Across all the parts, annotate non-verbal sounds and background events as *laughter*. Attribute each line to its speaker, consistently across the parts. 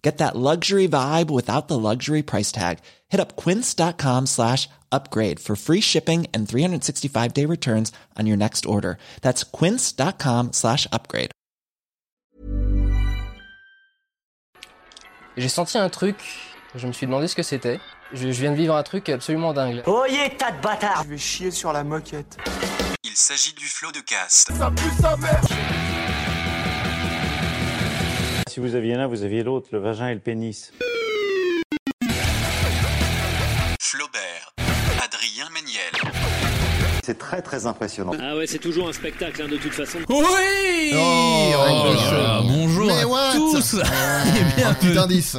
Speaker 1: Get that luxury vibe without the luxury price tag. Hit up quince.com slash upgrade for free shipping and 365 day returns on your next order. That's quince.com slash upgrade.
Speaker 2: J'ai senti un truc, je me suis demandé ce que c'était. Je, je viens de vivre un truc absolument dingue.
Speaker 3: Oh
Speaker 4: Oyez, tas de bâtards
Speaker 5: Je vais chier sur la moquette.
Speaker 6: Il s'agit du flot de cast.
Speaker 7: Si vous aviez l'un, vous aviez l'autre, le vagin et le pénis.
Speaker 6: Flaubert. Adrien Méniel.
Speaker 7: C'est très très impressionnant.
Speaker 8: Ah ouais, c'est toujours un spectacle hein, de toute façon.
Speaker 9: Oui Oh là là, Bonjour
Speaker 3: Mais
Speaker 9: à
Speaker 3: what
Speaker 9: tous *laughs* et
Speaker 3: Un petit
Speaker 9: bienvenue.
Speaker 3: indice.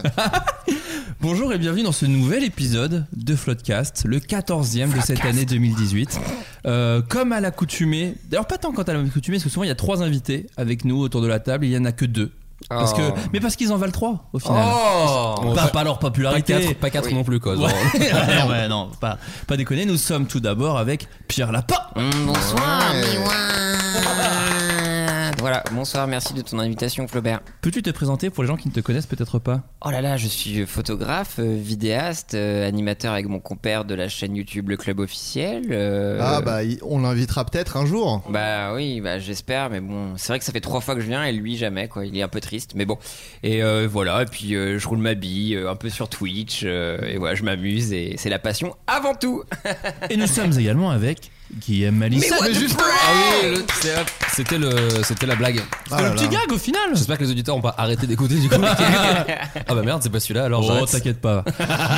Speaker 9: Bonjour et bienvenue dans ce nouvel épisode de Floodcast, le 14e de cette année 2018. Euh, comme à l'accoutumée, d'ailleurs pas tant quand à l'accoutumée, parce que souvent il y a trois invités avec nous autour de la table, il y en a que deux. Parce que, mais parce qu'ils en valent trois au final.
Speaker 3: Oh
Speaker 9: pas, pas leur
Speaker 10: Ah. Pas
Speaker 9: popularité.
Speaker 10: 4, pas quatre non plus, quoi.
Speaker 9: Ouais, *laughs* ouais, ouais, non, pas, pas déconner. Nous sommes tout d'abord avec Pierre Lapin.
Speaker 10: Mm, bonsoir,
Speaker 3: Ouais.
Speaker 10: Miwa. mm, Voilà, bonsoir, merci de ton invitation, Flaubert.
Speaker 9: Peux-tu te présenter pour les gens qui ne te connaissent peut-être pas
Speaker 10: Oh là là, je suis photographe, euh, vidéaste, euh, animateur avec mon compère de la chaîne YouTube Le Club Officiel. euh,
Speaker 3: Ah bah il- on l'invitera peut-être un jour.
Speaker 10: Bah oui, bah j'espère, mais bon, c'est vrai que ça fait trois fois que je viens et lui jamais, quoi. Il est un peu triste, mais bon. Et euh, voilà, et puis euh, je roule ma bille euh, un peu sur Twitch, euh, et voilà, je m'amuse, et c'est la passion avant tout.
Speaker 9: Et nous sommes également avec Guillaume Malice.
Speaker 3: Mais juste
Speaker 10: Ah
Speaker 3: oui,
Speaker 10: le-
Speaker 8: C'était le, c'était la blague.
Speaker 9: C'était le petit gag au final
Speaker 8: J'espère que les auditeurs ont pas arrêté d'écouter
Speaker 9: *laughs*
Speaker 8: du coup. ah bah merde, c'est pas celui-là alors.
Speaker 9: Oh,
Speaker 8: j'arrête.
Speaker 9: t'inquiète pas.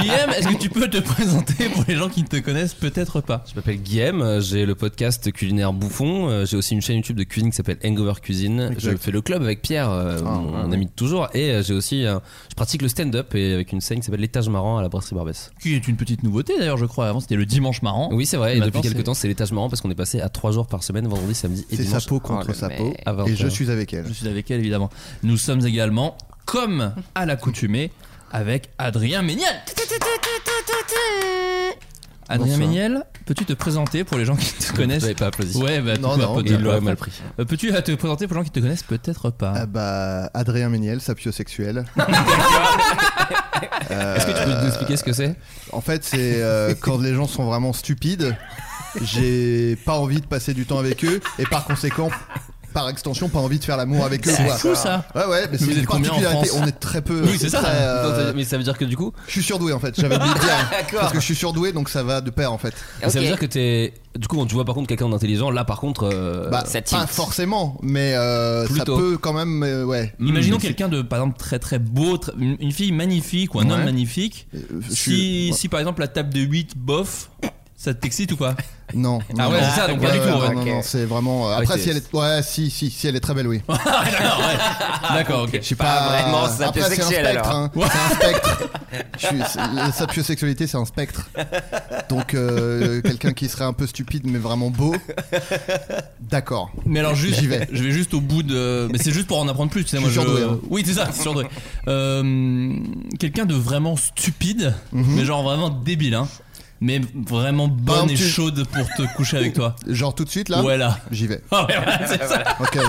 Speaker 9: Guillaume, est-ce que tu peux te présenter pour les gens qui ne te connaissent peut-être pas
Speaker 8: Je m'appelle Guillaume, euh, j'ai le podcast culinaire bouffon, euh, j'ai aussi une chaîne YouTube de cuisine qui s'appelle Hangover Cuisine.
Speaker 3: Exact.
Speaker 8: Je fais le club avec Pierre, euh,
Speaker 9: Ah,
Speaker 8: mon mon ami de toujours, et euh, j'ai aussi, euh, je pratique le stand-up et avec une scène qui s'appelle l'étage marrant à la brasserie Barbès.
Speaker 9: Qui est une petite nouveauté d'ailleurs, je crois. Avant, c'était le dimanche marrant.
Speaker 8: Oui c'est vrai, et
Speaker 9: Maintenant,
Speaker 8: depuis
Speaker 9: c'est-
Speaker 8: quelques temps c'est l'étage marrant parce qu'on est passé à trois jours par semaine, vendredi, samedi et
Speaker 3: C'est sa
Speaker 8: dimanche.
Speaker 3: peau contre
Speaker 10: Oh, le
Speaker 3: sa
Speaker 10: mec.
Speaker 3: peau.
Speaker 8: À 20
Speaker 3: Et je
Speaker 8: heures.
Speaker 3: suis avec elle.
Speaker 9: Je suis avec elle évidemment. Nous sommes également, comme à l'accoutumée, avec Adrien Méniel. Adrien
Speaker 3: Bonsoir.
Speaker 9: Méniel, peux-tu te présenter pour les gens qui ne te
Speaker 8: Vous
Speaker 9: connaissent
Speaker 8: n'avez pas applaudi.
Speaker 9: Ouais, bah,
Speaker 3: Non,
Speaker 9: tu-
Speaker 3: non,
Speaker 9: peu-
Speaker 8: Il
Speaker 9: peu-
Speaker 8: l'aurait
Speaker 9: peu-
Speaker 8: mal pris.
Speaker 9: Euh, Peux-tu euh, te présenter pour les gens qui te connaissent peut-être pas
Speaker 3: Ah bah Adrien Méniel, sapiosexuel. Euh,
Speaker 8: Est-ce que tu peux nous expliquer ce que c'est
Speaker 3: En fait,
Speaker 9: *laughs*
Speaker 3: c'est euh, quand les gens sont vraiment stupides, j'ai pas envie de passer du temps avec eux et par conséquent, par extension, pas envie de faire l'amour avec eux.
Speaker 9: C'est
Speaker 3: quoi.
Speaker 9: fou, ça.
Speaker 3: Ouais, ouais, mais c'est
Speaker 9: vous
Speaker 3: une
Speaker 9: êtes combien en
Speaker 3: particularité.
Speaker 9: France
Speaker 3: On est très peu.
Speaker 9: Oui, c'est ça.
Speaker 3: Très, euh,
Speaker 8: Non, ça- Mais ça veut dire que du coup,
Speaker 3: je suis surdoué en fait. J'avais oublié de dire. hein. Parce que je suis surdoué, donc ça va de pair en fait.
Speaker 8: ça
Speaker 10: Ok.
Speaker 8: veut dire que t'es, du coup quand tu vois par contre quelqu'un d'intelligent, là par contre, euh,
Speaker 3: Bah,
Speaker 10: ça
Speaker 3: pas
Speaker 10: tilt.
Speaker 3: forcément, mais euh, ça
Speaker 8: Plutôt.
Speaker 3: peut quand même. euh, ouais.
Speaker 9: Imaginons
Speaker 3: Mm.
Speaker 8: hmm,
Speaker 9: quelqu'un de, par exemple, très très beau, tr- une une fille magnifique ou un
Speaker 3: Ouais.
Speaker 9: homme magnifique.
Speaker 3: Euh,
Speaker 9: Si,
Speaker 3: je suis-
Speaker 9: si par exemple la table de 8 bof, ça t'excite ou pas
Speaker 3: Non.
Speaker 9: Ah ouais,
Speaker 3: non,
Speaker 9: c'est ça, donc pas du
Speaker 3: ouais,
Speaker 9: tout,
Speaker 3: Non,
Speaker 9: ouais. Ah
Speaker 3: non,
Speaker 10: Ok.
Speaker 8: *laughs*
Speaker 3: non, c'est vraiment. euh, Après,
Speaker 8: Ok.
Speaker 3: si elle est. Ouais, si, si, si elle est très belle, oui.
Speaker 8: Ah
Speaker 9: D'accord, ouais. D'accord, ok. Je sais
Speaker 3: Pas euh,
Speaker 10: vraiment
Speaker 3: Après, c'est un
Speaker 10: sapiosexuel,
Speaker 3: spectre.
Speaker 10: alors.
Speaker 3: hein. C'est un spectre. Je suis- c'est- La sapiosexualité, c'est un spectre. Donc, euh, quelqu'un qui serait un peu stupide, mais vraiment beau. D'accord.
Speaker 9: Mais alors juste,
Speaker 3: J'y vais.
Speaker 9: Je vais juste au bout de. Mais c'est juste pour en apprendre plus. Tu sais,
Speaker 3: Je
Speaker 9: moi,
Speaker 3: suis surdoué, hein.
Speaker 9: Oui, c'est ça. c'est surdoué. Euh, Quelqu'un de vraiment stupide,
Speaker 3: Mhm.
Speaker 9: mais genre vraiment débile, hein. Mais vraiment bonne
Speaker 3: exemple,
Speaker 9: et
Speaker 3: tu-
Speaker 9: chaude pour te coucher avec toi.
Speaker 3: Genre tout de suite, là
Speaker 9: ouais là.
Speaker 3: J'y vais.
Speaker 9: *laughs* Ah ouais, ouais, c'est ça.
Speaker 3: Ok.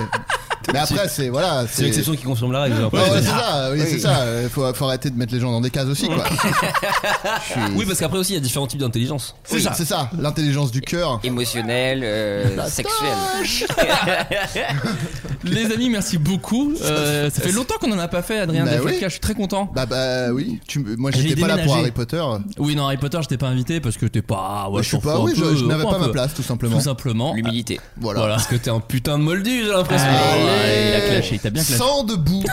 Speaker 3: mais après, c'est. Voilà.
Speaker 8: c'est l'exception qui confirme la règle. j'ai
Speaker 3: Ouais,
Speaker 8: l'impression.
Speaker 3: ouais, c'est ça, oui, c'est ça. Euh, Faut, faut arrêter de mettre les gens dans des cases
Speaker 9: *laughs*
Speaker 3: aussi, quoi. Je suis-
Speaker 8: Oui, parce qu'après aussi, il y a différents types d'intelligence.
Speaker 3: Oui, c'est ça, l'intelligence du cœur.
Speaker 10: Émotionnel, euh, sexuel.
Speaker 9: Les amis, merci
Speaker 3: *laughs*
Speaker 9: beaucoup. Euh, ça fait longtemps qu'on en a pas fait, Adrien.
Speaker 3: Bah
Speaker 9: des
Speaker 3: oui.
Speaker 9: Flotcast, je suis très content.
Speaker 3: Bah bah oui, tu, me- moi
Speaker 9: J'ai
Speaker 3: j'étais pas là pour
Speaker 9: déménagé.
Speaker 3: Harry Potter.
Speaker 9: Oui, non, Harry Potter, je t'ai pas invité parce que t'es pas.
Speaker 3: Bah, je suis
Speaker 9: t'en
Speaker 3: pas-
Speaker 9: fous un
Speaker 3: oui, je-
Speaker 9: peu,
Speaker 3: je n'avais
Speaker 9: un
Speaker 3: pas ma
Speaker 9: peu.
Speaker 3: place, tout simplement.
Speaker 9: Tout simplement.
Speaker 10: *laughs* L'humilité.
Speaker 3: Voilà.
Speaker 9: Parce que t'es un putain de moldu, j'ai l'impression.
Speaker 3: Allez.
Speaker 9: Ah, Ouais, il a clashé, il t'a bien clashé. *laughs*
Speaker 3: Sans debout.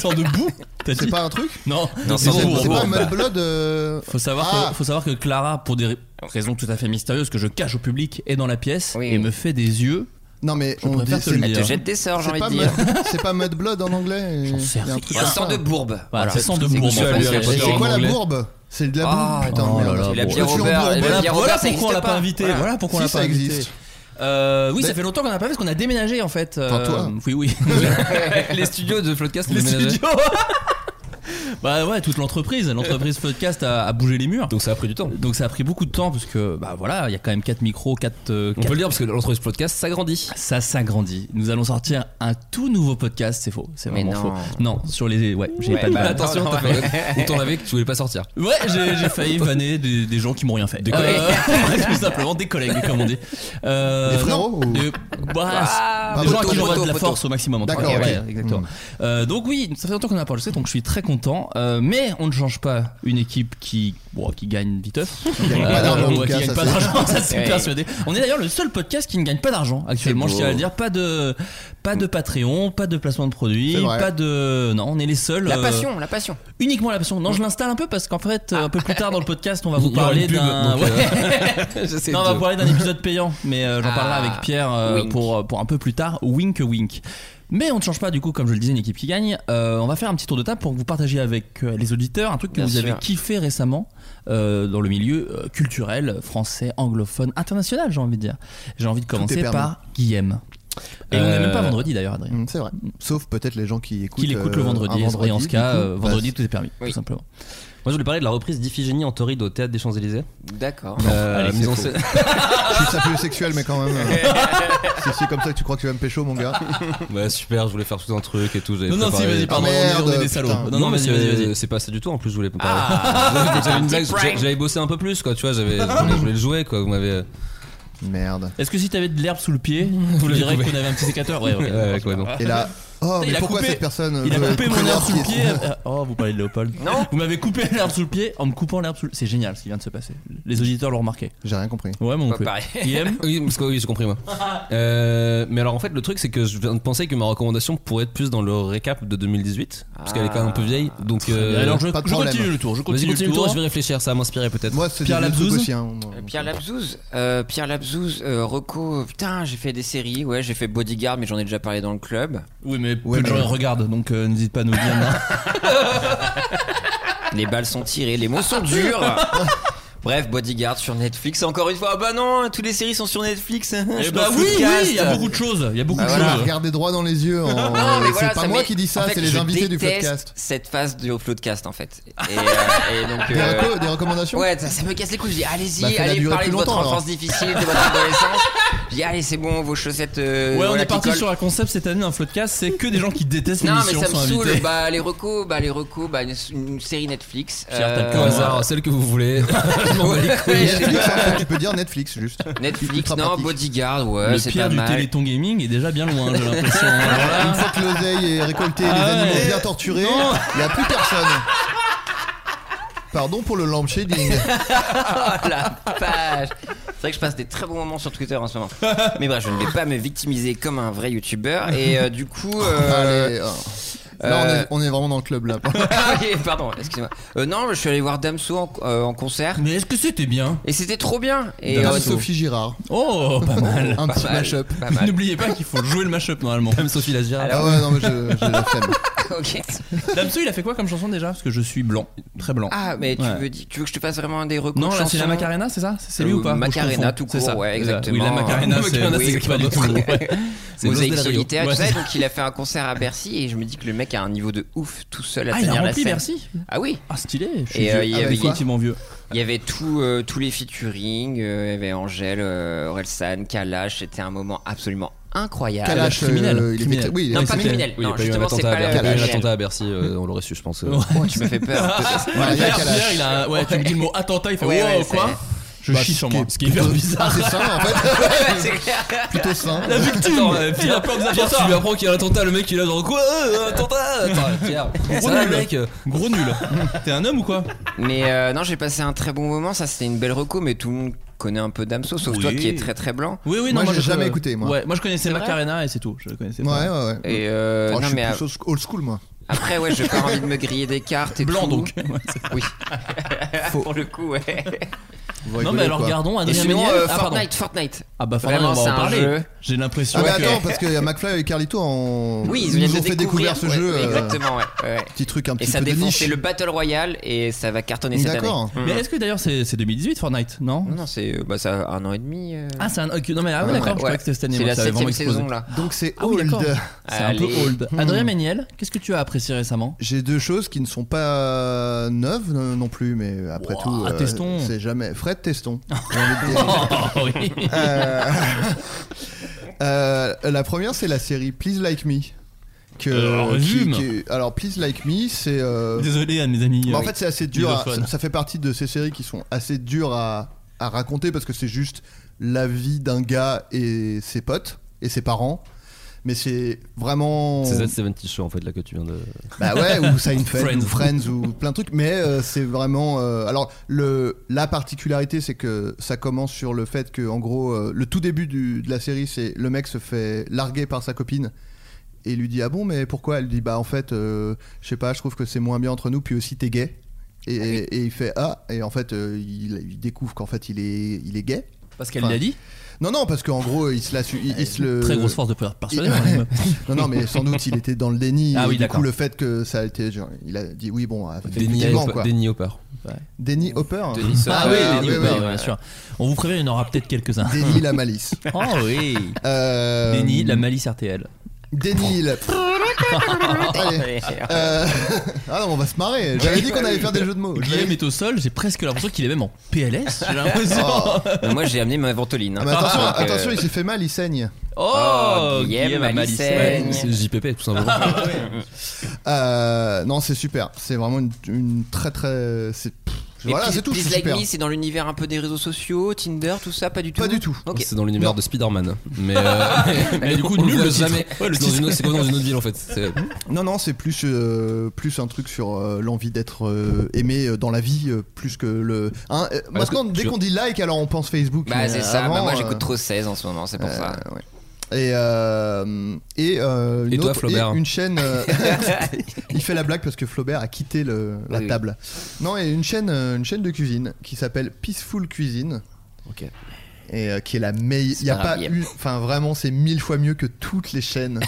Speaker 9: Sans debout T'as
Speaker 3: C'est
Speaker 9: dit
Speaker 3: pas un truc
Speaker 9: Non,
Speaker 10: Non,
Speaker 9: c'est
Speaker 10: sans
Speaker 9: bon,
Speaker 10: debout.
Speaker 3: C'est
Speaker 9: bon,
Speaker 3: pas
Speaker 9: bon.
Speaker 3: un Blood euh,
Speaker 9: Faut savoir,
Speaker 3: Ah.
Speaker 9: que, faut savoir que Clara, pour des ra- raisons tout à fait mystérieuses que je cache au public, est dans la pièce
Speaker 10: Oui.
Speaker 9: et me fait des yeux.
Speaker 3: Non mais
Speaker 9: Je
Speaker 3: on dit
Speaker 9: préfère te le
Speaker 3: c'est-
Speaker 10: Elle te
Speaker 9: dire.
Speaker 10: jette des sorts, j'ai
Speaker 3: c'est
Speaker 10: envie
Speaker 3: pas
Speaker 10: de dire.
Speaker 3: Mud- *laughs* c'est pas Mudblood en anglais.
Speaker 9: J'en sais
Speaker 3: Il y a un
Speaker 9: rien. Ah,
Speaker 3: truc
Speaker 10: Un
Speaker 3: comme
Speaker 10: sort de
Speaker 3: ça.
Speaker 10: bourbe.
Speaker 9: Voilà, c'est sans de
Speaker 10: C'est
Speaker 9: bourbe.
Speaker 10: cool,
Speaker 9: en
Speaker 10: le
Speaker 9: français,
Speaker 10: Harry
Speaker 9: c'est-
Speaker 3: Et
Speaker 10: Potter
Speaker 3: C'est quoi la
Speaker 9: anglais.
Speaker 3: bourbe C'est de la bourbe.
Speaker 10: Ah,
Speaker 3: putain,
Speaker 9: oh là
Speaker 3: merde.
Speaker 9: là,
Speaker 10: La
Speaker 9: bon.
Speaker 10: bière
Speaker 3: Je suis en
Speaker 10: Robert.
Speaker 3: bourbe.
Speaker 10: la
Speaker 9: Voilà,
Speaker 10: bière
Speaker 9: voilà
Speaker 10: Robert, ça
Speaker 9: pourquoi on
Speaker 10: existe
Speaker 9: l'a pas invité. Voilà, pourquoi on
Speaker 3: Si,
Speaker 9: l'a pas
Speaker 3: ça
Speaker 9: invité.
Speaker 3: existe.
Speaker 9: Euh, oui, ça
Speaker 3: Mais-
Speaker 9: fait longtemps qu'on n'a pas fait parce qu'on a déménagé en fait.
Speaker 3: Enfin,
Speaker 9: Euh,
Speaker 3: toi.
Speaker 8: *laughs*
Speaker 9: Oui, oui. les studios de Floodcast, les studios. *laughs* bah ouais, toute l'entreprise, l'entreprise Floodcast a, a bougé les murs.
Speaker 8: Donc ça a pris du temps.
Speaker 9: Donc ça a pris beaucoup de temps parce que bah voilà, il y a quand même 4 micros, 4
Speaker 8: On peut le dire parce que l'entreprise podcast s'agrandit.
Speaker 9: ça s'agrandit. Nous allons sortir un tout nouveau podcast, c'est faux, c'est
Speaker 10: Mais
Speaker 9: vraiment
Speaker 10: non.
Speaker 9: faux. Non, sur les ouais, j'ai
Speaker 10: Ouais,
Speaker 9: pas de
Speaker 10: bah,
Speaker 9: vanne.
Speaker 8: Attention,
Speaker 10: non,
Speaker 8: t'as
Speaker 10: non,
Speaker 8: fait. Ou t'en avais que tu voulais pas sortir.
Speaker 9: Ouais,
Speaker 8: *laughs*
Speaker 9: j'ai j'ai failli vanner des, des gens qui m'ont rien fait. Des
Speaker 10: collègues.
Speaker 9: *laughs* tout simplement, des collègues, comme on dit. Euh,
Speaker 3: Des frérots
Speaker 9: non,
Speaker 3: ou-
Speaker 9: des- bah,
Speaker 10: Ah,
Speaker 9: des gens à
Speaker 10: poteau,
Speaker 9: qui j'envoie de
Speaker 10: poteau,
Speaker 9: la
Speaker 10: poteau.
Speaker 9: force au maximum. en tout cas.
Speaker 3: D'accord,
Speaker 9: Ouais,
Speaker 3: ok. Mm.
Speaker 9: ouais, exactement. Euh, donc oui, ça fait longtemps qu'on n'a pas enregistré, donc je suis très content. Euh, mais on ne change pas une équipe qui, bon, qui gagne viteuf.
Speaker 3: Qui gagne pas d'argent, en tout
Speaker 9: ouais, qui
Speaker 3: cas,
Speaker 9: gagne
Speaker 3: ça,
Speaker 9: pas
Speaker 3: c'est-
Speaker 9: d'argent,
Speaker 3: *laughs*
Speaker 9: ça c'est
Speaker 10: Ouais.
Speaker 9: persuadé. On est d'ailleurs le seul podcast qui ne gagne pas d'argent actuellement,
Speaker 10: C'est
Speaker 9: je
Speaker 10: beau.
Speaker 9: tiens à le dire. Pas de, pas de Patreon, pas de placement de produits,
Speaker 3: C'est vrai.
Speaker 9: pas de... Non, on est les seuls.
Speaker 10: La
Speaker 9: euh,
Speaker 10: passion, la passion.
Speaker 9: Uniquement la passion. Non, je l'installe un peu parce qu'en fait, euh, un peu plus tard dans le podcast, on va vous
Speaker 8: Il y aura
Speaker 9: parler
Speaker 8: une pub,
Speaker 9: d'un.
Speaker 8: donc, euh, *laughs*
Speaker 9: Ouais.
Speaker 8: J'essaie
Speaker 9: non, on va vous parler d'un épisode payant, mais euh, j'en
Speaker 10: Ah,
Speaker 9: parlerai avec Pierre euh,
Speaker 10: wink.
Speaker 9: pour, pour un peu plus tard. Wink, wink. Mais on ne change pas du coup, comme je le disais, une équipe qui gagne. Euh, on va faire un petit tour de table pour que vous partagiez avec euh, les auditeurs un truc que
Speaker 10: Bien
Speaker 9: vous avez
Speaker 10: sûr.
Speaker 9: kiffé récemment euh, dans le milieu euh, culturel, français, anglophone, international, j'ai envie de dire. J'ai envie de commencer
Speaker 3: permis.
Speaker 9: par Guillaume. Et on n'est même
Speaker 8: Euh,
Speaker 9: pas vendredi d'ailleurs, Adrien.
Speaker 3: Hum, C'est vrai. Sauf peut-être les gens qui écoutent.
Speaker 9: Qu'il écoute
Speaker 3: euh,
Speaker 9: le
Speaker 3: un
Speaker 9: vendredi, et en ce
Speaker 3: du
Speaker 9: cas,
Speaker 3: coup,
Speaker 9: euh,
Speaker 3: bah,
Speaker 9: vendredi, tout est permis,
Speaker 10: Oui.
Speaker 9: tout simplement.
Speaker 8: Moi, je voulais parler de la reprise d'Iphigénie en tauride au théâtre des Champs-Élysées.
Speaker 10: D'accord.
Speaker 8: Euh,
Speaker 3: allez,
Speaker 8: mise
Speaker 3: c'est
Speaker 8: en
Speaker 3: faux.
Speaker 8: scène-
Speaker 3: Je suis ça plus sexuel, mais quand
Speaker 9: *laughs*
Speaker 3: même. euh, c'est c'est comme ça que tu crois que tu vas me pécho, mon gars.
Speaker 8: Ouais, super, je voulais faire tout un truc et tout. j'avais
Speaker 9: Non, non, si,
Speaker 8: préparé.
Speaker 9: vas-y, pardon, on
Speaker 3: Ah,
Speaker 9: est- on, est,
Speaker 3: merde,
Speaker 9: des salauds.
Speaker 3: putain.
Speaker 9: Non, non, vas-y, vas-y, vas-y.
Speaker 8: C'est pas ça du tout, en plus, je voulais pas parler.
Speaker 10: Ah,
Speaker 9: *laughs*
Speaker 8: J'avais une blague,
Speaker 10: Petit prank.
Speaker 8: j'a- j'avais bossé un peu plus, quoi, tu vois, j'avais, je voulais- je voulais le jouer, quoi, vous m'avez. euh.
Speaker 3: Merde.
Speaker 9: Est-ce que si t'avais de l'herbe sous le pied, vous
Speaker 8: le
Speaker 9: dirais
Speaker 8: pouvez.
Speaker 9: qu'on avait un petit sécateur Ouais, ok.
Speaker 8: Ouais, ouais, quoi, non.
Speaker 3: Et là. Oh,
Speaker 9: Il
Speaker 3: mais
Speaker 9: a
Speaker 3: pourquoi
Speaker 9: coupé-
Speaker 3: cette personne
Speaker 9: Il a
Speaker 3: veut-
Speaker 9: coupé mon
Speaker 3: prévoir
Speaker 9: herbe sous le
Speaker 3: qui est-
Speaker 9: pied. euh, Oh, vous parlez de Léopold.
Speaker 10: Non.
Speaker 9: Vous m'avez coupé l'herbe sous le pied en me coupant l'herbe sous le C'est génial ce qui vient de se passer. Les auditeurs l'ont remarqué.
Speaker 3: J'ai rien compris.
Speaker 9: Ouais, mon
Speaker 10: Pas pareil.
Speaker 8: *laughs*
Speaker 9: Il aime
Speaker 8: Oui, parce que oui, j'ai compris moi. Euh, mais alors en fait, le truc c'est que je viens de penser que ma recommandation pourrait être plus dans le récap de 2018, parce qu'elle est quand même un peu vieille. Donc euh,
Speaker 9: Alors, je,
Speaker 3: pas de
Speaker 9: je
Speaker 3: problème.
Speaker 9: continue le tour. Je
Speaker 8: vas-y,
Speaker 9: continue,
Speaker 8: continue le tour, je vais réfléchir, ça va m'inspirer peut-être.
Speaker 3: Moi, c'est
Speaker 9: Pierre Ah,
Speaker 3: des vieux trucs
Speaker 9: Labzouz
Speaker 3: aussi. hein, moi.
Speaker 10: Pierre Labzouz, euh, Pierre Labzouz, euh, Rocco, putain, j'ai fait des séries, ouais, j'ai fait Bodyguard, mais j'en ai déjà parlé dans le club.
Speaker 9: Oui, mais peu
Speaker 3: Ouais,
Speaker 9: de
Speaker 3: mais-
Speaker 9: gens regardent, donc euh, n'hésite pas à nous dire.
Speaker 3: *laughs*
Speaker 9: non.
Speaker 10: Les balles sont tirées, les mots sont
Speaker 9: *laughs*
Speaker 10: durs. Bref, Bodyguard sur Netflix, encore une fois. Ah bah non, toutes les séries sont sur Netflix.
Speaker 9: Eh bah oui, oui, il y a beaucoup de choses. Il y a beaucoup
Speaker 3: Bah
Speaker 9: de
Speaker 3: voilà,
Speaker 9: choses.
Speaker 3: regardez droit dans les yeux. en-
Speaker 10: Non, Ah, mais
Speaker 3: c'est
Speaker 10: voilà,
Speaker 3: pas
Speaker 10: ça
Speaker 3: moi
Speaker 10: m'est-
Speaker 3: qui dis
Speaker 10: en
Speaker 3: ça,
Speaker 10: fait,
Speaker 3: c'est les
Speaker 10: je
Speaker 3: invités du
Speaker 10: déteste
Speaker 3: podcast.
Speaker 10: Cette phase du podcast en fait. Et,
Speaker 3: *laughs*
Speaker 10: euh, et donc.
Speaker 3: Des,
Speaker 10: euh,
Speaker 3: recos- des recommandations
Speaker 10: Ouais, ça, ça me casse les couilles. Je dis,
Speaker 3: Bah,
Speaker 10: allez-y,
Speaker 3: fais-la
Speaker 10: allez
Speaker 3: durer
Speaker 10: parler
Speaker 3: plus
Speaker 10: de votre
Speaker 3: longtemps, alors.
Speaker 10: enfance difficile, de votre adolescence. Je dis, allez, c'est bon, vos chaussettes. euh,
Speaker 9: Ouais, on
Speaker 10: voilà,
Speaker 9: est
Speaker 10: qui
Speaker 9: parti
Speaker 10: collent.
Speaker 9: sur un concept cette année, un floodcast, c'est que des gens qui détestent
Speaker 10: Non, mais
Speaker 9: l'émission
Speaker 10: ça me
Speaker 9: sont
Speaker 10: saoule.
Speaker 9: invités.
Speaker 10: Bah, les recos, bah, les recos, bah, une, une série Netflix. euh,
Speaker 9: Pierre, t'as le
Speaker 8: Au
Speaker 9: cœur
Speaker 8: hasard, Euh, celle que vous
Speaker 9: *laughs*
Speaker 8: voulez. Je m'en bats les couilles.
Speaker 10: *laughs*
Speaker 3: *laughs*
Speaker 10: Ouais, je sais
Speaker 3: Netflix,
Speaker 10: pas.
Speaker 3: hein, tu peux dire Netflix juste.
Speaker 10: Netflix,
Speaker 3: Ultra
Speaker 10: non,
Speaker 3: pratique.
Speaker 10: Bodyguard, ouais,
Speaker 9: Le
Speaker 10: c'est
Speaker 9: pire
Speaker 10: pas
Speaker 9: du
Speaker 10: mal.
Speaker 9: Téléthon Gaming est déjà bien loin, j'ai
Speaker 8: *laughs*
Speaker 9: l'impression.
Speaker 3: Alors là, une fois que l'oseille est récoltée et les
Speaker 9: Ah ouais.
Speaker 3: animaux bien torturés,
Speaker 9: Non.
Speaker 3: il n'y a plus personne. Pardon pour le lampshading.
Speaker 10: Oh la page C'est vrai que je passe des très bons moments sur Twitter en ce moment. Mais bref, je ne vais pas me victimiser comme un vrai youtubeur. Et euh, du coup.
Speaker 9: *laughs*
Speaker 10: euh,
Speaker 3: Allez, oh. Là, on,
Speaker 10: euh,
Speaker 3: est, on est vraiment dans le club là.
Speaker 10: *laughs* Ah, ok, pardon, excusez-moi. Euh, non, je suis allé voir Damso en, euh, en concert.
Speaker 9: Mais est-ce que c'était bien
Speaker 10: Et c'était trop bien. Et
Speaker 3: Comme
Speaker 10: euh,
Speaker 3: Sophie Girard.
Speaker 9: Oh, pas mal.
Speaker 3: Un petit
Speaker 10: mal.
Speaker 3: mash-up.
Speaker 10: Pas mal.
Speaker 9: *laughs* N'oubliez pas qu'il faut jouer le mashup normalement. Dame Sophie Lasgira.
Speaker 3: Ah ouais, non, mais je- j'ai la *laughs* flemme.
Speaker 10: *laughs* ok.
Speaker 9: Damso, il a fait quoi comme chanson déjà Parce que je suis blanc, très blanc.
Speaker 10: Ah, mais tu,
Speaker 9: Ouais.
Speaker 10: veux, di- tu veux que je te fasse vraiment un des recours
Speaker 9: non,
Speaker 10: de
Speaker 9: là c'est la
Speaker 10: chansons
Speaker 9: Macarena, c'est ça C'est c'est lui
Speaker 10: Euh,
Speaker 9: ou pas
Speaker 10: Macarena
Speaker 9: Ou je confonds
Speaker 10: tout court,
Speaker 9: C'est ça.
Speaker 10: ouais, exactement.
Speaker 9: Oui, la Macarena,
Speaker 10: La
Speaker 9: c'est
Speaker 10: Macarena,
Speaker 9: oui,
Speaker 10: c'est
Speaker 9: c'est pas du tout.
Speaker 10: pardon.
Speaker 9: ouais. C'est
Speaker 10: Mosaïque
Speaker 9: Los Del Rio.
Speaker 10: solitaire,
Speaker 9: Ouais,
Speaker 10: tu sais,
Speaker 9: c'est-
Speaker 10: donc il a fait un concert à Bercy et je me dis que le mec a un niveau de ouf tout seul à
Speaker 9: Ah, il
Speaker 10: tenir
Speaker 9: a
Speaker 10: la
Speaker 9: rempli
Speaker 10: scène.
Speaker 9: merci.
Speaker 10: Ah oui,
Speaker 9: Ah, stylé. Je suis
Speaker 10: Et, euh,
Speaker 9: vieux.
Speaker 10: il y
Speaker 9: Ah,
Speaker 10: avait-
Speaker 9: définitivement vieux.
Speaker 10: il y avait tout, euh, tous les featuring, euh, il y avait Angèle, euh, Orelsan, Kalash, c'était un moment absolument incroyable.
Speaker 3: Kalash,
Speaker 9: criminel,
Speaker 3: euh, il est
Speaker 9: criminel.
Speaker 3: très- Oui, il est
Speaker 10: Non,
Speaker 3: très-
Speaker 10: pas criminel,
Speaker 8: Oui, il y a
Speaker 10: non,
Speaker 8: pas eu un
Speaker 10: justement, c'est
Speaker 8: attentat à
Speaker 10: pas
Speaker 8: Bercy. Il y
Speaker 10: la
Speaker 8: a pas eu un
Speaker 10: la-
Speaker 8: attentat à Bercy, euh, on l'aurait su, je pense. euh.
Speaker 10: Tu me fais peur.
Speaker 3: Maria
Speaker 9: Pierre,
Speaker 3: Kalash.
Speaker 9: Pierre, il a un- ouais, tu me dis le mot attentat, il fait
Speaker 10: Ouais,
Speaker 9: wow,
Speaker 10: ouais,
Speaker 9: quoi
Speaker 10: c'est-
Speaker 9: Je
Speaker 3: Bah,
Speaker 9: chie
Speaker 3: ce
Speaker 9: sur
Speaker 3: qui
Speaker 9: moi.
Speaker 3: est plutôt- assez sain, en fait.
Speaker 10: Ouais, c'est clair.
Speaker 3: Plutôt sain.
Speaker 8: La victime
Speaker 9: Attends, euh,
Speaker 8: Pierre,
Speaker 9: Pierre, Pierre,
Speaker 8: Pierre, tu
Speaker 9: Pierre.
Speaker 8: lui apprends qu'il y a un attentat, le mec il est là dans quoi euh, Attentat Attends, Pierre,
Speaker 9: Gros
Speaker 8: ça va,
Speaker 9: nul.
Speaker 8: mec
Speaker 9: Gros nul. T'es un homme ou quoi
Speaker 10: Mais euh, non, j'ai passé un très bon moment. Ça, c'était une belle reco, mais tout le monde connaît un peu Damso, sauf
Speaker 9: Oui.
Speaker 10: toi qui est très très blanc.
Speaker 9: Oui, oui, non,
Speaker 3: Moi, j'ai
Speaker 9: je-
Speaker 3: jamais écouté, moi.
Speaker 9: Ouais, moi je connaissais
Speaker 10: C'est vrai
Speaker 9: Macarena et c'est tout. Je le connaissais
Speaker 3: Ouais,
Speaker 9: pas.
Speaker 3: ouais, ouais.
Speaker 10: Et euh,
Speaker 3: Oh, je
Speaker 10: non,
Speaker 3: suis
Speaker 10: mais
Speaker 3: plus old school, moi.
Speaker 10: Après, ouais, j'ai pas envie de me griller des cartes et
Speaker 9: Blanc
Speaker 10: tout.
Speaker 9: donc.
Speaker 10: Oui. Pour le coup, ouais.
Speaker 3: Vous
Speaker 9: non,
Speaker 3: rigolez,
Speaker 9: mais alors
Speaker 3: quoi.
Speaker 9: regardons
Speaker 10: Et
Speaker 9: Adrien
Speaker 10: sinon,
Speaker 9: Méniel.
Speaker 10: euh,
Speaker 9: ah, pardon.
Speaker 10: Fortnite, Fortnite.
Speaker 9: Ah bah Fortnite,
Speaker 10: Vraiment,
Speaker 9: on va
Speaker 10: c'est
Speaker 9: en
Speaker 10: un
Speaker 9: parler.
Speaker 10: jeu.
Speaker 9: J'ai l'impression
Speaker 3: Ah, mais
Speaker 9: que.
Speaker 3: attends, parce qu'il y a McFly et Carlito en.
Speaker 10: *laughs* Oui, ils
Speaker 3: nous
Speaker 10: viennent de
Speaker 3: ont fait découvrir ce
Speaker 10: ouais,
Speaker 3: jeu. euh,
Speaker 10: Exactement, ouais. ouais.
Speaker 3: Petit truc un
Speaker 10: Et
Speaker 3: petit
Speaker 10: ça
Speaker 3: peu de
Speaker 10: défonce,
Speaker 3: niche.
Speaker 10: c'est le Battle Royale et ça va cartonner cette année.
Speaker 3: D'accord.
Speaker 9: Mais est-ce que d'ailleurs c'est c'est 2018 Fortnite Non
Speaker 10: Non, non, c'est euh, bah, ça a un an et demi. euh.
Speaker 9: Ah, c'est un. ok, Non, mais ah, ouais, d'accord, je
Speaker 10: Ouais.
Speaker 9: croyais que c'était cette année.
Speaker 10: C'est
Speaker 9: moi,
Speaker 10: la
Speaker 9: ça avait vraiment
Speaker 10: septième
Speaker 9: explosé.
Speaker 10: saison là.
Speaker 3: Donc c'est
Speaker 9: Ah oui,
Speaker 3: old.
Speaker 9: d'accord. C'est un peu
Speaker 10: Allez.
Speaker 9: old.
Speaker 3: Hmm.
Speaker 9: Adrien Méniel, qu'est-ce que tu as apprécié
Speaker 3: *laughs*
Speaker 9: récemment
Speaker 3: J'ai deux choses qui ne sont pas neuves euh, non plus, mais après
Speaker 9: Ouah,
Speaker 10: Ah,
Speaker 3: tout, euh,
Speaker 9: Teston.
Speaker 3: c'est jamais Fred
Speaker 10: *laughs*
Speaker 3: Teston. j'ai envie de dire.
Speaker 9: Oh oui
Speaker 3: Euh, *laughs* euh, la première, c'est la série Please Like Me. Que,
Speaker 9: Euh, résume.
Speaker 3: alors Please Like Me, c'est euh,
Speaker 9: Désolé à mes amis.
Speaker 3: Bah, en
Speaker 9: euh,
Speaker 3: fait, c'est assez dur. à-
Speaker 9: Lusophone.
Speaker 3: ça, ça fait partie de ces séries qui sont assez dures à, à raconter parce que c'est juste la vie d'un gars et ses potes et ses parents. Mais c'est vraiment.
Speaker 8: C'est Zed Seven Show en fait là que tu viens de.
Speaker 3: Bah ouais, ou Seinfeld,
Speaker 9: Friends.
Speaker 3: ou Friends, ou plein de trucs. Mais euh, c'est vraiment. euh, alors, le, la particularité, c'est que ça commence sur le fait que, en gros, euh, le tout début du- de la série, c'est le mec se fait larguer par sa copine. Et lui dit ah bon mais pourquoi elle dit bah en fait euh, je sais pas je trouve que c'est moins bien entre nous puis aussi t'es gay et, et il fait ah et en fait euh, il, il découvre qu'en fait il est il est gay
Speaker 9: Parce qu'elle l'a dit.
Speaker 3: non non parce qu'en gros il se la su- il, il se le
Speaker 9: Ah, Très grosse force de pouvoir persuader.
Speaker 3: euh, il-
Speaker 9: hein, même.
Speaker 3: *laughs* non, non, mais sans doute il était dans le déni.
Speaker 9: Ah
Speaker 3: et
Speaker 9: oui,
Speaker 3: du
Speaker 9: d'accord.
Speaker 3: coup, le fait que ça a été. genre, il a dit oui, bon, ah,
Speaker 8: Denis
Speaker 3: effectivement,
Speaker 8: Hopper-
Speaker 3: quoi.
Speaker 8: Denis Hopper.
Speaker 3: Déni Hopper.
Speaker 10: Denis Hopper.
Speaker 9: Ah oui,
Speaker 3: Ah,
Speaker 9: Denis
Speaker 3: oui,
Speaker 9: Hopper,
Speaker 3: oui.
Speaker 9: bien sûr. On vous prévient, il y en aura peut-être quelques-uns.
Speaker 3: Déni
Speaker 9: *laughs*
Speaker 3: la malice.
Speaker 8: *laughs*
Speaker 9: Oh oui
Speaker 3: Euh,
Speaker 9: Denis, la Oh. malice RTL.
Speaker 3: Déni la-
Speaker 9: *laughs*
Speaker 3: Allez. *laughs* Euh, Ah non, on va se marrer. J'avais dit qu'on allait faire des jeux de mots. J'avais-
Speaker 9: Guillaume est au sol, j'ai presque l'impression qu'il est même en PLS.
Speaker 3: *laughs*
Speaker 9: J'ai l'impression.
Speaker 3: Oh.
Speaker 10: Mais Moi, j'ai amené ma ventoline. hein.
Speaker 3: Ah, mais attention,
Speaker 10: Donc, euh,
Speaker 3: attention, il s'est fait mal, il saigne.
Speaker 9: Oh,
Speaker 10: Oh, Guillaume
Speaker 9: Guillaume à
Speaker 10: Malicène.
Speaker 9: Malicène.
Speaker 8: C'est JPP tout simplement.
Speaker 3: Ah, Euh, non, c'est super. C'est vraiment une, une très très. c'est- pff,
Speaker 10: mais
Speaker 3: Voilà,
Speaker 10: Please-
Speaker 3: c'est tout.
Speaker 10: Please
Speaker 3: c'est
Speaker 10: Like
Speaker 3: super.
Speaker 10: Me, c'est dans l'univers un peu des réseaux sociaux, Tinder, tout ça, pas du tout.
Speaker 3: Pas du tout.
Speaker 10: Ok.
Speaker 8: C'est dans l'univers
Speaker 3: Non.
Speaker 8: de Spider-Man. Mais,
Speaker 3: *laughs*
Speaker 8: euh, mais du coup,
Speaker 9: Nul
Speaker 8: nul
Speaker 9: le
Speaker 8: le
Speaker 9: titre.
Speaker 8: jamais.
Speaker 9: Ouais, le
Speaker 8: C'est dans
Speaker 9: titre.
Speaker 8: une autre- c'est comme dans une autre ville en fait. C'est-
Speaker 3: Non, non, c'est plus, euh, plus un truc sur euh, l'envie d'être euh, aimé euh, dans la vie, euh, plus que le. Hein, euh,
Speaker 8: parce
Speaker 3: maintenant,
Speaker 8: que
Speaker 3: dès
Speaker 8: tu-
Speaker 3: qu'on dit like, alors on pense Facebook.
Speaker 10: Bah,
Speaker 3: mais
Speaker 10: c'est ça.
Speaker 3: avant,
Speaker 10: bah, moi,
Speaker 3: euh,
Speaker 10: j'écoute trop 16 en ce moment, c'est pour ça.
Speaker 3: Et, euh, et, euh, une
Speaker 8: Et toi,
Speaker 3: autre-
Speaker 8: Flaubert
Speaker 3: et une
Speaker 10: *laughs*
Speaker 3: chaîne. euh, *laughs* il fait la blague parce que Flaubert a quitté le- la
Speaker 10: Oui, oui.
Speaker 3: table. Non, et une chaîne, euh, une chaîne de cuisine qui s'appelle Peaceful Cuisine.
Speaker 10: Ok.
Speaker 3: Et euh, qui est la meilleure. Il
Speaker 10: C'est
Speaker 3: n'y a
Speaker 10: pas
Speaker 3: pas
Speaker 10: grave,
Speaker 3: eu. Enfin, vraiment, c'est mille fois mieux que toutes
Speaker 10: *laughs*
Speaker 3: les chaînes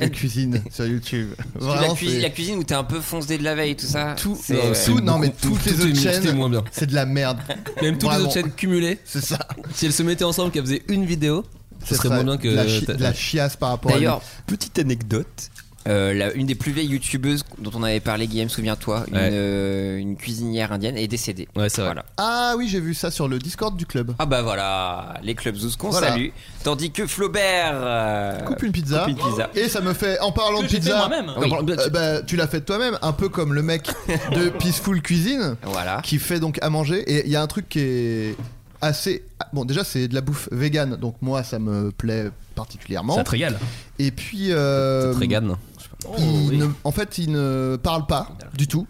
Speaker 3: de cuisine sur YouTube.
Speaker 10: la,
Speaker 3: Vraiment,
Speaker 10: cuisine,
Speaker 3: c'est-
Speaker 10: la cuisine où t'es un peu foncé de la veille, tout ça.
Speaker 3: Tout-
Speaker 10: c'est,
Speaker 3: non,
Speaker 10: euh,
Speaker 3: c'est- Tout- non, mais
Speaker 8: beaucoup-
Speaker 3: toutes les
Speaker 8: tout est
Speaker 3: autres
Speaker 8: mixé,
Speaker 3: chaînes-
Speaker 8: moins bien.
Speaker 3: C'est de la merde.
Speaker 8: Même toutes les
Speaker 3: Vraiment.
Speaker 8: autres chaînes cumulées,
Speaker 3: C'est ça.
Speaker 8: si elles se mettaient ensemble, qu'elles faisaient une vidéo, ce serait moins bien que.
Speaker 3: de la, chi-
Speaker 8: t'as-
Speaker 3: de la chiasse par rapport. à
Speaker 10: D'ailleurs, petite anecdote. euh, la- une des plus vieilles youtubeuses dont on avait parlé, Guillaume, souviens-toi, une,
Speaker 8: Ouais.
Speaker 10: euh, une cuisinière indienne est décédée.
Speaker 8: Ouais, c'est vrai.
Speaker 10: Voilà.
Speaker 3: lui. Ah oui, j'ai vu ça sur le Discord du club.
Speaker 10: Ah bah voilà, les clubs Zouz qu'on
Speaker 3: Voilà.
Speaker 10: salue. Tandis que Flaubert. euh,
Speaker 3: Coupe une pizza.
Speaker 10: coupe une pizza.
Speaker 3: Et ça me fait, en parlant de
Speaker 9: j'ai fait
Speaker 3: pizza,
Speaker 9: moi-même.
Speaker 3: en
Speaker 10: Oui.
Speaker 3: parlant- euh, bah, tu l'as fait toi-même, un peu comme
Speaker 10: *laughs*
Speaker 3: le mec de Peaceful Cuisine
Speaker 10: Voilà.
Speaker 3: qui fait donc à manger. Et il y a un truc qui est assez. ah, Bon, déjà, c'est de la bouffe vegan, donc moi, ça me plaît particulièrement.
Speaker 9: Ça te régale.
Speaker 3: Et puis. euh,
Speaker 8: Peut-être Reagan. Oh,
Speaker 9: Oh,
Speaker 3: il ne- en fait, il ne parle pas du tout.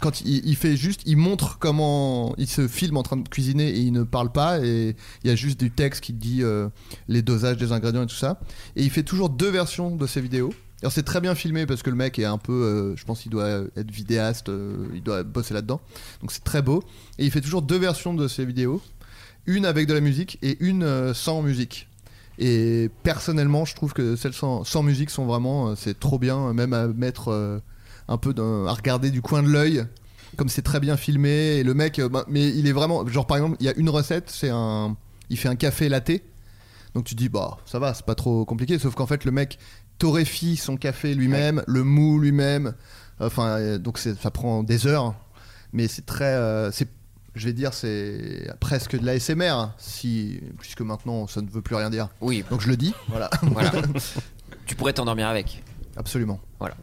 Speaker 3: Quand il, il fait juste, il montre comment il se filme en train de cuisiner et il ne parle pas et il y a juste du texte qui dit euh, les dosages des ingrédients et tout ça. Et il fait toujours deux versions de ses vidéos. Alors c'est très bien filmé parce que le mec est un peu, euh, je pense, il doit être vidéaste, euh, il doit bosser là-dedans. Donc c'est très beau. Et il fait toujours deux versions de ses vidéos, une avec de la musique et une euh, sans musique. Et personnellement, je trouve que celles sans, sans musique sont vraiment, euh, c'est trop bien, euh, même à mettre euh, un peu, dans- à regarder du coin de l'œil, comme c'est très bien filmé. Et le mec, euh, bah, mais il est vraiment, genre par exemple, il y a une recette, c'est un, il fait un café latte. Donc tu dis bah ça va, c'est pas trop compliqué. Sauf qu'en fait le mec torréfie son café lui-même, le mou lui-même. Enfin euh, donc c'est- ça prend des heures, mais c'est très, euh, c'est je vais dire, c'est presque de la SMR, si, puisque maintenant ça ne veut plus rien dire.
Speaker 10: Oui,
Speaker 3: Donc je le dis, *laughs* voilà.
Speaker 10: voilà. tu pourrais t'endormir avec.
Speaker 3: Absolument.
Speaker 10: Voilà.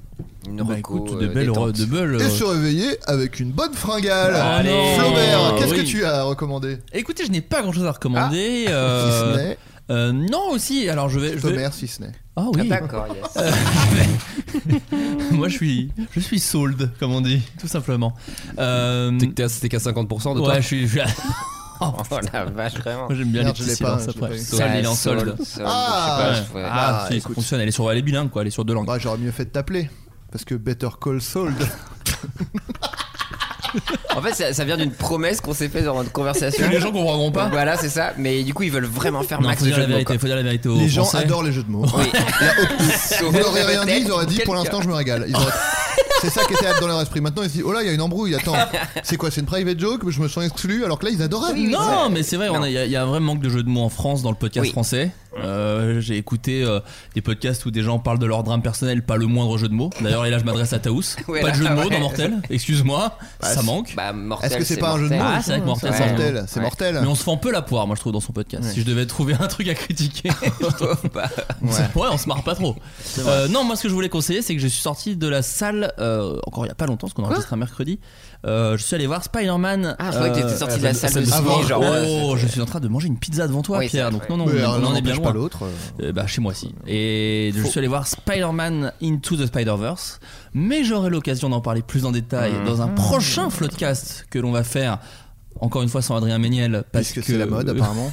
Speaker 3: Bah,
Speaker 10: reco,
Speaker 3: écoute,
Speaker 10: euh, détente.
Speaker 3: Et se réveiller avec une bonne fringale.
Speaker 9: Allez.
Speaker 3: Ah Flaubert,
Speaker 9: Ah
Speaker 3: qu'est-ce
Speaker 9: bah Oui.
Speaker 3: que tu Ah. as recommandé
Speaker 9: Écoutez, je n'ai pas grand chose à recommander. euh,
Speaker 3: Si ce n'est-
Speaker 9: euh, non, aussi, alors je vais. je vais-
Speaker 3: Homer, si ce n'est.
Speaker 9: Ah oui.
Speaker 10: D'accord, yes.
Speaker 9: Euh, *laughs* Moi, je suis, je suis sold, comme on dit, tout simplement. Euh,
Speaker 8: T'es qu'à t'es qu'à 50% de toi.
Speaker 9: ouais, je suis. je- *laughs* Oh,
Speaker 10: Oh la vache, vraiment.
Speaker 9: Moi j'aime bien
Speaker 3: Merde,
Speaker 9: les
Speaker 3: je l'ai
Speaker 9: petits
Speaker 3: pas,
Speaker 9: silences
Speaker 3: je l'ai pas
Speaker 9: après.
Speaker 3: eu.
Speaker 9: Solde, il est en solde.
Speaker 3: Ah,
Speaker 10: Ah,
Speaker 9: Ouais. Ah,
Speaker 3: Ah,
Speaker 9: si, ça
Speaker 3: écoute.
Speaker 9: fonctionne. Elle est sur, elle est bilingue quoi, elle est sur deux langues.
Speaker 3: Bah, j'aurais mieux fait de t'appeler. Parce que Better Call Saul.
Speaker 9: Ah,
Speaker 10: En fait, ça, ça vient d'une promesse qu'on s'est fait dans notre
Speaker 9: Que
Speaker 3: Bah,
Speaker 10: conversation.
Speaker 9: les gens comprendront
Speaker 10: Donc
Speaker 9: pas.
Speaker 10: voilà, c'est ça. Mais du coup, ils veulent vraiment faire
Speaker 9: Non,
Speaker 10: max
Speaker 9: faut
Speaker 10: de
Speaker 9: dire
Speaker 10: jeux
Speaker 9: la
Speaker 10: de mots,
Speaker 9: vérité,
Speaker 10: quoi.
Speaker 9: faut dire la vérité aux
Speaker 3: Les gens
Speaker 9: Français.
Speaker 3: adorent les jeux de mots.
Speaker 10: Oui.
Speaker 9: *laughs*
Speaker 3: Vous
Speaker 10: Sauf
Speaker 3: n'auriez rien dit, ils auraient dit
Speaker 10: peut-être
Speaker 3: pour l'instant je me régale. Ils auraient- C'est ça qui était dans leur esprit. Maintenant ils se disent oh là il y a une embrouille, attends, c'est quoi C'est une private joke Je me sens exclu alors que là ils adoraient.
Speaker 9: Non, mais c'est vrai,
Speaker 10: Non.
Speaker 9: on a- il y, a- il y a un vrai manque de jeux de mots en France dans le podcast
Speaker 10: Oui.
Speaker 9: français. Euh, J'ai écouté euh, des podcasts où des gens parlent de leur drame personnel, pas le moindre jeu de mots. D'ailleurs, et là, je m'adresse
Speaker 10: *laughs*
Speaker 9: à Taous.
Speaker 10: Ouais,
Speaker 9: pas de
Speaker 10: là,
Speaker 9: jeu de mots
Speaker 10: ouais.
Speaker 9: dans Mortel, excuse-moi, ça manque.
Speaker 10: Bah, mortel.
Speaker 3: Est-ce que c'est pas un jeu de mots
Speaker 10: mortel.
Speaker 9: Ah, c'est vrai que Mortel,
Speaker 3: c'est
Speaker 9: c'est un
Speaker 3: mortel.
Speaker 9: jeu.
Speaker 3: C'est
Speaker 10: Ouais.
Speaker 3: mortel.
Speaker 9: Mais on se fend peu la poire, moi je trouve, dans son podcast. Si je devais trouver un truc à critiquer, *laughs*
Speaker 10: *laughs* Bah,
Speaker 9: C'est- Ouais, on se marre pas trop. Euh, non, moi ce que je voulais conseiller, c'est que je suis sorti de la salle euh, encore il y a pas longtemps, parce qu'on enregistre un mercredi. Euh, je suis allé voir Spider-Man.
Speaker 10: Ah, je croyais que t'étais sorti de la salle de
Speaker 3: ciné,
Speaker 9: avant.
Speaker 10: genre, ouais,
Speaker 9: Oh, je suis en train de manger une pizza devant toi,
Speaker 10: Oui,
Speaker 9: Pierre.
Speaker 10: c'est
Speaker 9: Donc
Speaker 10: vrai.
Speaker 9: non, non,
Speaker 3: Mais
Speaker 9: on,
Speaker 3: alors,
Speaker 9: on en est
Speaker 3: n'empêche
Speaker 9: bien
Speaker 3: pas
Speaker 9: loin.
Speaker 3: l'autre. euh,
Speaker 9: Euh, bah chez moi aussi. Et je suis allé voir Spider-Man Into the Spider-Verse, mais j'aurai l'occasion d'en parler plus en détail dans un prochain floodcast que l'on va faire. Encore une fois sans Adrien Méniel parce
Speaker 3: Puisque
Speaker 9: que
Speaker 3: c'est la mode
Speaker 9: *laughs*
Speaker 3: apparemment.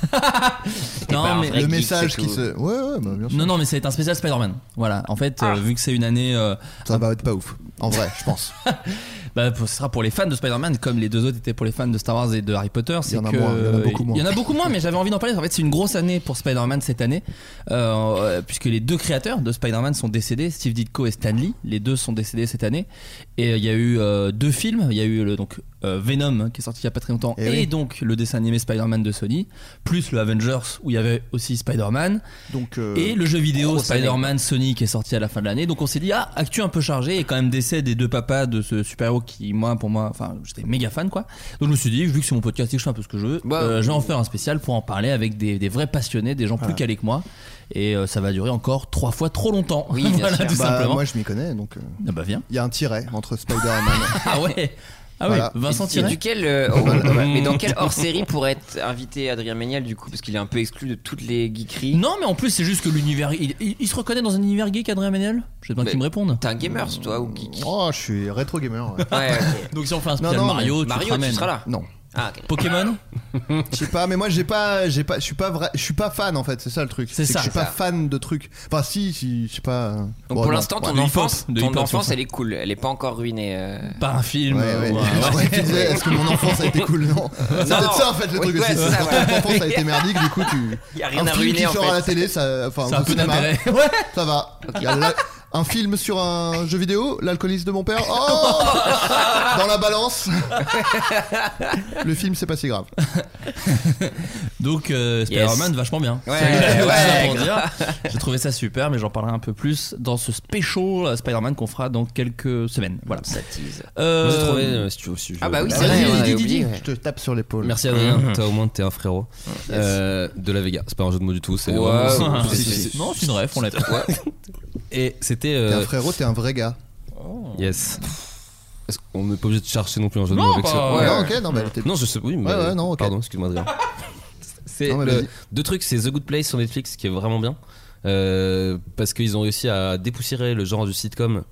Speaker 10: T'es pas
Speaker 9: Non
Speaker 10: un
Speaker 9: mais
Speaker 10: vrai
Speaker 3: Le
Speaker 10: geek,
Speaker 3: message
Speaker 10: c'est
Speaker 3: qui
Speaker 10: tout.
Speaker 3: se. Ouais ouais bah, bien sûr.
Speaker 9: non non mais ça va être un spécial Spider-Man. Voilà. En fait euh, vu que c'est une année euh,
Speaker 3: Ça va être pas ouf. En vrai je pense.
Speaker 9: bah, pour- ce sera pour les fans de Spider-Man, comme les deux autres étaient pour les fans de Star Wars et de Harry Potter. c'est
Speaker 3: en a
Speaker 9: que-
Speaker 3: moins, il y en a beaucoup moins.
Speaker 9: Il y en a beaucoup moins, mais j'avais envie d'en parler. En fait, c'est une grosse année pour Spider-Man cette année, euh, euh, puisque les deux créateurs de Spider-Man sont décédés, Steve Ditko et Stan Lee. Les deux sont décédés cette année. Et euh, il y a eu euh, deux films. Il y a eu le, donc euh, Venom hein, qui est sorti il y a pas très longtemps,
Speaker 3: Eh
Speaker 9: et,
Speaker 3: oui.
Speaker 9: donc le dessin animé Spider-Man de Sony, plus le Avengers où il y avait aussi Spider-Man.
Speaker 3: *laughs* Donc. euh,
Speaker 9: Et le jeu vidéo
Speaker 10: grosse
Speaker 9: Spider-Man Sonic est sorti à la fin de l'année. Donc on s'est dit, ah, actu un peu chargé et quand même décès des deux papas de ce super-héros qui, moi, pour moi, enfin, j'étais méga fan quoi. Donc je me suis dit, vu que c'est mon podcast et que je fais un peu ce que je veux,
Speaker 10: Bah,
Speaker 9: euh, je vais en faire un spécial pour en parler avec des, des vrais passionnés, des gens plus calés que moi. Et euh, ça va durer encore trois fois trop longtemps. *laughs*
Speaker 10: Oui, bien
Speaker 9: voilà,
Speaker 10: sûr.
Speaker 9: tout
Speaker 3: bah,
Speaker 9: simplement.
Speaker 3: Moi je m'y connais donc. euh,
Speaker 9: Ah bah viens.
Speaker 3: Il y a un tiret entre Spider-Man.
Speaker 9: *laughs* Ah ouais. Ah
Speaker 3: Voilà.
Speaker 9: ouais, Vincent
Speaker 10: Et
Speaker 9: Tiré.
Speaker 10: duquel, euh, oh, ouais, mais
Speaker 9: Mm.
Speaker 10: dans quelle hors-série pourrait être invité Adrien Méniel du coup Parce qu'il est un peu exclu de toutes les geekeries.
Speaker 9: Non, mais en plus, c'est juste que l'univers. Il, il- il se reconnaît dans un univers gay qu'Adrien Méniel Je sais pas
Speaker 10: Mais-
Speaker 9: qui me réponde.
Speaker 10: T'es un gamer, toi, ou geek
Speaker 3: oh je suis rétro gamer. ouais.
Speaker 10: Ouais, ok.
Speaker 9: Donc si on fait un
Speaker 3: Non,
Speaker 9: spécial
Speaker 3: non,
Speaker 9: Mario, tu te
Speaker 10: Mario, tu
Speaker 9: ramènes.
Speaker 10: seras là.
Speaker 3: Non.
Speaker 10: Ah, ok.
Speaker 9: Pokémon
Speaker 3: Je sais pas, mais moi j'ai pas, j'ai pas, je suis pas vrai, je suis pas fan en fait, c'est ça le truc.
Speaker 9: C'est
Speaker 3: que
Speaker 9: ça.
Speaker 3: Je suis pas
Speaker 10: Ça.
Speaker 3: fan de trucs. Enfin si, si je sais pas. euh,
Speaker 10: Donc
Speaker 3: bon,
Speaker 10: pour
Speaker 3: non.
Speaker 10: l'instant,
Speaker 9: ouais,
Speaker 10: ton
Speaker 9: de hip-hop,
Speaker 10: enfance,
Speaker 9: de
Speaker 10: ton
Speaker 9: hip-hop,
Speaker 10: enfance,
Speaker 9: enfin.
Speaker 10: elle est cool. Elle est pas encore ruinée. euh.
Speaker 9: Par un film.
Speaker 3: Ouais,
Speaker 9: euh,
Speaker 3: *laughs* ouais.
Speaker 9: ouais,
Speaker 3: Je
Speaker 9: ouais.
Speaker 3: me disais, est-ce que mon enfance a été cool Non. C'est
Speaker 10: Non,
Speaker 3: peut-être
Speaker 10: non.
Speaker 3: ça en fait le
Speaker 10: Oui,
Speaker 3: truc
Speaker 10: ouais,
Speaker 3: aussi.
Speaker 10: c'est ça,
Speaker 3: Parce que
Speaker 10: ouais.
Speaker 3: Ton enfance a été merdique, du coup tu.
Speaker 10: Y a rien
Speaker 3: un
Speaker 10: à
Speaker 3: film
Speaker 10: ruiner,
Speaker 3: qui
Speaker 10: en
Speaker 3: sort
Speaker 10: fait.
Speaker 3: à la télé, ça, enfin
Speaker 9: C'est un
Speaker 3: au
Speaker 9: peu
Speaker 3: cinéma, *laughs*
Speaker 9: d'intérêt. Ouais.
Speaker 3: ça va. Y a la- Un film sur un jeu vidéo, l'alcoolisme de mon père. Oh *laughs* Dans la *laughs* balance. le film c'est pas si grave.
Speaker 9: *laughs* Donc euh, Spider-Man, vachement bien.
Speaker 10: Ouais, ouais,
Speaker 9: C'est- tout ça pour
Speaker 10: grave.
Speaker 9: dire. J'ai trouvé ça super, mais j'en parlerai un peu plus dans ce special euh, Spider-Man qu'on fera dans quelques semaines. Voilà.
Speaker 10: Ça tease.
Speaker 9: Euh,
Speaker 8: Vas-y, trouve, euh, si tu veux, si tu veux.
Speaker 10: Ah bah oui, c'est
Speaker 3: Vas-y,
Speaker 10: vrai. on
Speaker 3: dis,
Speaker 10: avait
Speaker 3: dis,
Speaker 10: oublié,
Speaker 3: dis,
Speaker 10: ouais.
Speaker 3: Je te tape sur l'épaule.
Speaker 8: Merci Adrien,
Speaker 9: Mhm.
Speaker 8: toi au moins t'es un frérot. Euh, de la Vega, c'est pas un jeu de mots du tout, c'est
Speaker 10: Ouais,
Speaker 8: vraiment-
Speaker 9: Ah,
Speaker 10: ouais,
Speaker 8: c'est-
Speaker 10: si,
Speaker 8: c'est-
Speaker 10: si.
Speaker 9: non, c'est une ref, on l'a fait.
Speaker 8: Et c'était.
Speaker 3: T'es
Speaker 8: euh,
Speaker 3: un frérot, t'es un vrai gars.
Speaker 8: yes. Est-ce qu'on n'est pas obligé de chercher non plus un jeu de
Speaker 9: Non,
Speaker 8: mots avec
Speaker 9: bah,
Speaker 8: ça
Speaker 9: ouais.
Speaker 3: Non, ok, non, mais elle était-
Speaker 8: Non, je sais, oui, mais.
Speaker 3: Ouais, ouais, non, ok.
Speaker 8: Pardon, excuse-moi
Speaker 3: *laughs*
Speaker 8: Adrien. C'est
Speaker 3: Non, mais
Speaker 8: le-
Speaker 3: vas-y.
Speaker 8: deux trucs, c'est The Good Place sur Netflix qui est vraiment bien. euh, parce qu'ils ont réussi à dépoussiérer le genre du sitcom.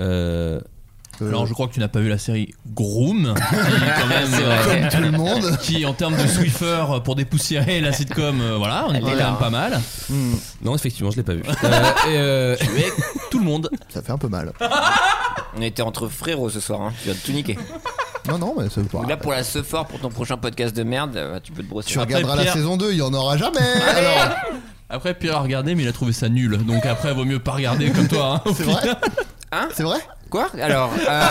Speaker 8: Euh,
Speaker 3: Euh,
Speaker 9: Alors, je crois que tu n'as pas vu la série Groom,
Speaker 8: *laughs*
Speaker 9: qui, quand même, euh,
Speaker 3: tout le monde.
Speaker 9: qui, en termes de Swiffer euh, pour dépoussiérer la sitcom, euh, voilà, on
Speaker 10: Elle
Speaker 9: est
Speaker 10: est
Speaker 9: quand
Speaker 10: là,
Speaker 9: même
Speaker 10: hein.
Speaker 9: pas mal.
Speaker 8: Hmm. Non, effectivement, je l'ai
Speaker 3: *laughs*
Speaker 8: pas vu. Euh, et, euh,
Speaker 9: Tout le monde.
Speaker 3: Ça fait un peu mal.
Speaker 10: On était entre frérots ce soir. hein. Tu viens de tout niquer.
Speaker 3: Non, non, mais c'est pas.
Speaker 10: Donc là, pour la se fort, pour ton prochain podcast de merde, euh, tu peux te brosser.
Speaker 3: Ah. Tu regarderas la
Speaker 9: Pierre-
Speaker 3: saison 2, il y en aura jamais. Alors,
Speaker 9: Après, Pierre a regardé, mais il a trouvé ça nul. Donc après, vaut mieux pas regarder comme toi. hein, au
Speaker 3: c'est vrai
Speaker 10: Hein
Speaker 3: C'est vrai
Speaker 10: Quoi Alors, euh,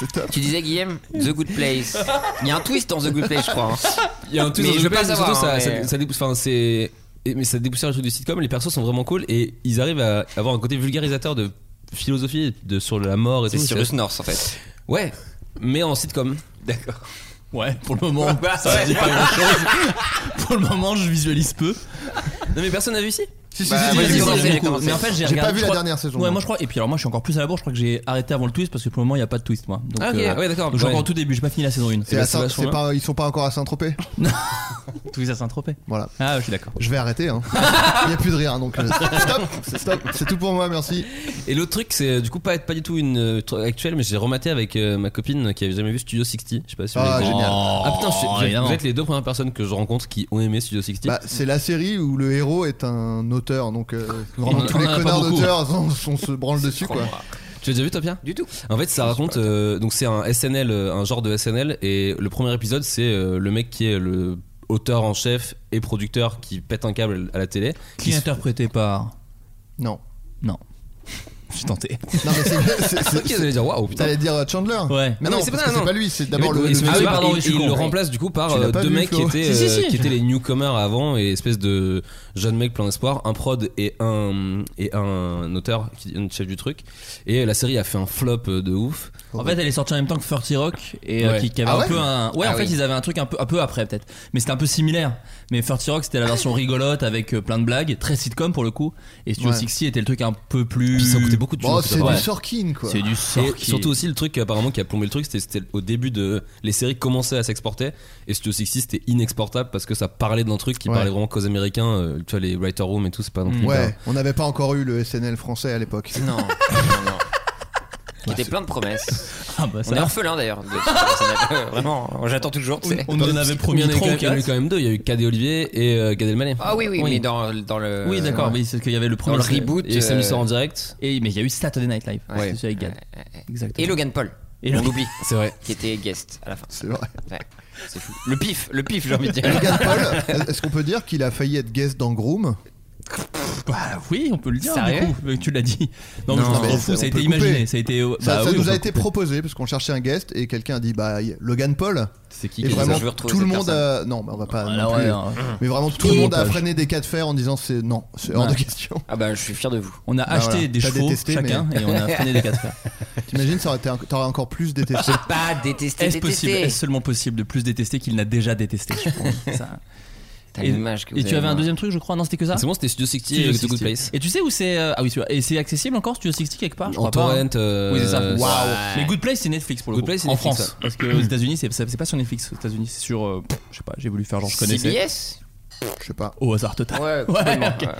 Speaker 3: C'est top.
Speaker 10: tu disais Guillaume, The Good Place. Il y a un twist dans The Good Place, je crois. hein.
Speaker 8: Il y a un twist
Speaker 10: Mais
Speaker 8: dans
Speaker 10: je
Speaker 8: The
Speaker 10: veux pas
Speaker 8: Place, mais
Speaker 10: savoir,
Speaker 8: surtout,
Speaker 10: hein,
Speaker 8: ça,
Speaker 10: mais-
Speaker 8: ça- ça dépousse- enfin, c'est- et- mais ça dépoussière le truc du sitcom. Les persos sont vraiment cool et ils arrivent à avoir un côté vulgarisateur de philosophie de, sur la mort et
Speaker 10: C'est
Speaker 8: tout.
Speaker 10: Cyrus North en fait.
Speaker 8: Ouais, mais en sitcom.
Speaker 10: D'accord.
Speaker 9: Ouais, pour le moment,
Speaker 10: Bah,
Speaker 9: ça
Speaker 10: ouais.
Speaker 9: dit pas grand chose. pour le moment, je visualise peu.
Speaker 8: Non, mais personne n'a vu ici
Speaker 3: Si, si,
Speaker 9: Bah,
Speaker 3: si,
Speaker 9: vas-y,
Speaker 3: si,
Speaker 9: vas-y,
Speaker 3: si,
Speaker 9: vas-y,
Speaker 3: si,
Speaker 9: j'ai
Speaker 3: beaucoup.
Speaker 9: commencé. Mais en fait, j'ai
Speaker 3: J'ai
Speaker 9: regardé-
Speaker 3: pas vu
Speaker 9: je
Speaker 3: la
Speaker 9: crois-
Speaker 3: dernière saison,
Speaker 9: Ouais, moi
Speaker 3: moi.
Speaker 9: je crois. Et puis alors moi, je suis encore plus à la bourre. Je crois que j'ai arrêté avant le twist parce que pour le moment, il n'y a pas de twist moi. Donc,
Speaker 8: Ah, ok. Ah ouais, d'accord.
Speaker 9: donc, je suis
Speaker 8: Ouais.
Speaker 9: encore au tout début. J'ai pas fini la saison 1
Speaker 3: C'est à Saint- c'est pas- ils sont pas encore à Saint-Tropez
Speaker 9: Tous à Saint-Tropez.
Speaker 3: Voilà.
Speaker 9: Ah, je suis d'accord.
Speaker 3: Je vais arrêter. Hein. Il n'y a plus de rire. Donc, euh, stop, stop. C'est tout pour moi. Merci.
Speaker 8: Et l'autre truc, c'est euh, du coup pas, pas du tout une euh, tr- actuelle, mais j'ai rematé avec euh, ma copine qui avait jamais vu Studio 60. Je sais pas si vous
Speaker 3: Ah,
Speaker 8: l'avez vu.
Speaker 3: génial.
Speaker 8: Ah
Speaker 9: Oh,
Speaker 8: putain, je suis- vous êtes-
Speaker 9: évidemment.
Speaker 8: vous êtes les deux premières personnes que je rencontre qui ont aimé Studio 60.
Speaker 3: Bah, c'est la série où le héros est un auteur. Donc, euh,
Speaker 8: On en
Speaker 3: vraiment, tous les
Speaker 8: a pas
Speaker 3: connards
Speaker 8: beaucoup.
Speaker 3: d'auteurs on, on se branle dessus. quoi.
Speaker 8: tu l'as déjà vu toi Pierre
Speaker 10: Du tout.
Speaker 8: En fait, ça raconte euh, donc c'est un SNL, euh, un genre de SNL, et le premier épisode c'est euh, le mec qui est le auteur en chef et producteur qui pète un câble à la télé.
Speaker 9: Qui est interprété par
Speaker 3: Non.
Speaker 9: Non. Je suis tenté.
Speaker 3: Non, mais c'est. c'est-
Speaker 10: *laughs*
Speaker 8: C'est
Speaker 3: c'est-
Speaker 8: qui allait dire waouh putain.
Speaker 3: T'allais dire euh, Chandler
Speaker 9: Ouais.
Speaker 3: Mais
Speaker 8: Ah non,
Speaker 3: non,
Speaker 8: c'est
Speaker 3: parce
Speaker 8: pas-
Speaker 3: que
Speaker 8: non.
Speaker 3: c'est pas lui. C'est d'abord
Speaker 8: Et
Speaker 3: le.
Speaker 8: mec,
Speaker 3: le-
Speaker 8: il se
Speaker 9: Ah oui,
Speaker 8: barre
Speaker 9: pardon,
Speaker 8: et-
Speaker 9: oui, je
Speaker 8: et il
Speaker 9: comprends.
Speaker 8: le remplace du coup par
Speaker 3: Tu l'as
Speaker 8: euh,
Speaker 3: pas
Speaker 8: deux
Speaker 3: vu,
Speaker 8: mecs qui
Speaker 3: Flo
Speaker 8: étaient,
Speaker 9: Si, *laughs* si,
Speaker 8: euh,
Speaker 9: si,
Speaker 8: qui
Speaker 9: je-
Speaker 8: étaient les newcomers avant et espèce de jeune mec plein d'espoir, un prod et un et un auteur qui un chef du truc. Et la série a fait un flop euh, de ouf.
Speaker 9: En fait, elle est sortie en même temps que 30 Rock et euh,
Speaker 8: Ouais.
Speaker 9: qui, qui avait
Speaker 3: Ah
Speaker 9: un
Speaker 3: ouais
Speaker 9: peu un. Ouais,
Speaker 10: Ah
Speaker 9: en fait,
Speaker 10: oui.
Speaker 9: ils avaient un truc un peu, un peu après peut-être, mais c'était un peu similaire. Mais 30 Rock, c'était la version rigolote avec euh, plein de blagues, très sitcom pour le coup. Et Studio
Speaker 3: Ouais.
Speaker 9: 60 était le truc un peu plus.
Speaker 8: Puis ça coûtait beaucoup de
Speaker 3: Oh,
Speaker 8: thunes,
Speaker 3: c'est
Speaker 8: ça.
Speaker 3: du
Speaker 8: Ouais.
Speaker 3: Sorkin quoi.
Speaker 9: C'est du
Speaker 8: Et
Speaker 9: sort qui-
Speaker 8: surtout aussi le truc apparemment qui a plombé le truc, c'était- c'était au début de les séries commençaient à s'exporter et Studio 60 c'était inexportable parce que ça parlait d'un truc qui
Speaker 3: Ouais.
Speaker 8: parlait vraiment qu'aux Américains, euh, tu vois les writer room et tout, c'est pas non plus.
Speaker 3: Ouais, on n'avait pas encore eu le SNL français à l'époque.
Speaker 8: *laughs*
Speaker 10: Non, non, non. Qui était plein de promesses.
Speaker 9: Ah bah, ça
Speaker 10: On est
Speaker 9: va.
Speaker 10: orphelin d'ailleurs. de-
Speaker 8: *laughs*
Speaker 10: ça- Vraiment, j'attends toujours. tu sais.
Speaker 9: On nous en avait promis
Speaker 8: Il y en a eu
Speaker 9: trois
Speaker 8: quand
Speaker 9: ou
Speaker 8: même- il y en a eu
Speaker 3: hein.
Speaker 9: quatre.
Speaker 8: quand même deux, il y a eu Cadet Olivier et euh, Gad Elmaleh.
Speaker 10: Ah oui, oui, mais dans, dans le.
Speaker 9: Oui, d'accord, mais c'est qu'il y avait le
Speaker 10: Dans
Speaker 9: premier
Speaker 10: le reboot.
Speaker 8: Et samedi
Speaker 10: euh,
Speaker 8: soir en direct.
Speaker 9: Et mais il y a eu Saturday Night Live.
Speaker 10: Ouais.
Speaker 9: C'est celui avec Gad.
Speaker 10: Et
Speaker 9: Exactement.
Speaker 10: Logan Paul.
Speaker 9: Et
Speaker 10: on
Speaker 9: Logan-
Speaker 10: l'oublie.
Speaker 8: *laughs* C'est vrai.
Speaker 10: Qui était guest à la fin.
Speaker 3: C'est vrai. *laughs*
Speaker 10: Ouais, c'est fou. Le pif, le pif, j'ai envie de dire.
Speaker 3: Logan
Speaker 10: *laughs*
Speaker 3: Paul, est-ce qu'on peut dire qu'il a failli être guest dans Groom
Speaker 9: Bah oui, on peut le dire.
Speaker 10: Sérieux
Speaker 9: du coup, euh, tu l'as dit. Non, mais
Speaker 3: Non,
Speaker 9: je
Speaker 3: mais
Speaker 9: m'en fous,
Speaker 3: on
Speaker 9: ça a
Speaker 3: peut
Speaker 9: été
Speaker 3: le couper.
Speaker 9: imaginé. Ça a été.
Speaker 3: Ça,
Speaker 9: bah
Speaker 3: ça
Speaker 9: oui, on
Speaker 3: nous
Speaker 9: peut
Speaker 3: a
Speaker 9: le
Speaker 3: été
Speaker 9: couper.
Speaker 3: proposé parce qu'on cherchait un guest et quelqu'un a dit bah y- Logan Paul.
Speaker 8: C'est qui
Speaker 3: Et
Speaker 8: qui a dit
Speaker 3: vraiment
Speaker 10: Je veux retrouver
Speaker 3: tout le
Speaker 10: cette
Speaker 3: monde a... non mais on va pas
Speaker 9: Ah,
Speaker 3: non
Speaker 9: ouais,
Speaker 3: plus.
Speaker 9: hein.
Speaker 3: mais vraiment tout le monde a
Speaker 9: page.
Speaker 3: freiné des cas de fer en disant c'est non c'est hors
Speaker 9: Ouais.
Speaker 3: de question.
Speaker 10: Ah bah, je suis fier de vous.
Speaker 9: On a
Speaker 3: Bah
Speaker 9: acheté
Speaker 3: voilà.
Speaker 9: des
Speaker 3: T'as
Speaker 9: chevaux
Speaker 3: détesté,
Speaker 9: chacun et on a freiné des quatre frères.
Speaker 3: T'imagines ça aurait été un- t'aurais encore plus détesté.
Speaker 10: Pas détester,
Speaker 9: Est-ce possible
Speaker 10: détester.
Speaker 9: Est-ce seulement possible de plus détester qu'il n'a déjà détesté
Speaker 8: *laughs*
Speaker 9: je pense. Ça-
Speaker 10: T'as
Speaker 9: Et-
Speaker 10: l'image que vous
Speaker 9: Et tu
Speaker 10: avez,
Speaker 9: avais un
Speaker 10: moi.
Speaker 9: deuxième truc, je crois. Non, c'était que ça.
Speaker 8: C'est bon, c'était Studio 60
Speaker 9: Studio
Speaker 8: et The
Speaker 9: 60.
Speaker 8: Good Place.
Speaker 9: Et tu sais où c'est euh, Ah oui, c'est vrai. et c'est accessible encore Studio 60 quelque part Je
Speaker 8: En
Speaker 9: crois pas, hein.
Speaker 8: torrent. euh,
Speaker 9: Oui, c'est ça.
Speaker 8: euh,
Speaker 9: Waouh. Mais Good Place, c'est Netflix pour le
Speaker 8: Good
Speaker 9: coup.
Speaker 8: Place, c'est
Speaker 9: en
Speaker 8: Netflix,
Speaker 9: France.
Speaker 8: ça.
Speaker 9: Parce que aux États-Unis, c'est c'est pas sur Netflix. Aux États-Unis, c'est sur. euh, pff, je sais pas, j'ai voulu faire genre je connaissais.
Speaker 10: CBS
Speaker 3: Je sais
Speaker 10: Oh.
Speaker 3: pas.
Speaker 9: Au
Speaker 8: *laughs*
Speaker 9: hasard total.
Speaker 10: Ouais, complètement.
Speaker 9: ok.
Speaker 10: Ouais, ouais.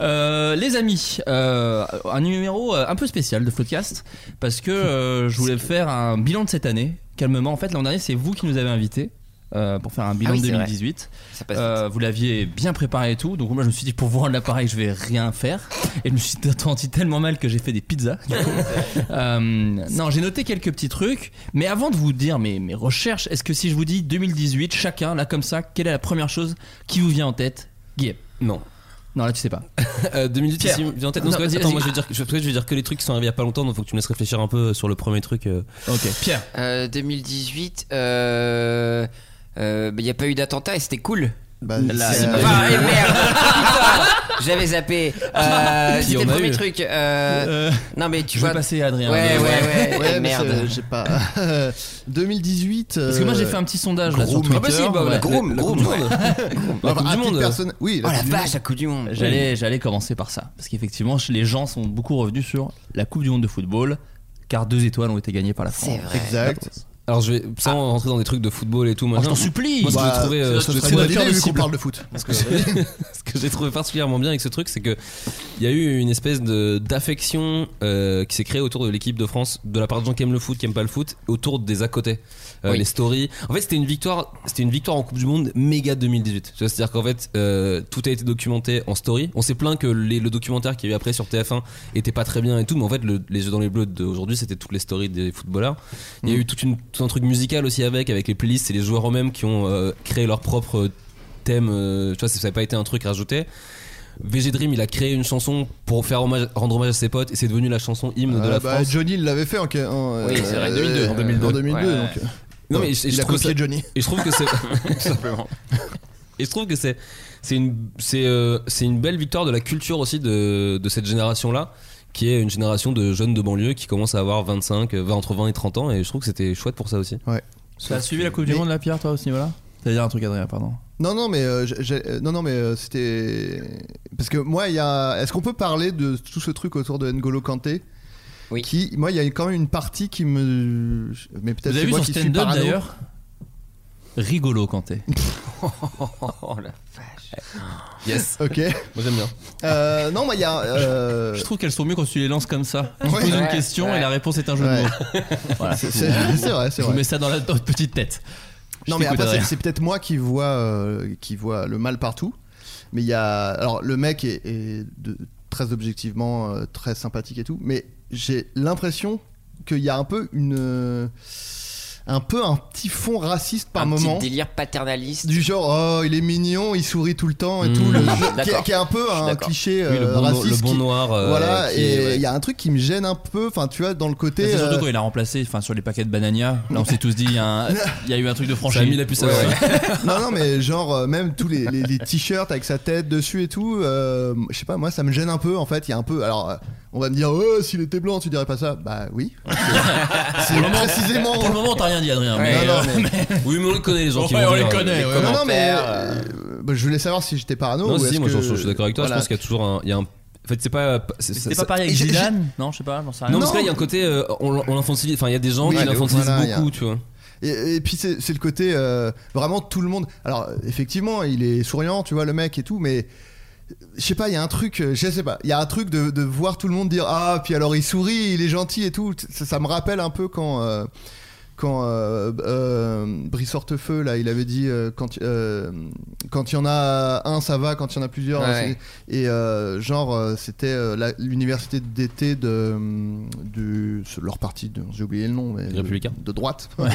Speaker 9: Euh, les amis, euh, un numéro euh, un peu spécial de Floodcast parce que euh, je voulais faire un bilan de cette année. Calmement, en fait, l'an dernier, c'est vous qui nous avez invités euh, pour faire un bilan
Speaker 10: Ah oui,
Speaker 9: de
Speaker 10: c'est vrai.
Speaker 9: 2018.
Speaker 10: Ça passe
Speaker 9: Euh, vous l'aviez bien préparé et tout, donc moi je me suis dit pour vous rendre l'appareil, je vais rien faire. Et je me suis senti tellement mal que j'ai fait des pizzas.
Speaker 8: *laughs*
Speaker 9: du coup. Euh, non, j'ai noté quelques petits trucs, mais avant de vous dire mes, mes recherches, est-ce que si je vous dis 2018, chacun là comme ça, quelle est la première chose qui vous vient en tête, Guillaume
Speaker 8: Non.
Speaker 9: Non, là tu sais pas.
Speaker 8: *laughs* Euh, deux minutes
Speaker 9: Pierre.
Speaker 8: ici, viens en tête. Non,
Speaker 9: Non,
Speaker 8: parce que-
Speaker 9: vas-y,
Speaker 8: attends, moi
Speaker 9: vas-y.
Speaker 8: je vais, dire, je, parce que je vais dire que les trucs qui sont arrivés il y a pas longtemps, donc faut que tu me laisses réfléchir un peu sur le premier truc. euh.
Speaker 9: Ok, Pierre.
Speaker 10: Euh, 2018, euh. euh, bah, y a pas eu d'attentat et c'était cool.
Speaker 3: Bah,
Speaker 9: Là,
Speaker 3: c'est-
Speaker 9: il-
Speaker 3: euh,
Speaker 10: Ah, et
Speaker 8: *laughs*
Speaker 10: merde Putain, J'avais zappé.
Speaker 8: Ah,
Speaker 10: Euh,
Speaker 9: Puis on
Speaker 10: c'était le
Speaker 9: a
Speaker 10: premier
Speaker 9: eu.
Speaker 10: truc. euh,
Speaker 9: Euh,
Speaker 10: non mais tu
Speaker 9: je vais
Speaker 10: vois.
Speaker 9: passer à Adrien.
Speaker 10: Ouais, ouais, ouais.
Speaker 3: euh, ouais, mais
Speaker 10: Eh, merde.
Speaker 3: c'est- j'ai pas. *laughs* 2018.
Speaker 9: Parce que moi j'ai fait
Speaker 3: euh,
Speaker 9: un petit sondage là sur
Speaker 3: Groom.
Speaker 9: Twitter.
Speaker 3: Ah
Speaker 10: bah si, bah,
Speaker 9: Ouais.
Speaker 10: Groom,
Speaker 8: la- la
Speaker 10: Groom,
Speaker 8: Coupe du
Speaker 10: ouais.
Speaker 8: Monde. La
Speaker 3: enfin,
Speaker 8: Coupe
Speaker 3: bah, à
Speaker 8: du
Speaker 3: titre
Speaker 8: Monde. euh.
Speaker 3: perso- Oui.
Speaker 10: Oh la
Speaker 3: Coupe du
Speaker 10: vache, la Coupe du Monde.
Speaker 9: J'allais, j'allais commencer par ça, parce qu'effectivement, ch- les gens sont beaucoup revenus sur la Coupe du Monde de football, car deux étoiles ont été gagnées par la France.
Speaker 10: C'est vrai. Ah.
Speaker 3: Exact.
Speaker 8: Alors je vais sans rentrer dans des trucs de football et tout.
Speaker 9: Oh, je
Speaker 8: machin,
Speaker 9: t'en supplie.
Speaker 8: Moi, ce que
Speaker 3: Bah,
Speaker 8: j'ai trouvé, euh,
Speaker 9: c'est
Speaker 8: ce que
Speaker 9: notre
Speaker 3: Ce
Speaker 8: j'ai
Speaker 9: C'est
Speaker 3: serait
Speaker 8: trouvé-
Speaker 3: une bonne
Speaker 9: notre
Speaker 3: idée
Speaker 9: cœur
Speaker 3: vu
Speaker 9: le
Speaker 3: qu'on
Speaker 9: cible.
Speaker 3: parle de foot.
Speaker 8: ce que j'ai- *laughs* ce que j'ai trouvé particulièrement bien avec ce truc, c'est que il y a eu une espèce de d'affection euh, qui s'est créée autour de l'équipe de France, de la part de gens qui aiment le foot, qui aiment pas le foot, autour des à côté, Euh,
Speaker 10: Oui.
Speaker 8: les stories. En fait, c'était une victoire, c'était une victoire en Coupe du Monde méga 2018. Tu vois, C'est-à-dire qu'en fait, euh, tout a été documenté en story. On s'est plaint que les- le documentaire qu'il y a eu après sur TF1 était pas très bien et tout, mais en fait, le- les yeux dans les bleus d'aujourd'hui, c'était toutes les stories des footballeurs. Il
Speaker 3: Mm.
Speaker 8: y a eu toute une- tout un truc musical aussi avec, avec les playlists et les joueurs eux-mêmes qui ont euh, créé leur propre thème. euh, tu vois, ça n'a pas été un truc rajouté. VG Dream, il a créé une chanson pour faire hommage, rendre hommage à ses potes et c'est devenu la chanson hymne de
Speaker 3: Euh,
Speaker 8: la
Speaker 3: bah,
Speaker 8: France.
Speaker 3: Johnny il l'avait fait en, en-
Speaker 10: Oui, c'est vrai,
Speaker 3: euh,
Speaker 10: 2002.
Speaker 3: En 2002.
Speaker 10: Ouais, ouais.
Speaker 3: donc, euh,
Speaker 8: Non, mais
Speaker 3: il,
Speaker 8: je- je
Speaker 3: a
Speaker 8: trouve
Speaker 3: copié
Speaker 8: ça-
Speaker 3: Johnny.
Speaker 8: Et je trouve que c'est
Speaker 3: *laughs*
Speaker 8: *laughs*
Speaker 10: Simplement.
Speaker 8: et je trouve que c'est c'est une c'est euh, c'est une belle victoire de la culture aussi de, de cette génération là qui est une génération de jeunes de banlieue qui commencent à avoir 25 euh, 20 entre 20 et 30 ans et je trouve que c'était chouette pour ça aussi.
Speaker 9: T'as suivi la Coupe du Monde là, Pierre, toi au ce niveau-là T'as dit un truc, Adrien, pardon.
Speaker 3: Non, non, mais, euh, j'ai- j'ai- euh, non, non, mais euh, c'était. Parce que moi, il y a. Est-ce qu'on peut parler de tout ce truc autour de N'Golo Kanté
Speaker 10: Oui.
Speaker 3: Qui, moi, il y a quand même une partie qui me. Mais peut-être
Speaker 9: Vous avez
Speaker 3: c'est
Speaker 9: vu
Speaker 3: moi
Speaker 9: son
Speaker 3: qui suis
Speaker 9: stand-up
Speaker 3: parano.
Speaker 9: d'ailleurs Rigolo Kanté.
Speaker 10: *laughs* Oh la
Speaker 8: *laughs* Yes.
Speaker 3: Ok.
Speaker 8: Moi j'aime bien.
Speaker 3: Euh, non, moi, il y a.
Speaker 9: *laughs*
Speaker 3: euh,
Speaker 9: Je trouve qu'elles sont mieux quand tu les lances comme ça. Tu
Speaker 3: Ouais.
Speaker 9: poses une
Speaker 3: Ouais,
Speaker 9: question
Speaker 3: ouais.
Speaker 9: et la réponse est un jeu
Speaker 3: Ouais.
Speaker 9: de mots. Voilà. *laughs*
Speaker 3: *laughs* C'est- c'est- c'est vrai, c'est
Speaker 9: Je vous
Speaker 3: vrai.
Speaker 9: mets ça dans la dans votre petite tête. Je
Speaker 3: Non mais
Speaker 9: t'écoute,
Speaker 3: après c'est-
Speaker 9: Adrien.
Speaker 3: c'est peut-être moi qui vois euh, qui vois le mal partout. Mais il y a alors le mec est, est de- très objectivement euh, très sympathique et tout, mais j'ai l'impression qu'il y a un peu une euh, un peu un petit fond raciste par
Speaker 10: un
Speaker 3: moment.
Speaker 10: petit délire paternaliste.
Speaker 3: Du genre, oh, il est mignon, il sourit tout le temps et
Speaker 8: Mmh.
Speaker 10: *laughs*
Speaker 3: tout. le-
Speaker 10: Je suis
Speaker 3: qui, est-
Speaker 10: Hmm. d'accord.
Speaker 3: qui est un peu
Speaker 10: Je suis
Speaker 3: un
Speaker 10: d'accord.
Speaker 3: cliché
Speaker 8: Oui, le
Speaker 3: euh,
Speaker 8: bon, no- le
Speaker 3: raciste.
Speaker 8: bon
Speaker 3: qui-
Speaker 8: noir. euh,
Speaker 3: voilà,
Speaker 8: qui-
Speaker 3: et il
Speaker 8: ouais. Bah,
Speaker 3: y a un truc qui me gêne un peu, enfin, tu vois, dans le côté.
Speaker 9: Bah, C'est
Speaker 3: euh,
Speaker 9: surtout quand il a remplacé, enfin sur les paquets de Banania, on s'est tous dit, il y, a
Speaker 3: *laughs*
Speaker 9: un- il y a eu un truc de franchise.
Speaker 8: Ça a mis la puce à
Speaker 9: Ouais,
Speaker 8: l'oreille.
Speaker 9: ouais.
Speaker 3: non, non, mais genre, euh, même tous les, les- les t-shirts avec sa tête dessus et tout, euh, je sais pas, moi, ça me gêne un peu, en fait. Il y a un peu. Alors, euh, on va me dire, oh, s'il était blanc, tu dirais pas ça. Bah
Speaker 9: *laughs*
Speaker 3: oui. C'est
Speaker 9: le moment-
Speaker 3: précisément.
Speaker 9: Pour le moment, t'as rien dit, Adrien.
Speaker 10: Ouais,
Speaker 9: mais,
Speaker 3: non,
Speaker 9: euh,
Speaker 3: non, mais-
Speaker 8: Oui, mais on les connaît, les gens qui
Speaker 9: Ouais,
Speaker 8: vont
Speaker 9: on les
Speaker 8: dire,
Speaker 9: connaît, ouais.
Speaker 8: euh,
Speaker 3: Non, non, mais.
Speaker 10: commentaires,
Speaker 3: euh, bah, je voulais savoir si j'étais parano.
Speaker 8: Non,
Speaker 3: ou
Speaker 8: si,
Speaker 3: est-ce
Speaker 8: moi je,
Speaker 3: que-
Speaker 8: je suis d'accord avec toi.
Speaker 3: Voilà.
Speaker 8: Je pense qu'il y a toujours un. il Y a un... En fait, c'est pas. c'est-
Speaker 9: C'était
Speaker 8: ça-
Speaker 9: pas
Speaker 8: ça-
Speaker 9: pareil avec
Speaker 3: j'ai-
Speaker 9: Zidane Non, je sais pas, j'en sais rien.
Speaker 8: Non, parce que là, il y a un côté. euh, on on l'infantilise. Enfin, il y a des gens
Speaker 3: Oui,
Speaker 8: qui
Speaker 3: de ouf,
Speaker 8: l'infantilisent
Speaker 3: voilà, il y a-
Speaker 8: beaucoup, tu vois.
Speaker 3: Et, et puis c'est c'est le côté euh, vraiment tout le monde. Alors euh, effectivement, il est souriant, tu vois le mec et tout, mais euh, je sais pas, il y a un truc, euh, je sais pas, il y a un truc de, de voir tout le monde dire ah puis alors il sourit, il est gentil et tout. Ça, ça me rappelle un peu quand. euh, quand euh, euh, Brice Hortefeux là, il avait dit euh, quand euh, quand il y en a un, ça va. Quand il y en a plusieurs,
Speaker 10: Ouais.
Speaker 3: c'est- et euh, genre euh, c'était euh, la- l'université d'été de, hum, du leur parti, de- j'ai oublié le nom, mais
Speaker 8: Les
Speaker 3: de-
Speaker 8: Républicains.
Speaker 3: de droite. *laughs* Voilà.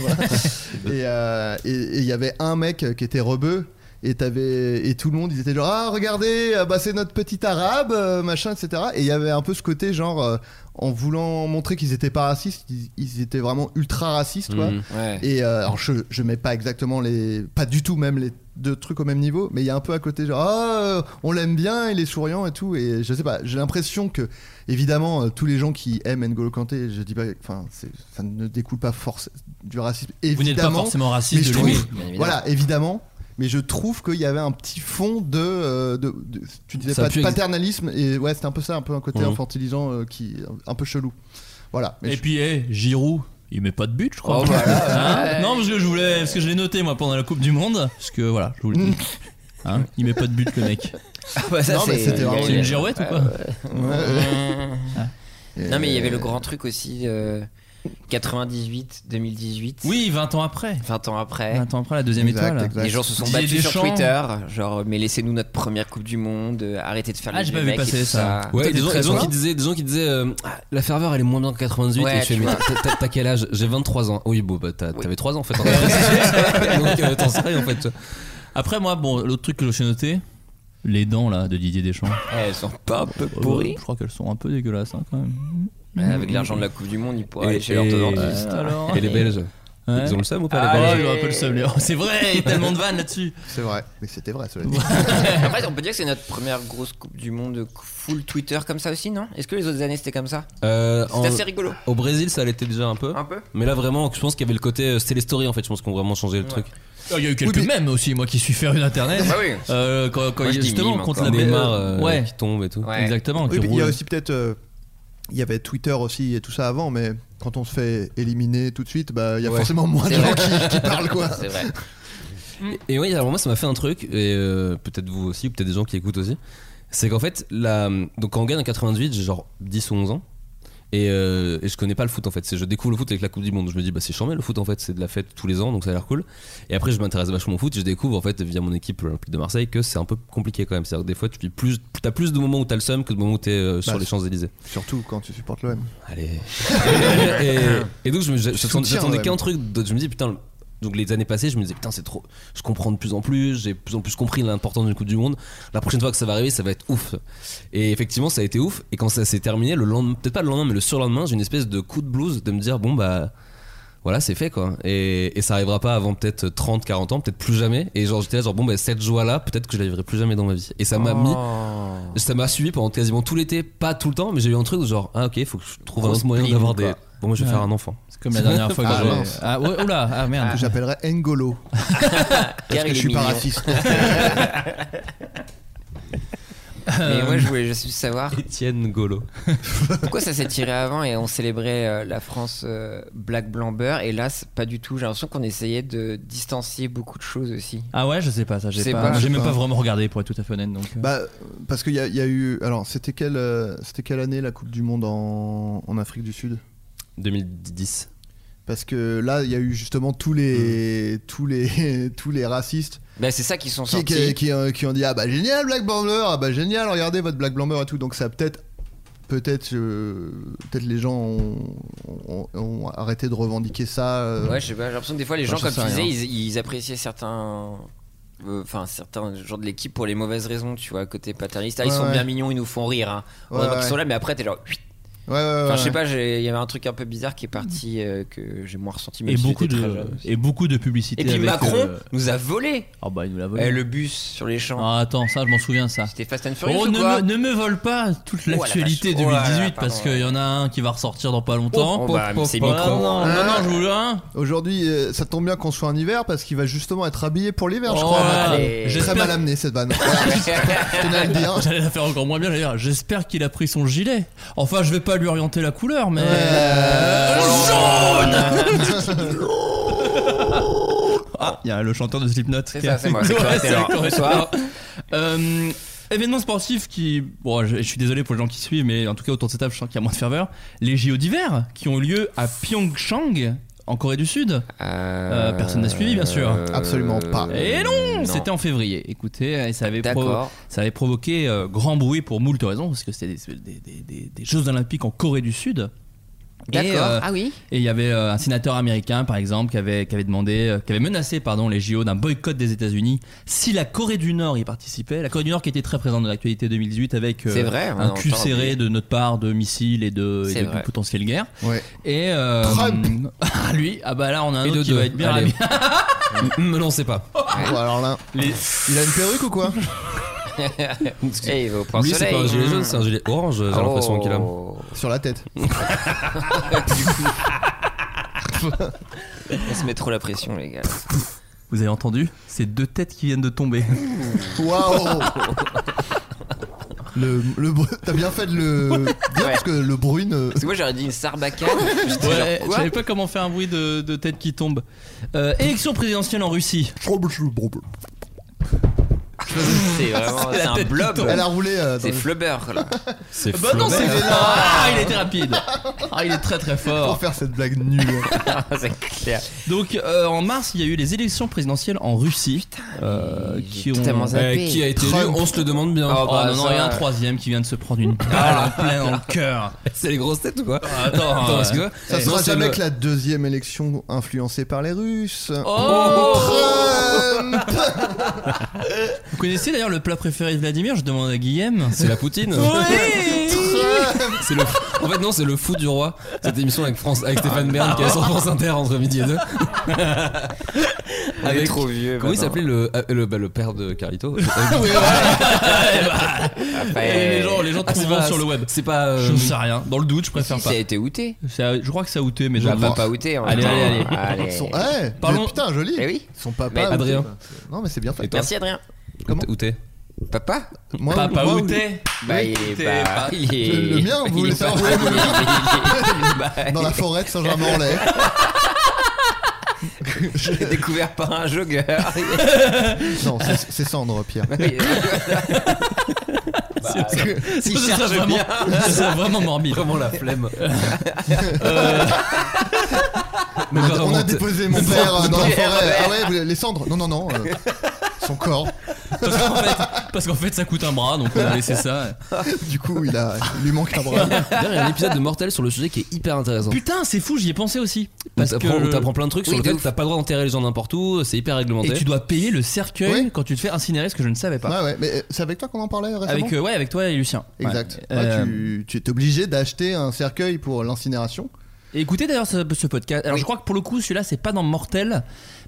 Speaker 3: et euh, et- et il y avait un mec qui était rebeu. Et, t'avais- et tout le monde, ils étaient genre, ah regardez, euh, bah, c'est notre petit arabe, euh, machin, etc. Et il y avait un peu ce côté, genre, euh, en voulant montrer qu'ils étaient pas racistes, ils, ils étaient vraiment ultra racistes, quoi.
Speaker 8: Mhm.
Speaker 10: Ouais.
Speaker 3: Et euh, alors, je, je mets pas exactement les. Pas du tout, même les deux trucs au même niveau, mais il y a un peu à côté, genre, ah, euh, on l'aime bien, il est souriant et tout. Et je sais pas, j'ai l'impression que, évidemment, euh, tous les gens qui aiment N'Golo Kanté, je dis pas. Enfin, c'est- ça ne découle pas forcément du racisme.
Speaker 9: Vous n'êtes pas
Speaker 3: Évidemment.
Speaker 9: forcément
Speaker 3: mais
Speaker 9: raciste
Speaker 3: je
Speaker 9: de
Speaker 3: trouve.
Speaker 9: l'aimer.
Speaker 10: bien évidemment. *laughs*
Speaker 3: Voilà, évidemment. Mais je trouve qu'il y avait un petit fond de, euh, de- de- tu disais
Speaker 8: Ça
Speaker 3: pas
Speaker 8: pue
Speaker 3: de
Speaker 8: ex-
Speaker 3: paternalisme et ouais c'était un peu ça, un peu un côté
Speaker 8: Mhm.
Speaker 3: infantilisant euh, qui un peu chelou. Voilà. Mais
Speaker 9: Mmh. Et
Speaker 3: je-
Speaker 9: puis, eh, Giroud, il met pas de but, je crois.
Speaker 10: Oh, voilà.
Speaker 9: Hein non, parce que je voulais, parce que je l'ai noté moi pendant la Coupe du Monde, parce que voilà, je vous le dis.
Speaker 8: *laughs*
Speaker 9: Hein, il met pas de but le mec.
Speaker 10: Bah, ça,
Speaker 3: Non, mais
Speaker 10: c'est-
Speaker 3: c'était vraiment-
Speaker 9: C'est une girouette ou quoi
Speaker 3: *laughs* Ouais,
Speaker 10: Mmh.
Speaker 3: ouais.
Speaker 10: Non mais il y avait le
Speaker 3: Euh,
Speaker 10: grand truc aussi euh, 98 2018
Speaker 9: Oui, 20 ans après.
Speaker 10: 20 ans après
Speaker 9: 20 ans après la deuxième
Speaker 3: Exact,
Speaker 9: étoile.
Speaker 3: exact.
Speaker 10: les gens se sont
Speaker 9: Didier
Speaker 10: battus sur
Speaker 9: Deschamps.
Speaker 10: Twitter genre euh, mais laissez-nous notre première coupe du monde euh, arrêtez de faire
Speaker 9: Ah,
Speaker 10: les
Speaker 9: j'ai pas
Speaker 10: vieux
Speaker 9: vu
Speaker 10: mecs et
Speaker 9: passer
Speaker 10: tout
Speaker 9: ça.
Speaker 8: Ouais,
Speaker 9: Toi,
Speaker 8: des
Speaker 9: t'es
Speaker 8: gens,
Speaker 9: très
Speaker 8: des gens
Speaker 9: loin.
Speaker 8: qui disaient, des gens qui disaient euh, Ah, la ferveur elle est moins bien que 98
Speaker 10: Ouais,
Speaker 8: et je fais
Speaker 10: tu
Speaker 8: mais
Speaker 10: vois.
Speaker 8: t'as- t'as- t'as quel âge J'ai 23 ans. Oui, bon bah t'as-
Speaker 10: Oui.
Speaker 8: t'avais 3
Speaker 3: *laughs*
Speaker 8: ans en fait. hein. *laughs* Donc euh, t'en sais rien en fait.
Speaker 9: Après moi, bon, l'autre truc que je suis noté, les dents là de Didier Deschamps. Oh, bah,
Speaker 10: Eh, elles sont pas un peu pourries
Speaker 9: Je crois qu'elles sont un peu dégueulasses hein, quand même.
Speaker 10: Ouais, avec l'argent de la coupe du monde ils pourraient
Speaker 8: Et-
Speaker 10: aller chez
Speaker 8: et-
Speaker 10: l'orthodontiste
Speaker 8: Euh,
Speaker 9: Alors.
Speaker 8: Et les Belges
Speaker 9: Ouais.
Speaker 8: Ils ont le seum ou pas
Speaker 9: Ah
Speaker 8: les Belges
Speaker 9: ouais, j'aurais un peu le seum, les- *laughs* C'est vrai, Eh,
Speaker 8: *laughs*
Speaker 9: il y a tellement de vannes là-dessus.
Speaker 3: C'est vrai, mais c'était vrai. Cela dit. *laughs*
Speaker 10: en fait on peut dire que c'est notre première grosse coupe du monde full Twitter comme ça aussi non est-ce que les autres années c'était comme ça
Speaker 8: Euh,
Speaker 10: c'était
Speaker 8: en-
Speaker 10: assez rigolo
Speaker 8: Au Brésil ça l'était déjà un peu.
Speaker 10: un peu
Speaker 8: Mais là vraiment je pense qu'il y avait le côté euh, c'était les stories en fait. Je pense qu'on vraiment changé le truc.
Speaker 9: Il y a eu quelques mèmes aussi, moi qui suis féru d'internet.
Speaker 10: bah
Speaker 3: *laughs*
Speaker 10: oui
Speaker 9: Euh, quand, quand
Speaker 10: Moi, je dis
Speaker 9: justement
Speaker 10: mime
Speaker 9: contre la
Speaker 10: encore.
Speaker 8: Neymar
Speaker 9: euh,
Speaker 8: euh,
Speaker 9: ouais,
Speaker 8: qui tombe et tout.
Speaker 10: Ouais.
Speaker 9: exactement.
Speaker 3: Oui,
Speaker 9: qui
Speaker 3: puis il y a
Speaker 9: roule.
Speaker 3: aussi peut-être. euh, il y avait Twitter aussi et tout ça avant, mais quand on se fait éliminer tout de suite, bah il y a
Speaker 8: Ouais.
Speaker 3: forcément moins de
Speaker 10: C'est
Speaker 3: gens qui, qui
Speaker 8: *laughs*
Speaker 3: parlent quoi.
Speaker 10: *laughs* c'est vrai
Speaker 8: Et oui, alors moi ça m'a fait un truc, et euh, peut-être vous aussi, peut-être des gens qui écoutent aussi, c'est qu'en fait, la, donc quand on gagne en 88, j'ai genre 10 ou 11 ans, et, euh, et je connais pas le foot en fait, c'est, je découvre le foot avec la Coupe du Monde, je me dis bah c'est charmé le foot en fait, c'est de la fête tous les ans, donc ça a l'air cool, et après je m'intéresse vachement au foot, je découvre en fait via mon équipe euh, l'Olympique de Marseille que c'est un peu compliqué quand même, c'est-à-dire que des fois tu vis plus, t'as plus de moments où t'as le seum que de moments où t'es euh, sur
Speaker 3: Bah,
Speaker 8: les Champs-Élysées.
Speaker 3: Surtout quand tu supportes l'OM.
Speaker 8: Allez. et, et donc je me- j'attend-
Speaker 3: soutiens,
Speaker 8: j'attendais
Speaker 3: ouais.
Speaker 8: qu'un truc. d'autre. Je me dis putain. le- Donc les années passées, je me disais putain c'est trop. Je comprends de plus en plus. J'ai de plus en plus compris l'importance d'une Coupe du Monde. La prochaine fois que ça va arriver, ça va être ouf. Et effectivement, ça a été ouf. Et quand ça s'est terminé, le lendemain, peut-être pas le lendemain, mais le surlendemain, j'ai une espèce de coup de blues de me dire bon bah. Voilà, c'est fait quoi. Et, et ça arrivera pas avant peut-être 30, 40 ans, peut-être plus jamais. Et genre, j'étais là, genre, bon, bah, cette joie-là, peut-être que je la vivrai plus jamais dans ma vie. Et ça m'a mis
Speaker 10: Oh.
Speaker 8: Ça m'a suivi pendant quasiment tout l'été, pas tout le temps, mais j'ai eu un truc de genre, ah ok, faut que je trouve un autre moyen d'avoir des. Bon, moi je vais
Speaker 9: Ouais.
Speaker 8: faire un enfant.
Speaker 9: C'est comme la
Speaker 8: *laughs*
Speaker 9: dernière fois que
Speaker 3: Ah,
Speaker 9: j'ai-
Speaker 3: mince.
Speaker 9: Ah, ouais, oula, ah merde.
Speaker 3: Que j'appellerais N'Golo. Parce que je suis
Speaker 10: *laughs*
Speaker 3: pas raciste.
Speaker 10: Mais moi, je voulais
Speaker 3: *laughs*
Speaker 10: juste savoir
Speaker 8: Étienne Golo.
Speaker 10: pourquoi ça s'est tiré avant et on célébrait euh, la France euh, black blanc beurre et là, c'est pas du tout. J'ai l'impression qu'on essayait de distancier beaucoup de choses aussi.
Speaker 9: Ah ouais, je sais pas, ça
Speaker 10: Je sais
Speaker 9: j'ai
Speaker 10: pas,
Speaker 9: pas.
Speaker 10: je
Speaker 9: J'ai
Speaker 10: sais
Speaker 9: même
Speaker 10: pas.
Speaker 9: pas vraiment regardé pour être tout à fait honnête. Donc, euh,
Speaker 3: Bah, parce qu'il y, a- il y a eu. Alors, c'était quelle, euh, c'était quelle année la Coupe du Monde en, en Afrique du Sud
Speaker 8: 2010.
Speaker 3: Parce que là, il y a eu justement tous
Speaker 10: Mmh.
Speaker 3: les, tous les, *laughs* tous les racistes
Speaker 10: Bah, c'est ça qui sont
Speaker 3: qui,
Speaker 10: sortis.
Speaker 3: qui, qui, euh, qui ont dit Ah bah génial, Black Blamber Ah bah génial, regardez votre Black Blamber et tout. Donc, ça a peut-être. Peut-être euh, peut-être les gens ont, ont- ont arrêté de revendiquer ça. euh,
Speaker 10: Ouais, je sais pas, j'ai l'impression que des fois les
Speaker 3: Ouais,
Speaker 10: gens,
Speaker 3: j'en
Speaker 10: comme tu
Speaker 3: sais
Speaker 10: disais,
Speaker 3: rien.
Speaker 10: ils, ils appréciaient certains. euh, Enfin, certains genres de l'équipe pour les mauvaises raisons, tu vois, côté paternaliste. Ah, ils
Speaker 3: Ouais,
Speaker 10: sont
Speaker 3: ouais.
Speaker 10: bien mignons, ils nous font rire. Hein. On
Speaker 3: Ouais,
Speaker 10: voit qu'ils
Speaker 3: ouais.
Speaker 10: sont là, mais après, t'es genre.
Speaker 3: Ouais, ouais, ouais,
Speaker 10: Enfin, je sais
Speaker 3: ouais.
Speaker 10: pas, j'ai- il y avait un truc un peu bizarre qui est parti euh, que j'ai moins ressenti. même
Speaker 9: et,
Speaker 10: si
Speaker 9: beaucoup
Speaker 10: j'étais très
Speaker 9: de,
Speaker 10: jeune.
Speaker 9: et beaucoup de publicité.
Speaker 10: Et puis
Speaker 9: avec,
Speaker 10: Macron
Speaker 9: euh,
Speaker 10: nous a volé.
Speaker 9: Ah bah il nous l'a volé.
Speaker 10: Eh, le bus sur les champs.
Speaker 9: Ah, attends, ça je m'en souviens ça.
Speaker 10: C'était Fast and Furious
Speaker 9: Oh,
Speaker 10: ou
Speaker 9: ne
Speaker 10: quoi *laughs*
Speaker 9: me, ne me vole pas toute
Speaker 10: Oh, la
Speaker 9: l'actualité
Speaker 10: vache. Oh là là,
Speaker 9: 2018 parce
Speaker 10: pardon.
Speaker 9: qu'il y en a un qui va ressortir dans pas longtemps.
Speaker 10: Oh, bah, mais c'est
Speaker 9: Ah,
Speaker 10: micro.
Speaker 9: non, non, non, je vous le
Speaker 3: Aujourd'hui, euh, ça tombe bien qu'on soit en hiver parce qu'il va justement être habillé pour l'hiver, je
Speaker 9: Oh,
Speaker 3: crois.
Speaker 9: allez.
Speaker 3: Très
Speaker 9: J'espère-
Speaker 3: mal amené cette vanne. Voilà, *laughs* je tenais à le dire.
Speaker 9: J'allais la faire encore moins bien, j'allais dire, j'espère qu'il a pris son gilet. Enfin, je vais pas lui orienter la couleur,
Speaker 10: Euh,
Speaker 9: mais. euh, Ah, il y a le chanteur de Slipknot.
Speaker 10: C'est
Speaker 9: qui
Speaker 10: ça,
Speaker 9: a-
Speaker 10: c'est moi, c'est
Speaker 9: Ouais,
Speaker 10: Corey
Speaker 9: c'est
Speaker 10: Taylor.
Speaker 9: Corey
Speaker 10: Bonsoir. *laughs*
Speaker 9: Taylor. Euh, événement sportif qui. Bon, je, je suis désolé pour les gens qui suivent, mais en tout cas, autour de cette table, je sens qu'il y a moins de ferveur. Les JO d'hiver qui ont eu lieu à Pyeongchang, en Corée du Sud. Euh, personne n'a suivi, bien sûr.
Speaker 3: Absolument pas.
Speaker 9: Et Eh non,
Speaker 10: euh, non.
Speaker 9: C'était en février. Écoutez, et ça avait, provo-
Speaker 10: D'accord.
Speaker 9: ça avait provoqué euh, grand bruit pour moult raisons, parce que c'était des, des- des- des- des Jeux Olympiques en Corée du Sud. Et,
Speaker 10: D'accord.
Speaker 9: euh,
Speaker 10: ah oui.
Speaker 9: et il y avait euh, un sénateur américain, par exemple, qui avait, qui avait demandé, euh, qui avait menacé, pardon, les JO d'un boycott des États-Unis si la Corée du Nord y participait. La Corée du Nord qui était très présente dans l'actualité 2018 avec euh,
Speaker 10: C'est vrai, on
Speaker 9: un
Speaker 10: en
Speaker 9: cul
Speaker 10: parle.
Speaker 9: serré de notre part de missiles et de, et
Speaker 10: C'est
Speaker 9: de-
Speaker 10: vrai.
Speaker 9: de potentielle guerre.
Speaker 3: Ouais.
Speaker 9: Et euh,
Speaker 3: Trump.
Speaker 9: ah, *laughs* lui, ah bah là on a un
Speaker 8: Et
Speaker 9: autre
Speaker 8: de
Speaker 9: qui
Speaker 8: deux.
Speaker 9: va être bien. *laughs*
Speaker 8: Allez.
Speaker 9: habillé.
Speaker 8: Me lancez pas.
Speaker 3: Bon, alors là,
Speaker 9: Les-
Speaker 3: il a une perruque ou quoi
Speaker 10: Eh, il va au point
Speaker 8: Lui, c'est
Speaker 10: soleil. Oh.
Speaker 8: pas un gilet
Speaker 10: Mmh.
Speaker 8: jaune, c'est un gilet orange, j'ai l'impression
Speaker 9: *laughs*
Speaker 8: qu'il a.
Speaker 10: Oh.
Speaker 3: Sur la tête.
Speaker 10: On se met trop la pression, les gars.
Speaker 9: Vous avez entendu Ces deux têtes qui viennent de tomber.
Speaker 3: Waouh *laughs* Le, le br- t'as bien fait de le dire parce que le brune euh,
Speaker 10: Parce que moi, j'aurais dit une sarbacane. J'étais
Speaker 9: Ouais,
Speaker 10: genre,
Speaker 9: je
Speaker 10: quoi
Speaker 9: savais pas comment faire un bruit de, de tête qui tombe. Euh, élection présidentielle en Russie.
Speaker 10: C'est vraiment c'est
Speaker 9: la
Speaker 10: un
Speaker 9: tête qui tombe.
Speaker 10: blob.
Speaker 3: elle a roulé euh, dans
Speaker 10: C'est
Speaker 3: le-
Speaker 10: Flubber
Speaker 8: *laughs*
Speaker 10: là.
Speaker 8: C'est
Speaker 9: Bah non, c'est
Speaker 3: Flaubert.
Speaker 9: Ah, il était rapide. Ah, il est très très
Speaker 3: pour
Speaker 9: fort.
Speaker 3: faire cette blague nulle.
Speaker 8: Ah,
Speaker 10: c'est clair.
Speaker 9: Donc euh, en mars, il y a eu les élections présidentielles en Russie euh, qui ont.
Speaker 10: totalement zappé.
Speaker 8: Euh, qui a été élu
Speaker 3: Trump.
Speaker 8: On se le demande bien.
Speaker 9: Oh,
Speaker 10: Oh, bah,
Speaker 9: non, non,
Speaker 10: ça-
Speaker 9: il y a un troisième qui vient de se prendre une
Speaker 8: Ah,
Speaker 9: balle en plein dans le cœur.
Speaker 8: C'est les grosses têtes ou quoi
Speaker 9: attends,
Speaker 8: Ah, Attends,
Speaker 9: ouais.
Speaker 8: parce que-
Speaker 3: Ça
Speaker 8: Eh,
Speaker 3: sera
Speaker 8: non, c'est
Speaker 3: jamais
Speaker 8: le-
Speaker 3: que la deuxième élection influencée par les Russes.
Speaker 9: Oh
Speaker 3: Trump
Speaker 9: Vous connaissez d'ailleurs le plat préféré de Vladimir Je demande à Guillaume.
Speaker 8: C'est la poutine
Speaker 3: Trump
Speaker 8: C'est le... En fait, *laughs* non, c'est le fou du roi. Cette émission avec, France... avec Stéphane Bern qui est sur France Inter entre midi et deux.
Speaker 10: Il est
Speaker 8: Avec-
Speaker 10: trop vieux.
Speaker 8: Comment il
Speaker 10: maintenant.
Speaker 8: s'appelait le... euh, le... bah, le père de Carlito
Speaker 9: Et
Speaker 10: Raphaël.
Speaker 9: Eh, les gens, les gens
Speaker 8: Ah, c'est
Speaker 9: trouveront
Speaker 8: pas-
Speaker 9: sur le web.
Speaker 8: C'est pas. euh,
Speaker 9: Je ne sais rien. Dans le doute, je
Speaker 10: Si,
Speaker 9: préfère
Speaker 10: ça
Speaker 9: pas.
Speaker 10: a été outé.
Speaker 9: Ça- je crois que ça a outé, mais
Speaker 10: Bah,
Speaker 9: j'avoue.
Speaker 10: pas, pas outé. en
Speaker 9: Allez,
Speaker 10: même
Speaker 9: allez,
Speaker 10: temps. allez.
Speaker 3: Son... Ouais,
Speaker 9: Parlons-
Speaker 3: mais putain, joli.
Speaker 10: Eh oui.
Speaker 3: Son papa.
Speaker 10: Mais
Speaker 3: ou-
Speaker 8: Adrien.
Speaker 3: Non, mais c'est bien fait.
Speaker 10: Merci Adrien.
Speaker 3: Comment
Speaker 8: Où t'es
Speaker 10: Papa
Speaker 3: Moi,
Speaker 9: Papa
Speaker 3: moi,
Speaker 9: *laughs* outé.
Speaker 10: Bah,
Speaker 9: Oui,
Speaker 10: il est.
Speaker 9: t'es
Speaker 10: Bah,
Speaker 9: pas-
Speaker 10: il est.
Speaker 3: Le- le mien,
Speaker 10: *laughs*
Speaker 3: vous
Speaker 10: il
Speaker 3: voulez
Speaker 10: est
Speaker 3: savoir
Speaker 10: pas-
Speaker 3: où il est
Speaker 10: il est- il est- bah,
Speaker 3: Dans la forêt de Saint-Germain-en-Laye.
Speaker 10: Je l'ai découvert par un jogger.
Speaker 3: non, c'est c'est Cendre, Pierre.
Speaker 10: *laughs*
Speaker 8: Bah, *laughs*
Speaker 10: Si
Speaker 9: Ça,
Speaker 10: je
Speaker 9: ça serait
Speaker 10: cherche bien.
Speaker 9: vraiment, *laughs* ça serait vraiment morbide. Euh,
Speaker 8: Vraiment la
Speaker 9: *laughs*
Speaker 8: flemme. *laughs*
Speaker 3: On a, on a
Speaker 8: t-
Speaker 3: déposé mon père euh, dans la forêt. Ah ouais, vous- les cendres Non, non, non. euh, son corps.
Speaker 9: Parce qu'en fait, parce qu'en fait, ça coûte un bras, donc on a
Speaker 8: *laughs*
Speaker 9: laissé ça.
Speaker 3: Du coup, il, a, il lui manque un bras.
Speaker 8: D'ailleurs, il y a un épisode de Mortel sur le sujet qui est hyper intéressant.
Speaker 9: Putain, c'est fou, j'y ai pensé aussi.
Speaker 8: Parce
Speaker 9: Parce
Speaker 8: on
Speaker 9: que
Speaker 8: t'apprend on t'apprend plein de trucs sur
Speaker 10: Oui,
Speaker 8: lequel
Speaker 10: de ouf.
Speaker 8: t'as pas le droit d'enterrer les gens n'importe où, c'est hyper
Speaker 9: et
Speaker 8: réglementé.
Speaker 9: tu dois payer le cercueil
Speaker 3: Oui.
Speaker 9: quand tu te fais incinérer, ce que je ne savais pas.
Speaker 3: Ouais, ouais. Mais euh, c'est avec toi qu'on en parlait récemment
Speaker 9: avec euh, ouais, avec toi et Lucien. Ouais.
Speaker 3: Exact.
Speaker 9: Euh,
Speaker 3: Ouais, tu, tu es obligé d'acheter un cercueil pour l'incinération.
Speaker 9: Et écoutez d'ailleurs ce, ce podcast. Alors je crois que pour le coup, celui-là, c'est pas dans Mortel,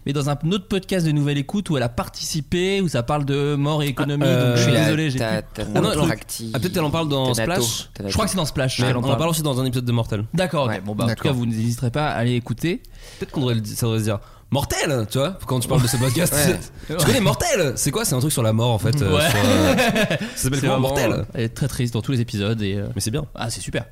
Speaker 9: mais dans un autre podcast de Nouvelle Écoute où elle a participé, où ça parle de mort et économie. donc je suis
Speaker 10: Euh,
Speaker 9: désolé, j'ai.
Speaker 10: t'as- t'as
Speaker 9: plus trop
Speaker 10: un
Speaker 9: le
Speaker 10: autre
Speaker 9: truc.
Speaker 10: acti-
Speaker 8: Ah, peut-être elle en parle dans
Speaker 10: Thanatos.
Speaker 8: Splash
Speaker 10: Thanatos.
Speaker 9: Je crois que c'est dans Splash.
Speaker 8: Mais
Speaker 9: qu'elle
Speaker 8: on en parle aussi dans un épisode de Mortel.
Speaker 9: D'accord, ok. bon bah en tout cas, vous n'hésiterez pas à aller écouter.
Speaker 8: Peut-être qu'on devrait le dire- ça devrait se dire Mortel, tu vois, quand tu parles de ce
Speaker 9: *laughs*
Speaker 8: podcast.
Speaker 9: Ouais.
Speaker 8: Tu connais Mortel C'est quoi C'est un truc sur la mort en fait. euh,
Speaker 9: Ouais.
Speaker 8: sur, euh, ça
Speaker 9: C'est
Speaker 8: s'appelle comment
Speaker 9: vraiment-
Speaker 8: Mortel
Speaker 9: Elle est très triste dans tous les épisodes. Et,
Speaker 8: Mais c'est bien.
Speaker 9: Ah, c'est super.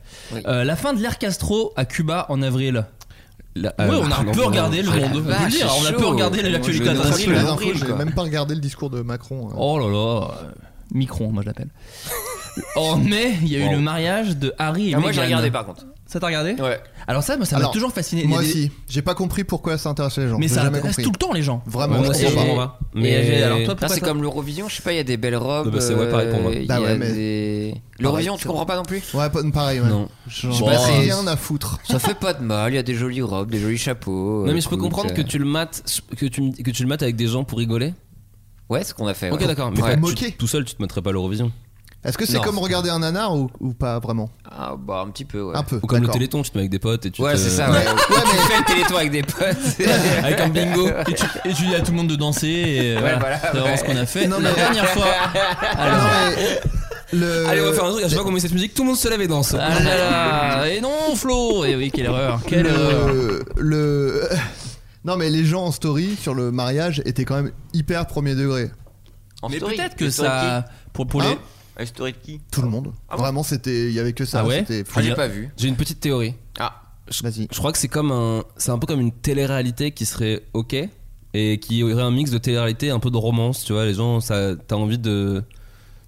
Speaker 9: Euh, la fin de l'ère Castro à Cuba en avril.
Speaker 8: euh,
Speaker 9: ouais, on a un
Speaker 8: non,
Speaker 9: peu
Speaker 8: non,
Speaker 9: regardé le
Speaker 8: ah, la
Speaker 9: monde. on peut le
Speaker 8: vache,
Speaker 9: dire, on a
Speaker 8: c'est
Speaker 9: peu
Speaker 8: chaud.
Speaker 9: regardé
Speaker 8: Moi,
Speaker 9: l'actualité
Speaker 8: je vais dans
Speaker 9: internationale.
Speaker 8: le
Speaker 3: Les
Speaker 8: Avril,
Speaker 3: infos, j'ai
Speaker 8: quoi.
Speaker 3: même pas regardé le discours de Macron. euh.
Speaker 9: Oh là là. euh, Micron, moi je l'appelle. en mai, il y a eu
Speaker 10: Wow.
Speaker 9: le mariage de Harry et
Speaker 10: Ah, moi, j'ai
Speaker 9: Meghan.
Speaker 10: regardé par contre.
Speaker 9: Ça t'a regardé
Speaker 10: Ouais.
Speaker 9: Alors ça, moi, ça m'a
Speaker 3: Alors,
Speaker 9: toujours fasciné.
Speaker 3: Moi
Speaker 9: Il y a des-
Speaker 3: aussi, j'ai pas compris pourquoi ça intéresse les gens.
Speaker 9: Mais
Speaker 3: J'ai
Speaker 9: ça
Speaker 3: jamais
Speaker 9: intéresse
Speaker 3: compris.
Speaker 9: tout le temps les gens.
Speaker 3: Vraiment,
Speaker 8: Ouais,
Speaker 3: je
Speaker 8: moi
Speaker 3: comprends
Speaker 8: aussi.
Speaker 3: pas.
Speaker 8: pas.
Speaker 9: Et
Speaker 8: Mais-
Speaker 9: j'ai- alors toi,
Speaker 10: Ah,
Speaker 9: pourquoi
Speaker 10: c'est
Speaker 9: ça-
Speaker 10: comme l'Eurovision, je sais pas, il y a des belles robes.
Speaker 8: Ah bah, c'est- ouais, pareil pour moi.
Speaker 10: euh, il y
Speaker 3: Bah
Speaker 10: a
Speaker 3: ouais, mais-
Speaker 10: des- L'Eurovision, tu comprends pas non plus
Speaker 3: Ouais, pa- pareil, ouais.
Speaker 10: Non.
Speaker 3: J'en
Speaker 10: Je sais
Speaker 3: ai
Speaker 10: pas, c'est-
Speaker 3: rien à foutre.
Speaker 10: Ça fait pas de mal, il y a des jolies robes, des jolis chapeaux.
Speaker 8: Non, mais
Speaker 10: euh,
Speaker 8: je peux
Speaker 10: écoute,
Speaker 8: comprendre que
Speaker 10: euh,
Speaker 8: tu le mates, que tu, me- que tu le mates avec des gens pour rigoler.
Speaker 10: euh, Ouais, ce qu'on a fait.
Speaker 8: Ok,
Speaker 10: ouais.
Speaker 8: d'accord. Mais
Speaker 3: Ouais.
Speaker 8: tu-
Speaker 3: Moquer.
Speaker 8: tout seul, tu te mettrais pas à l'Eurovision.
Speaker 3: Est-ce que c'est
Speaker 10: Non.
Speaker 3: comme regarder un nanar ou, ou pas vraiment
Speaker 10: Ah, bah, un petit peu, ouais.
Speaker 3: Un peu.
Speaker 8: Ou comme le
Speaker 3: d'accord.
Speaker 8: Téléthon, tu te mets avec des potes et tu.
Speaker 10: Ouais,
Speaker 8: te-
Speaker 10: c'est ça, ouais.
Speaker 8: *laughs*
Speaker 10: Tu fais le téléthon avec des potes.
Speaker 9: Avec un bingo. Et tu, et tu dis à tout le monde de danser. Et euh,
Speaker 10: Ouais,
Speaker 9: voilà.
Speaker 10: voilà,
Speaker 9: c'est vraiment
Speaker 10: ouais.
Speaker 9: ce qu'on a fait.
Speaker 3: Non,
Speaker 9: la
Speaker 3: mais-
Speaker 9: dernière fois.
Speaker 3: Non,
Speaker 9: Alors,
Speaker 3: mais le-
Speaker 8: Allez, on va faire un truc. Je sais pas comment est cette musique. Tout le monde se lève et danse.
Speaker 9: ah là là. Et non, Flo. Et oui, quelle
Speaker 8: *laughs*
Speaker 9: erreur. Quelle erreur.
Speaker 3: le, le- Non, mais les gens en story sur le mariage étaient quand même hyper premier degré.
Speaker 10: En
Speaker 9: Mais
Speaker 10: story.
Speaker 9: peut-être que
Speaker 10: Une story
Speaker 9: ça. Pour, pour les.
Speaker 3: Hein
Speaker 10: de qui Une story de qui
Speaker 3: Tout le monde. Vraiment, c'était. Il y avait que ça.
Speaker 9: Ah ouais
Speaker 3: c'était
Speaker 10: Je
Speaker 3: fou.
Speaker 10: l'ai pas vu.
Speaker 8: J'ai une petite théorie.
Speaker 10: Ah.
Speaker 3: Vas-y.
Speaker 8: Je crois que c'est comme un, c'est un peu comme une télé-réalité qui serait ok et qui aurait un mix de télé-réalité et un peu de romance. Tu vois, les gens, ça, t'as envie de.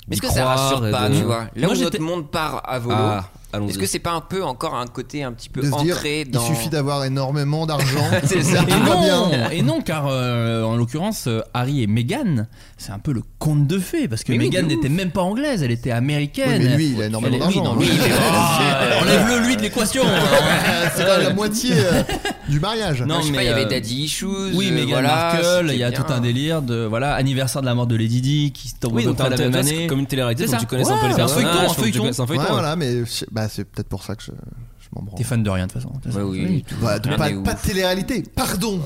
Speaker 10: Mais est-ce
Speaker 8: d'y
Speaker 10: que ça
Speaker 8: croire
Speaker 10: rassure
Speaker 8: et
Speaker 10: pas,
Speaker 8: de-
Speaker 10: tu vois Là
Speaker 9: euh, Moi,
Speaker 10: où
Speaker 9: j'étais-
Speaker 10: notre monde part à volo,
Speaker 8: Ah, allons-y.
Speaker 10: est-ce que c'est pas un peu encore un côté un petit peu
Speaker 3: De se dire,
Speaker 10: ancré
Speaker 3: il
Speaker 10: dans.
Speaker 3: suffit d'avoir énormément d'argent.
Speaker 10: C'est ça.
Speaker 9: Et
Speaker 3: Tout va
Speaker 9: non,
Speaker 3: bien.
Speaker 9: et non, car euh, en l'occurrence, euh, Harry et Meghan, c'est un peu le conte de fées, parce que
Speaker 10: Mais oui,
Speaker 9: Meghan
Speaker 10: de ouf.
Speaker 9: n'était même pas anglaise, elle était
Speaker 3: Oui,
Speaker 9: américaine.
Speaker 3: mais lui, il a
Speaker 9: Elle est-
Speaker 3: énormément
Speaker 9: oui, non,
Speaker 10: hein.
Speaker 3: d'argent.
Speaker 9: lui,
Speaker 10: *laughs*
Speaker 9: il est- Ah, Enlève-le lui de l'équation. hein.
Speaker 3: *laughs* C'est quand même la moitié euh, du mariage.
Speaker 9: Non,
Speaker 10: Non, je sais pas, il y
Speaker 9: mais,
Speaker 10: avait
Speaker 9: euh,
Speaker 10: Daddy Issues.
Speaker 9: Oui,
Speaker 10: euh,
Speaker 9: Meghan
Speaker 10: voilà,
Speaker 9: Markle,
Speaker 10: c'était
Speaker 9: il y a
Speaker 10: bien.
Speaker 9: tout un délire de voilà anniversaire de la mort de Lady Di qui tombe
Speaker 8: Oui,
Speaker 9: à peu
Speaker 8: donc t'as
Speaker 9: près la
Speaker 8: un
Speaker 9: même
Speaker 8: test
Speaker 9: année.
Speaker 8: comme une télé-réalité,
Speaker 9: C'est
Speaker 8: donc
Speaker 9: ça.
Speaker 8: tu connais un peu les
Speaker 9: Ouais, un
Speaker 8: personnages.
Speaker 9: feuilleton, un
Speaker 8: faut que tu
Speaker 9: feuilleton.
Speaker 8: connaisses un
Speaker 3: Ouais,
Speaker 8: feuilleton.
Speaker 3: voilà, mais je- bah, c'est peut-être pour ça que je, je m'en branle.
Speaker 9: T'es fan de rien de toute façon.
Speaker 10: Ouais, oui, tout.
Speaker 3: Voilà, de-
Speaker 10: Rien
Speaker 3: pas,
Speaker 10: n'est ouf.
Speaker 3: pas de télé-réalité, pardon!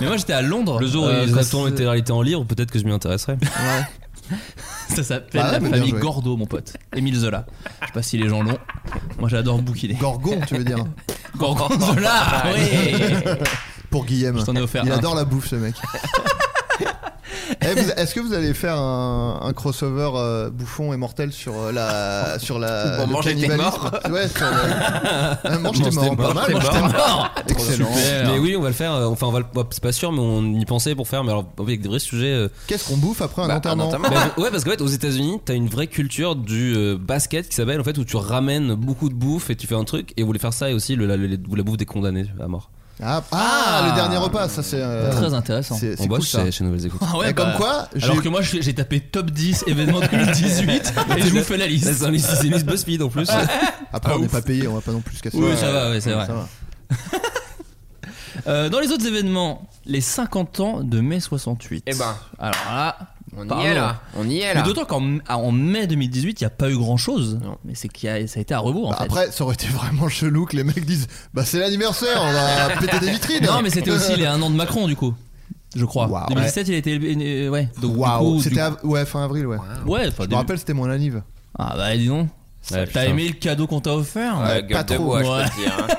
Speaker 9: Mais moi j'étais à Londres.
Speaker 8: Le jour où
Speaker 9: euh,
Speaker 8: ils
Speaker 9: quand
Speaker 8: retournent les
Speaker 9: ça-
Speaker 8: télé-réalités en livre, peut-être que je m'y intéresserais.
Speaker 9: *laughs* Ça s'appelle
Speaker 3: Ah,
Speaker 9: la
Speaker 3: mais bien
Speaker 9: famille
Speaker 3: joué.
Speaker 9: Gordo, mon pote. Émile Zola. Je sais pas si les gens l'ont. Moi j'adore bouquiner.
Speaker 3: *laughs* Gorgon, tu veux dire?
Speaker 9: Gorgonzola, oui.
Speaker 3: Pour Guillaume.
Speaker 9: Je t'en ai offert
Speaker 3: Il
Speaker 9: un.
Speaker 3: adore la bouffe,
Speaker 9: *laughs*
Speaker 3: ce mec. Eh, vous- Est-ce que vous allez faire un, un crossover euh, bouffon et mortel sur euh, la sur la
Speaker 10: Pour
Speaker 3: le
Speaker 10: manger tes
Speaker 3: cannibalisme Ouais,
Speaker 10: *laughs*
Speaker 3: sur le- Ouais, mange tes morts, pas mal, mange tes morts. Excellent.
Speaker 9: Super.
Speaker 8: Mais oui, on va le faire. euh, Enfin, on va le- bah, c'est pas sûr, mais on y pensait pour faire. Mais alors, avec des vrais sujets. euh,
Speaker 3: Qu'est-ce qu'on bouffe après un
Speaker 10: Bah, un
Speaker 3: enterrement
Speaker 10: enterrement.
Speaker 8: bah, ouais, parce qu'en fait, aux États-Unis, t'as une vraie culture du euh, basket qui s'appelle en fait où tu ramènes beaucoup de bouffe et tu fais un truc. Et vous voulez faire ça et aussi le- la, la- la bouffe des condamnés à mort.
Speaker 3: ah, ah,
Speaker 9: Ah.
Speaker 3: le dernier repas, ça c'est euh,
Speaker 9: Très intéressant.
Speaker 3: C'est
Speaker 8: On
Speaker 3: c'est cool
Speaker 8: bosse
Speaker 3: ça.
Speaker 8: chez, chez Nouvelles Écoutes.
Speaker 9: Ah ouais,
Speaker 3: Et comme
Speaker 9: bah,
Speaker 3: quoi, j'ai
Speaker 9: Alors que moi j'ai j'ai tapé top 10 événements 2018 et je vous fais la
Speaker 8: Là,
Speaker 9: liste.
Speaker 8: C'est un liste- c'est une liste BuzzFeed en plus.
Speaker 3: après
Speaker 9: Ah,
Speaker 3: on n'est
Speaker 9: ouf.
Speaker 3: pas payé, on va pas non plus se casser.
Speaker 9: Oui,
Speaker 3: Ouais,
Speaker 9: ça va, ouais, c'est vrai.
Speaker 3: ça va.
Speaker 9: Euh, dans les autres événements, les 50 ans de mai 68.
Speaker 10: Eh ben.
Speaker 9: Alors là,
Speaker 10: On y
Speaker 9: pardon.
Speaker 10: est là. On y est
Speaker 9: Mais
Speaker 10: là.
Speaker 9: d'autant qu'en ah, en mai 2018, il n'y a pas eu grand chose.
Speaker 10: Non.
Speaker 9: Mais c'est qu'il y a, ça a été à rebours en
Speaker 3: Bah,
Speaker 9: fait.
Speaker 3: après, ça aurait été vraiment chelou que les mecs disent Bah, c'est l'anniversaire,
Speaker 9: *laughs*
Speaker 3: on va péter des vitrines.
Speaker 9: Non, mais c'était aussi les
Speaker 3: *laughs*
Speaker 9: 1 an de Macron du coup. Je crois.
Speaker 3: Waouh.
Speaker 9: 2017, il a été. élu- euh, ouais. Donc, du
Speaker 3: Waouh,
Speaker 9: coup,
Speaker 3: c'était
Speaker 9: du-
Speaker 3: av- ouais, fin avril, ouais.
Speaker 9: Ouais, enfin,
Speaker 3: Je me
Speaker 9: du-
Speaker 3: rappelle, c'était mon anniv.
Speaker 9: Ah bah dis
Speaker 8: Ouais,
Speaker 9: donc. T'as
Speaker 8: putain.
Speaker 9: aimé le cadeau qu'on t'a offert
Speaker 10: Ouais,
Speaker 3: Ouais,
Speaker 10: gueule
Speaker 3: pas
Speaker 10: de
Speaker 3: trop,
Speaker 10: bois,
Speaker 9: ouais.
Speaker 10: je peux te dire. hein.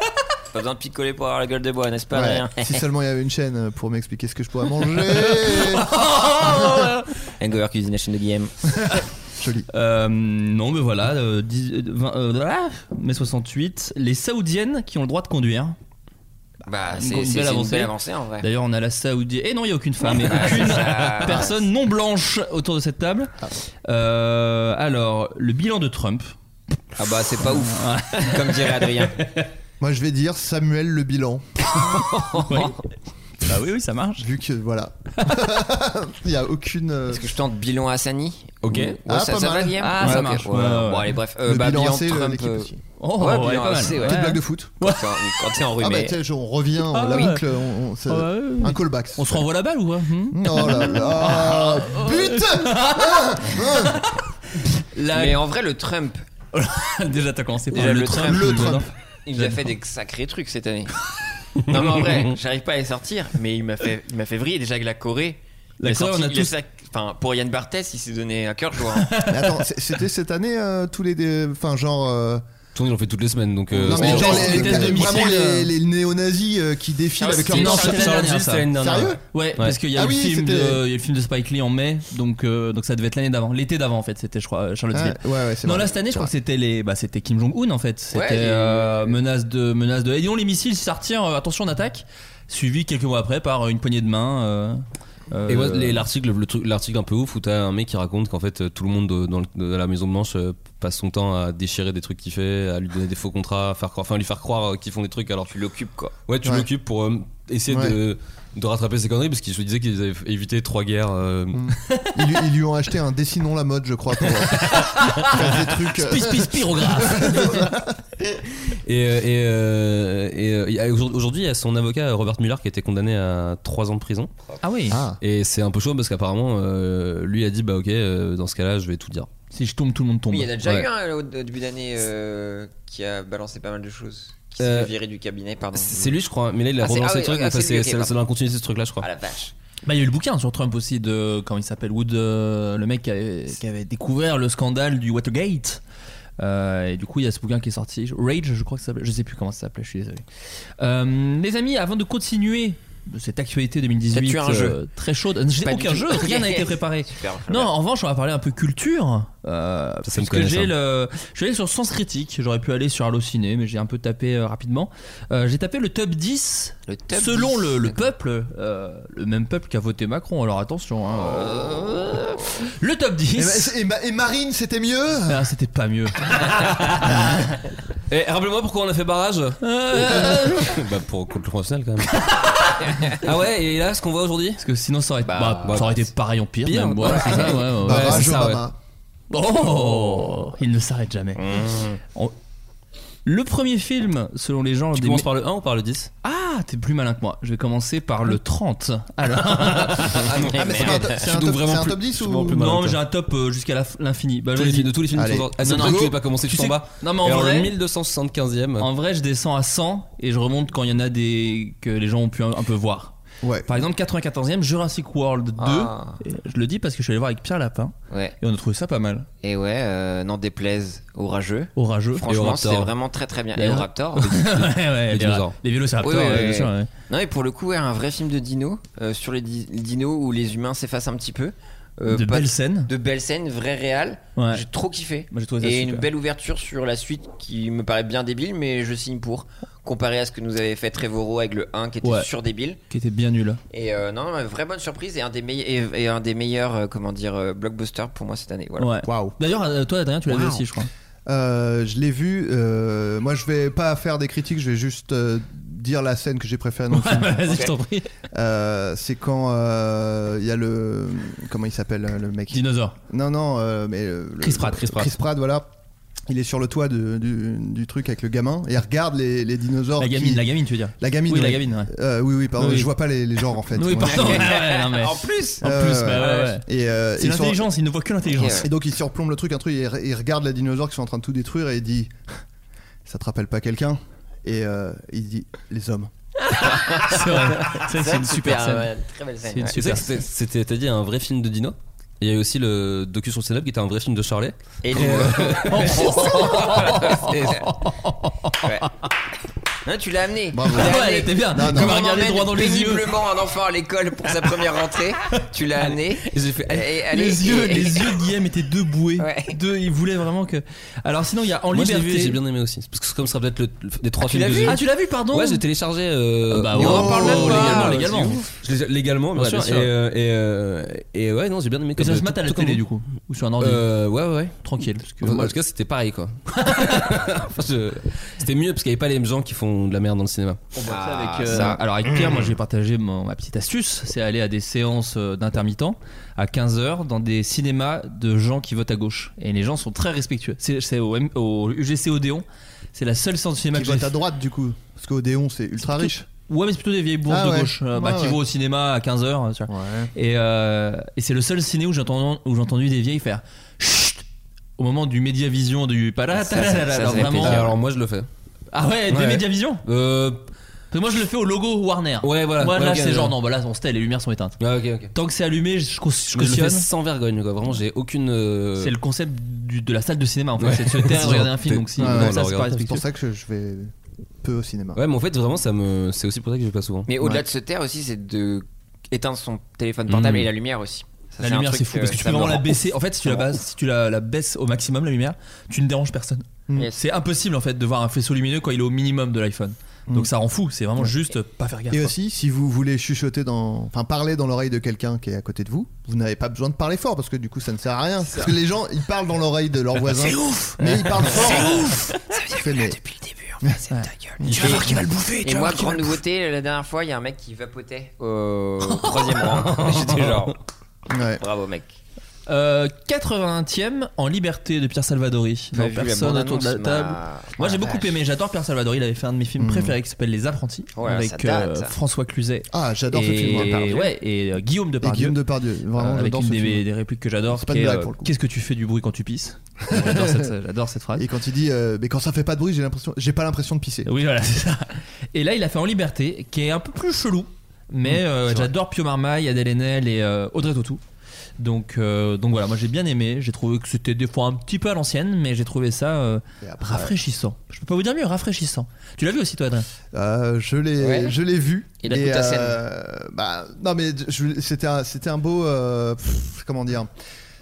Speaker 10: Pas besoin de picoler pour avoir la gueule de bois, n'est-ce pas
Speaker 3: Ouais,
Speaker 10: Adrien
Speaker 3: si seulement il y avait une chaîne pour m'expliquer ce que
Speaker 9: *laughs*
Speaker 3: je pourrais manger.
Speaker 10: Hangover Cuisination de Guillaume.
Speaker 3: Joli.
Speaker 9: Euh, non, mais voilà, euh, dix- euh, vingt- euh, voilà, mai 68, les Saoudiennes qui ont le droit de conduire.
Speaker 10: Bah,
Speaker 9: Une
Speaker 10: c'est
Speaker 9: grosse
Speaker 10: c'est- c'est
Speaker 9: belle
Speaker 10: une
Speaker 9: avancée.
Speaker 10: belle avancée en vrai.
Speaker 9: D'ailleurs, on a la Saoudienne. Et non, il n'y a aucune femme, et
Speaker 10: *laughs*
Speaker 9: aucune
Speaker 10: ça.
Speaker 9: Ah. personne non blanche autour de cette table. Euh, alors, le bilan de Trump.
Speaker 10: Ah bah, c'est pas ouf, comme dirait Adrien.
Speaker 3: Moi, je vais dire Samuel le bilan,
Speaker 9: Oui. bah oui, oui, ça marche.
Speaker 3: vu que voilà. *laughs* Il y a aucune. euh,
Speaker 10: Est-ce que je tente bilan Hassani
Speaker 9: Ok.
Speaker 10: Ouais,
Speaker 3: Ah,
Speaker 10: ça,
Speaker 3: pas
Speaker 10: ça va,
Speaker 3: mal.
Speaker 10: Guillaume
Speaker 9: Ah, ça
Speaker 10: ok.
Speaker 9: marche.
Speaker 10: Ouais,
Speaker 9: Ouais, ouais.
Speaker 10: Bon, allez, bref. Euh,
Speaker 3: le
Speaker 10: bah,
Speaker 3: bilan,
Speaker 10: bilan
Speaker 3: c'est euh,
Speaker 10: Trump.
Speaker 3: l'équipe
Speaker 10: euh,
Speaker 3: aussi.
Speaker 9: Oh,
Speaker 10: Ouais,
Speaker 9: ouais,
Speaker 10: bilan
Speaker 9: pas mal.
Speaker 10: assez, ouais.
Speaker 3: Petite blague de foot.
Speaker 10: Quand quand t'es
Speaker 3: Ah, bah,
Speaker 10: enrhumé.
Speaker 3: tiens, on revient, on,
Speaker 9: Ah,
Speaker 3: la
Speaker 9: oui.
Speaker 3: boucle, on, on- c'est-
Speaker 9: Ah, ouais, ouais.
Speaker 3: un callback.
Speaker 9: On se renvoie la balle ou quoi
Speaker 3: *laughs*
Speaker 9: hmm
Speaker 3: Oh là là
Speaker 9: *laughs*
Speaker 3: But
Speaker 9: La-
Speaker 10: Mais en vrai, le Trump,
Speaker 9: Déjà, t'as commencé par
Speaker 10: Déjà,
Speaker 9: le,
Speaker 10: le
Speaker 9: Trump.
Speaker 10: Trump.
Speaker 3: Le
Speaker 9: dedans.
Speaker 3: Trump.
Speaker 10: Il nous a fait des sacrés trucs cette année. non, mais en vrai, j'arrive pas à les sortir, mais il m'a fait, il m'a fait vriller déjà avec la Corée.
Speaker 9: La
Speaker 10: Il
Speaker 9: Corée,
Speaker 10: sorti-
Speaker 9: on a
Speaker 10: il
Speaker 9: tous-
Speaker 10: sac- Enfin, pour Yann Barthès, il s'est donné un cœur joie.
Speaker 3: Mais attends, c'est- c'était cette année euh, tous les. dé- Enfin, genre. euh,
Speaker 8: Tourner, on fait toutes les semaines, donc. euh,
Speaker 3: non, mais
Speaker 8: c'est-
Speaker 3: genre
Speaker 8: c'est-
Speaker 3: les,
Speaker 8: c'est-
Speaker 3: les-
Speaker 8: c'est-
Speaker 3: vraiment les,
Speaker 8: c'est-
Speaker 3: les néo-nazis euh, qui défilent
Speaker 10: Ah ouais,
Speaker 3: avec
Speaker 10: c'était-
Speaker 3: leur
Speaker 10: non, c'était l'année dernière, ça.
Speaker 3: Sérieux
Speaker 9: Ouais, parce qu'il y, a
Speaker 3: Ah
Speaker 9: le
Speaker 3: oui,
Speaker 9: film de-
Speaker 3: c'était-
Speaker 9: il y a le film de Spike Lee en mai, donc, euh, donc ça devait être l'année d'avant, l'été d'avant en fait, c'était je crois euh, Charlottesville.
Speaker 3: Ah, ouais, ouais, c'est
Speaker 9: non,
Speaker 3: vrai.
Speaker 9: là cette année, je
Speaker 3: C'est
Speaker 9: crois que
Speaker 3: vrai.
Speaker 9: c'était les, bah, c'était Kim Jong Un en fait. C'était
Speaker 10: Ouais, et-
Speaker 9: euh, menace de menace de. Et disons les missiles, si ça retire, euh, attention on attaque. Suivi quelques mois après par euh, une poignée de main. euh, euh,
Speaker 8: Et ouais, les- l'article, le truc, l'article un peu ouf où t'as un mec qui raconte qu'en fait euh, tout le monde euh, dans, le- de la Maison Blanche euh, passe son temps à déchirer des trucs qu'il fait, à lui donner des faux contrats, à faire croire, enfin lui faire croire euh, qu'ils font des trucs alors que-
Speaker 10: Tu l'occupes quoi.
Speaker 8: ouais tu
Speaker 3: Ouais.
Speaker 8: l'occupes pour euh, essayer
Speaker 3: Ouais.
Speaker 8: de, de rattraper ses conneries parce qu'ils se disaient qu'ils avaient évité trois guerres. euh,
Speaker 3: Ils, lui- ils lui ont acheté un dessinons la mode, je
Speaker 8: *laughs*
Speaker 3: crois, pour euh, faire des trucs. euh,
Speaker 9: Pisse, pisse, pyrographe.
Speaker 8: *laughs* Et, euh, et, euh, et, euh, il y a- aujourd'hui- aujourd'hui, il y a son avocat euh, Robert Mueller qui a été condamné à 3 ans de prison.
Speaker 9: ah oui.
Speaker 3: Ah,
Speaker 8: Et c'est un peu chaud parce qu'apparemment, euh, lui a dit Bah, ok, euh, dans ce cas-là, je vais tout dire.
Speaker 9: Si je tombe, tout le monde tombe.
Speaker 10: Oui, il y en a déjà
Speaker 8: Ouais.
Speaker 10: eu un au, au début d'année euh, qui a balancé pas mal de choses. Qui s'est
Speaker 8: Euh,
Speaker 10: fait virer du cabinet, pardon.
Speaker 8: C'est lui, je crois, mais là, il a
Speaker 10: Ah, c'est-
Speaker 8: relancé
Speaker 10: ah
Speaker 8: le
Speaker 10: oui,
Speaker 8: truc.
Speaker 10: ah,
Speaker 8: donc
Speaker 10: c'est
Speaker 8: c'est-
Speaker 10: lui, ok,
Speaker 8: c'est-
Speaker 10: pardon.
Speaker 8: c'est dans la continuité de ce truc-là, je crois.
Speaker 10: Ah la vache.
Speaker 9: Bah, il y a eu le bouquin sur Trump aussi de comment il s'appelle Wood, euh, le mec qui avait, qui avait découvert le scandale du Watergate. Euh, et du coup, il y a ce bouquin qui est sorti, je- Rage, je crois que ça s'appelait. Je sais plus comment ça s'appelait. Je suis désolé. Euh, les amis, avant de continuer de cette actualité 2018
Speaker 10: T'as tué un jeu.
Speaker 9: euh, très chaude, j'ai
Speaker 10: Pas du
Speaker 9: aucun
Speaker 10: tout.
Speaker 9: jeu, rien n'a été préparé.
Speaker 10: Super.
Speaker 9: Non, en revanche, on va parler un peu culture. Euh,
Speaker 8: Ça, ça me
Speaker 9: parce que
Speaker 8: connaît,
Speaker 9: j'ai
Speaker 8: ça.
Speaker 9: le. Je suis allé sur Sens Critique, j'aurais pu aller sur Allociné, mais j'ai un peu tapé euh, rapidement. Euh, j'ai tapé le top 10
Speaker 10: Le top
Speaker 9: selon
Speaker 10: 10,
Speaker 9: le, le
Speaker 10: d'accord.
Speaker 9: peuple, euh, le même peuple qui a voté Macron, alors attention. hein, euh, le top
Speaker 8: Eh ben,
Speaker 3: Et,
Speaker 9: 10.
Speaker 3: ma- et ma- et Marine, c'était mieux
Speaker 9: Ah, c'était
Speaker 8: *laughs*
Speaker 9: pas mieux.
Speaker 8: Et rappelle-moi Eh, pourquoi on a fait barrage
Speaker 9: Euh,
Speaker 8: *laughs* Bah, pour contre le final, quand même.
Speaker 9: *laughs*
Speaker 8: ah ouais, et là, ce qu'on voit aujourd'hui
Speaker 9: parce que sinon, ça aurait,
Speaker 10: Bah,
Speaker 9: bah,
Speaker 8: bah,
Speaker 9: ça aurait été pareil en pire.
Speaker 8: pire, Bah,
Speaker 9: même, ouais, c'est ça, ouais, ouais, ouais.
Speaker 3: Barrage
Speaker 8: c'est ça,
Speaker 3: Bah, Obama.
Speaker 9: Oh Il ne s'arrête jamais.
Speaker 8: Hmm.
Speaker 9: On- Le premier film, selon les gens,
Speaker 8: Tu
Speaker 9: des
Speaker 8: commences par le 1 ou par le 10
Speaker 9: Ah, t'es plus malin que moi. Je vais commencer par le 30.
Speaker 8: *laughs*
Speaker 9: Alors,
Speaker 10: Ah non,
Speaker 3: Ah, mais c'est pas un
Speaker 10: merde.
Speaker 3: top-
Speaker 8: Je suis
Speaker 3: c'est un top,
Speaker 8: donc vraiment
Speaker 3: c'est un
Speaker 8: plus-
Speaker 3: top 10
Speaker 8: je suis
Speaker 3: ou
Speaker 8: vraiment plus malin.
Speaker 9: non,
Speaker 8: que
Speaker 9: mais
Speaker 8: toi.
Speaker 9: j'ai un top euh, jusqu'à la f- l'infini. Bah,
Speaker 8: tous, les
Speaker 9: vas-y.
Speaker 8: films, de tous les films
Speaker 3: Allez.
Speaker 8: sont en- Ah, c'est pour
Speaker 9: Non, non.
Speaker 8: ça que tu veux pas commencer
Speaker 9: Tu
Speaker 8: tout en
Speaker 9: sais-
Speaker 8: bas
Speaker 9: Non, mais en
Speaker 8: Et alors,
Speaker 9: vrai-
Speaker 8: le 1275ème.
Speaker 9: En vrai, je descends à 100 et je remonte quand il y en a des que les gens ont pu un, un peu voir.
Speaker 3: Ouais.
Speaker 9: Par exemple, 94e Jurassic World 2.
Speaker 10: Ah.
Speaker 9: Et Je le dis parce que je suis allé voir avec Pierre Lapin
Speaker 10: Ouais.
Speaker 9: et on a trouvé ça pas mal.
Speaker 10: Et ouais, euh, n'en déplaise aux rageux.
Speaker 9: Orageux.
Speaker 8: au
Speaker 10: Franchement,
Speaker 8: Raptor.
Speaker 10: c'est vraiment très très bien. Et au
Speaker 8: *laughs*
Speaker 9: D'ailleurs-
Speaker 10: Raptor.
Speaker 9: *coughs* ouais, ouais,
Speaker 8: Les
Speaker 9: les, ra-
Speaker 8: dinosaures.
Speaker 9: les vélociraptors,
Speaker 10: Oui, oui,
Speaker 9: ouais,
Speaker 10: oui,
Speaker 9: euh, bien
Speaker 10: oui.
Speaker 9: sûr, ouais.
Speaker 10: non, et pour le coup, ouais, un vrai film de dino euh, sur les di- dinos où les humains s'effacent un petit peu. Euh,
Speaker 9: de
Speaker 10: pas-
Speaker 9: belles scènes.
Speaker 10: De belles scènes, vrai réel.
Speaker 9: Ouais.
Speaker 10: J'ai trop kiffé.
Speaker 9: Moi, j'ai trouvé ça
Speaker 10: Et une
Speaker 9: super.
Speaker 10: belle ouverture sur la suite qui me paraît bien débile, mais je signe pour. Comparé à ce que nous avait fait Trevorrow avec le 1 qui était
Speaker 9: Ouais.
Speaker 10: sur débile.
Speaker 9: Qui était bien nul.
Speaker 10: Et euh, non, non, vraie bonne surprise et un des, meille- et, et un des meilleurs euh, comment dire, euh, blockbusters pour moi cette année. Voilà.
Speaker 9: Ouais.
Speaker 3: Waouh.
Speaker 9: D'ailleurs, euh, toi, Adrien, tu l'avais
Speaker 3: Wow.
Speaker 8: *laughs*
Speaker 9: aussi, je crois.
Speaker 3: Euh, je l'ai vu. euh, moi, je vais pas faire des critiques, je vais juste euh, dire la scène que j'ai préférée dans
Speaker 8: Ah,
Speaker 3: le film.
Speaker 9: Vas-y, je t'en prie.
Speaker 3: Euh, c'est quand euh, il y a le. Comment il s'appelle le mec
Speaker 9: Dinosaure.
Speaker 3: Non, non, euh, mais. euh, le-
Speaker 9: Chris Pratt, Chris Pratt.
Speaker 3: voilà. Il est sur le toit de- du, du truc avec le gamin et il regarde les, les dinosaures.
Speaker 9: La
Speaker 3: qui-
Speaker 9: gamine, la gamine, tu veux dire.
Speaker 3: La gamine.
Speaker 9: Oui, la
Speaker 3: ouais.
Speaker 9: gamine, ouais.
Speaker 3: Euh, oui, oui, pardon,
Speaker 9: Oui.
Speaker 3: je vois pas les, les genres en fait.
Speaker 9: Oui,
Speaker 3: Moi,
Speaker 9: pardon. *laughs* ouais,
Speaker 3: je-
Speaker 9: ouais, non, mais-
Speaker 10: En plus,
Speaker 9: En
Speaker 3: Euh,
Speaker 9: plus,
Speaker 3: ouais,
Speaker 9: bah, ouais, ouais.
Speaker 3: Et, euh,
Speaker 9: C'est
Speaker 3: ils sont-
Speaker 9: l'intelligence, il ne voit
Speaker 8: *laughs*
Speaker 9: que l'intelligence.
Speaker 10: Ok,
Speaker 3: Et donc il surplombe le truc, un truc, il, il regarde les dinosaures qui sont en train de tout détruire et il dit Ça te rappelle pas quelqu'un Et euh, il dit Les hommes.
Speaker 9: C'est vrai. Ça, c'est une super scène.
Speaker 10: ouais, très belle scène.
Speaker 9: C'est une
Speaker 10: ouais.
Speaker 8: Et c'est vrai
Speaker 9: super
Speaker 8: que c'était- c'était, t'as dit, un vrai film de dino Il y a eu aussi le docu sur le stand-up qui était un vrai film de Charlet.
Speaker 10: Et le-
Speaker 9: Oh,
Speaker 8: *laughs*
Speaker 10: *laughs* Ouais. Hein, tu l'as amené.
Speaker 3: Bravo.
Speaker 10: Tu l'as
Speaker 9: Ouais,
Speaker 10: amené.
Speaker 9: elle était bien.
Speaker 3: Non, non.
Speaker 9: Comme
Speaker 10: Comme on
Speaker 9: regarder
Speaker 10: emmène
Speaker 9: droit dans les yeux.
Speaker 10: péniblement un enfant à l'école pour sa première rentrée. Tu l'as amené.
Speaker 8: Et j'ai fait, allez,
Speaker 10: Et- allez,
Speaker 9: Les yeux,
Speaker 10: et-
Speaker 9: les yeux de Guillaume étaient deux boués.
Speaker 10: Ouais.
Speaker 9: Deux, il voulait vraiment que. Alors sinon, il y a En
Speaker 8: Moi, je l'ai
Speaker 9: Liberté.
Speaker 8: vu et j'ai bien aimé aussi. Parce que comme ça peut-être le, le- des trois
Speaker 9: Tu
Speaker 8: films
Speaker 9: l'as
Speaker 8: que
Speaker 9: vu
Speaker 8: j'ai
Speaker 9: Ah, tu l'as vu, pardon
Speaker 8: Ouais, j'ai téléchargé. euh,
Speaker 9: Bah,
Speaker 8: et
Speaker 9: on
Speaker 8: en
Speaker 9: en parle même pas. Légalement, légalement.
Speaker 8: Je l'ai- Légalement, bien
Speaker 9: Ouais,
Speaker 8: sûr.
Speaker 9: bien sûr.
Speaker 8: Et, euh, et, euh, et ouais, non, j'ai bien aimé.
Speaker 9: Et
Speaker 8: comme-
Speaker 9: ça se
Speaker 8: tout-
Speaker 9: mate à la
Speaker 8: tout comme
Speaker 9: télé,
Speaker 8: vous.
Speaker 9: du coup. Ou sur un ordi.
Speaker 8: Euh, ouais, ouais.
Speaker 9: Tranquille. Parce que
Speaker 8: Enfin,
Speaker 9: moi,
Speaker 8: en tout cas, c'était pareil
Speaker 9: *laughs*
Speaker 8: quoi. Enfin, je- C'était mieux parce qu'il n'y avait pas les mêmes gens qui font de la merde dans le cinéma.
Speaker 9: on voit ça
Speaker 10: Ah,
Speaker 9: avec, euh,
Speaker 10: ça.
Speaker 9: Alors avec Pierre, moi je *clears throat* vais partager mon- ma petite astuce, c'est aller à des séances euh, d'intermittents à 15h dans des cinémas de gens qui votent à gauche. Et les gens sont très respectueux. C'est c'est au, M- au UGC Odéon, c'est la seule séance de cinéma
Speaker 3: Qui
Speaker 9: que j'ai
Speaker 3: vote à droite du coup Parce qu'Odéon c'est ultra riche.
Speaker 9: Ouais, mais c'est plutôt des vieilles bourses
Speaker 3: Ah
Speaker 9: de
Speaker 3: ouais.
Speaker 9: gauche euh, bah,
Speaker 3: Ouais,
Speaker 9: qui
Speaker 3: ouais.
Speaker 9: vont au cinéma à 15h. tu vois. Et, euh, et c'est le seul ciné où j'ai entendu, où j'ai entendu des vieilles faire chut au moment du Médiavision du
Speaker 10: Ça,
Speaker 9: Palais.
Speaker 10: ça, ça, ça fait
Speaker 9: vraiment.
Speaker 10: plaisir.
Speaker 8: Alors moi, je le fais.
Speaker 9: Ah ouais, des Mediavision
Speaker 8: Euh.
Speaker 9: Parce que moi je le fais au logo Warner.
Speaker 8: Ouais, voilà.
Speaker 9: Moi là
Speaker 8: Ouais, ok,
Speaker 9: c'est
Speaker 8: ouais.
Speaker 9: genre non, bah là on se tait, les lumières sont éteintes.
Speaker 8: Ah, ok, ok.
Speaker 9: Tant que c'est allumé, je, je
Speaker 8: Je le fais
Speaker 9: cautionne.
Speaker 8: sans vergogne, quoi. Vraiment, j'ai aucune. euh,
Speaker 9: C'est le concept du- de la salle de cinéma en fait,
Speaker 8: Ouais.
Speaker 9: c'est de se taire
Speaker 8: *laughs*
Speaker 9: et
Speaker 8: Genre,
Speaker 9: regarder un film.
Speaker 8: t'es-
Speaker 9: Donc si
Speaker 8: Ouais,
Speaker 9: non,
Speaker 8: ouais,
Speaker 9: ça
Speaker 8: on
Speaker 9: c'est
Speaker 8: regarde.
Speaker 9: pas
Speaker 3: C'est pour
Speaker 9: respectueux.
Speaker 3: ça que je- je vais peu au cinéma.
Speaker 8: Ouais, mais en fait, vraiment, ça me. C'est aussi pour ça que je vais pas souvent.
Speaker 10: Mais au-delà de se taire aussi, c'est de éteindre son téléphone portable
Speaker 8: Mm.
Speaker 10: et la lumière aussi. Ça,
Speaker 9: La
Speaker 10: un
Speaker 9: lumière
Speaker 10: truc
Speaker 9: c'est fou
Speaker 10: que
Speaker 9: parce que tu
Speaker 10: ça
Speaker 9: peux
Speaker 10: me
Speaker 9: vraiment la
Speaker 10: rend
Speaker 9: baisser.
Speaker 10: ouf.
Speaker 9: En fait, si tu la baisses, si tu la, la baisses au maximum la lumière, tu ne déranges personne.
Speaker 10: Mm. Yes.
Speaker 9: C'est impossible en fait de voir un faisceau lumineux quand il est au minimum de l'iPhone. Donc ça rend fou, c'est vraiment juste pas faire gaffe.
Speaker 3: Et
Speaker 9: quoi.
Speaker 3: aussi, si vous voulez chuchoter dans, enfin parler dans l'oreille de quelqu'un qui est à côté de vous, vous n'avez pas besoin de parler fort parce que du coup ça ne sert à rien. Parce que les gens ils parlent dans l'oreille de leur voisin.
Speaker 9: Ah, C'est ouf
Speaker 3: Mais ils parlent fort.
Speaker 9: C'est
Speaker 3: ouf.
Speaker 10: Depuis le début, en fait, c'est de ta gueule.
Speaker 9: Tu vas voir qu'il va le bouffer, tu
Speaker 10: Et moi,
Speaker 9: vas voir qu'il va
Speaker 10: grande
Speaker 9: le
Speaker 10: nouveauté, la dernière fois, il y a un mec qui vapotait au troisième *laughs* rang. J'étais genre, bravo mec.
Speaker 9: Euh, 80e en liberté de Pierre Salvadori.
Speaker 10: T'as
Speaker 9: Non,
Speaker 10: vu la
Speaker 9: personne
Speaker 10: bande-annonce,
Speaker 9: autour de la
Speaker 10: ma-
Speaker 9: table. Moi j'ai
Speaker 10: la
Speaker 9: beaucoup
Speaker 10: vache.
Speaker 9: aimé, j'adore Pierre Salvadori. Il avait fait un de mes films
Speaker 3: Mm.
Speaker 9: préférés qui s'appelle Les Apprentis
Speaker 10: Ouais, ça
Speaker 9: avec
Speaker 10: date,
Speaker 9: euh,
Speaker 10: ça.
Speaker 9: François Cluzet.
Speaker 3: Ah, j'adore ce
Speaker 9: Et-
Speaker 3: film.
Speaker 10: Depardieu.
Speaker 9: Ouais, et euh, Guillaume
Speaker 3: Et
Speaker 9: Depardieu.
Speaker 3: Guillaume Depardieu,
Speaker 9: euh,
Speaker 3: vraiment
Speaker 9: avec
Speaker 3: j'adore
Speaker 9: une
Speaker 3: ce
Speaker 9: des,
Speaker 3: film.
Speaker 9: des répliques que j'adore,
Speaker 3: C'est pas
Speaker 9: qui
Speaker 3: une
Speaker 9: est,
Speaker 3: blague
Speaker 9: euh,
Speaker 3: pour le coup.
Speaker 9: Qu'est-ce que tu fais du bruit quand tu
Speaker 3: *laughs*
Speaker 9: pisses J'adore cette, j'adore cette phrase.
Speaker 3: Et quand il dit, euh, mais quand ça fait pas de bruit, j'ai l'impression, j'ai pas l'impression de pisser.
Speaker 9: Oui, voilà, *laughs* c'est ça. Et là, il a fait En Liberté, qui est un peu plus chelou,
Speaker 3: Mm,
Speaker 9: mais euh, j'adore Pio Marmaille, Adèle Haenel et euh, Audrey Tautou. Donc, euh, donc voilà, moi j'ai bien aimé. J'ai trouvé que c'était des fois un petit peu à l'ancienne, mais j'ai trouvé ça euh,
Speaker 3: Et après,
Speaker 9: rafraîchissant. Je peux pas vous dire mieux, rafraîchissant. Tu l'as vu aussi, toi, Adrien
Speaker 3: euh, je l'ai,
Speaker 10: Ouais.
Speaker 3: je l'ai vu.
Speaker 10: Et la toute la scène.
Speaker 3: bah, non mais je- c'était, un, c'était un beau, euh, pff, comment dire.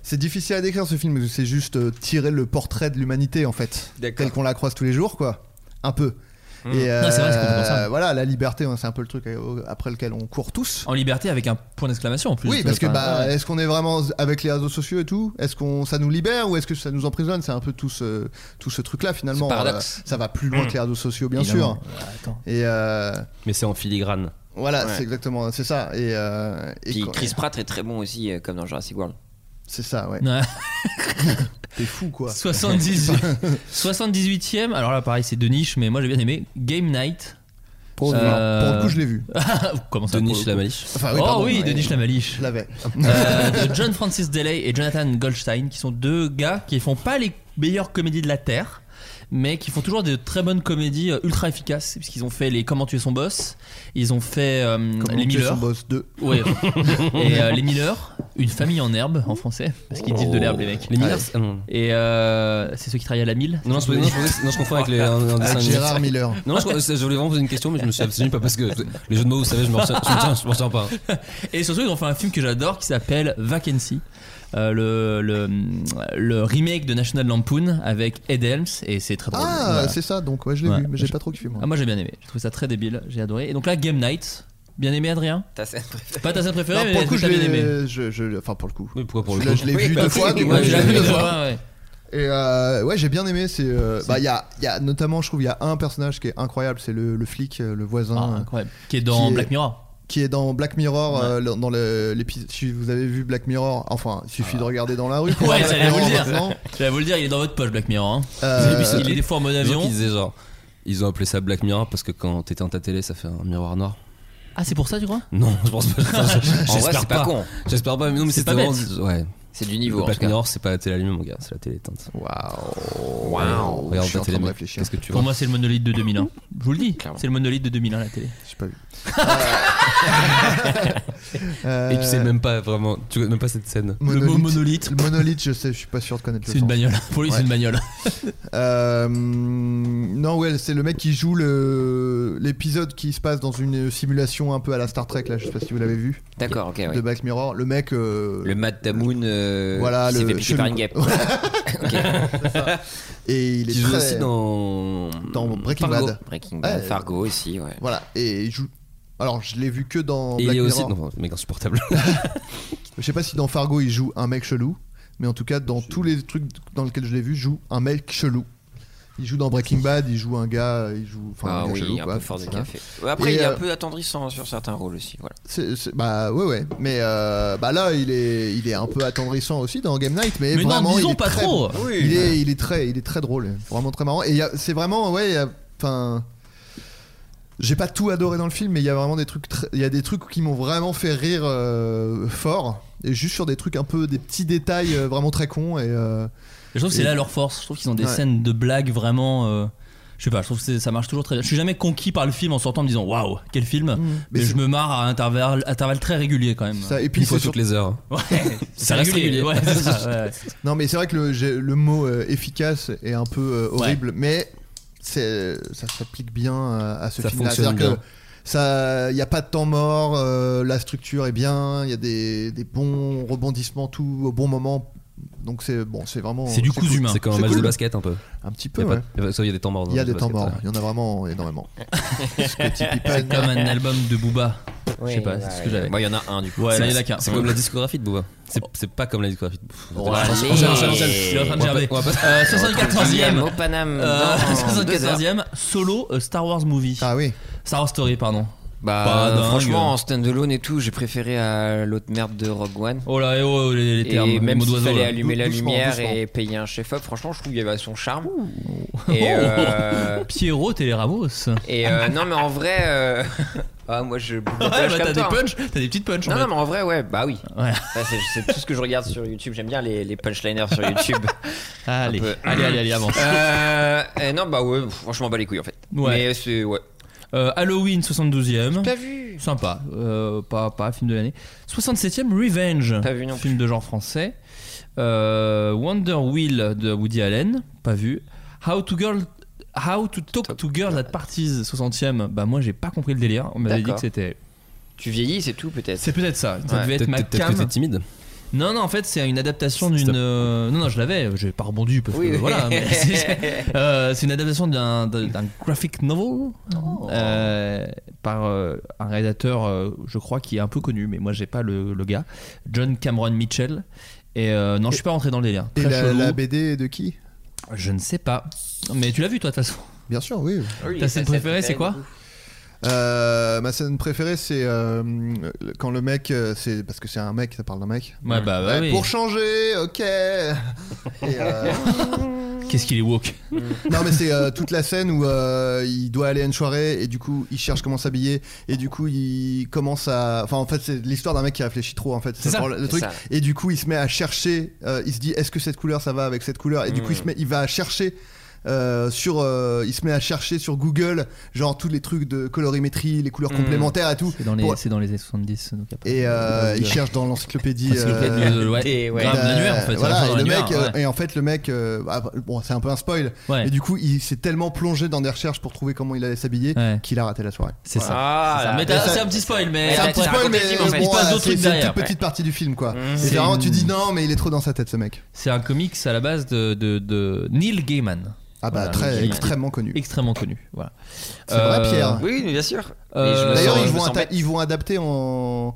Speaker 3: C'est difficile à décrire ce film, parce que c'est juste euh, tirer le portrait de l'humanité en fait,
Speaker 10: D'accord.
Speaker 3: tel qu'on la croise tous les jours, quoi. Un peu.
Speaker 10: Mm.
Speaker 3: Et
Speaker 9: Mmh.
Speaker 3: euh,
Speaker 9: Non, c'est vrai, c'est complètement ça.
Speaker 3: voilà, la liberté, hein, c'est un peu le truc euh, après lequel on court tous.
Speaker 9: En Liberté avec un point d'exclamation en plus.
Speaker 3: Oui, parce que
Speaker 9: Enfin,
Speaker 3: bah,
Speaker 9: ouais.
Speaker 3: est-ce qu'on est vraiment avec les réseaux sociaux et tout Est-ce qu'on ça nous libère ou est-ce que ça nous emprisonne C'est un peu tout ce tout ce truc là finalement.
Speaker 10: Ce paradoxe.
Speaker 3: Euh, ça va plus loin que les réseaux sociaux bien
Speaker 9: Mmh. Évidemment.
Speaker 3: sûr.
Speaker 9: Ah, attends.
Speaker 3: Et euh,
Speaker 8: Mais c'est en filigrane.
Speaker 3: voilà,
Speaker 10: Ouais.
Speaker 3: c'est exactement c'est ça. Et, euh, et
Speaker 10: Puis
Speaker 3: quand-
Speaker 10: Chris Pratt est très bon aussi, euh, comme dans Jurassic World.
Speaker 3: c'est ça, ouais.
Speaker 9: Ouais.
Speaker 3: *laughs* T'es fou
Speaker 9: *laughs*
Speaker 3: quoi.
Speaker 9: 78 78e, alors là pareil c'est de niche, mais moi j'ai bien aimé Game Night.
Speaker 3: Pour,
Speaker 9: Euh,
Speaker 3: pour le coup, je l'ai vu.
Speaker 9: *laughs* Comment ça
Speaker 8: Denis
Speaker 9: pour le
Speaker 8: la
Speaker 9: coup
Speaker 8: maliche.
Speaker 3: Enfin,
Speaker 9: oh
Speaker 3: pardon,
Speaker 9: oui,
Speaker 3: ouais.
Speaker 9: Denis Lamaliche. *laughs*
Speaker 3: Je l'avais.
Speaker 9: Euh, de John Francis Daley et Jonathan Goldstein, qui sont deux gars qui font pas les meilleures comédies de la terre, mais qui font toujours de très bonnes comédies euh, ultra efficaces, puisqu'ils ont fait les Comment tuer son boss, ils ont fait euh,
Speaker 3: Comment
Speaker 9: les
Speaker 3: tuer son
Speaker 9: Miller,
Speaker 3: boss 2. *laughs*
Speaker 9: Ouais. et euh, les Miller, une famille en herbe en français, parce qu'ils disent de l'herbe les
Speaker 3: Oh.
Speaker 9: mecs.
Speaker 8: Les mineurs.
Speaker 3: Ouais.
Speaker 8: ah, non.
Speaker 9: Et euh, c'est ceux qui travaillent à la mille.
Speaker 8: Non, non, je, non, je pensais- non, je confonds avec les, un, un dessin
Speaker 3: Avec
Speaker 8: animé.
Speaker 3: Ah, Gérard Miller.
Speaker 8: Non, je, je voulais vraiment poser une question, mais je me suis abstenu pas parce que les jeux de mots, vous savez, je m'en retiens, je m'en retiens- je m'en retiens pas.
Speaker 9: Et surtout, ils ont fait un film que j'adore qui s'appelle Vacancy. Euh, le, le, le remake de National Lampoon avec Ed Helms et c'est très drôle.
Speaker 3: Ah,
Speaker 9: Voilà.
Speaker 3: c'est ça. Donc ouais, je l'ai
Speaker 9: Ouais.
Speaker 3: vu, mais j'ai pas trop kiffé moi.
Speaker 9: Ah, moi j'ai bien aimé, j'ai trouvé ça très débile, j'ai adoré. Et donc là, Game Night, bien aimé Adrien
Speaker 10: Ta scène préférée.
Speaker 9: Pas ta scène préférée,
Speaker 3: Non,
Speaker 9: mais
Speaker 3: pour le
Speaker 9: est-ce
Speaker 3: coup,
Speaker 9: que
Speaker 3: je
Speaker 9: t'as bien aimé
Speaker 3: l'ai, je, je- enfin pour le coup.
Speaker 8: Oui, pourquoi pour le
Speaker 3: Là,
Speaker 8: coup
Speaker 3: je l'ai
Speaker 10: Oui,
Speaker 3: vu
Speaker 10: bah
Speaker 3: deux
Speaker 10: oui,
Speaker 3: fois,
Speaker 10: oui,
Speaker 3: donc
Speaker 10: oui,
Speaker 3: ouais,
Speaker 9: tu
Speaker 3: je
Speaker 9: l'as
Speaker 3: l'ai
Speaker 9: vu
Speaker 3: vu deux
Speaker 9: deux
Speaker 3: fois.
Speaker 9: fois, ouais.
Speaker 3: Et euh, ouais, j'ai bien aimé. C'est euh, bah il y a, il y a notamment, je trouve, il y a un personnage qui est incroyable, c'est le, le flic, euh, le voisin,
Speaker 9: Ah,
Speaker 3: euh,
Speaker 9: incroyable. Qui est dans
Speaker 3: Qui est-
Speaker 9: Black Mirror.
Speaker 3: qui est dans Black Mirror.
Speaker 9: Ouais.
Speaker 3: euh, le- dans le l'épisode, si vous avez vu Black Mirror, enfin, il suffit de
Speaker 8: Ah.
Speaker 3: regarder
Speaker 8: *laughs*
Speaker 3: dans la rue. pour
Speaker 9: Ouais,
Speaker 3: voir
Speaker 9: j'allais vous le
Speaker 3: Black
Speaker 9: dire.
Speaker 3: Mirror maintenant.
Speaker 9: J'allais vous le dire, il est dans votre poche, Black Mirror. hein.
Speaker 3: Euh,
Speaker 9: il est des fois en mode
Speaker 8: Les gens qui
Speaker 9: avion.
Speaker 8: disaient genre, ils ont appelé ça Black Mirror parce que quand t'éteins ta télé, ça fait un miroir noir.
Speaker 9: Ah, c'est pour ça, tu crois
Speaker 8: Non, je pense pas.
Speaker 9: *laughs*
Speaker 8: Enfin, je-
Speaker 10: En vrai,
Speaker 8: J'espère
Speaker 10: c'est pas
Speaker 8: pas.
Speaker 10: con.
Speaker 8: J'espère pas, mais non, mais
Speaker 9: C'est
Speaker 8: c'était
Speaker 9: pas
Speaker 8: vraiment.
Speaker 9: bête.
Speaker 8: Ouais.
Speaker 10: C'est du
Speaker 8: Le
Speaker 10: niveau. en
Speaker 8: Black
Speaker 10: tout cas.
Speaker 8: Mirror, c'est pas la télé allumée, mon gars, c'est la télé éteinte.
Speaker 3: Waouh,
Speaker 10: Waouh.
Speaker 3: je
Speaker 8: Ah, Regarde
Speaker 3: suis
Speaker 8: ta
Speaker 3: en
Speaker 8: télé,
Speaker 3: train de
Speaker 8: mec.
Speaker 3: réfléchir.
Speaker 8: Qu'est-ce que tu
Speaker 9: Pour
Speaker 8: vois
Speaker 9: moi, c'est le monolithe de
Speaker 3: *laughs*
Speaker 9: 2001. Je vous le dis,
Speaker 10: Clairement.
Speaker 9: c'est le monolithe de 2001, la télé.
Speaker 3: J'ai pas vu.
Speaker 8: Euh.
Speaker 3: Euh.
Speaker 8: Et tu sais même pas vraiment, tu connais même pas cette scène.
Speaker 9: le mot monolithe.
Speaker 3: Le monolithe, je sais, je suis pas sûr de connaître le
Speaker 9: C'est une
Speaker 3: sens.
Speaker 9: bagnole. Pour lui, c'est
Speaker 3: Ouais.
Speaker 9: une bagnole.
Speaker 3: Euh, non, ouais, c'est le mec qui joue le l'épisode qui se passe dans une simulation un peu à la Star Trek. Là, je sais pas si vous l'avez vu
Speaker 10: D'accord, ok,
Speaker 3: de
Speaker 10: ouais.
Speaker 3: Black Mirror. Le mec, euh,
Speaker 10: Le Matt Damoun euh,
Speaker 3: Voilà,
Speaker 10: qui s'est
Speaker 3: le
Speaker 10: fait piquer
Speaker 3: chelou,
Speaker 10: par une guêpe.
Speaker 3: *laughs* et il est
Speaker 8: Qui joue
Speaker 3: très-
Speaker 8: aussi dans.
Speaker 3: dans
Speaker 10: Hmm.
Speaker 3: Breaking
Speaker 8: Fargo.
Speaker 3: Bad.
Speaker 10: Breaking Bad,
Speaker 3: Ouais.
Speaker 10: Fargo aussi, ouais.
Speaker 3: Voilà, et il joue. Alors, je l'ai vu que dans
Speaker 8: Et il
Speaker 3: Black
Speaker 8: est aussi.
Speaker 3: Mirror.
Speaker 8: Non, mec insupportable.
Speaker 3: Je sais pas si dans Fargo il joue un mec chelou, mais en tout cas dans tous les trucs dans lesquels je l'ai vu, joue un mec chelou. Il joue
Speaker 10: *laughs*
Speaker 3: dans Breaking Bad, il joue un gars, il joue. Enfin,
Speaker 10: ah
Speaker 3: un gars
Speaker 10: oui,
Speaker 3: chelou,
Speaker 10: un
Speaker 3: quoi,
Speaker 10: peu fort de
Speaker 3: c'est ça.
Speaker 10: café. Ouais, après,
Speaker 3: Et,
Speaker 10: il est un
Speaker 3: euh,
Speaker 10: peu attendrissant sur certains rôles aussi. Voilà.
Speaker 3: C'est- c'est- bah ouais ouais mais euh, bah là il est il est un peu attendrissant aussi dans Game Night mais,
Speaker 9: Mais non,
Speaker 3: vraiment
Speaker 9: disons
Speaker 3: il est
Speaker 9: pas
Speaker 3: très
Speaker 9: trop.
Speaker 3: bon. il
Speaker 8: bah.
Speaker 3: est il est très il est très drôle vraiment très marrant et il y a- c'est vraiment ouais il y a- enfin j'ai pas tout adoré dans le film mais il y a vraiment des trucs très- il y a des trucs qui m'ont vraiment fait rire euh, fort et juste sur des trucs un peu des petits détails euh, vraiment très cons et euh,
Speaker 9: Je trouve que c'est
Speaker 3: Et-
Speaker 9: là leur force. Je trouve qu'ils ont des
Speaker 3: Ouais.
Speaker 9: scènes de blagues vraiment euh, je sais pas, je trouve que c'est- ça marche toujours très bien. Je suis jamais conquis par le film en sortant en me disant waouh, quel film. Mais, je me marre à intervalles, intervalles très réguliers quand même.
Speaker 3: Ça, et puis Il faut c'est toutes sur-
Speaker 8: les heures. hein.
Speaker 9: Ouais,
Speaker 3: *laughs*
Speaker 8: Ça reste régulier.
Speaker 9: Ouais, c'est ça, ouais.
Speaker 3: Non, mais c'est vrai que le, j'ai- le mot euh, efficace est un peu euh, horrible, mais c'est, ça s'applique bien euh, à ce
Speaker 8: Ça
Speaker 3: film-là.
Speaker 8: fonctionne
Speaker 3: C'est-à-dire
Speaker 8: bien.
Speaker 3: que ça, il n'y a pas de temps mort, euh, la structure est bien, il y a des, des bons rebondissements tout au bon moment. Donc c'est bon, c'est vraiment.
Speaker 8: C'est du
Speaker 3: cool.
Speaker 8: coup humain. C'est comme un
Speaker 3: C'est
Speaker 8: match de
Speaker 3: cool.
Speaker 8: basket un peu.
Speaker 3: Un petit
Speaker 8: Y
Speaker 3: peu.
Speaker 8: a pas
Speaker 3: ouais.
Speaker 8: de- ça, il y a des temps morts. dans
Speaker 3: Il y a
Speaker 8: le
Speaker 3: des
Speaker 8: basket,
Speaker 3: temps morts,
Speaker 8: ouais.
Speaker 3: il y en a vraiment
Speaker 8: *laughs*
Speaker 3: énormément.
Speaker 9: C'est comme un album de Booba. je sais pas, c'est ce que j'avais.
Speaker 10: Moi, il y en a un du coup.
Speaker 9: Ouais, là, il y en a
Speaker 8: C'est-
Speaker 9: qu'un.
Speaker 8: C'est comme la discographie de Booba. C'est- C'est pas comme la discographie de
Speaker 10: Oh,
Speaker 8: Booba.
Speaker 10: allez.
Speaker 8: On s'en- on s'en- on s'en-
Speaker 9: Je suis en train de
Speaker 8: on va
Speaker 9: gerber.
Speaker 8: pas- on va pas-
Speaker 9: Euh,
Speaker 10: Guillaume
Speaker 9: 74e.
Speaker 10: au Paname
Speaker 9: Euh, *laughs*
Speaker 10: dans
Speaker 9: 74e, solo euh, Star Wars Movie.
Speaker 3: Ah oui.
Speaker 9: Star Wars Story, pardon.
Speaker 10: Bah,
Speaker 9: Pas dingue.
Speaker 10: franchement, en standalone et tout, j'ai préféré à l'autre merde de Rogue One.
Speaker 9: Oh là, eh oh, les, les
Speaker 10: Et
Speaker 9: termes. les
Speaker 10: même
Speaker 9: mots
Speaker 10: s'il
Speaker 9: d'oiseau,
Speaker 10: fallait
Speaker 9: là.
Speaker 10: allumer la
Speaker 9: Doucement,
Speaker 10: lumière
Speaker 9: doucement.
Speaker 10: et payer un chef-op, franchement, je trouve qu'il y avait son charme.
Speaker 9: Oh,
Speaker 10: Et,
Speaker 9: *laughs*
Speaker 10: euh,
Speaker 9: Pierrot, t'es les Ramos.
Speaker 10: et euh, non, mais en vrai. euh, *laughs* ah, moi, je.
Speaker 9: Ouais,
Speaker 10: je
Speaker 9: *laughs* bah,
Speaker 10: capte
Speaker 9: t'as des
Speaker 10: pas, hein.
Speaker 9: punchs, t'as des petites punches. en
Speaker 10: Non,
Speaker 9: fait.
Speaker 10: non, mais en vrai, ouais, bah oui.
Speaker 9: Ouais.
Speaker 10: Ça, c'est- c'est tout ce que je regarde sur YouTube. J'aime bien les, les punchliners sur
Speaker 9: *laughs*
Speaker 10: YouTube.
Speaker 9: Allez,
Speaker 10: Un peu.
Speaker 9: allez, allez, allez, avance.
Speaker 10: Euh, euh, non, bah ouais, franchement, bats les couilles en fait.
Speaker 9: Ouais.
Speaker 10: Mais c'est. Ouais.
Speaker 9: Euh, Halloween 72e.
Speaker 10: Pas vu
Speaker 9: Sympa, euh, pas, pas film de l'année. 67e Revenge,
Speaker 10: Pas vu non
Speaker 9: film de genre français. Euh, Wonder Wheel de Woody Allen, pas vu. How to Girl How to Talk to Girls at Parties 60e. Bah moi j'ai pas compris le délire, on m'avait dit
Speaker 10: D'accord.
Speaker 9: que c'était
Speaker 10: Tu vieillis, c'est tout peut-être.
Speaker 9: c'est peut-être ça, ça
Speaker 10: Ouais.
Speaker 9: devait être
Speaker 8: Peut-être
Speaker 9: ma
Speaker 8: peut-être que t'es
Speaker 9: cam.
Speaker 8: timide.
Speaker 9: Non non, en fait, c'est une adaptation
Speaker 8: C'est-
Speaker 9: d'une euh, Non non, je l'avais, j'ai pas rebondi parce que
Speaker 10: Oui, oui.
Speaker 9: voilà,
Speaker 8: *laughs*
Speaker 9: mais c'est euh, c'est une adaptation d'un d'un- d'un graphic novel
Speaker 8: Oh.
Speaker 9: euh, par euh, un rédacteur, euh, je crois, qui est un peu connu, mais moi j'ai pas le, le gars, John Cameron Mitchell. Et euh, non, je suis pas rentré dans les liens.
Speaker 3: Et
Speaker 9: Très
Speaker 3: la,
Speaker 9: chelou.
Speaker 3: la BD de qui
Speaker 9: Je ne sais pas. Mais tu l'as vu toi, de toute façon.
Speaker 3: Bien sûr, oui.
Speaker 10: Ah Oui,
Speaker 9: Ta
Speaker 10: ça,
Speaker 9: scène
Speaker 10: ça,
Speaker 9: préférée,
Speaker 10: ça,
Speaker 9: c'est quoi
Speaker 3: Euh, ma scène préférée, c'est euh, quand le mec, euh, c'est parce que c'est un mec, ça parle d'un mec.
Speaker 9: Ouais, bah, bah
Speaker 3: Mm. Ouais,
Speaker 9: oui.
Speaker 3: Pour changer, ok. *laughs* Et, euh,
Speaker 9: Qu'est-ce qu'il est woke
Speaker 3: non mais c'est euh, toute la scène où euh, il doit aller à une soirée et du coup il cherche comment s'habiller et du coup il commence à, enfin en fait c'est l'histoire d'un mec qui réfléchit trop en fait.
Speaker 9: C'est ça,
Speaker 3: prend le truc
Speaker 10: ça.
Speaker 3: et du coup il se met à chercher, euh, il se dit est-ce que cette couleur ça va avec cette couleur et du
Speaker 9: Mmh.
Speaker 3: coup il se met, il va chercher. euh, sur euh, il se met à chercher sur Google genre tous les trucs de colorimétrie les
Speaker 9: Mmh.
Speaker 3: couleurs complémentaires et tout
Speaker 9: C'est dans, les-
Speaker 3: pour-
Speaker 9: c'est dans les années 70 donc y a pas-
Speaker 3: et euh,
Speaker 9: Ouais,
Speaker 3: il
Speaker 9: ouais.
Speaker 3: cherche dans l'encyclopédie.
Speaker 9: Encyclopédie
Speaker 3: euh,
Speaker 9: de- ouais.
Speaker 10: Et ouais.
Speaker 9: Grave
Speaker 3: euh,
Speaker 9: l'annuaire, en fait.
Speaker 3: voilà,
Speaker 9: Ouais,
Speaker 3: et, le
Speaker 9: l'annuaire,
Speaker 3: mec, euh,
Speaker 9: ouais.
Speaker 3: et en fait le mec, euh, ah, bon c'est un peu un spoil,
Speaker 9: Ouais.
Speaker 3: et du coup il s'est tellement plongé dans des recherches pour trouver comment il allait s'habiller
Speaker 9: Ouais.
Speaker 3: qu'il a raté la soirée.
Speaker 9: C'est ça.
Speaker 10: Ah,
Speaker 9: C'est ça.
Speaker 10: là,
Speaker 9: Mais t'as-
Speaker 10: ça-
Speaker 9: c'est un petit spoil, mais.
Speaker 10: C'est un
Speaker 9: après-
Speaker 10: petit spoil, mais
Speaker 9: il se
Speaker 10: bon,
Speaker 9: passe
Speaker 3: euh,
Speaker 9: d'autres
Speaker 3: voilà, c'est
Speaker 9: trucs
Speaker 3: c'est une
Speaker 9: derrière.
Speaker 3: toute petite partie du film
Speaker 10: Mmh.
Speaker 3: quoi. Et
Speaker 9: C'est
Speaker 3: vraiment
Speaker 9: une-
Speaker 3: tu dis non mais il est trop dans sa tête ce mec.
Speaker 9: C'est un comics à la base de, de, de Neil Gaiman,
Speaker 3: Ah bah
Speaker 9: Voilà,
Speaker 3: très
Speaker 9: il-
Speaker 3: extrêmement connu.
Speaker 9: extrêmement connu. Voilà.
Speaker 3: C'est vrai,
Speaker 9: Euh,
Speaker 3: Pierre.
Speaker 10: Oui, mais bien sûr.
Speaker 9: Euh,
Speaker 10: Mais je me
Speaker 3: D'ailleurs
Speaker 10: sens-
Speaker 3: ils
Speaker 10: je me
Speaker 3: vont
Speaker 10: sens
Speaker 3: atta-
Speaker 10: bête.
Speaker 3: ils vont adapter en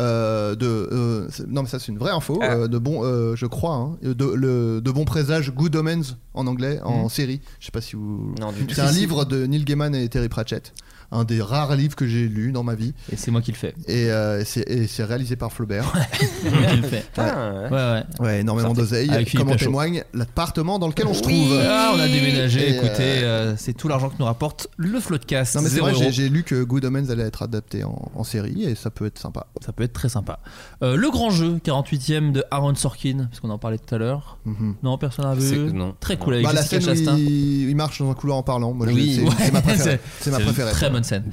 Speaker 3: euh, de euh, c'est- non mais ça c'est une vraie info
Speaker 10: Ah.
Speaker 3: euh, de bon euh, je crois hein, de le- de bon présage Good Omens en anglais en série je sais pas si vous
Speaker 10: Mmh. Non, du tout.
Speaker 3: C'est un livre de Neil Gaiman et Terry Pratchett. Un des rares livres que j'ai lu dans ma vie.
Speaker 9: Et c'est moi qui le fais.
Speaker 3: Et, euh, c'est- et c'est réalisé par Flaubert.
Speaker 9: C'est moi qui le fais.
Speaker 10: Putain,
Speaker 9: Ouais, ouais.
Speaker 3: Ouais, énormément d'oseille.
Speaker 9: Avec Philippe
Speaker 3: Comme en
Speaker 9: Lachaud.
Speaker 3: témoigne l'appartement dans lequel on se trouve. euh,
Speaker 9: Ah, on a déménagé,
Speaker 3: Et,
Speaker 9: écoutez,
Speaker 3: euh,
Speaker 9: euh, c'est tout l'argent que nous rapporte le Floodcast.
Speaker 3: Non mais c'est
Speaker 9: Zéro
Speaker 3: vrai, j'ai-
Speaker 9: euro.
Speaker 3: j'ai lu que Good Omens allait être adapté en, en série et ça peut être sympa.
Speaker 9: Ça peut être très sympa. Euh, le grand jeu, 48ème de Aaron Sorkin, parce qu'on en parlait tout à l'heure.
Speaker 3: Mhm.
Speaker 9: Non, personne n'a
Speaker 8: C'est-
Speaker 9: vu.
Speaker 8: non.
Speaker 9: Très cool avec
Speaker 3: Bah, la
Speaker 9: Jessica
Speaker 3: scène où
Speaker 9: Chastain.
Speaker 3: il, il marche dans un couloir en parlant, moi, je-
Speaker 9: Oui,
Speaker 3: c'est
Speaker 9: ouais,
Speaker 3: c'est ma
Speaker 9: c'est-
Speaker 3: préférée. C'est ma
Speaker 9: C'est une
Speaker 3: préférée.
Speaker 9: Très bonne scène.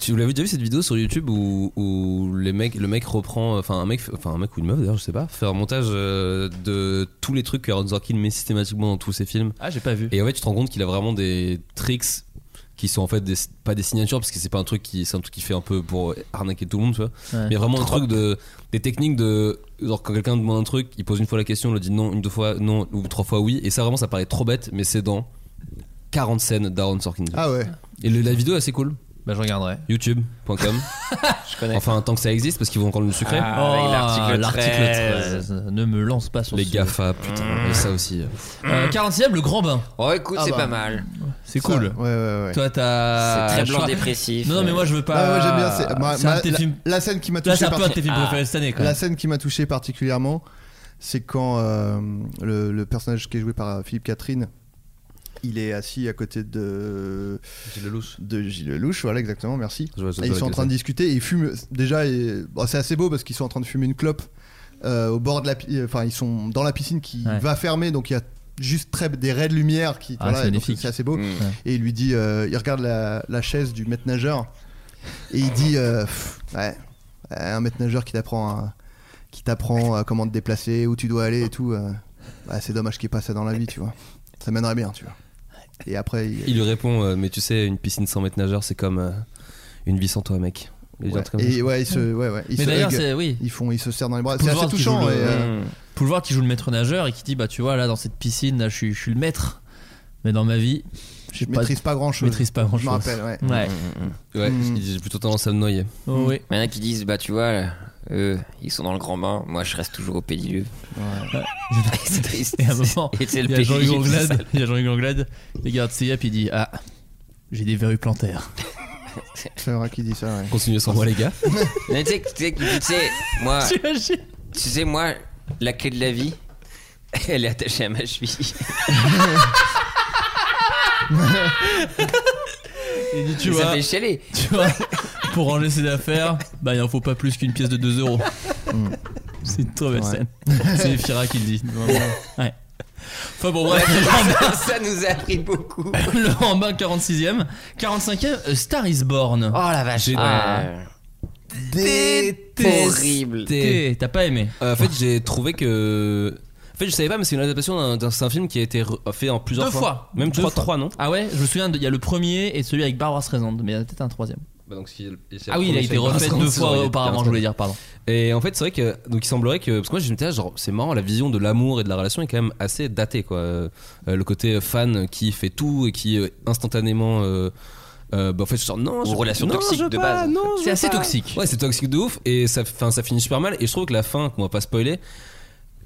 Speaker 8: Tu vous l'avez déjà vu cette vidéo sur YouTube où, où les mecs, le mec reprend, enfin un mec, enfin un mec ou une meuf d'ailleurs, je sais pas, fait un montage euh, de tous les trucs qu'Aaron Sorkin met systématiquement dans tous ses films.
Speaker 9: Ah, j'ai pas vu.
Speaker 8: Et en fait, tu te rends compte qu'il a vraiment des tricks qui sont en fait des- pas des signatures parce que c'est pas un truc qui c'est un truc qui fait un peu pour arnaquer tout le monde, tu vois.
Speaker 9: Ouais.
Speaker 8: Mais vraiment un truc de des techniques de genre quand quelqu'un demande un truc, il pose une fois la question, il le dit non, une deux fois non ou trois fois oui et ça vraiment ça paraît trop bête mais c'est dans 40 scènes d'Aaron Sorkin.
Speaker 3: Ah ouais.
Speaker 8: Et le- la vidéo est assez cool.
Speaker 9: Bah, je regarderai. *laughs*
Speaker 8: YouTube.com.
Speaker 10: je connais.
Speaker 8: Enfin, tant que ça existe, parce qu'ils vont encore nous sucrer.
Speaker 10: Ah, avec l'article
Speaker 9: Oh, l'article
Speaker 10: 13.
Speaker 9: 13. Ne me lance pas sur
Speaker 8: les
Speaker 9: ce-
Speaker 8: GAFA,
Speaker 9: Ah,
Speaker 8: putain. Et ça aussi. euh.
Speaker 9: Euh, 40ème, le grand bain.
Speaker 10: Oh, écoute,
Speaker 3: Ah
Speaker 10: c'est
Speaker 3: bah.
Speaker 10: pas mal.
Speaker 9: C'est
Speaker 3: Ça,
Speaker 9: cool.
Speaker 3: Ouais, ouais, ouais.
Speaker 9: Toi,
Speaker 8: Euh,
Speaker 9: t'as.
Speaker 10: c'est très
Speaker 9: je
Speaker 10: blanc
Speaker 9: crois-
Speaker 10: dépressif.
Speaker 9: Non, non, mais moi, je veux
Speaker 3: Ah
Speaker 9: pas.
Speaker 3: ouais, j'aime bien. C'est ma-
Speaker 9: C'est un
Speaker 3: ma-
Speaker 9: de tes
Speaker 3: la,
Speaker 9: films.
Speaker 3: la scène qui m'a touché
Speaker 9: Là, c'est un peu un de
Speaker 3: parti-
Speaker 9: tes films
Speaker 10: Ah.
Speaker 9: préférés cette année, quand
Speaker 3: La
Speaker 9: même.
Speaker 3: scène qui m'a touché particulièrement, c'est quand euh, le, le personnage qui est joué par euh, Philippe Catherine, il est assis à côté de de Gilles Lelouch, voilà exactement, merci.
Speaker 8: Je vois- je
Speaker 3: Et ils
Speaker 8: vois
Speaker 3: sont en
Speaker 8: laquelle
Speaker 3: train de discuter et ils fument déjà. et- bon, c'est assez beau parce qu'ils euh, sont en train de fumer une clope euh, au bord de la, pi- enfin ils sont dans la piscine qui
Speaker 9: Ouais.
Speaker 3: va fermer, donc il y a juste très des raies de lumière qui
Speaker 9: Ah,
Speaker 3: voilà,
Speaker 9: c'est
Speaker 3: et donc
Speaker 9: magnifique.
Speaker 3: c'est assez beau
Speaker 9: Mm.
Speaker 3: et il lui dit euh, il regarde la, la chaise du maître nageur et il dit euh, pff, ouais ouais, un maître nageur qui t'apprend à- qui t'apprend à comment te déplacer où tu dois aller et tout euh, bah, c'est dommage qu'il ait pas ça dans la vie tu vois ça mènerait bien tu vois et après il,
Speaker 8: Il lui répond euh, Mais tu sais, une piscine sans maître nageur, c'est comme euh, une vie sans toi, mec. Il dit un
Speaker 3: ouais,
Speaker 8: truc comme
Speaker 3: et
Speaker 8: ça.
Speaker 3: ouais, il se, ouais, ouais, il
Speaker 9: Mais
Speaker 3: se
Speaker 9: d'ailleurs,
Speaker 3: hug.
Speaker 9: c'est- oui.
Speaker 3: Ils font, ils se serrent dans les bras. C'est
Speaker 9: Poulvord
Speaker 3: assez
Speaker 9: qui joue
Speaker 3: touchant.
Speaker 9: le-
Speaker 3: et, euh,
Speaker 9: Poulvord qui joue le maître nageur et qui dit bah tu vois là dans cette piscine là je suis, je suis le maître mais dans ma vie j'ai
Speaker 3: Je maîtrise pas grand-chose.
Speaker 9: je maîtrise pas grand chose
Speaker 3: Je me rappelle, ouais. Mm.
Speaker 9: ouais.
Speaker 8: Ouais, j'ai plutôt tendance à me noyer.
Speaker 9: Oh, oui.
Speaker 10: Il y en a qui disent bah tu vois, eux, ils sont dans le grand bain, moi je reste toujours au
Speaker 8: *laughs*
Speaker 10: pédiluve. *laughs* c'est triste.
Speaker 9: et à un moment
Speaker 10: Et c'est
Speaker 9: il
Speaker 10: le
Speaker 9: y a Jean-Hugues
Speaker 10: pédiluve. c'est ça.
Speaker 9: Anglade il y a Jean-Hugues Anglade il regarde Seyap il dit ah j'ai des verrues plantaires
Speaker 3: C'est vrai qu'il dit ça. ouais.
Speaker 8: Continuez sans moi, les
Speaker 9: *laughs*
Speaker 8: gars.
Speaker 10: Mais tu sais, tu sais- tu sais,
Speaker 8: *laughs*
Speaker 10: moi, tu sais, moi, la clé de la vie, *laughs* elle est attachée à ma cheville.
Speaker 9: il dit tu
Speaker 10: Et ça
Speaker 9: vois
Speaker 10: fait
Speaker 8: *laughs*
Speaker 10: chialer.
Speaker 9: tu vois pour ranger ses affaires bah il en faut pas plus qu'une pièce de 2 euros
Speaker 3: Mm.
Speaker 9: c'est une très belle
Speaker 3: Ouais.
Speaker 9: scène c'est Fira qui
Speaker 10: *laughs*
Speaker 9: le dit Vraiment. ouais enfin bon bref
Speaker 10: ça, *laughs* ça nous a appris beaucoup.
Speaker 8: Ah,
Speaker 9: *laughs* Laurent Bain 46ème 45ème euh, Star is Born
Speaker 10: Oh la vache.
Speaker 8: J'ai-
Speaker 10: Ah. Horrible.
Speaker 9: T'es- t'as pas aimé
Speaker 8: Euh, en fait, j'ai trouvé que. En fait, je savais pas, mais c'est une adaptation d'un- d'un c'est un film qui a été re- fait en plusieurs
Speaker 9: Deux fois.
Speaker 8: Même
Speaker 9: Deux
Speaker 8: trois,
Speaker 9: fois.
Speaker 8: trois, non
Speaker 9: ah ouais je me souviens de- il y a le premier et celui avec Barbara Streisand mais il y en a peut-être un troisième ah oui il a été refait deux fois auparavant je voulais dire pardon
Speaker 8: Et en fait, c'est vrai que donc il semblerait que parce que moi je me disais genre c'est marrant la vision de l'amour et de la relation est quand même assez datée quoi. Euh, euh, le côté fan qui fait tout et qui euh, instantanément euh, euh, bah, en fait, je sors non,
Speaker 10: Ou
Speaker 8: je,
Speaker 10: relation
Speaker 8: non,
Speaker 10: toxique
Speaker 8: je veux
Speaker 10: de
Speaker 8: pas,
Speaker 10: base.
Speaker 8: non, je
Speaker 9: C'est
Speaker 8: veux
Speaker 9: assez
Speaker 8: pas.
Speaker 9: toxique.
Speaker 8: Ouais, c'est toxique de ouf et ça, fin, ça finit super mal. Et je trouve que la fin, qu'on va pas spoiler,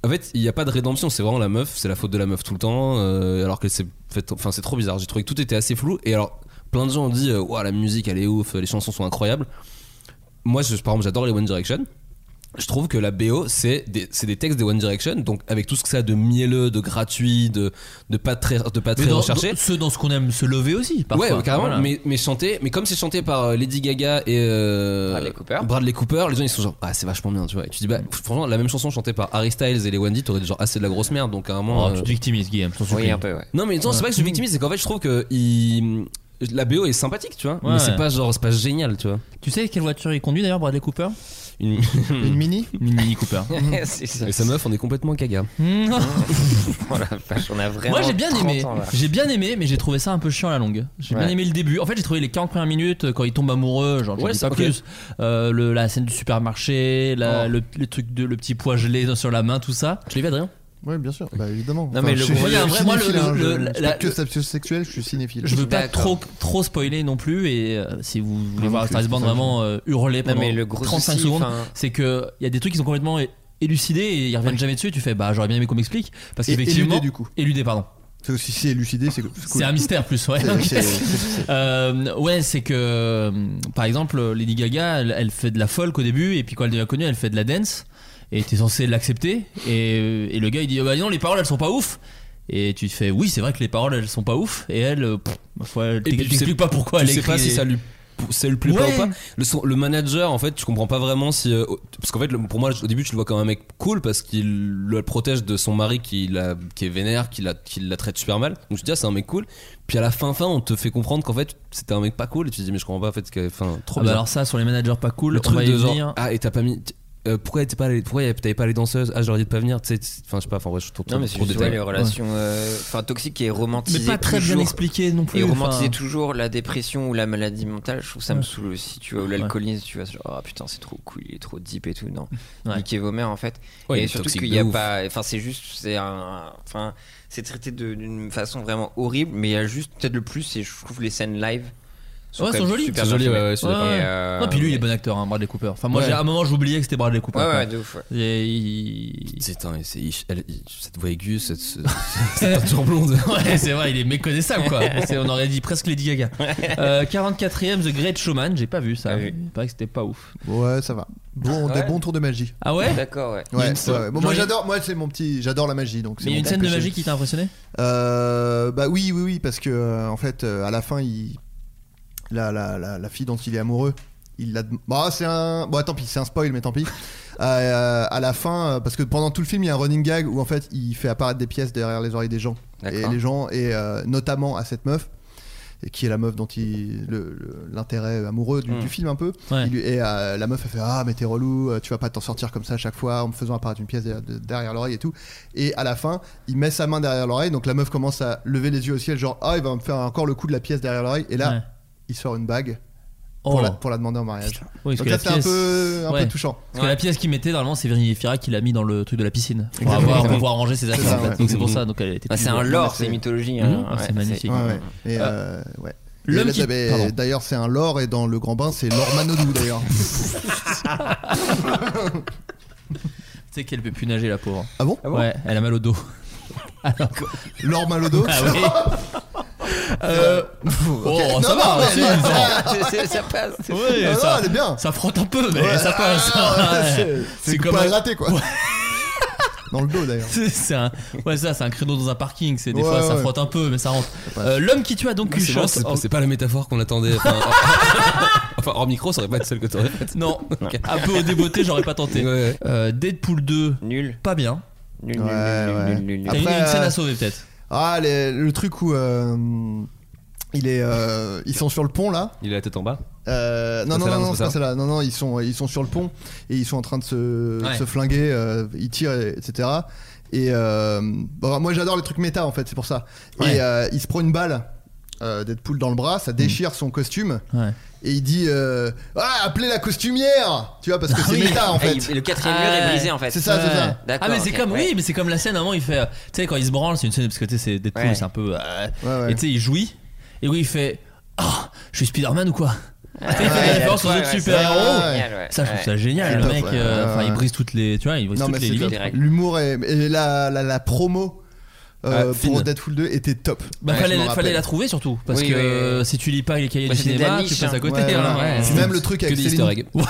Speaker 8: en fait, il n'y a pas de rédemption. C'est vraiment la meuf, c'est la faute de la meuf tout le temps. euh, alors que c'est fait- enfin, c'est trop bizarre. J'ai trouvé que tout était assez flou. Et alors, plein de gens ont dit, euh, Ouah, la musique elle est ouf, les chansons sont incroyables. Moi, je, par exemple, j'adore les One Direction. Je trouve que la BO, c'est des, c'est des textes des One Direction, donc avec tout ce que ça a de mielleux, de gratuit, de, de pas très, de pas très
Speaker 9: dans,
Speaker 8: recherché.
Speaker 9: dans- ceux dans ce qu'on aime se lever aussi parfois
Speaker 8: Ouais, carrément,
Speaker 9: Voilà.
Speaker 8: mais, mais chanté, mais comme c'est chanté par euh, Lady Gaga et euh,
Speaker 10: Bradley Cooper.
Speaker 8: Bradley Cooper, les gens ils sont genre, ah c'est vachement bien, tu vois. Et tu dis, bah franchement, la même chanson chantée par Harry Styles et les Wendy, t'aurais dit genre, ah c'est de la grosse merde, donc à un moment.
Speaker 9: Oh, tu
Speaker 8: euh,
Speaker 9: te victimises Guillaume je t'en
Speaker 10: Oui,
Speaker 9: supplie.
Speaker 10: un peu, ouais.
Speaker 8: Non, mais non, c'est pas que je suis victimise, c'est qu'en fait je trouve que il- la BO est sympathique, tu vois, mais
Speaker 9: Ouais.
Speaker 8: c'est pas genre, c'est pas génial, tu vois.
Speaker 9: tu sais quelle voiture il conduit d'ailleurs Bradley Cooper *laughs*
Speaker 8: Une...
Speaker 3: Une mini.
Speaker 9: une Mini *laughs* Cooper
Speaker 10: *laughs* c'est ça.
Speaker 8: et sa meuf, on est complètement gaga.
Speaker 9: Hmm.
Speaker 10: Oh la vache, on a vraiment.
Speaker 9: Moi j'ai bien
Speaker 10: 30
Speaker 9: aimé,
Speaker 10: ans, là.
Speaker 9: j'ai bien aimé, mais j'ai trouvé ça un peu chiant à la longue. J'ai bien
Speaker 10: Ouais.
Speaker 9: aimé le début. En fait, j'ai trouvé les 40 premières minutes euh, quand il tombe amoureux, genre je
Speaker 8: Ouais,
Speaker 9: dis
Speaker 8: c'est-
Speaker 9: pas
Speaker 8: ok.
Speaker 9: plus. Euh, le- la scène du supermarché, la- le, le truc de le petit pois gelé sur la main, tout ça. Tu l'as vu Adrien
Speaker 3: Oui, bien sûr. Bah, évidemment. Non,
Speaker 9: mais le gros- il y a un vrai- moi, le- le- le-
Speaker 3: hein, je
Speaker 9: la-
Speaker 3: la, que sexuel, je suis cinéphile.
Speaker 9: Je veux pas
Speaker 10: D'accord.
Speaker 9: trop trop spoiler non plus. Et euh, si vous voulez voir
Speaker 3: plus,
Speaker 9: Star is Born
Speaker 3: c'est ça.
Speaker 9: vraiment euh, hurler
Speaker 10: Non,
Speaker 9: pendant
Speaker 10: mais le gros
Speaker 9: 35
Speaker 10: souci,
Speaker 9: secondes,
Speaker 10: enfin,
Speaker 9: c'est que il y a des trucs qui sont complètement é- élucidés et ils reviennent jamais dessus. Tu fais bah j'aurais bien aimé qu'on m'explique parce
Speaker 3: Et-
Speaker 9: qu'effectivement
Speaker 3: éludé, du coup.
Speaker 9: éludé pardon.
Speaker 3: C'est aussi si élucidé, c'est cool.
Speaker 9: C'est un mystère plus ouais.
Speaker 3: C'est-
Speaker 9: Ok. *laughs*
Speaker 3: c'est- c'est-
Speaker 9: Euh, ouais, c'est que euh, par exemple Lady Gaga, elle, elle fait de la folk au début et puis quand elle devient connue, elle fait de la dance et t'es censé l'accepter et, et le gars il dit Ah bah non les paroles elles sont pas ouf et tu te fais oui c'est vrai que les paroles elles sont pas ouf et elle euh, pff, ma foi, elle
Speaker 8: Et puis,
Speaker 9: t'ex-
Speaker 8: tu sais-
Speaker 9: t'expliques pas pourquoi
Speaker 8: tu
Speaker 9: elle
Speaker 8: sais
Speaker 9: écrit
Speaker 8: pas si
Speaker 9: les-
Speaker 8: ça lui ça lui plaît
Speaker 9: Ouais. Ah bah
Speaker 8: pas ou pas le, son- le manager en fait tu comprends pas vraiment si euh, parce qu'en fait le- pour moi au début tu le vois comme un mec cool parce qu'il le protège de son mari qui, la, qui est vénère qui la, qui la traite super mal donc je dis ah, c'est un mec cool puis à la fin fin on te fait comprendre qu'en fait c'était un mec pas cool et tu te dis mais je comprends pas en fait ce que- enfin
Speaker 9: Ah
Speaker 8: trop
Speaker 9: bah
Speaker 8: bizarre.
Speaker 9: alors ça sur les managers pas cool
Speaker 8: le
Speaker 9: on va
Speaker 8: truc
Speaker 9: y
Speaker 8: de
Speaker 9: venir.
Speaker 8: genre ah et t'as pas mis t- euh, pourquoi t'es pas allé- pourquoi y a- t'avais pas les danseuses ah j'aurais dit de pas venir tu sais t- enfin je sais pas enfin ouais je trouve
Speaker 10: Non, mais c'est
Speaker 8: trop
Speaker 10: juste ouais,
Speaker 8: détaillé.
Speaker 10: les relations euh, enfin, toxiques et
Speaker 9: mais
Speaker 10: romantisées.
Speaker 9: pas très bien
Speaker 10: toujours.
Speaker 9: expliqué non plus
Speaker 10: Et
Speaker 9: enfin.
Speaker 10: romantiser toujours la dépression ou la maladie mentale, je trouve ça me saoule aussi, tu vois, ou l'alcoolisme, tu vois, c'est genre, ah putain, c'est trop cool, il est trop deep et tout, non.
Speaker 9: Ouais.
Speaker 10: Niquez vos mères, en fait.
Speaker 8: Ouais, il est
Speaker 10: et surtout
Speaker 8: toxique
Speaker 10: qu'il
Speaker 8: de
Speaker 10: n'y a
Speaker 8: ouf.
Speaker 10: pas. Enfin, c'est juste, c'est un. Enfin, c'est traité de- d'une façon vraiment horrible, mais il y a juste, peut-être le plus, c'est, je trouve, les scènes live.
Speaker 9: Ouais,
Speaker 10: quand
Speaker 9: sont
Speaker 10: même
Speaker 9: jolies.
Speaker 10: super
Speaker 8: Sont
Speaker 10: bien
Speaker 8: jolies,
Speaker 10: filmées.
Speaker 8: ouais, ouais, je suis d'accord.
Speaker 10: Et,
Speaker 9: Ouais.
Speaker 10: euh,
Speaker 9: non puis lui il est hein.
Speaker 10: mais-
Speaker 9: bon acteur hein, Bradley Cooper enfin moi
Speaker 8: Ouais.
Speaker 9: j'ai à un moment j'oubliais que c'était Bradley Cooper
Speaker 10: Ouais,
Speaker 9: quoi.
Speaker 10: ouais, de ouf, ouais.
Speaker 9: Et il-
Speaker 8: c'est un- c'est- il- elle- il- cette voix aiguë cette, ce- cette teinture blonde
Speaker 9: *laughs* Ouais, c'est vrai, il est méconnaissable quoi. C'est- on aurait dit presque Lady Gaga. Euh, 44ème The Great Showman, j'ai pas vu ça.
Speaker 10: Ah oui.
Speaker 9: Il paraît que c'était pas ouf.
Speaker 3: Ouais, ça va. Bon, des
Speaker 10: Ouais.
Speaker 3: bons tours de magie.
Speaker 9: Ah ouais
Speaker 10: D'accord, ouais.
Speaker 3: Ouais,
Speaker 9: une-
Speaker 3: ouais, ouais. Bon, moi
Speaker 9: Jean-Yves-
Speaker 3: j'adore, moi c'est mon petit, j'adore la magie donc. c'est
Speaker 9: Mais il y a
Speaker 3: mon
Speaker 9: une scène de
Speaker 3: petit péché.
Speaker 9: magie qui t'a impressionné
Speaker 3: Euh, bah oui, oui, oui, parce que euh, en fait, euh, à la fin, il,
Speaker 9: *laughs*
Speaker 3: la, la, la, la fille dont il est amoureux, il la. dem- Bah, c'est un. Bon, tant pis, c'est un spoil, mais tant pis. à, à la fin, euh, parce que pendant tout le film, il y a un running gag où en fait, il fait apparaître des pièces derrière les oreilles des gens. Et
Speaker 10: D'accord.
Speaker 3: les gens, et euh, notamment à cette meuf, et qui est la meuf dont il le- le- l'intérêt amoureux du,
Speaker 9: Mm.
Speaker 3: du film un peu.
Speaker 9: Ouais.
Speaker 3: Il lui- et euh, la meuf a fait ah mais t'es relou, euh, tu vas pas t'en sortir comme ça à chaque fois en me faisant apparaître une pièce derrière, de- derrière l'oreille et tout. Et à la fin, il met sa main derrière l'oreille, donc la meuf commence à lever les yeux au ciel genre ah il va me faire encore le coup de la pièce derrière l'oreille. Et là,
Speaker 9: Ouais.
Speaker 3: il sort une bague.
Speaker 9: Oh.
Speaker 3: Pour, la, pour la demander en mariage.
Speaker 9: Oui, parce
Speaker 3: Donc
Speaker 9: que
Speaker 3: là,
Speaker 9: la
Speaker 3: c'est un,
Speaker 9: pièce-
Speaker 3: peu, un
Speaker 9: Ouais.
Speaker 3: peu touchant.
Speaker 9: Parce que la pièce qu'il mettait, normalement, c'est Virginie Fira qui l'a mis dans le truc de la piscine. Pour,
Speaker 3: Exactement.
Speaker 9: avoir, pour pouvoir ranger ses
Speaker 3: C'est
Speaker 9: affaires.
Speaker 3: ça,
Speaker 9: en fait.
Speaker 3: ouais.
Speaker 9: Donc c'est pour ça. Donc elle était
Speaker 10: Ah, c'est
Speaker 9: toujours-
Speaker 10: un lore,
Speaker 9: C'est-
Speaker 10: c'est mythologie.
Speaker 9: Mhm.
Speaker 10: hein.
Speaker 9: Ah, c'est
Speaker 10: Ouais,
Speaker 9: magnifique.
Speaker 3: Ouais, ouais. Et euh, ouais. Et
Speaker 9: l'homme
Speaker 3: là,
Speaker 9: qui-
Speaker 3: j'avais-
Speaker 9: Pardon.
Speaker 3: D'ailleurs, c'est un lore et dans le grand bain, c'est Lord Manodou
Speaker 9: *laughs*
Speaker 3: d'ailleurs.
Speaker 9: Tu sais qu'elle peut plus nager, la pauvre.
Speaker 3: Ah bon
Speaker 9: Ouais, elle a mal au dos. Alors-
Speaker 3: Lord Malodo
Speaker 9: Ah
Speaker 3: *laughs*
Speaker 9: oui. Euh,
Speaker 3: Ok.
Speaker 9: Oh, ça
Speaker 3: Non,
Speaker 9: va,
Speaker 3: non, mais-
Speaker 9: si,
Speaker 10: *laughs*
Speaker 9: ça-
Speaker 10: ça passe.
Speaker 9: Ouais,
Speaker 3: Ah non,
Speaker 9: ça,
Speaker 3: elle est bien.
Speaker 9: ça frotte un peu, mais
Speaker 3: Ouais.
Speaker 9: ça passe.
Speaker 3: Ah,
Speaker 9: Ouais.
Speaker 3: c'est- C'est comme pas
Speaker 9: un-
Speaker 3: raté quoi. *laughs* Dans le dos d'ailleurs.
Speaker 9: C'est c'est un, ouais, ça, c'est un créneau dans un parking. C'est des
Speaker 3: Ouais,
Speaker 9: fois, ça
Speaker 3: ouais.
Speaker 9: frotte un peu, mais ça rentre. Euh, L'homme qui tue a donc
Speaker 8: Ah, C'est marrant,
Speaker 9: Cuchotte.
Speaker 8: c'est pas, c'est pas la métaphore qu'on attendait.
Speaker 9: *laughs*
Speaker 8: Enfin, *laughs* enfin, hors micro, ça aurait pas été celle que t'aurais faite. *laughs*
Speaker 9: Non, un peu au débeauté, j'aurais pas tenté.
Speaker 8: Ouais, ouais.
Speaker 9: Euh, Deadpool 2,
Speaker 10: Nul.
Speaker 9: pas bien.
Speaker 10: Nul, nul,
Speaker 3: Ouais,
Speaker 10: nul,
Speaker 3: ouais.
Speaker 10: nul, nul, nul.
Speaker 8: Ah,
Speaker 9: T'as une,
Speaker 3: Après,
Speaker 9: une scène
Speaker 3: euh,
Speaker 9: à sauver peut-être.
Speaker 3: Ah, les- le truc où euh, il est, euh, ils sont sur le pont là.
Speaker 8: Il a la tête en bas.
Speaker 3: Euh, non,
Speaker 8: Pas
Speaker 3: non,
Speaker 8: celle-là,
Speaker 3: non,
Speaker 8: non,
Speaker 3: non,
Speaker 8: c'est
Speaker 3: c'est pas
Speaker 8: ça.
Speaker 3: celle-là. Non, non, ils sont, euh, ils sont sur le pont et ils sont en train de se,
Speaker 9: Ouais.
Speaker 3: se flinguer. euh, ils tirent, etc. Et euh, bon, moi, j'adore les trucs méta en fait, c'est pour ça.
Speaker 9: Ouais.
Speaker 3: Et euh, il se prend une balle. euh, Deadpool dans le bras, ça déchire son costume
Speaker 9: Ouais.
Speaker 3: et il dit euh, ah, appelez la costumière, tu vois parce que c'est
Speaker 9: oui.
Speaker 3: méta en
Speaker 10: Ah,
Speaker 3: fait.
Speaker 10: il- le quatrième
Speaker 9: Ah,
Speaker 10: mur est
Speaker 9: ouais.
Speaker 10: brisé en fait.
Speaker 3: C'est ça, c'est ça.
Speaker 10: D'accord,
Speaker 9: Ah mais c'est
Speaker 10: ok,
Speaker 9: comme
Speaker 10: ouais.
Speaker 9: oui mais c'est comme la scène avant il fait euh, tu sais quand il se branle c'est une scène parce que tu sais c'est Deadpool
Speaker 10: Ouais.
Speaker 9: c'est un peu euh,
Speaker 3: Ouais, ouais.
Speaker 9: et tu sais il jouit et oui il fait ah je suis Spider-Man ou quoi Tu sais, il fait
Speaker 10: Ouais,
Speaker 9: des références aux
Speaker 10: ouais,
Speaker 9: autres
Speaker 10: ouais,
Speaker 9: super-héros
Speaker 10: c'est
Speaker 3: Ouais.
Speaker 10: génial, ouais.
Speaker 9: ça je trouve
Speaker 10: Ouais.
Speaker 9: ça génial
Speaker 3: Ouais,
Speaker 9: le
Speaker 3: top,
Speaker 9: mec
Speaker 3: ouais.
Speaker 9: euh,
Speaker 3: Ouais,
Speaker 9: enfin il
Speaker 3: ouais.
Speaker 9: brise toutes les tu vois il brise
Speaker 3: Non, mais
Speaker 9: toutes les
Speaker 3: c'est
Speaker 9: lignes
Speaker 3: top.
Speaker 10: Direct.
Speaker 3: L'humour est- et la, la, la promo euh,
Speaker 8: Ah, fine.
Speaker 3: pour Deadpool 2 était top.
Speaker 9: bah
Speaker 3: Ouais, je
Speaker 9: fallait,
Speaker 3: m'en
Speaker 9: fallait
Speaker 3: rappelle.
Speaker 9: la trouver surtout parce
Speaker 10: Oui,
Speaker 9: que
Speaker 10: oui, oui.
Speaker 9: euh, si tu lis pas les cahiers
Speaker 10: Bah,
Speaker 9: du
Speaker 10: c'est de la
Speaker 9: cinéma
Speaker 10: niche,
Speaker 9: tu passes
Speaker 10: hein.
Speaker 9: à côté
Speaker 3: Ouais,
Speaker 9: hein,
Speaker 3: voilà.
Speaker 9: ouais.
Speaker 3: C'est Même le truc
Speaker 8: Que
Speaker 3: avec
Speaker 8: des
Speaker 3: Céline,
Speaker 8: easter eggs.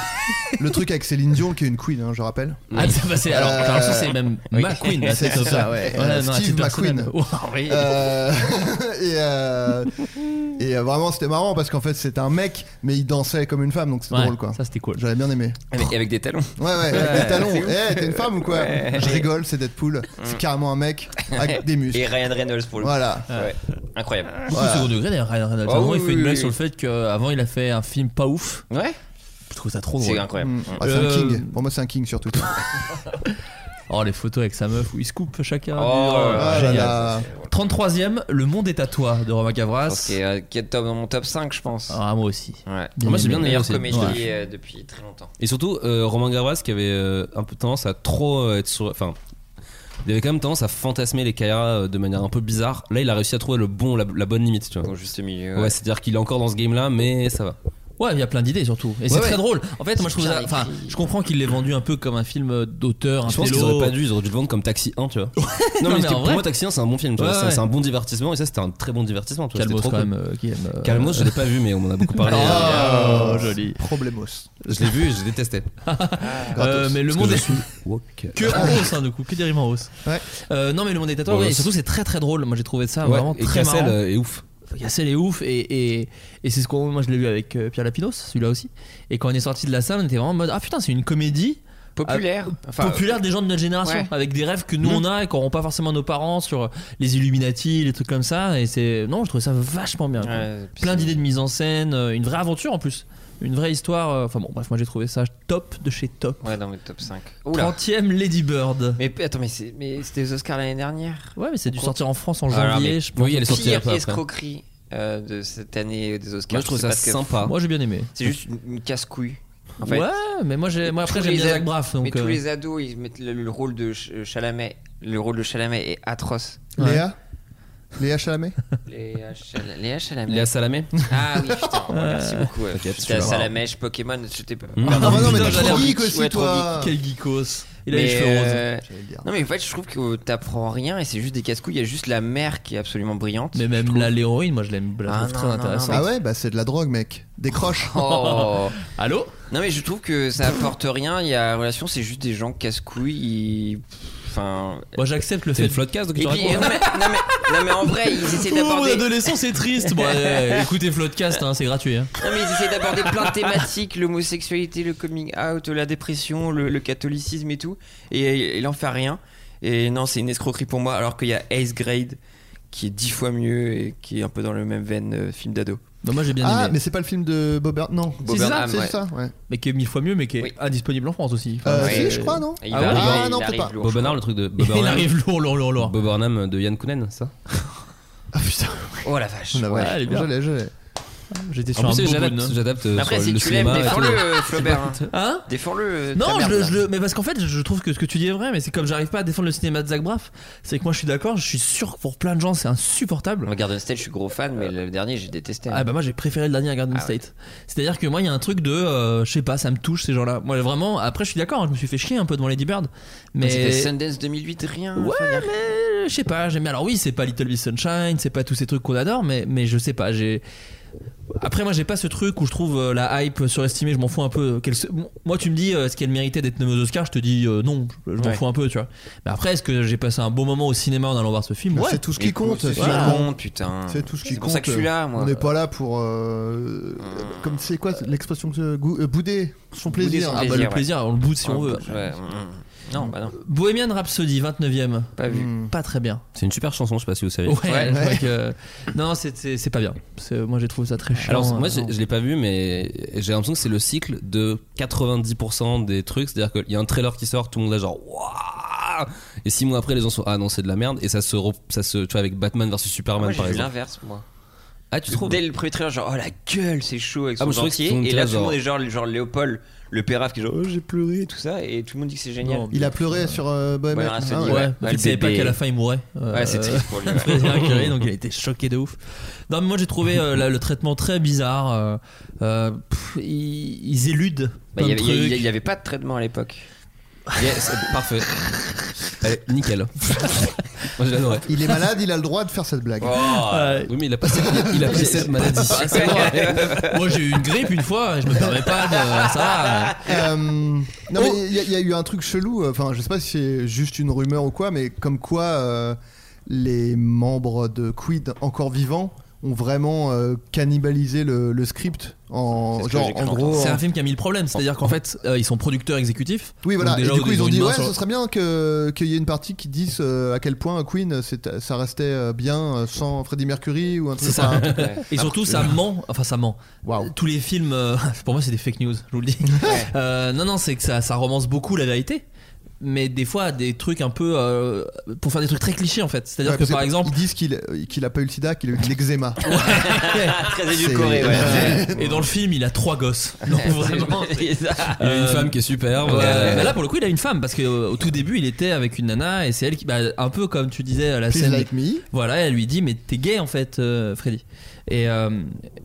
Speaker 3: le truc avec Céline Dion qui est une queen, hein, je
Speaker 9: *laughs*
Speaker 3: rappelle.
Speaker 9: ah ça, bah, c'est alors
Speaker 3: Euh,
Speaker 9: t'as l'impression que c'est même
Speaker 10: oui.
Speaker 3: *laughs*
Speaker 9: McQueen là,
Speaker 3: C'est
Speaker 9: top.
Speaker 3: ça, ouais.
Speaker 9: Voilà,
Speaker 3: Euh,
Speaker 9: non, à
Speaker 3: Steve
Speaker 9: titre personnel.
Speaker 3: McQueen.
Speaker 9: Oh, oui.
Speaker 3: Euh, *laughs* et, euh, et euh, vraiment c'était marrant parce qu'en fait c'était un mec mais il dansait comme une femme donc c'était
Speaker 9: Ouais,
Speaker 3: drôle quoi.
Speaker 9: ça c'était cool
Speaker 3: J'avais bien aimé.
Speaker 10: Avec, Ah, avec des
Speaker 8: *laughs*
Speaker 10: talons.
Speaker 3: Ouais ouais, avec des talons.
Speaker 10: c'est
Speaker 3: Eh
Speaker 10: ouf.
Speaker 3: t'es une femme ou quoi
Speaker 10: Ouais.
Speaker 3: Je rigole, c'est Deadpool.
Speaker 9: Mm.
Speaker 3: C'est carrément un mec
Speaker 9: *laughs*
Speaker 3: avec des muscles.
Speaker 10: Et Ryan Reynolds pour le coup.
Speaker 3: Voilà.
Speaker 10: Ouais. Incroyable.
Speaker 9: Au second degré d'ailleurs Ryan Reynolds
Speaker 10: Ah
Speaker 9: Avant,
Speaker 10: oui,
Speaker 9: il fait
Speaker 10: oui,
Speaker 9: une blague
Speaker 10: oui.
Speaker 9: sur le fait qu'avant il a fait un film pas ouf
Speaker 10: Ouais.
Speaker 9: je trouve ça trop
Speaker 10: C'est
Speaker 9: drôle
Speaker 10: incroyable.
Speaker 3: Mm. Ah, c'est un
Speaker 9: Euh,
Speaker 3: king. Pour moi c'est un king surtout.
Speaker 9: oh les photos avec sa meuf où il se coupe chacun
Speaker 10: Oh, là
Speaker 9: Oh,
Speaker 10: là,
Speaker 3: génial.
Speaker 10: ça, c'est-
Speaker 9: 33ème Le monde est à toi de Romain
Speaker 10: Je pense
Speaker 9: Gavras
Speaker 10: qu'il est, euh, qu'il est top dans mon top 5, je pense.
Speaker 9: ah moi aussi
Speaker 10: Ouais.
Speaker 9: Bien Moi, j'ai aimé. bien aimé
Speaker 10: meilleure
Speaker 9: aussi.
Speaker 10: comédie
Speaker 9: Ouais.
Speaker 10: euh, depuis très longtemps.
Speaker 8: Et surtout, euh, Romain Gavras qui avait euh, un peu tendance à trop euh, être sur. Enfin, il avait quand même tendance à fantasmer les Kaira euh, de manière un peu bizarre. Là, il a réussi à trouver le bon, la, la bonne limite, tu vois.
Speaker 10: Au juste milieu.
Speaker 8: Ouais, c'est-à-dire qu'il est encore dans ce game-là, mais ça va.
Speaker 9: ouais il y a plein d'idées surtout et c'est
Speaker 3: Ouais,
Speaker 9: très
Speaker 3: ouais.
Speaker 9: drôle en fait moi je trouve
Speaker 10: bien
Speaker 9: ça enfin
Speaker 10: écrit.
Speaker 9: je comprends qu'il l'ait vendu un peu comme un film d'auteur un
Speaker 8: Je pense qu'ils
Speaker 9: télo.
Speaker 8: auraient pas dû, ils auraient dû le vendre comme Taxi 1, tu vois. *laughs* non,
Speaker 9: non,
Speaker 8: mais,
Speaker 9: mais en
Speaker 8: pour
Speaker 9: vrai-
Speaker 8: moi, Taxi 1, c'est un bon film, tu vois.
Speaker 9: Ouais,
Speaker 8: C'est-
Speaker 9: ouais.
Speaker 8: C'est un bon divertissement, et ça, c'était un très bon divertissement, tu vois.
Speaker 9: Calmos
Speaker 8: c'était
Speaker 9: quand
Speaker 8: trop cool.
Speaker 9: même euh, qui aime euh,
Speaker 8: Calmos, je l'ai pas vu, mais on en a beaucoup parlé. Euh,
Speaker 3: Ah,
Speaker 9: Oh, joli.
Speaker 3: Problemos.
Speaker 8: Je l'ai vu et je détestais.
Speaker 9: euh, mais le
Speaker 8: Parce
Speaker 9: monde
Speaker 8: que
Speaker 9: est
Speaker 8: je suis woke.
Speaker 9: *laughs* que en hausse hein, du coup que des rimes en hausse
Speaker 3: Ouais.
Speaker 9: Euh, non mais le monde est à toi
Speaker 8: Ouais.
Speaker 9: ouais, et surtout c'est très très drôle moi j'ai trouvé ça
Speaker 8: Ouais,
Speaker 9: Ah, vraiment
Speaker 8: et
Speaker 9: très
Speaker 8: Cassel
Speaker 9: marrant
Speaker 8: euh, est ouf.
Speaker 9: Cassel est ouf et, et, et c'est ce qu'on moi je l'ai vu avec euh, Pierre Lapinos celui-là aussi et quand on est sorti de la salle on était vraiment en mode ah putain c'est une comédie
Speaker 10: Populaire.
Speaker 9: Ah, populaire des gens de notre génération
Speaker 10: ouais.
Speaker 9: avec des rêves que nous
Speaker 8: Mm.
Speaker 10: Mhm.
Speaker 9: on a et qu'auront pas forcément nos parents sur euh, les Illuminati les trucs comme ça et c'est non je trouvais ça vachement bien quoi.
Speaker 10: Ouais, puis
Speaker 9: plein
Speaker 10: c'est-
Speaker 9: d'idées de mise en scène euh, une vraie aventure en plus une vraie histoire euh, enfin bon bref moi j'ai trouvé ça top de chez top
Speaker 10: Ouais, dans mes top 5. Oula.
Speaker 9: 30ème Lady Bird
Speaker 10: Mais p- attends, mais c'est- mais c'était aux Oscars l'année dernière.
Speaker 9: ouais mais c'est dû
Speaker 10: Compte-
Speaker 9: sortir en France en
Speaker 10: Alors,
Speaker 9: janvier
Speaker 10: mais-
Speaker 9: je pense.
Speaker 8: Ah, Oui, elle est sortie
Speaker 10: Pire
Speaker 8: après, après.
Speaker 10: escroquerie euh, de cette année des Oscars.
Speaker 8: Moi, je trouve
Speaker 10: sais
Speaker 8: ça
Speaker 10: pas ce que-
Speaker 8: sympa.
Speaker 9: moi j'ai bien aimé
Speaker 10: C'est juste une, une casse-couille. En fait.
Speaker 9: ouais mais moi j'ai moi après
Speaker 10: Tous
Speaker 9: j'aime
Speaker 10: les
Speaker 9: bien
Speaker 10: ad-
Speaker 9: Jacques Braff
Speaker 10: mais
Speaker 9: donc
Speaker 10: tous
Speaker 9: euh,
Speaker 10: les ados, ils mettent le, le rôle de Ch- euh, Chalamet. Le rôle de Chalamet est atroce.
Speaker 9: Ouais.
Speaker 3: Léa Léa Chalamet
Speaker 10: Léa, Chal- Léa Chalamet.
Speaker 8: Léa Salamé
Speaker 10: Ah oui, putain. ouais, merci beaucoup. ouais.
Speaker 8: T'inquiète,
Speaker 10: Putain,
Speaker 8: tu vas
Speaker 10: Salamé, je Pokémon, je t'ai pas.
Speaker 3: Ah
Speaker 9: non,
Speaker 3: bah non, mais
Speaker 9: putain,
Speaker 3: t'es
Speaker 9: j'allais
Speaker 3: trop
Speaker 9: dire-
Speaker 3: geek
Speaker 10: ouais,
Speaker 3: aussi,
Speaker 10: trop
Speaker 3: toi
Speaker 9: *laughs* quel geekos il a
Speaker 10: Ah. Mais,
Speaker 9: les cheveux roses
Speaker 10: euh,
Speaker 3: J'allais le dire.
Speaker 10: Non mais en fait je trouve que t'apprends rien et c'est juste des casse-couilles, il y a juste la mère qui est absolument brillante.
Speaker 9: Mais même là, l'héroïne, moi je l'aime, je la
Speaker 10: Ah
Speaker 9: trouve
Speaker 10: non,
Speaker 9: très
Speaker 10: non,
Speaker 9: intéressante.
Speaker 3: Ah ouais, bah c'est de la drogue, mec. Décroche.
Speaker 10: Oh.
Speaker 9: Allô
Speaker 10: non mais je trouve que ça apporte rien, il y a relation, c'est juste des gens casse-couilles, ils- Enfin.
Speaker 9: Moi j'accepte le
Speaker 10: C'est
Speaker 9: fait
Speaker 10: le
Speaker 9: Floodcast,
Speaker 10: Et puis, *laughs* non, mais, non, mais- non, mais en vrai, ils essaient
Speaker 9: Tout le monde
Speaker 10: d'aborder.
Speaker 9: adolescent, c'est triste. Bon, euh, écoutez Floodcast, hein, c'est gratuit. hein.
Speaker 10: Non, mais ils essaient d'aborder plein de thématiques, l'homosexualité, le coming out, la dépression, le, le catholicisme et tout. Et il en fait rien. Et non, c'est une escroquerie pour moi, alors qu'il y a Ace Grade qui est dix fois mieux et qui est un peu dans le même veine euh, film d'ado.
Speaker 9: Non, moi j'ai bien
Speaker 3: Ah,
Speaker 9: aimé.
Speaker 3: mais c'est pas le film de Bobert. Non,
Speaker 10: Bob
Speaker 3: c'est ça,
Speaker 10: Burnham,
Speaker 3: c'est
Speaker 10: Ah, ouais.
Speaker 3: ça, ouais.
Speaker 9: Mais qui est mille fois mieux, mais qui est indisponible en France aussi. Enfin,
Speaker 3: Euh,
Speaker 9: ouais.
Speaker 3: si, je crois, non
Speaker 10: Il
Speaker 9: Ah
Speaker 10: va
Speaker 9: ouais,
Speaker 10: arriver,
Speaker 9: bah,
Speaker 10: il
Speaker 3: non, peut-être
Speaker 10: arrive
Speaker 3: pas.
Speaker 10: lourd,
Speaker 8: Bob
Speaker 10: je crois.
Speaker 8: Bernard, le truc de Bob
Speaker 9: *laughs* Il
Speaker 8: Burnham.
Speaker 9: arrive lourd, lourd, lourd, lourd.
Speaker 8: Bob Burnham de Yann Kounen, c'est ça
Speaker 3: Ah putain,
Speaker 10: Oh la vache.
Speaker 3: la vache.
Speaker 9: ouais, elle est bien.
Speaker 3: je l'ai, je l'ai.
Speaker 9: J'étais sur
Speaker 8: En
Speaker 9: un
Speaker 8: plus,
Speaker 9: beau
Speaker 8: j'adapte,
Speaker 9: bout de-
Speaker 8: j'adapte euh,
Speaker 10: Mais Après,
Speaker 8: sur
Speaker 10: si
Speaker 8: le
Speaker 10: tu l'aimes,
Speaker 8: cinéma. et tout.
Speaker 10: défends-le, euh, *laughs* Flaubert. hein.
Speaker 9: Hein
Speaker 10: Défends-le. euh, ta
Speaker 9: Non, je
Speaker 10: merde,
Speaker 9: le,
Speaker 10: là.
Speaker 9: je le- mais parce qu'en fait, je trouve que ce que tu dis est vrai, mais c'est comme j'arrive pas à défendre le cinéma de Zach Braff, c'est que moi je suis d'accord, je suis sûr que pour plein de gens c'est insupportable.
Speaker 10: Moi, Garden State, je suis gros fan, mais le dernier, j'ai détesté.
Speaker 9: Ah bah moi j'ai préféré le dernier à Garden
Speaker 10: Ah ouais.
Speaker 9: State. C'est-à-dire que moi il y a un truc de, euh, je sais pas, ça me touche ces gens-là. Moi vraiment, après je suis d'accord, hein, je me suis fait chier un peu devant Lady Bird, mais
Speaker 10: C'était Sundance 2008, rien.
Speaker 9: Ouais,
Speaker 10: Enfin, y a-
Speaker 9: mais je sais pas, j'aime. Alors oui, c'est pas Little Miss Sunshine, c'est pas tous ces trucs qu'on adore, mais, mais je sais pas, j'ai. Après, moi, j'ai pas ce truc où je trouve euh, la hype surestimée, je m'en fous un peu. euh, Qu'elle se- Bon, Moi, tu me dis, euh, est-ce qu'elle méritait d'être nommée aux Oscars Je te dis euh, non, je, je m'en
Speaker 10: Ouais.
Speaker 9: fous un peu, tu vois. Mais après, est-ce que j'ai passé un bon moment au cinéma en allant voir ce film Ouais.
Speaker 3: Bah, C'est tout ce qui
Speaker 10: Écoute,
Speaker 3: compte,
Speaker 10: C'est ce qui
Speaker 3: finalement.
Speaker 10: compte, putain.
Speaker 3: C'est tout ce qui
Speaker 10: C'est
Speaker 3: compte.
Speaker 10: pour ça que je suis là, moi.
Speaker 3: On n'est pas là pour. euh, Comme c'est quoi l'expression que goût- euh, bouder son
Speaker 10: Bouder
Speaker 3: plaisir.
Speaker 10: son
Speaker 9: Ah bah,
Speaker 10: plaisir,
Speaker 9: le plaisir, on le boude si on veut.
Speaker 10: Ouais, mm, mm. Non, bah non,
Speaker 9: Bohemian Rhapsody, 29ème.
Speaker 10: pas vu.
Speaker 9: Pas très bien.
Speaker 8: C'est une super chanson, je sais pas si vous savez.
Speaker 9: Ouais,
Speaker 10: Ouais.
Speaker 9: je crois que- Non, c'est- c'est c'est pas bien. C'est- Moi, j'ai trouvé ça très chiant.
Speaker 8: Alors moi
Speaker 9: euh,
Speaker 8: je,
Speaker 9: non.
Speaker 8: je l'ai pas vu mais j'ai l'impression que c'est le cycle de 90% des trucs, c'est-à-dire qu'il y a un trailer qui sort, tout le monde est genre Wouah et six mois après les gens sont ah non c'est de la merde et ça se re- ça se tu vois avec Batman versus Superman
Speaker 10: Moi,
Speaker 8: par
Speaker 10: j'ai vu
Speaker 8: exemple.
Speaker 10: l'inverse, moi.
Speaker 8: Ah tu trouves
Speaker 10: Dès le premier trailer, genre, oh la gueule, c'est chaud avec
Speaker 8: Ah,
Speaker 10: son
Speaker 8: moi, je trouvais que
Speaker 10: dentier.
Speaker 8: c'était
Speaker 10: Et là,
Speaker 8: genre-
Speaker 10: tout le monde est genre, genre Léopold, le pérave qui est genre, oh, j'ai pleuré, tout ça. Et tout le monde dit que c'est génial.
Speaker 9: Non,
Speaker 3: Il a pleuré sur euh, Bohemian.
Speaker 10: Voilà, c'est
Speaker 3: Ah,
Speaker 10: dit, Bah,
Speaker 9: Ouais,
Speaker 3: ouais.
Speaker 9: en fait,
Speaker 10: le
Speaker 9: il savait pas
Speaker 10: bébé.
Speaker 9: qu'à la fin il mourait. Euh,
Speaker 10: Ouais, c'est triste pour lui.
Speaker 9: *laughs*
Speaker 10: ouais.
Speaker 9: Frédéric Curie, donc il a été choqué de ouf. Non, mais moi j'ai trouvé euh, la- le traitement très bizarre. euh, euh, pff, ils, ils éludent.
Speaker 10: Bah, Il
Speaker 9: plein
Speaker 10: y avait- il
Speaker 9: de
Speaker 10: y,
Speaker 9: trucs.
Speaker 10: avait- il y avait pas de traitement à l'époque.
Speaker 8: Yes, parfait. Allez, nickel. moi je l'adorais.
Speaker 3: Il est malade, il a le droit de faire cette blague.
Speaker 9: *laughs* Ouais.
Speaker 8: Oui mais il a pas cette, il a pas
Speaker 9: *laughs*
Speaker 8: cette maladie.
Speaker 9: Ah, c'est vrai. Moi j'ai eu une grippe une fois, je me permets pas de. Ça va.
Speaker 3: Euh, non, mais il y, a- il y a eu un truc chelou. euh, Enfin, je sais pas si c'est juste une rumeur ou quoi, mais comme quoi euh, les membres de Quid encore vivants ont vraiment euh, cannibalisé le, le script
Speaker 10: C'est ce
Speaker 3: en
Speaker 10: que
Speaker 3: genre
Speaker 10: j'ai cru
Speaker 3: en gros.
Speaker 9: C'est
Speaker 3: en-
Speaker 9: un film qui a mis le problème, c'est-à-dire qu'en fait euh, ils sont producteurs exécutifs.
Speaker 3: Oui, voilà.
Speaker 9: Donc, déjà,
Speaker 3: et du
Speaker 9: au
Speaker 3: coup, ils
Speaker 9: début,
Speaker 3: ont dit
Speaker 9: une main
Speaker 3: ouais,
Speaker 9: sur-
Speaker 3: ce serait bien que qu'il y ait une partie qui dise euh, à quel point Queen c'est- ça restait euh, bien euh, sans Freddie Mercury ou un truc.
Speaker 9: C'est ça.
Speaker 3: enfin,
Speaker 9: Et surtout, ça ment. Enfin, ça ment.
Speaker 3: Waouh.
Speaker 9: Tous les films, euh, *laughs* pour moi, c'est des fake news, je vous le dis. Euh, non, non, c'est que ça, ça romance beaucoup la vérité. Mais des fois, des trucs un peu. euh, pour faire des trucs très clichés, en fait. C'est-à-dire
Speaker 3: ouais,
Speaker 9: que,
Speaker 3: parce
Speaker 9: par
Speaker 3: que *laughs*
Speaker 9: exemple. *laughs*
Speaker 3: ils disent qu'il euh, qu'il a pas eu le sida, qu'il a eu de l'eczéma.
Speaker 9: Ah,
Speaker 10: Très édulcoré, ouais. *laughs*
Speaker 9: euh, *laughs* et dans le film, il a trois gosses. Donc, *laughs* vraiment.
Speaker 10: C'est bizarre.
Speaker 8: Il y a une
Speaker 9: Euh,
Speaker 8: femme qui est superbe.
Speaker 9: Ouais,
Speaker 8: euh,
Speaker 9: mais là pour le coup il a une femme parce que euh, au tout début il était avec une nana et c'est elle qui bah, un peu comme tu disais à la
Speaker 3: Please
Speaker 9: scène
Speaker 3: like me.
Speaker 9: Voilà, elle lui dit mais t'es gay en fait, euh, Freddy. Et euh,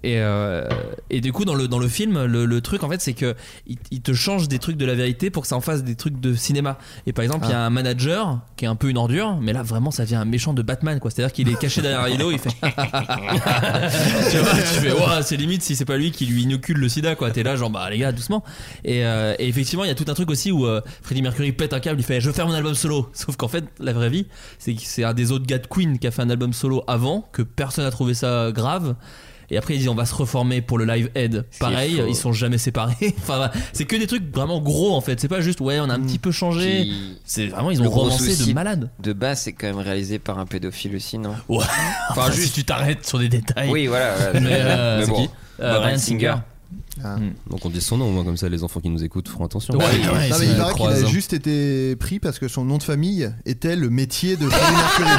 Speaker 9: et, euh, et du coup dans le dans le film le, le truc en fait c'est que il, il te change des trucs de la vérité pour que ça en fasse des trucs de cinéma. Et par exemple il y a un manager qui est un peu une ordure, mais là vraiment ça devient un méchant de Batman quoi. C'est-à-dire qu'il est caché derrière un rideau, il fait. *laughs* tu vois, tu fais Ouah, c'est limite si c'est pas lui qui lui inocule le sida quoi. T'es là genre bah les gars doucement. Et, euh, et effectivement il y a tout un truc aussi où euh, Freddie Mercury pète un câble, il fait je veux faire mon album solo. Sauf qu'en fait la vraie vie c'est que c'est un des autres gars de Queen qui a fait un album solo avant, que personne a trouvé ça grave. Et après, ils disent on va se reformer pour le live Aid.
Speaker 10: qui est
Speaker 9: Pareil,
Speaker 10: faux.
Speaker 9: ils sont jamais séparés. *laughs* enfin, voilà. c'est que des trucs vraiment gros en fait. C'est pas juste ouais, on a un petit peu changé.
Speaker 10: Qui-
Speaker 9: C'est vraiment, ils ont
Speaker 10: Le gros
Speaker 9: romancé de
Speaker 10: souci
Speaker 9: malade.
Speaker 10: De base, c'est quand même réalisé par un pédophile aussi, non
Speaker 9: Ouais. *laughs* Enfin,
Speaker 10: juste-
Speaker 9: juste tu t'arrêtes sur des détails.
Speaker 10: Oui, voilà. voilà.
Speaker 9: Mais, euh, c'est
Speaker 10: bon.
Speaker 9: qui Euh,
Speaker 10: Bryan
Speaker 9: Ryan Singer.
Speaker 3: Ah.
Speaker 9: Hmm.
Speaker 8: Donc on dit son nom au moins comme ça les enfants qui nous écoutent feront attention.
Speaker 9: Ouais, ouais,
Speaker 3: Non, mais
Speaker 9: c'est-
Speaker 3: il paraît qu'il
Speaker 8: croisant.
Speaker 3: a juste été pris parce que son nom de famille était le métier de Freddie Mercury.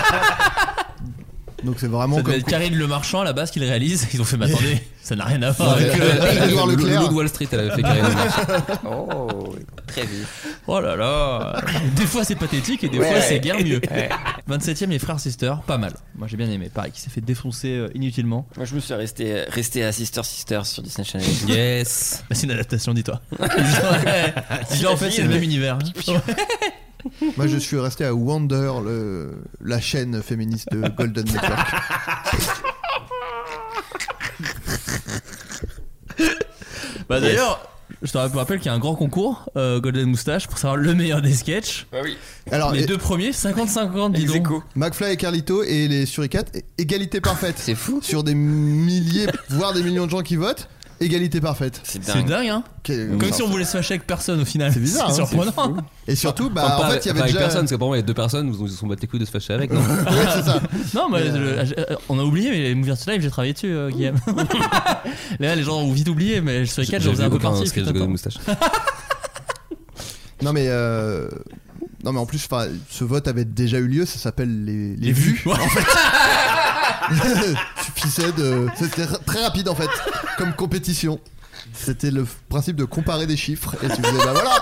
Speaker 3: Donc c'est vraiment
Speaker 9: Ça
Speaker 3: comme
Speaker 9: devait être Karine Le Marchand à la base qu'ils réalisent. *laughs* Ils ont fait, mais attendez, ça n'a rien à voir
Speaker 3: Ouais.
Speaker 9: avec. euh,
Speaker 3: Édouard
Speaker 8: Le- le-
Speaker 3: Leclerc.
Speaker 8: Loup de Wall Street, elle avait fait carrément.
Speaker 10: Oh, très vif.
Speaker 9: Oh là là. Des fois c'est pathétique et des
Speaker 10: Ouais.
Speaker 9: fois c'est guère mieux. 27ème les frères sisters, pas mal. Moi j'ai bien aimé. Pareil, qui s'est fait défoncer euh, inutilement.
Speaker 10: Moi, je me suis resté, resté à Sister Sister sur Disney Channel.
Speaker 9: Yes. Bah, c'est une adaptation,
Speaker 3: *laughs*
Speaker 9: dis-toi. Dis-toi en fait c'est le même univers. hein.
Speaker 3: Moi, je suis resté à Wonder, le- la chaîne féministe de Golden Network.
Speaker 9: *laughs* Bah d'ailleurs, Je te rappelle qu'il y a un grand concours, euh, Golden Moustache, pour savoir le meilleur des sketchs.
Speaker 10: Bah oui.
Speaker 3: Alors,
Speaker 9: les
Speaker 3: Ah, et-
Speaker 9: deux premiers, 50-50, dis donc.
Speaker 3: McFly et Carlito et les suricates, é- égalité parfaite. C'est fou. Sur des milliers, voire des millions de gens qui votent, égalité parfaite.
Speaker 9: C'est dingue, hein
Speaker 3: Quel-
Speaker 9: Comme si on voulait se fâcher avec personne au final.
Speaker 3: C'est bizarre, hein, c'est
Speaker 9: surprenant.
Speaker 3: fou. Et surtout, bah,
Speaker 8: Enfin,
Speaker 3: en
Speaker 8: pas
Speaker 3: fait, il
Speaker 8: pas
Speaker 3: y avait
Speaker 8: avec
Speaker 3: déjà.
Speaker 8: personne, parce que pour moi, les deux personnes, vous vous sont battus les couilles de se fâcher avec. Non
Speaker 3: Ouais, c'est ça.
Speaker 9: Non, mais je- euh, on a oublié, mais les Movie Arts Live, j'ai travaillé dessus, euh,
Speaker 3: *laughs*
Speaker 9: Guillaume. Là, les gens ont vite oublié, mais sur les quatre, j'en faisais un peu partie.
Speaker 8: sketch de
Speaker 9: putain,
Speaker 8: Golden Moustache.
Speaker 9: attends.
Speaker 3: Non mais euh, non mais en plus, enfin, ce vote avait déjà eu lieu. Ça s'appelle les, les vues. *laughs*
Speaker 9: Ouais.
Speaker 3: En fait. Suffisait de. C'était ra- très rapide en fait, comme compétition. C'était le f- principe de comparer des chiffres et tu disais bah voilà,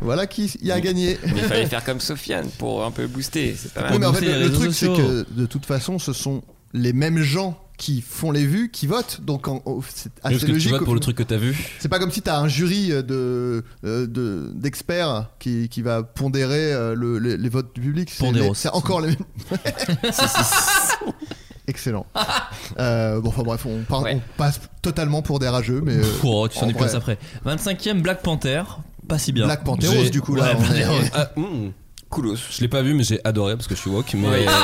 Speaker 3: voilà qui y a gagné.
Speaker 10: Mais il fallait faire comme Sofiane pour un peu booster. C'est pas mal.
Speaker 3: Oui, mais en fait,
Speaker 9: les
Speaker 3: le, le
Speaker 9: réseaux
Speaker 3: truc, c'est
Speaker 9: sociaux.
Speaker 3: que de toute façon, ce sont les mêmes gens qui font les vues qui votent. Donc, en- en- c'est
Speaker 8: Parce
Speaker 3: assez
Speaker 8: que tu
Speaker 3: logique.
Speaker 8: votes
Speaker 3: au
Speaker 8: pour le
Speaker 3: final.
Speaker 8: truc que t'as vu.
Speaker 3: C'est pas comme si t'as un jury euh, de euh, de- d'experts qui, qui va pondérer euh, le- le- les votes du public. C'est
Speaker 9: Pondéros.
Speaker 3: les- C'est encore
Speaker 9: *laughs*
Speaker 3: les mêmes. Excellent. Euh, bon, enfin bref, on, par-
Speaker 10: Ouais.
Speaker 3: on passe totalement pour des rageux, mais euh,
Speaker 9: Pff, oh, tu t'en
Speaker 3: en
Speaker 9: es
Speaker 3: vrai,
Speaker 9: plus après. 25ème Black Panther, pas si bien.
Speaker 3: Black Pantheros
Speaker 8: J'ai-
Speaker 3: du coup là.
Speaker 9: Ouais,
Speaker 3: on est-
Speaker 8: Ah, mm.
Speaker 10: Coolos.
Speaker 8: Je l'ai pas vu, mais j'ai adoré parce que je suis woke. Mais
Speaker 10: Ouais.
Speaker 9: *laughs*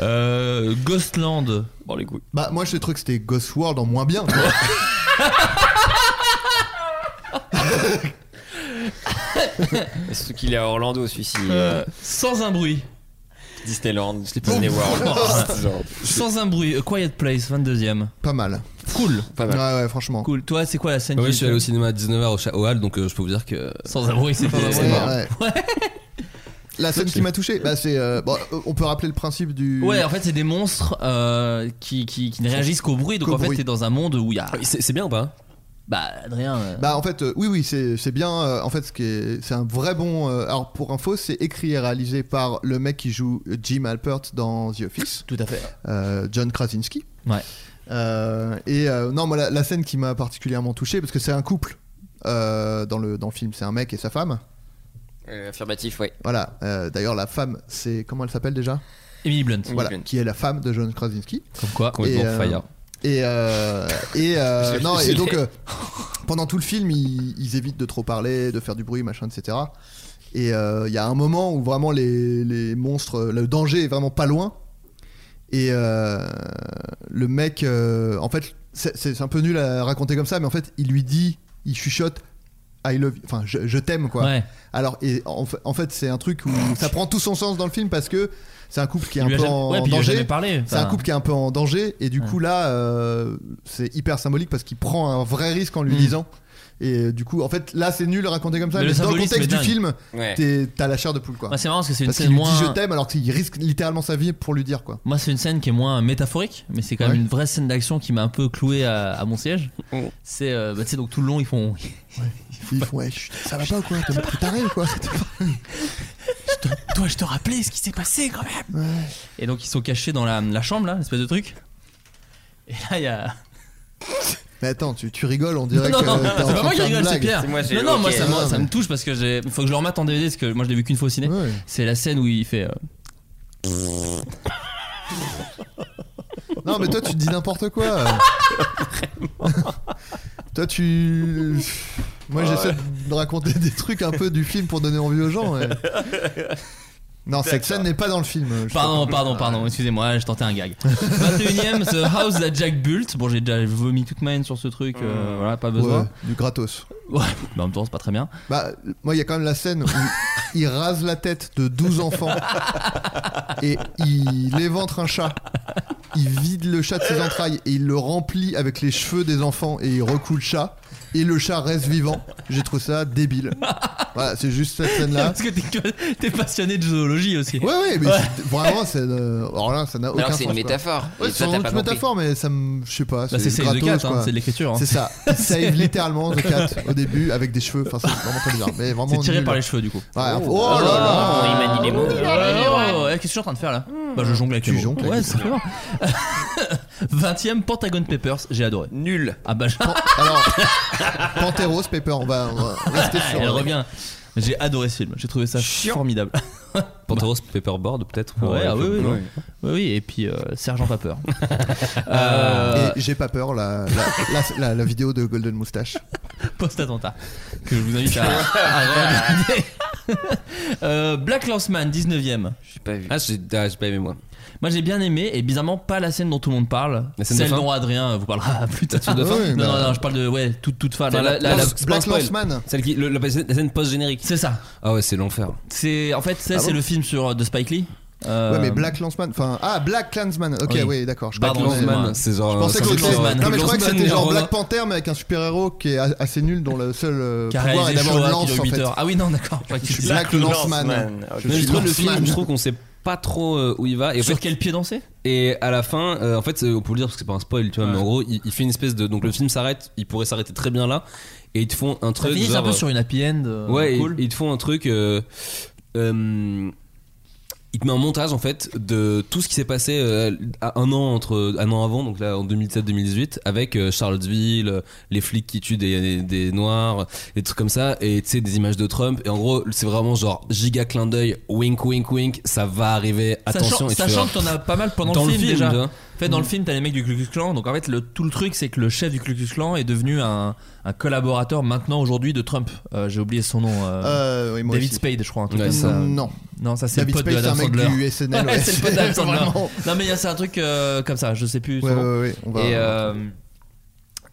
Speaker 9: Euh, Ghostland.
Speaker 10: Bon, les couilles.
Speaker 3: Bah moi je trouvé que c'était Ghost World en moins bien. quoi.
Speaker 9: *laughs*
Speaker 10: Et Surtout qu'il est à Orlando, celui-ci.
Speaker 9: Euh, sans un bruit.
Speaker 10: Disneyland, Disney
Speaker 8: *laughs*
Speaker 10: World. Ah, Genre,
Speaker 9: Sans un bruit. A Quiet Place, 22ème.
Speaker 3: Pas mal.
Speaker 9: Cool.
Speaker 10: pas mal.
Speaker 3: Ouais ouais franchement.
Speaker 9: Cool. Toi, c'est quoi la scène
Speaker 8: Bah oui,
Speaker 9: qui-
Speaker 8: je suis allé au cinéma à 19h au, Cha- au Hall, donc euh, je peux vous dire que.
Speaker 9: Sans un bruit, c'était.
Speaker 3: Ouais,
Speaker 9: c'était marrant.
Speaker 3: ouais. La scène qui m'a touché, bah c'est euh, bon, euh, on peut rappeler le principe du.
Speaker 9: Ouais, en fait, c'est des monstres euh, qui, qui, qui ne réagissent qu'au bruit. Donc,
Speaker 3: Qu'au
Speaker 9: en fait,
Speaker 3: bruit.
Speaker 9: t'es dans un monde où il y a.
Speaker 8: C'est c'est bien ou pas
Speaker 9: Bah, Adrien. euh,
Speaker 3: Bah en fait euh, oui oui c'est c'est bien euh, en fait ce qui est c'est un vrai bon euh, alors pour info c'est écrit et réalisé par le mec qui joue Jim Alpert dans The Office
Speaker 9: Tout à fait.
Speaker 3: euh, John Krasinski
Speaker 9: Ouais.
Speaker 3: Euh, et euh, non moi la, la scène qui m'a particulièrement touché parce que c'est un couple euh, dans le dans le film c'est un mec et sa femme
Speaker 10: Euh, affirmatif, ouais.
Speaker 3: voilà euh, d'ailleurs la femme c'est comment elle s'appelle déjà
Speaker 9: Emily Blunt.
Speaker 3: voilà
Speaker 10: Blunt.
Speaker 3: qui est la femme de John Krasinski
Speaker 9: Comme quoi.
Speaker 3: Et,
Speaker 8: Complètement
Speaker 3: euh,
Speaker 8: fire.
Speaker 3: Et, euh, et,
Speaker 9: *laughs*
Speaker 3: euh,
Speaker 10: Je-
Speaker 3: non,
Speaker 10: je
Speaker 3: et
Speaker 10: l'ai.
Speaker 3: donc, euh, pendant tout le film, ils, ils évitent de trop parler, de faire du bruit, machin, etc. Et euh, il y a un moment où vraiment les, les monstres, le danger est vraiment pas loin. Et euh, le mec, euh, en fait, c'est- c'est un peu nul à raconter comme ça, mais en fait, il lui dit, il chuchote. I love you. Enfin, je, je t'aime quoi.
Speaker 9: Ouais.
Speaker 3: Alors, et en fait, en fait, c'est un truc où ça prend tout son sens dans le film parce que c'est un couple qui est
Speaker 9: Il
Speaker 3: un
Speaker 9: lui a
Speaker 3: peu
Speaker 9: jamais-
Speaker 3: en
Speaker 9: ouais, puis il lui a
Speaker 3: danger.
Speaker 9: jamais parlé.
Speaker 3: C'est
Speaker 9: Enfin,
Speaker 3: un couple qui est un peu en danger et du
Speaker 9: Ouais.
Speaker 3: coup là euh, c'est hyper symbolique parce qu'il prend un vrai risque en lui
Speaker 9: Mm.
Speaker 3: disant et euh, du coup en fait là c'est nul à raconter comme ça
Speaker 9: Mais
Speaker 3: mais,
Speaker 9: le
Speaker 3: dans le
Speaker 9: symbolisme
Speaker 3: contexte
Speaker 9: est
Speaker 3: du
Speaker 9: dingue.
Speaker 3: film
Speaker 10: Ouais.
Speaker 3: t'es- t'as la chair de poule quoi
Speaker 9: Moi, c'est marrant parce que c'est une
Speaker 3: parce qu'il
Speaker 9: scène
Speaker 3: lui dit
Speaker 9: moins.
Speaker 3: je t'aime alors qu'il risque littéralement sa vie pour lui dire quoi
Speaker 9: Moi, c'est une scène qui est moins métaphorique, mais c'est quand même
Speaker 3: Ouais.
Speaker 9: une vraie scène d'action qui m'a un peu cloué à, à mon siège.
Speaker 10: Mhm.
Speaker 9: C'est, euh, bah, tu sais, donc tout le long, ils font.
Speaker 3: Ils font, ouais, chut, ça va pas ou quoi
Speaker 9: *laughs*
Speaker 3: t'es t'es taré ou quoi
Speaker 9: Toi, je te rappelais ce qui s'est passé quand même. Et donc, ils sont cachés dans la, la chambre, là, l'espèce de truc. Et là, il y
Speaker 3: *laughs*
Speaker 9: a.
Speaker 3: mais attends tu, tu rigoles on dirait
Speaker 9: non,
Speaker 3: que
Speaker 9: *laughs* non,
Speaker 3: t'es en
Speaker 9: c'est
Speaker 3: train
Speaker 9: pas moi
Speaker 3: de
Speaker 9: qui
Speaker 3: faire une
Speaker 9: rigole, c'est
Speaker 3: blague.
Speaker 9: Pierre.
Speaker 10: C'est moi, j'ai-
Speaker 9: non, non, moi,
Speaker 10: ok.
Speaker 9: ça, me-
Speaker 3: Ah,
Speaker 9: ça me
Speaker 3: mais-
Speaker 9: touche parce que j'ai. Faut que je le remette en DVD parce que moi, je l'ai vu qu'une fois au ciné.
Speaker 3: Ouais.
Speaker 9: C'est la scène où il fait. euh,
Speaker 3: non mais toi tu dis n'importe quoi toi tu moi j'essaie de raconter des trucs un peu du film pour donner envie aux gens ouais. non cette scène n'est pas dans le film je sais
Speaker 9: Pardon,
Speaker 3: pas.
Speaker 9: pardon, pardon, excusez-moi, je tentais un gag. 21ème, The House that Jack Built. Bon, j'ai déjà vomi toute ma haine sur ce truc,
Speaker 3: Mm.
Speaker 9: euh, voilà, pas
Speaker 3: Ouais,
Speaker 9: besoin.
Speaker 3: du gratos
Speaker 9: Ouais, mais en même temps, c'est pas très bien.
Speaker 3: bah moi il y a quand même la scène où
Speaker 9: *laughs*
Speaker 3: il rase la tête de 12 enfants et il éventre un chat il vide le chat de ses entrailles et il le remplit avec les cheveux des enfants et il recoule le chat et le chat reste vivant j'ai trouvé ça débile voilà c'est juste cette scène là
Speaker 9: Parce que t'es que- t'es passionné de zoologie aussi. Bah,
Speaker 3: Ouais, ouais, mais c'est- vraiment, c'est. euh, alors là, ça n'a aucun
Speaker 10: Alors,
Speaker 3: sens.
Speaker 10: c'est une
Speaker 3: quoi.
Speaker 10: métaphore.
Speaker 3: Ouais,
Speaker 10: Et
Speaker 3: c'est
Speaker 10: toi, t'as
Speaker 3: une
Speaker 10: pas
Speaker 3: autre
Speaker 10: compris.
Speaker 3: métaphore, mais ça me. Je sais pas.
Speaker 9: Bah, c'est
Speaker 3: c'est
Speaker 9: Save the
Speaker 3: gratos,
Speaker 9: Cat, hein,
Speaker 3: quoi.
Speaker 9: c'est de l'écriture. hein. *laughs*
Speaker 3: C'est ça. Save littéralement The Cat au début avec des cheveux. Enfin, c'est vraiment très bizarre. Mais vraiment.
Speaker 9: C'est tiré
Speaker 3: nul.
Speaker 9: par les cheveux du coup.
Speaker 3: Ouais, enfin, oh, là là
Speaker 10: Oh, il Hmm. manie les mots.
Speaker 9: Oh, oh, oh, eh, Qu'est-ce que je suis en train de faire là Bah je jongle avec
Speaker 3: Tu
Speaker 9: les mots.
Speaker 3: jongles avec
Speaker 9: Ouais,
Speaker 3: les
Speaker 9: c'est vraiment. *laughs* 20ème Pentagon Papers, j'ai adoré.
Speaker 10: Nul.
Speaker 9: Ah bah je-
Speaker 3: *laughs* Pan- Alors. Panteros, Pepper, on va, on va rester sur.
Speaker 9: elle Ah, revient. J'ai adoré ce film, j'ai trouvé ça
Speaker 3: *laughs*
Speaker 9: formidable.
Speaker 10: Panteros Paperboard, peut-être
Speaker 9: Ouais, ah oui, oui,
Speaker 10: non.
Speaker 9: oui. Oui, oui, et puis euh, Sergent Euh, pas
Speaker 3: *laughs*
Speaker 9: peur.
Speaker 3: Et j'ai pas peur, la, la, la- la- la vidéo de
Speaker 9: *laughs*
Speaker 3: Golden Moustache.
Speaker 9: Post-attentat. Que je vous invite
Speaker 3: *laughs*
Speaker 9: à, à regarder. Euh, Black Lanceman, 19ème.
Speaker 11: J'ai pas vu.
Speaker 10: Ah, j'ai ah, j'ai pas aimé moi.
Speaker 9: Moi j'ai bien aimé, et bizarrement pas la scène dont tout le monde parle.
Speaker 10: La scène de
Speaker 9: Celle
Speaker 10: fin
Speaker 9: dont Adrien euh, vous parlera *laughs* plus tard.
Speaker 10: scène de fin
Speaker 3: Oui,
Speaker 9: non,
Speaker 3: bah-
Speaker 9: non, non, je parle de ouais, toute, toute fin.
Speaker 10: Enfin, la- la- la- c'est pas un
Speaker 3: Black
Speaker 10: spoil.
Speaker 3: Lanceman.
Speaker 10: Celle qui, le- la, la scène post-générique.
Speaker 9: C'est ça.
Speaker 10: Ah ouais, c'est l'enfer.
Speaker 9: C'est en fait ça,
Speaker 3: Ah
Speaker 9: c'est
Speaker 3: bon
Speaker 9: le film sur de Spike Lee. Euh,
Speaker 3: Ouais, mais Black Lanceman. Enfin, ah, Black Clansman. Ok,
Speaker 9: Oui.
Speaker 3: oui, d'accord. Je
Speaker 9: Black
Speaker 3: crois qu'on est-
Speaker 9: Lanceman.
Speaker 10: Man, c'est genre.
Speaker 3: Je pensais que c'était-
Speaker 9: Lanceman.
Speaker 3: Non, mais je crois que
Speaker 10: Lanceman
Speaker 3: c'était
Speaker 10: et
Speaker 3: genre
Speaker 10: Roland.
Speaker 3: Black Panther, mais avec un super-héros qui est a- assez nul, dont le seul euh,
Speaker 9: qui a
Speaker 3: pouvoir est
Speaker 9: réalisé
Speaker 3: d'avoir
Speaker 9: Shoah, qui
Speaker 3: une lance
Speaker 9: dure
Speaker 3: en
Speaker 9: 8
Speaker 3: fait.
Speaker 9: heures. Ah oui non d'accord. je crois que
Speaker 3: Je suis
Speaker 9: tu-
Speaker 3: Black Lanceman.
Speaker 10: Mais je
Speaker 3: suis
Speaker 10: trouve le
Speaker 3: Lanceman.
Speaker 10: film, je trouve qu'on sait pas trop euh, où il va. Et en
Speaker 9: Sur
Speaker 10: fait,
Speaker 9: quel pied danser
Speaker 10: Et à la fin, euh, en fait, c'est- on peut le dire parce que c'est pas un spoil, tu vois, mais en gros, il, il fait une espèce de. Donc le film s'arrête, il pourrait s'arrêter très bien là, et ils te font un
Speaker 9: Ça
Speaker 10: truc.
Speaker 9: finit c'est un
Speaker 10: genre,
Speaker 9: peu sur une happy end. euh,
Speaker 10: ouais,
Speaker 9: cool.
Speaker 10: ils, ils te font un truc. euh, euh, il te met un montage en fait de tout ce qui s'est passé euh, à un an entre un an avant, donc là en 2017-2018, avec euh, Charlottesville, euh, les flics qui tuent des, des, des noirs, des trucs comme ça, et tu sais des images de Trump. Et en gros, c'est vraiment genre giga clin d'œil, wink wink wink, ça va arriver, attention.
Speaker 9: Sachant,
Speaker 10: et tu fais
Speaker 9: sachant
Speaker 10: genre,
Speaker 9: que t'en as pas mal pendant
Speaker 10: Dans le
Speaker 9: le film,
Speaker 10: film,
Speaker 9: déjà.
Speaker 10: déjà.
Speaker 9: En fait, dans le film, t'as les mecs du Ku Klux Klan. Donc en fait, le, tout le truc, c'est que le chef du Ku Klux Klan est devenu un, un collaborateur maintenant aujourd'hui de Trump. Euh, J'ai oublié son nom. euh,
Speaker 3: Euh, oui, moi
Speaker 9: David
Speaker 3: aussi.
Speaker 9: Spade, je crois. Un truc
Speaker 10: Ouais,
Speaker 9: comme ça.
Speaker 3: Non,
Speaker 9: Non, ça c'est le
Speaker 3: David
Speaker 9: pote
Speaker 3: Spade,
Speaker 9: de
Speaker 3: c'est un
Speaker 9: Adam
Speaker 3: mec
Speaker 9: Sandler.
Speaker 3: du SNL.
Speaker 9: Ouais, c'est le pote d'Adam
Speaker 3: *laughs*
Speaker 9: Sandler.
Speaker 3: Vraiment.
Speaker 9: Non mais c'est un truc euh, comme ça. Je sais plus. son
Speaker 3: Ouais, ouais,
Speaker 9: nom.
Speaker 3: ouais, bah, on va.
Speaker 9: Et, euh,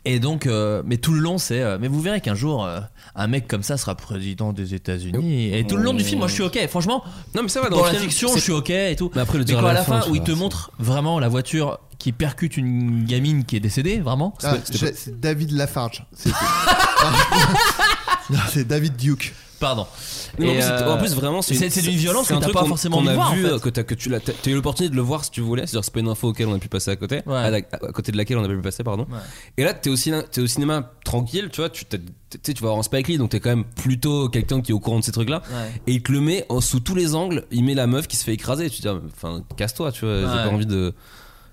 Speaker 9: et donc, euh, mais tout le long, c'est. euh, mais vous verrez qu'un jour, euh, un mec comme ça sera président des États-Unis. Et tout le long du film, moi, je suis ok. Franchement,
Speaker 10: Non mais ça va dans
Speaker 9: dans
Speaker 10: le
Speaker 9: la
Speaker 10: film,
Speaker 9: fiction,
Speaker 10: c'est-
Speaker 9: je suis ok et tout.
Speaker 10: Mais après, le
Speaker 9: mais
Speaker 10: dire
Speaker 9: quand
Speaker 10: à
Speaker 9: à
Speaker 10: la
Speaker 9: la fin,
Speaker 10: fin,
Speaker 9: où
Speaker 10: tu
Speaker 9: il te
Speaker 10: vois,
Speaker 9: montre vraiment la voiture qui percute une gamine qui est décédée, vraiment.
Speaker 3: Ah, j'ai- c'est David Lafarge. C'est
Speaker 10: *laughs*
Speaker 3: Non, c'est David Duke.
Speaker 9: Pardon.
Speaker 10: Non,
Speaker 9: Et,
Speaker 10: mais c'est-
Speaker 9: euh,
Speaker 10: en plus vraiment c'est
Speaker 9: c'est- c'est d'une violence
Speaker 10: c'est
Speaker 9: que t'as
Speaker 10: truc
Speaker 9: pas
Speaker 10: qu'on-
Speaker 9: forcément
Speaker 10: qu'on
Speaker 9: envie de
Speaker 10: a
Speaker 9: voir, en
Speaker 10: vu
Speaker 9: fait.
Speaker 10: euh, que t'as que tu l'as t'as t'as eu l'opportunité de le voir si tu voulais c'est-à-dire c'est pas une info auquel on a pu passer à côté
Speaker 9: Ouais.
Speaker 10: à, la- à côté de laquelle on a pu passer pardon
Speaker 9: Ouais.
Speaker 10: et là t'es au cinéma t'es au cinéma tranquille tu vois tu t'as- tu sais, tu vas voir un Spike Lee donc t'es quand même plutôt quelqu'un qui est au courant de ces trucs là
Speaker 9: Ouais.
Speaker 10: et il te le met en- sous tous les angles il met la meuf qui se fait écraser tu te dis ah, enfin casse-toi tu vois j'ai
Speaker 9: Ouais.
Speaker 10: pas envie de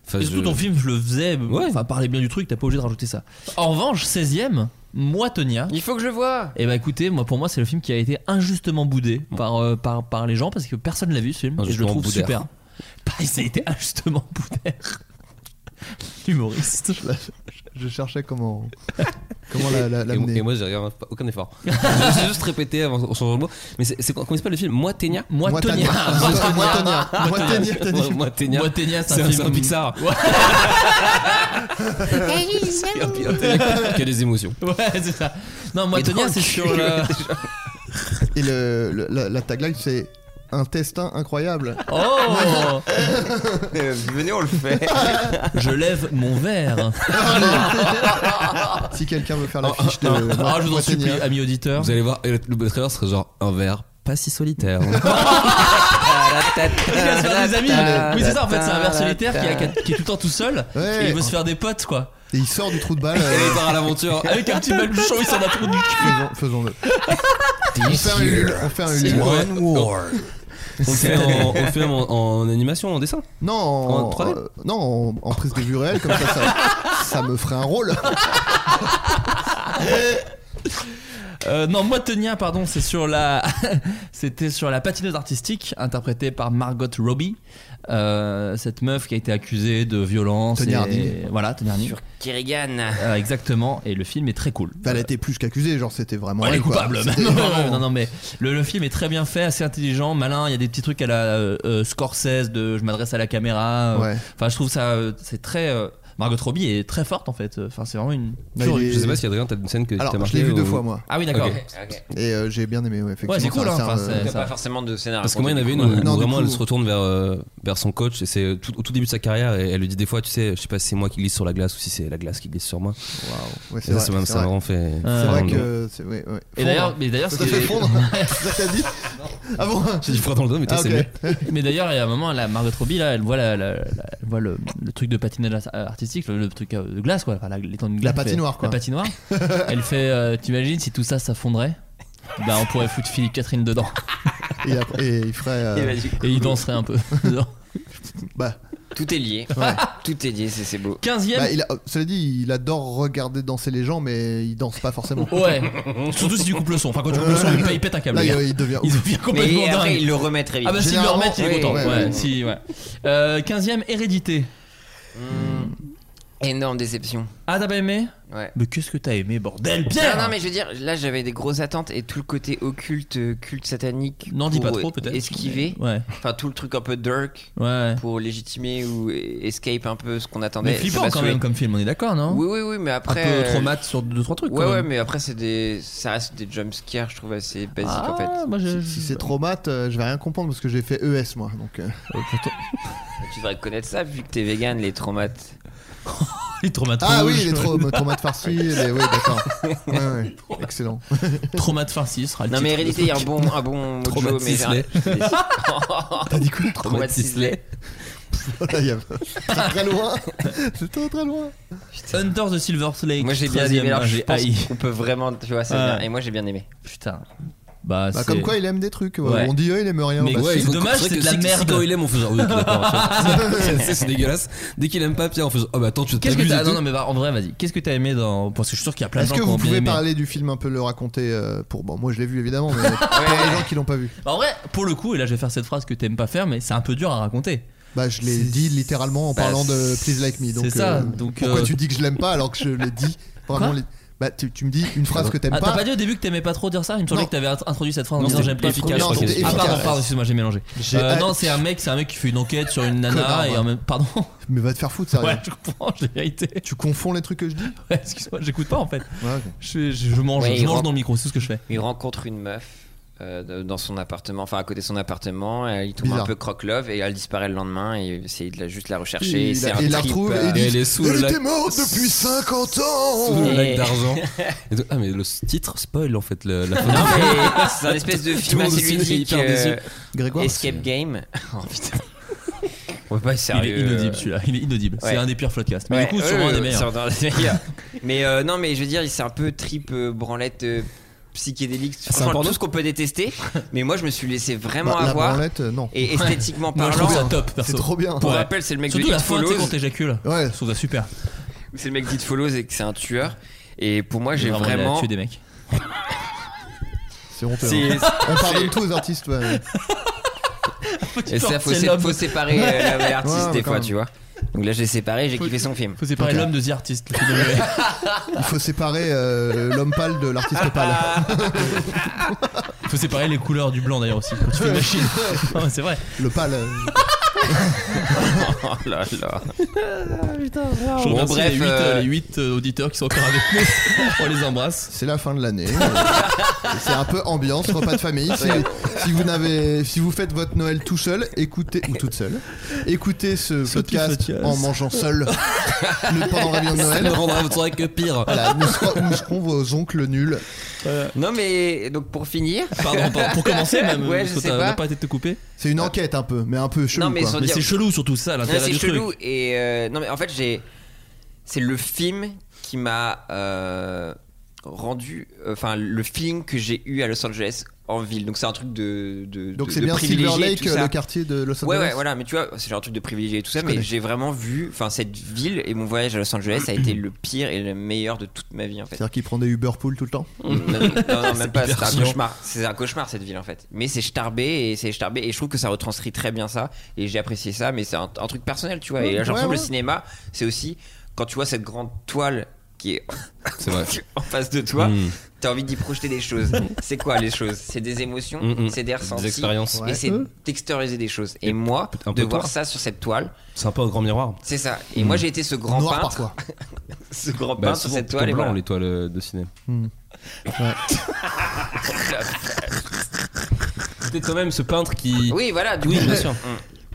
Speaker 10: enfin,
Speaker 9: Et
Speaker 10: je-
Speaker 9: surtout, ton film, je le faisais.
Speaker 10: Ouais.
Speaker 9: Enfin, parlait bien du truc, t'as pas obligé de rajouter ça. En revanche, 16ème, moi, Tonia.
Speaker 11: Il faut que je vois.
Speaker 9: Et bah écoutez, moi pour moi c'est le film qui a été injustement boudé par, euh, par, par les gens parce que personne l'a vu ce film et je le
Speaker 10: Injustement
Speaker 9: trouve
Speaker 10: boudère.
Speaker 9: super. *laughs* Pareil, ça a été injustement boudère. *laughs* Humoriste.
Speaker 3: Je cherchais comment comment la- la-
Speaker 10: et,
Speaker 3: l'amener.
Speaker 10: et moi j'ai rien- aucun
Speaker 3: *laughs*
Speaker 10: effort j'ai juste répété avant on change de mot mais c'est c'est- comment s'appelle le film Moi Ténia
Speaker 9: Moi,
Speaker 3: Moi,
Speaker 9: Tonya.
Speaker 3: Tonya. Moi, Tonya. *laughs* Moi, Tonya.
Speaker 10: Moi- Moi Ténia
Speaker 9: Moi Ténia, c'est
Speaker 10: C'est
Speaker 9: un
Speaker 10: un-
Speaker 9: film.
Speaker 10: c'est un Pixar.
Speaker 9: *laughs*
Speaker 10: qui a des émotions.
Speaker 9: *laughs* Ouais, c'est ça. Non, moi Tonya,
Speaker 10: *laughs*
Speaker 9: c'est sur le.
Speaker 3: Et le, le- la, la tagline c'est intestin incroyable.
Speaker 10: *laughs*
Speaker 9: Oh
Speaker 11: Euh, *laughs* venez, on le fait.
Speaker 10: *laughs*
Speaker 9: Je lève mon verre.
Speaker 3: si quelqu'un veut faire la fiche de.
Speaker 9: Ah, je vous en
Speaker 3: Moi, hein.
Speaker 9: supplie,
Speaker 3: Tonya.
Speaker 9: amis auditeurs.
Speaker 10: Vous allez voir, et le, le trailer serait genre un verre pas si
Speaker 9: *laughs*
Speaker 10: solitaire.
Speaker 9: Il va se faire des amis. Oui, c'est ça, en fait, c'est un verre solitaire qui, a- qui a- qui est tout le temps tout seul.
Speaker 3: Ouais.
Speaker 9: Et il veut se faire des potes, quoi.
Speaker 3: Et il sort du trou de balle. euh,
Speaker 10: *laughs*
Speaker 9: Et il part à l'aventure. *laughs* Avec un petit baluchon, il s'en a trop du cul.
Speaker 3: faisons- Faisons-le. on fait un Ulule. On fait un Ulule.
Speaker 10: One War. On le fait, en, on le fait en, en animation, en dessin.
Speaker 3: Non,
Speaker 10: En
Speaker 3: en,
Speaker 10: 3D?
Speaker 3: euh, non, en, en prise de vue réelle comme ça,
Speaker 10: *laughs*
Speaker 3: ça, ça me ferait un rôle.
Speaker 9: Euh, non, moi Tonya, pardon, c'est sur la, *laughs* c'était sur la patineuse artistique interprétée par Margot Robbie, Euh, cette meuf qui a été accusée de violence.
Speaker 3: Tonya
Speaker 9: et-
Speaker 3: Harding.
Speaker 9: Voilà, Tonya Harding.
Speaker 11: Kerrigan.
Speaker 9: Euh, exactement. Et le film est très cool.
Speaker 3: Enfin, elle était plus qu'accusée, genre c'était vraiment.
Speaker 9: Ouais, elle est
Speaker 3: quoi.
Speaker 9: coupable.
Speaker 3: C'était
Speaker 9: Non, *laughs*
Speaker 3: vraiment-
Speaker 9: non, non, mais le, le film est très bien fait, assez intelligent, malin. Il y a des petits trucs à la euh, euh, Scorsese de je m'adresse à la caméra. euh,
Speaker 3: Ouais.
Speaker 9: Enfin, je trouve ça, euh, c'est très. euh, Margot Robbie est très forte en fait. Enfin, c'est vraiment une.
Speaker 3: Bah,
Speaker 9: pure-
Speaker 3: il est-
Speaker 10: Je sais pas si Adrien, t'as une scène que t'as
Speaker 3: Alors, je
Speaker 10: marquée.
Speaker 3: l'ai vu deux
Speaker 10: ou-
Speaker 3: fois moi.
Speaker 9: Ah oui, d'accord.
Speaker 10: Ok.
Speaker 3: Et euh, j'ai bien aimé, ouais, effectivement.
Speaker 9: Ouais, c'est cool,
Speaker 3: un-
Speaker 9: hein,
Speaker 3: un-
Speaker 9: enfin, c'est-
Speaker 11: T'as
Speaker 9: Ça.
Speaker 11: pas forcément de scénario.
Speaker 10: Parce que moi, il y en avait une où,
Speaker 3: Ouais.
Speaker 10: où
Speaker 3: Non, du
Speaker 10: vraiment
Speaker 3: coup-
Speaker 10: elle se retourne vers, euh, vers son coach et c'est tout, au tout début de sa carrière et elle lui dit des fois, tu sais, je sais pas si c'est moi qui glisse sur la glace ou si c'est la glace qui glisse sur moi.
Speaker 3: ouais,
Speaker 10: Et
Speaker 3: c'est
Speaker 10: ça,
Speaker 3: vrai,
Speaker 10: ça m'a
Speaker 3: c'est
Speaker 10: ça m'a
Speaker 3: vrai.
Speaker 10: vraiment fait.
Speaker 3: C'est vrai
Speaker 10: vraiment-
Speaker 3: que. c'est- ouais, ouais.
Speaker 9: Et
Speaker 3: Fondre.
Speaker 9: d'ailleurs, mais d'ailleurs,
Speaker 3: Ça
Speaker 9: ce
Speaker 3: t'a
Speaker 9: qui est- *laughs*
Speaker 3: fait fondre C'est ça que t'as
Speaker 10: *laughs*
Speaker 3: dit Ah bon
Speaker 10: J'ai dit froid dans le dos, mais toi,
Speaker 3: Ah,
Speaker 10: c'est mieux.
Speaker 3: ok.
Speaker 9: Mais d'ailleurs, il y a un moment, la Margot Robbie, là, elle voit, la, la- la- elle voit le, le truc de patinage ar- artistique, le, le truc euh, de glace, quoi. Enfin, la, l'étendue de glace,
Speaker 3: La patinoire,
Speaker 9: elle fait-
Speaker 3: quoi.
Speaker 9: La patinoire. elle fait euh, T'imagines si tout ça, ça fondrait Bah, on pourrait foutre Philippe Catherine dedans.
Speaker 3: et, après- et il ferait. euh,
Speaker 9: *laughs* Et il danserait un peu dedans.
Speaker 3: bah,
Speaker 10: Tout est lié. Tout est lié, c'est c'est beau.
Speaker 9: 15
Speaker 3: Bah, il a- cela dit, il adore regarder danser les gens, mais il danse pas forcément.
Speaker 9: Ouais. Surtout si tu coupes le son. Enfin, quand tu coupes le son, il, il pète un câble.
Speaker 3: Là,
Speaker 9: le gars.
Speaker 3: il devient
Speaker 9: Il
Speaker 3: ouf.
Speaker 9: devient complètement
Speaker 10: Mais après,
Speaker 9: dingue.
Speaker 10: il le remet très vite.
Speaker 9: Ah bah s'il le
Speaker 3: Généralement,
Speaker 9: remet, il est
Speaker 10: oui,
Speaker 9: content.
Speaker 10: oui,
Speaker 9: Ouais,
Speaker 10: oui.
Speaker 9: si, ouais. Euh, 15ème, hérédité.
Speaker 10: Mm. Énorme déception.
Speaker 9: Ah, t'as pas aimé
Speaker 10: Ouais.
Speaker 9: Mais qu'est-ce que t'as aimé, bordel, Pierre
Speaker 10: non, non, mais je veux dire, là j'avais des grosses attentes et tout le côté occulte, euh, culte satanique.
Speaker 9: N'en dis
Speaker 10: pour
Speaker 9: pas trop, peut-être.
Speaker 10: Esquiver.
Speaker 9: Ouais.
Speaker 10: Enfin, tout le truc un peu dark
Speaker 9: Ouais.
Speaker 10: pour légitimer ou escape un peu ce qu'on attendait.
Speaker 9: Mais
Speaker 10: Ça
Speaker 9: flippant
Speaker 10: m'a
Speaker 9: quand
Speaker 10: saoulé.
Speaker 9: même comme film, on est d'accord, non
Speaker 10: Oui, oui, oui, mais après.
Speaker 9: Un peu
Speaker 10: euh,
Speaker 9: traumate sur 2-3 trucs.
Speaker 10: Ouais,
Speaker 9: quand
Speaker 10: ouais,
Speaker 9: même.
Speaker 10: mais après, c'est des... ça reste des jumpscares, je trouve, assez basiques
Speaker 9: Ah,
Speaker 10: en fait.
Speaker 9: moi, je-
Speaker 3: Si
Speaker 9: *laughs*
Speaker 3: c'est trop mat, euh, je vais rien comprendre parce que j'ai fait ES moi. Donc, euh,
Speaker 10: Tu devrais connaître ça vu que t'es vegan, les traumates.
Speaker 9: Les traumates
Speaker 3: Ah oui,
Speaker 9: rouges. *laughs*
Speaker 3: les trop, traumates farcis. les- Oui, *laughs* d'accord. Ouais, ouais. *laughs* Excellent.
Speaker 9: Traumates farcis sera le
Speaker 10: Non, mais
Speaker 9: titre.
Speaker 10: Hérédité, il y a un bon, un
Speaker 3: *laughs*
Speaker 10: bon mojo,
Speaker 9: Traumates
Speaker 10: mais j'ai un-
Speaker 9: Sisley. *laughs*
Speaker 10: T'as
Speaker 9: dit quoi
Speaker 10: Traumates Sisley.
Speaker 3: Voilà, il y a- C'est très loin. *laughs* Bah, C'est trop très loin.
Speaker 9: Under the Silver
Speaker 10: *laughs*
Speaker 9: Lake.
Speaker 10: Moi j'ai bien
Speaker 9: 13e,
Speaker 10: aimé, alors je
Speaker 9: j'ai haï.
Speaker 10: pense qu'on peut vraiment, tu vois, c'est
Speaker 9: Ouais.
Speaker 10: bien. Et moi j'ai bien aimé.
Speaker 9: Putain. Bah,
Speaker 3: Bah,
Speaker 9: c'est-
Speaker 3: comme quoi, il aime des trucs. ouais.
Speaker 9: Ouais.
Speaker 3: On dit, euh, il aime rien.
Speaker 9: Mais
Speaker 3: Bah,
Speaker 9: ouais,
Speaker 3: si.
Speaker 9: il faut- dommage,
Speaker 8: C'est
Speaker 9: c'est de
Speaker 8: que
Speaker 9: la
Speaker 8: si- si
Speaker 9: merde.
Speaker 8: quand il aime, on faisait. Oui,
Speaker 9: *laughs*
Speaker 8: d'accord, c'est c'est dégueulasse. Dès qu'il aime pas Pierre, on faisait. Oh, bah attends, tu te
Speaker 9: Qu'est-ce que t'as
Speaker 8: t'amuses
Speaker 9: non,
Speaker 8: et
Speaker 9: non, mais bah, en vrai, vas-y. Qu'est-ce que t'as aimé dans. Parce que je suis sûr qu'il y a plein de
Speaker 3: Est-ce
Speaker 9: gens
Speaker 3: que
Speaker 9: qui ont
Speaker 3: vous
Speaker 9: bien
Speaker 3: pouvez
Speaker 9: aimé.
Speaker 3: parler du film un peu le raconter euh, pour bon moi je l'ai vu évidemment
Speaker 9: *laughs*
Speaker 3: mais pour les gens qui l'ont pas vu
Speaker 9: Bah, En vrai, pour le coup, et là je vais faire cette phrase que t'aimes pas faire, mais c'est un peu dur à raconter.
Speaker 3: bah je l'ai dit littéralement en
Speaker 9: Bah,
Speaker 3: parlant de
Speaker 9: c'est-
Speaker 3: Please Like Me donc,
Speaker 9: c'est ça,
Speaker 3: euh,
Speaker 9: donc,
Speaker 3: pourquoi
Speaker 9: euh,
Speaker 3: tu dis que je l'aime pas alors que je
Speaker 9: *laughs*
Speaker 3: l'ai dit vraiment
Speaker 9: Quoi
Speaker 3: les- bah tu, tu me dis une phrase que t'aimes
Speaker 9: Ah, t'as
Speaker 3: pas,
Speaker 9: pas dit au début que t'aimais pas trop dire ça Il me semblait
Speaker 3: Non.
Speaker 9: que t'avais int- introduit cette phrase en
Speaker 8: Non,
Speaker 9: disant
Speaker 8: c'était
Speaker 9: j'aime pas trop
Speaker 8: efficace,
Speaker 9: dire
Speaker 3: je crois
Speaker 9: ça.
Speaker 3: que c'était
Speaker 9: Ah, pardon,
Speaker 3: efficace.
Speaker 9: pardon, excuse-moi, j'ai mélangé.
Speaker 3: J'ai
Speaker 9: Euh,
Speaker 3: hâte.
Speaker 9: non, c'est un mec, c'est un mec qui fait une enquête sur une
Speaker 3: Connard,
Speaker 9: nana et
Speaker 3: va.
Speaker 9: en même. Pardon
Speaker 3: mais va te faire foutre sérieux
Speaker 9: Ouais, je comprends, j'ai vérité.
Speaker 3: tu confonds les trucs que je dis
Speaker 9: Ouais, excuse-moi, j'écoute pas en fait.
Speaker 3: Ouais, ok.
Speaker 9: Je, je- je mange,
Speaker 10: Ouais,
Speaker 9: je
Speaker 10: il
Speaker 9: mange
Speaker 10: rentre-
Speaker 9: dans le micro, c'est tout ce que je fais.
Speaker 10: Il rencontre une meuf euh, dans son appartement, enfin à côté de son appartement, et il tombe
Speaker 3: Bizarre.
Speaker 10: un peu croque-love et elle disparaît le lendemain et c'est de la, juste la rechercher.
Speaker 3: Et
Speaker 10: et
Speaker 3: il
Speaker 10: c'est
Speaker 3: la-
Speaker 10: un
Speaker 3: il la
Speaker 10: trip,
Speaker 3: retrouve et
Speaker 10: euh,
Speaker 3: il dit
Speaker 8: elle est sous le
Speaker 3: elle
Speaker 8: lac.
Speaker 3: était morte depuis 50
Speaker 8: tout,
Speaker 3: ans
Speaker 8: le lac
Speaker 10: Et-
Speaker 8: d'argent. Et tout. Ah, mais le titre spoil en fait le- la fin.
Speaker 10: Non,
Speaker 9: *laughs*
Speaker 8: *laughs*
Speaker 10: mais c'est un espèce de
Speaker 8: Tout
Speaker 10: film
Speaker 8: le monde
Speaker 10: assez
Speaker 8: au ciné est
Speaker 10: ludique.
Speaker 8: hyper
Speaker 10: euh,
Speaker 8: déçu.
Speaker 3: Grégoire
Speaker 10: Escape Game. *laughs* Oh putain. On peut pas être
Speaker 9: Il
Speaker 10: sérieux.
Speaker 9: est inaudible celui-là, il est inaudible. C'est
Speaker 10: Ouais.
Speaker 9: un des pires floodcasts. euh. Mais
Speaker 10: Ouais,
Speaker 9: du coup,
Speaker 10: ouais,
Speaker 9: sûrement
Speaker 10: ouais,
Speaker 9: un des
Speaker 10: ouais,
Speaker 9: meilleurs.
Speaker 10: sûrement un des meilleurs. mais euh, non, mais je veux dire, c'est un peu trip euh, branlette euh, psychédélique.
Speaker 8: un
Speaker 10: Franchement,
Speaker 8: porno
Speaker 10: tout ce qu'on peut
Speaker 9: *laughs*
Speaker 10: détester. Mais moi, je me suis laissé vraiment
Speaker 3: Bah, la
Speaker 10: avoir.
Speaker 3: branlette euh, non
Speaker 10: Et
Speaker 3: *laughs*
Speaker 10: esthétiquement
Speaker 9: Moi, je
Speaker 10: parlant,
Speaker 9: trouve ça top,
Speaker 3: c'est
Speaker 9: perso.
Speaker 3: trop bien
Speaker 10: pour
Speaker 9: Ouais.
Speaker 10: rappel, c'est le mec
Speaker 9: Surtout
Speaker 10: de
Speaker 9: la
Speaker 10: It
Speaker 9: fin, tu sais,
Speaker 10: Follows.
Speaker 9: quand t'éjacules.
Speaker 3: ouais
Speaker 9: Je trouve ça super.
Speaker 10: C'est le mec d'It Follows et que c'est un tueur. Et pour moi, j'ai
Speaker 9: il a
Speaker 10: vraiment.
Speaker 9: tué des mecs.
Speaker 3: c'est honteux
Speaker 10: C'est-
Speaker 3: hein. on pardonne tous aux artistes ouais, ouais.
Speaker 10: Et ça, faut,
Speaker 9: C'est
Speaker 10: sé-
Speaker 9: l'homme.
Speaker 10: faut séparer euh,
Speaker 9: *laughs*
Speaker 10: la- l'artiste
Speaker 3: Ouais, mais
Speaker 10: des
Speaker 3: quand
Speaker 10: fois,
Speaker 3: même.
Speaker 10: tu vois. Donc là, j'ai séparé, j'ai kiffé son film.
Speaker 9: Faut séparer
Speaker 3: Ok.
Speaker 9: l'homme de The Artist. le film
Speaker 10: *laughs*
Speaker 9: de-
Speaker 3: il faut séparer euh, l'homme pâle de l'artiste pâle
Speaker 9: Faut séparer les couleurs du blanc d'ailleurs aussi quand tu fais une machine. *laughs* Non, mais c'est vrai.
Speaker 3: le pâle euh,
Speaker 10: Oh là là.
Speaker 9: Je
Speaker 10: Bon,
Speaker 9: remercie
Speaker 10: bref,
Speaker 9: les 8,
Speaker 10: euh,
Speaker 9: auditeurs qui sont encore avec
Speaker 10: *laughs*
Speaker 9: nous. On les embrasse.
Speaker 3: C'est la fin de l'année. Euh, c'est un peu ambiance, repas de famille. Si, si vous n'avez, si vous faites votre Noël tout seul, écoutez ou toute seule, écoutez ce
Speaker 9: Surtout
Speaker 3: podcast
Speaker 9: podcast.
Speaker 3: en mangeant seul le, pendant la de
Speaker 8: Elle me
Speaker 3: Noël.
Speaker 8: rendra votre soirée que pire.
Speaker 9: Ah,
Speaker 3: Voilà, nous serons, nous serons vos oncles nuls.
Speaker 10: Non, mais donc pour finir.
Speaker 9: Pardon, pardon, pour commencer même,
Speaker 10: Ouais,
Speaker 9: parce
Speaker 10: je
Speaker 9: que
Speaker 10: sais
Speaker 9: t'as- on n'a
Speaker 10: pas.
Speaker 9: pas été de te couper.
Speaker 3: C'est une enquête un peu, mais un peu chelou.
Speaker 10: Ah. Non, mais
Speaker 3: quoi.
Speaker 10: sans
Speaker 9: Mais
Speaker 10: dire.
Speaker 9: c'est chelou surtout ça,
Speaker 10: Non,
Speaker 9: l'intérêt
Speaker 10: c'est
Speaker 9: du
Speaker 10: chelou
Speaker 9: truc.
Speaker 10: et euh, non mais en fait j'ai c'est le film qui m'a euh, rendu enfin le feeling que j'ai eu à Los Angeles en ville donc c'est un truc de, de
Speaker 3: Donc
Speaker 10: de-
Speaker 3: c'est
Speaker 10: de
Speaker 3: bien
Speaker 10: privilégié,
Speaker 3: Silver Lake, euh,
Speaker 10: tout ça.
Speaker 3: le quartier de Los Angeles.
Speaker 10: Ouais, ouais, voilà, mais tu vois, c'est genre un truc de privilégié et tout ça,
Speaker 3: connais.
Speaker 10: mais j'ai vraiment vu, enfin, cette ville et mon voyage à Los Angeles a été le pire et le meilleur de toute ma vie en fait.
Speaker 3: C'est-à-dire qu'il prend des Uber Pool tout le temps.
Speaker 10: non,
Speaker 8: *laughs*
Speaker 10: non, non, même pas,
Speaker 9: hyper
Speaker 10: c'est un
Speaker 9: chiant.
Speaker 10: cauchemar, c'est un cauchemar cette ville en fait. Mais c'est starbé et c'est starbé et je trouve que ça retranscrit très bien ça et j'ai apprécié ça, mais c'est un, un truc personnel, tu vois. Et là, j'ai
Speaker 3: Ouais,
Speaker 10: l'impression que
Speaker 3: ouais.
Speaker 10: le cinéma, c'est aussi quand tu vois cette grande toile qui est
Speaker 8: C'est vrai.
Speaker 10: en face de toi,
Speaker 8: Mm.
Speaker 10: t'as envie d'y projeter des choses. c'est quoi les choses C'est des émotions,
Speaker 8: Mm, mm.
Speaker 10: c'est des
Speaker 8: Des
Speaker 10: ressentis.
Speaker 8: expériences.
Speaker 3: Ouais.
Speaker 10: Et c'est texturiser des choses. Et moi,
Speaker 8: un peu
Speaker 10: de voir
Speaker 8: toi.
Speaker 10: ça sur cette toile,
Speaker 8: C'est un peu un grand miroir.
Speaker 10: c'est ça. Et moi, j'ai été ce grand
Speaker 3: Noir
Speaker 10: peintre,
Speaker 3: parfois.
Speaker 10: ce grand
Speaker 8: Bah,
Speaker 10: peintre sur
Speaker 8: souvent,
Speaker 10: cette
Speaker 8: plutôt
Speaker 10: toile. et
Speaker 8: blanc,
Speaker 10: voilà.
Speaker 8: les toiles euh, de ciné.
Speaker 3: Hmm. *laughs*
Speaker 8: C'était quand même ce peintre qui.
Speaker 10: Oui, voilà. Du
Speaker 8: Oui,
Speaker 10: coup,
Speaker 9: *laughs*
Speaker 8: bien sûr.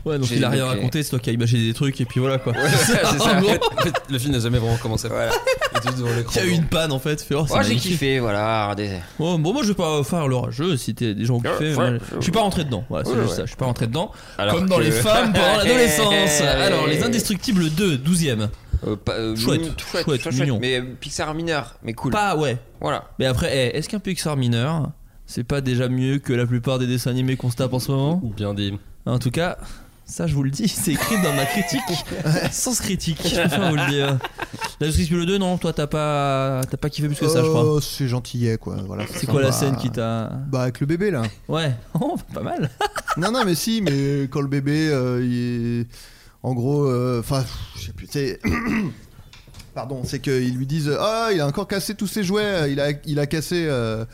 Speaker 9: Ouais, donc
Speaker 10: J'ai
Speaker 9: il a rien
Speaker 10: évoqué.
Speaker 9: raconté, c'est toi qui as imagé des trucs et puis voilà quoi.
Speaker 10: Ouais, c'est
Speaker 9: *laughs*
Speaker 10: ça.
Speaker 9: En gros,
Speaker 8: En fait, le film n'a jamais vraiment commencé.
Speaker 10: Voilà.
Speaker 8: Il est juste devant l'écran.
Speaker 9: Il y a eu une panne en fait. Fait, oh, c'est
Speaker 10: Moi, j'ai
Speaker 9: magnifique.
Speaker 10: kiffé, voilà. un désert.
Speaker 9: Oh, bon, moi je vais pas faire leur jeu si t'es des gens qui kiffé.
Speaker 10: Ouais,
Speaker 9: moi,
Speaker 10: ouais.
Speaker 9: je suis pas rentré dedans. Voilà, c'est
Speaker 10: Ouais,
Speaker 9: juste
Speaker 10: ouais.
Speaker 9: ça. Je suis pas rentré dedans.
Speaker 10: Alors
Speaker 9: Comme dans
Speaker 10: que- Eh,
Speaker 9: les
Speaker 10: *laughs*
Speaker 9: femmes pendant l'adolescence.
Speaker 10: Hey.
Speaker 9: Alors, les Indestructibles 2, 12ème.
Speaker 10: Euh, pas- euh,
Speaker 9: Chouette,
Speaker 10: mignon, tout chouette,
Speaker 9: chouette,
Speaker 10: très
Speaker 9: mignon.
Speaker 10: Mais euh, Pixar mineur, mais cool.
Speaker 9: Pas, ouais.
Speaker 10: Voilà.
Speaker 9: Mais après, eh, est-ce qu'un Pixar mineur, c'est pas déjà mieux que la plupart des dessins animés qu'on se tape en ce moment
Speaker 8: Bien dit.
Speaker 9: En tout cas, Ça, je vous le dis, *laughs* c'est écrit dans ma critique. Sans critique, je préfère vous le dire. La justice le 2, non, toi, t'as pas, t'as pas kiffé plus que ça, je crois.
Speaker 3: Oh, c'est gentillet, quoi. Voilà,
Speaker 9: C'est quoi la scène qui t'a.
Speaker 3: Bah, avec le bébé, là.
Speaker 9: Ouais, *laughs* oh, pas mal.
Speaker 3: non, non, mais si, mais quand le bébé, euh, il est- En gros, euh, enfin, je sais plus, c'est. *coughs* Pardon, c'est qu'ils lui disent Ah, il a encore cassé tous ses jouets, il a, il a cassé. euh,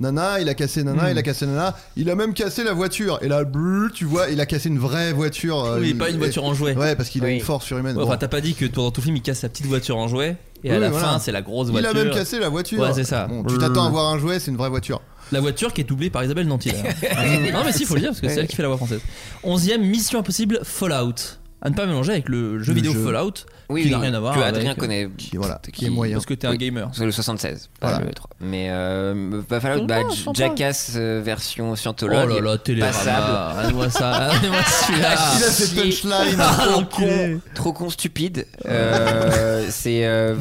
Speaker 3: Nana, il a cassé Nana,
Speaker 9: Hmm.
Speaker 3: il a cassé Nana, il a même cassé la voiture. Et là, bleu, tu vois, il a cassé une vraie voiture. euh,
Speaker 9: Oui, pas une
Speaker 3: et-
Speaker 9: voiture en jouet.
Speaker 3: Ouais, parce qu'il a
Speaker 9: Oui.
Speaker 3: une force surhumaine.
Speaker 9: Ouais,
Speaker 3: Bon.
Speaker 9: Enfin, t'as pas dit que pendant tout le film, il casse sa petite voiture en jouet. Et à
Speaker 3: Oui,
Speaker 9: la
Speaker 3: voilà.
Speaker 9: fin, c'est la grosse voiture.
Speaker 3: Il a même cassé la voiture.
Speaker 9: Ouais, c'est ça.
Speaker 3: Bon, tu t'attends à voir un jouet, c'est une vraie voiture.
Speaker 9: La voiture qui est doublée par Isabelle Nanty. d'ailleurs. non, mais si, faut le dire, parce que c'est elle qui fait la voix française. Onzième, Mission Impossible Fallout. À ne pas mélanger avec le jeu
Speaker 10: Le
Speaker 9: vidéo
Speaker 10: jeu.
Speaker 9: Fallout,
Speaker 10: Oui,
Speaker 9: qui n'a
Speaker 10: oui,
Speaker 9: rien à voir.
Speaker 10: que
Speaker 9: avec- euh,
Speaker 10: Adrien connaît.
Speaker 3: voilà,
Speaker 9: qui est moyen. Parce que t'es un gamer.
Speaker 10: C'est le 76, pas
Speaker 9: Voilà.
Speaker 10: le 3. Mais euh, bah, Fallout, bah,
Speaker 9: Sympa,
Speaker 10: J-
Speaker 9: sympa.
Speaker 10: Jackass euh, version
Speaker 9: Oh
Speaker 10: scientologue.
Speaker 9: là là, Télérama.
Speaker 10: Passable.
Speaker 9: Ramenez-moi ça. Ramenez-moi celui-là.
Speaker 10: Ah, si.
Speaker 9: *laughs*
Speaker 10: Ah, trop, con,
Speaker 9: Enculé.
Speaker 10: trop con, stupide.
Speaker 9: *laughs*
Speaker 10: Euh, c'est. euh,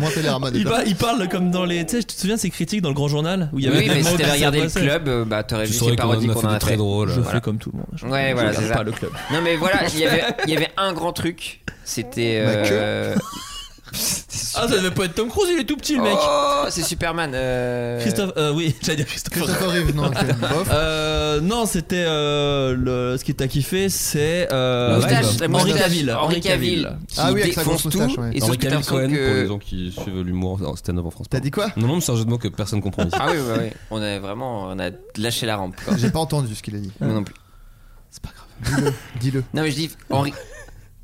Speaker 9: il, va- il parle comme dans les. Tu sais, je te souviens de ces critiques dans le grand journal où il y avait
Speaker 10: oui,
Speaker 9: des
Speaker 10: mais
Speaker 9: mots
Speaker 10: si
Speaker 9: qui
Speaker 10: t'avais regardé le
Speaker 9: s'adressaient.
Speaker 10: club, euh, bah t'aurais
Speaker 9: Tu
Speaker 10: vu
Speaker 9: saurais
Speaker 10: ces
Speaker 9: qu'on
Speaker 10: parodies
Speaker 9: en a
Speaker 10: qu'on
Speaker 9: fait
Speaker 10: a
Speaker 9: des très
Speaker 10: fait.
Speaker 9: drôles. Je fais comme tout le monde. Je-
Speaker 10: Ouais,
Speaker 9: je
Speaker 10: voilà,
Speaker 9: regarde
Speaker 10: c'est ça.
Speaker 9: pas le club.
Speaker 10: Non, mais voilà, il y avait, il y avait un grand
Speaker 9: *laughs*
Speaker 10: truc. C'était.
Speaker 9: Ma queue.
Speaker 10: euh,
Speaker 9: Ah, ça devait pas être Tom Cruise, il est tout petit le mec.
Speaker 10: Oh, c'est Superman. euh,
Speaker 9: Christophe, euh, oui, *laughs* j'allais dire Christophe.
Speaker 10: Christopher Reeve,
Speaker 9: *laughs*
Speaker 10: non, c'est une bof.
Speaker 9: Euh, non, c'était euh, le- ce qui t'a kiffé, c'est euh,
Speaker 10: La moustache,
Speaker 9: ouais,
Speaker 10: la
Speaker 9: Henri
Speaker 10: moustache.
Speaker 9: Cavill.
Speaker 10: Henri Cavill.
Speaker 9: Qui
Speaker 10: Ah oui, avec sa
Speaker 9: défonce
Speaker 10: grosse moustache, ouais. Et sauf
Speaker 8: Henri
Speaker 10: que
Speaker 8: Cavill
Speaker 10: t'as
Speaker 8: Cohen,
Speaker 10: l'impression
Speaker 8: pour
Speaker 10: que-
Speaker 8: les gens qui suivent l'humour en stand-up en France.
Speaker 3: T'as dit quoi
Speaker 8: Non, non, mais c'est un jeu de mots que personne comprend ici.
Speaker 10: Ah oui, oui, oui. On a vraiment on a lâché la rampe. quoi.
Speaker 3: J'ai pas entendu ce qu'il a dit.
Speaker 10: Moi non plus.
Speaker 3: Dis-le.
Speaker 10: Non, mais je dis, Henri,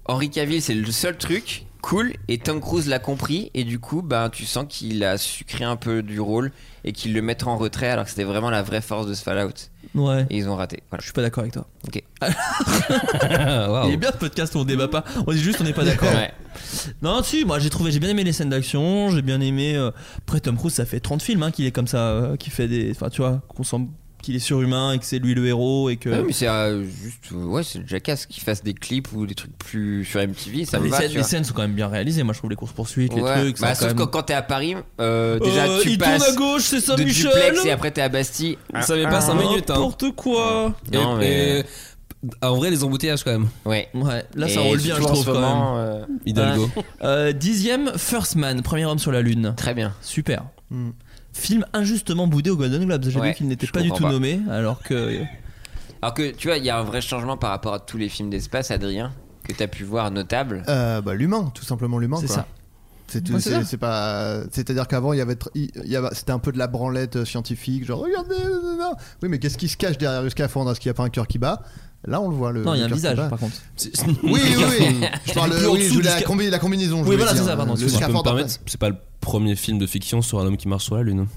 Speaker 10: Henri Cavill, c'est le seul truc cool. Et Tom Cruise l'a compris. Et du coup, ben, tu sens qu'il a sucré un peu du rôle et qu'il le mettra en retrait alors que c'était vraiment la vraie force de ce Fallout.
Speaker 9: Ouais.
Speaker 10: Et ils ont raté. Voilà.
Speaker 9: Je suis pas d'accord avec toi. *laughs*
Speaker 10: Ok.
Speaker 9: Il est bien ce podcast où on débat pas. On dit juste on n'est pas d'accord.
Speaker 10: Ouais.
Speaker 9: Non, si, moi j'ai trouvé, j'ai bien aimé les scènes d'action, j'ai bien aimé. euh, Après Tom Cruise, ça fait 30 films hein, qu'il est comme ça, euh, qu'il fait des. Enfin, tu vois, qu'on sent qu'il est surhumain et que c'est lui le héros et que.
Speaker 10: Ouais, mais c'est euh, juste, euh, ouais, c'est le jackass qui fasse des clips ou des trucs plus sur MTV, ça
Speaker 9: les,
Speaker 10: me va.
Speaker 9: scènes,
Speaker 10: tu
Speaker 9: les
Speaker 10: vois.
Speaker 9: scènes sont quand même bien réalisées. Moi, je trouve les courses poursuites,
Speaker 10: Ouais.
Speaker 9: les trucs.
Speaker 10: Bah, sauf
Speaker 9: ça, quand
Speaker 10: que
Speaker 9: même-
Speaker 10: quand t'es à Paris, euh, déjà
Speaker 9: Euh,
Speaker 10: tu
Speaker 9: il
Speaker 10: passes.
Speaker 9: tourne à gauche, c'est
Speaker 10: de
Speaker 9: Saint-Michel.
Speaker 10: duplex et après t'es à Bastille.
Speaker 3: Ah.
Speaker 8: Ça met pas 5 minutes. hein.
Speaker 9: Ah. N'importe quoi.
Speaker 8: Et-
Speaker 10: Non, mais-
Speaker 8: et- ah, En vrai, les embouteillages quand même.
Speaker 10: Ouais.
Speaker 9: Ouais, là
Speaker 10: Et
Speaker 9: ça roule
Speaker 10: surtout
Speaker 9: bien, je
Speaker 10: en
Speaker 9: trouve
Speaker 10: ce
Speaker 9: quand
Speaker 10: moment,
Speaker 9: même.
Speaker 10: euh,
Speaker 8: Hidalgo.
Speaker 9: Ouais. Euh, dixième, First Man, premier homme sur la lune.
Speaker 10: Très bien.
Speaker 9: Super.
Speaker 3: Hmm.
Speaker 9: Film injustement boudé au Golden Globes. J'ai
Speaker 10: Ouais,
Speaker 9: vu qu'il n'était
Speaker 10: je
Speaker 9: pas du tout
Speaker 10: comprends pas.
Speaker 9: nommé, alors
Speaker 3: Euh,
Speaker 9: que. euh,
Speaker 10: Alors que tu vois, il y a un vrai changement par rapport à tous les films d'espace, Adrien, que t'as pu voir notable. *laughs*
Speaker 3: Euh, bah, l'humain, tout simplement l'humain.
Speaker 10: C'est
Speaker 3: quoi.
Speaker 10: ça.
Speaker 3: C'est tout-
Speaker 9: Bah,
Speaker 10: Ouais, c'est
Speaker 3: c'est
Speaker 10: ça.
Speaker 3: c'est pas. C'est-à-dire qu'avant, il y avait, tr- il il y avait- c'était un peu de la branlette euh, scientifique, genre regardez, nanana. oui, mais qu'est-ce qui se cache derrière le scaphandre Est-ce qu'il n'y a pas un cœur qui bat Là, on le voit. Le,
Speaker 9: Non, il y a un
Speaker 3: le cœur qui
Speaker 9: visage,
Speaker 3: bat.
Speaker 9: par contre.
Speaker 3: Oui,
Speaker 9: *laughs*
Speaker 3: oui, oui. Je parle.
Speaker 9: Plus en
Speaker 3: oui, je
Speaker 9: dessous du
Speaker 3: voulais la,
Speaker 9: sca-
Speaker 3: combi- la combinaison. je
Speaker 9: Oui,
Speaker 3: voulais
Speaker 9: voilà,
Speaker 3: dire. euh,
Speaker 9: c'est ça, pardon,
Speaker 3: Le
Speaker 8: Si je peux me
Speaker 3: scaphandre.
Speaker 8: permettre, c'est pas le premier film de fiction sur un homme qui marche sur la lune.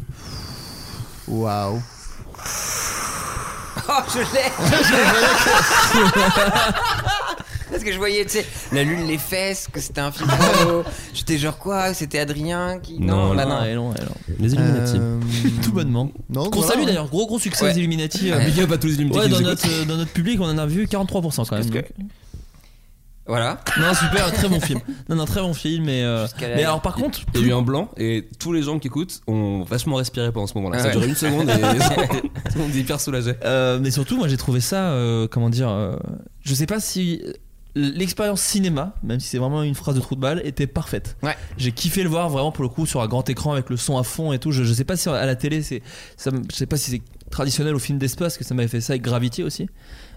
Speaker 3: Waouh.
Speaker 10: Oh, je l'ai
Speaker 9: *laughs*
Speaker 10: *laughs* Parce que je voyais, tu sais, la lune, les fesses, que c'était un
Speaker 9: *laughs*
Speaker 10: film. porno. J'étais genre quoi C'était Adrien qui. Non, bah non.
Speaker 9: et non, et non.
Speaker 8: Les Illuminati.
Speaker 9: Euh, Tout bonnement.
Speaker 3: Euh, Non,
Speaker 9: Qu'on
Speaker 3: voilà.
Speaker 9: salue d'ailleurs, gros gros succès
Speaker 10: Ouais.
Speaker 9: des Illuminati. euh,
Speaker 8: Big up à tous les Illuminati
Speaker 9: Ouais,
Speaker 8: qui
Speaker 9: dans
Speaker 8: nous
Speaker 9: notre, euh, dans notre public, on en a vu 43% quand même. donc.
Speaker 10: Voilà.
Speaker 9: Non, super, très bon film. Non, non, très bon film. Et, euh,
Speaker 8: Jusqu'à la-
Speaker 9: Mais alors, par contre.
Speaker 8: Il y a eu un blanc et tous les gens qui écoutent ont vachement respiré pendant ce moment-là.
Speaker 9: Ah
Speaker 8: Ça a
Speaker 9: ouais.
Speaker 8: duré
Speaker 10: *laughs*
Speaker 8: une seconde et tout le monde est hyper soulagé.
Speaker 9: Euh, mais surtout, moi j'ai trouvé ça, euh, comment dire, euh, je sais pas si l'expérience cinéma, même si c'est vraiment une phrase de trou de balle, était parfaite. J'ai kiffé le voir vraiment pour le coup sur un grand écran avec le son à fond et tout. Je, je sais pas si à la télé, c'est, ça, me- je sais pas si c'est traditionnel au film d'espace que ça m'avait fait ça avec Gravity aussi.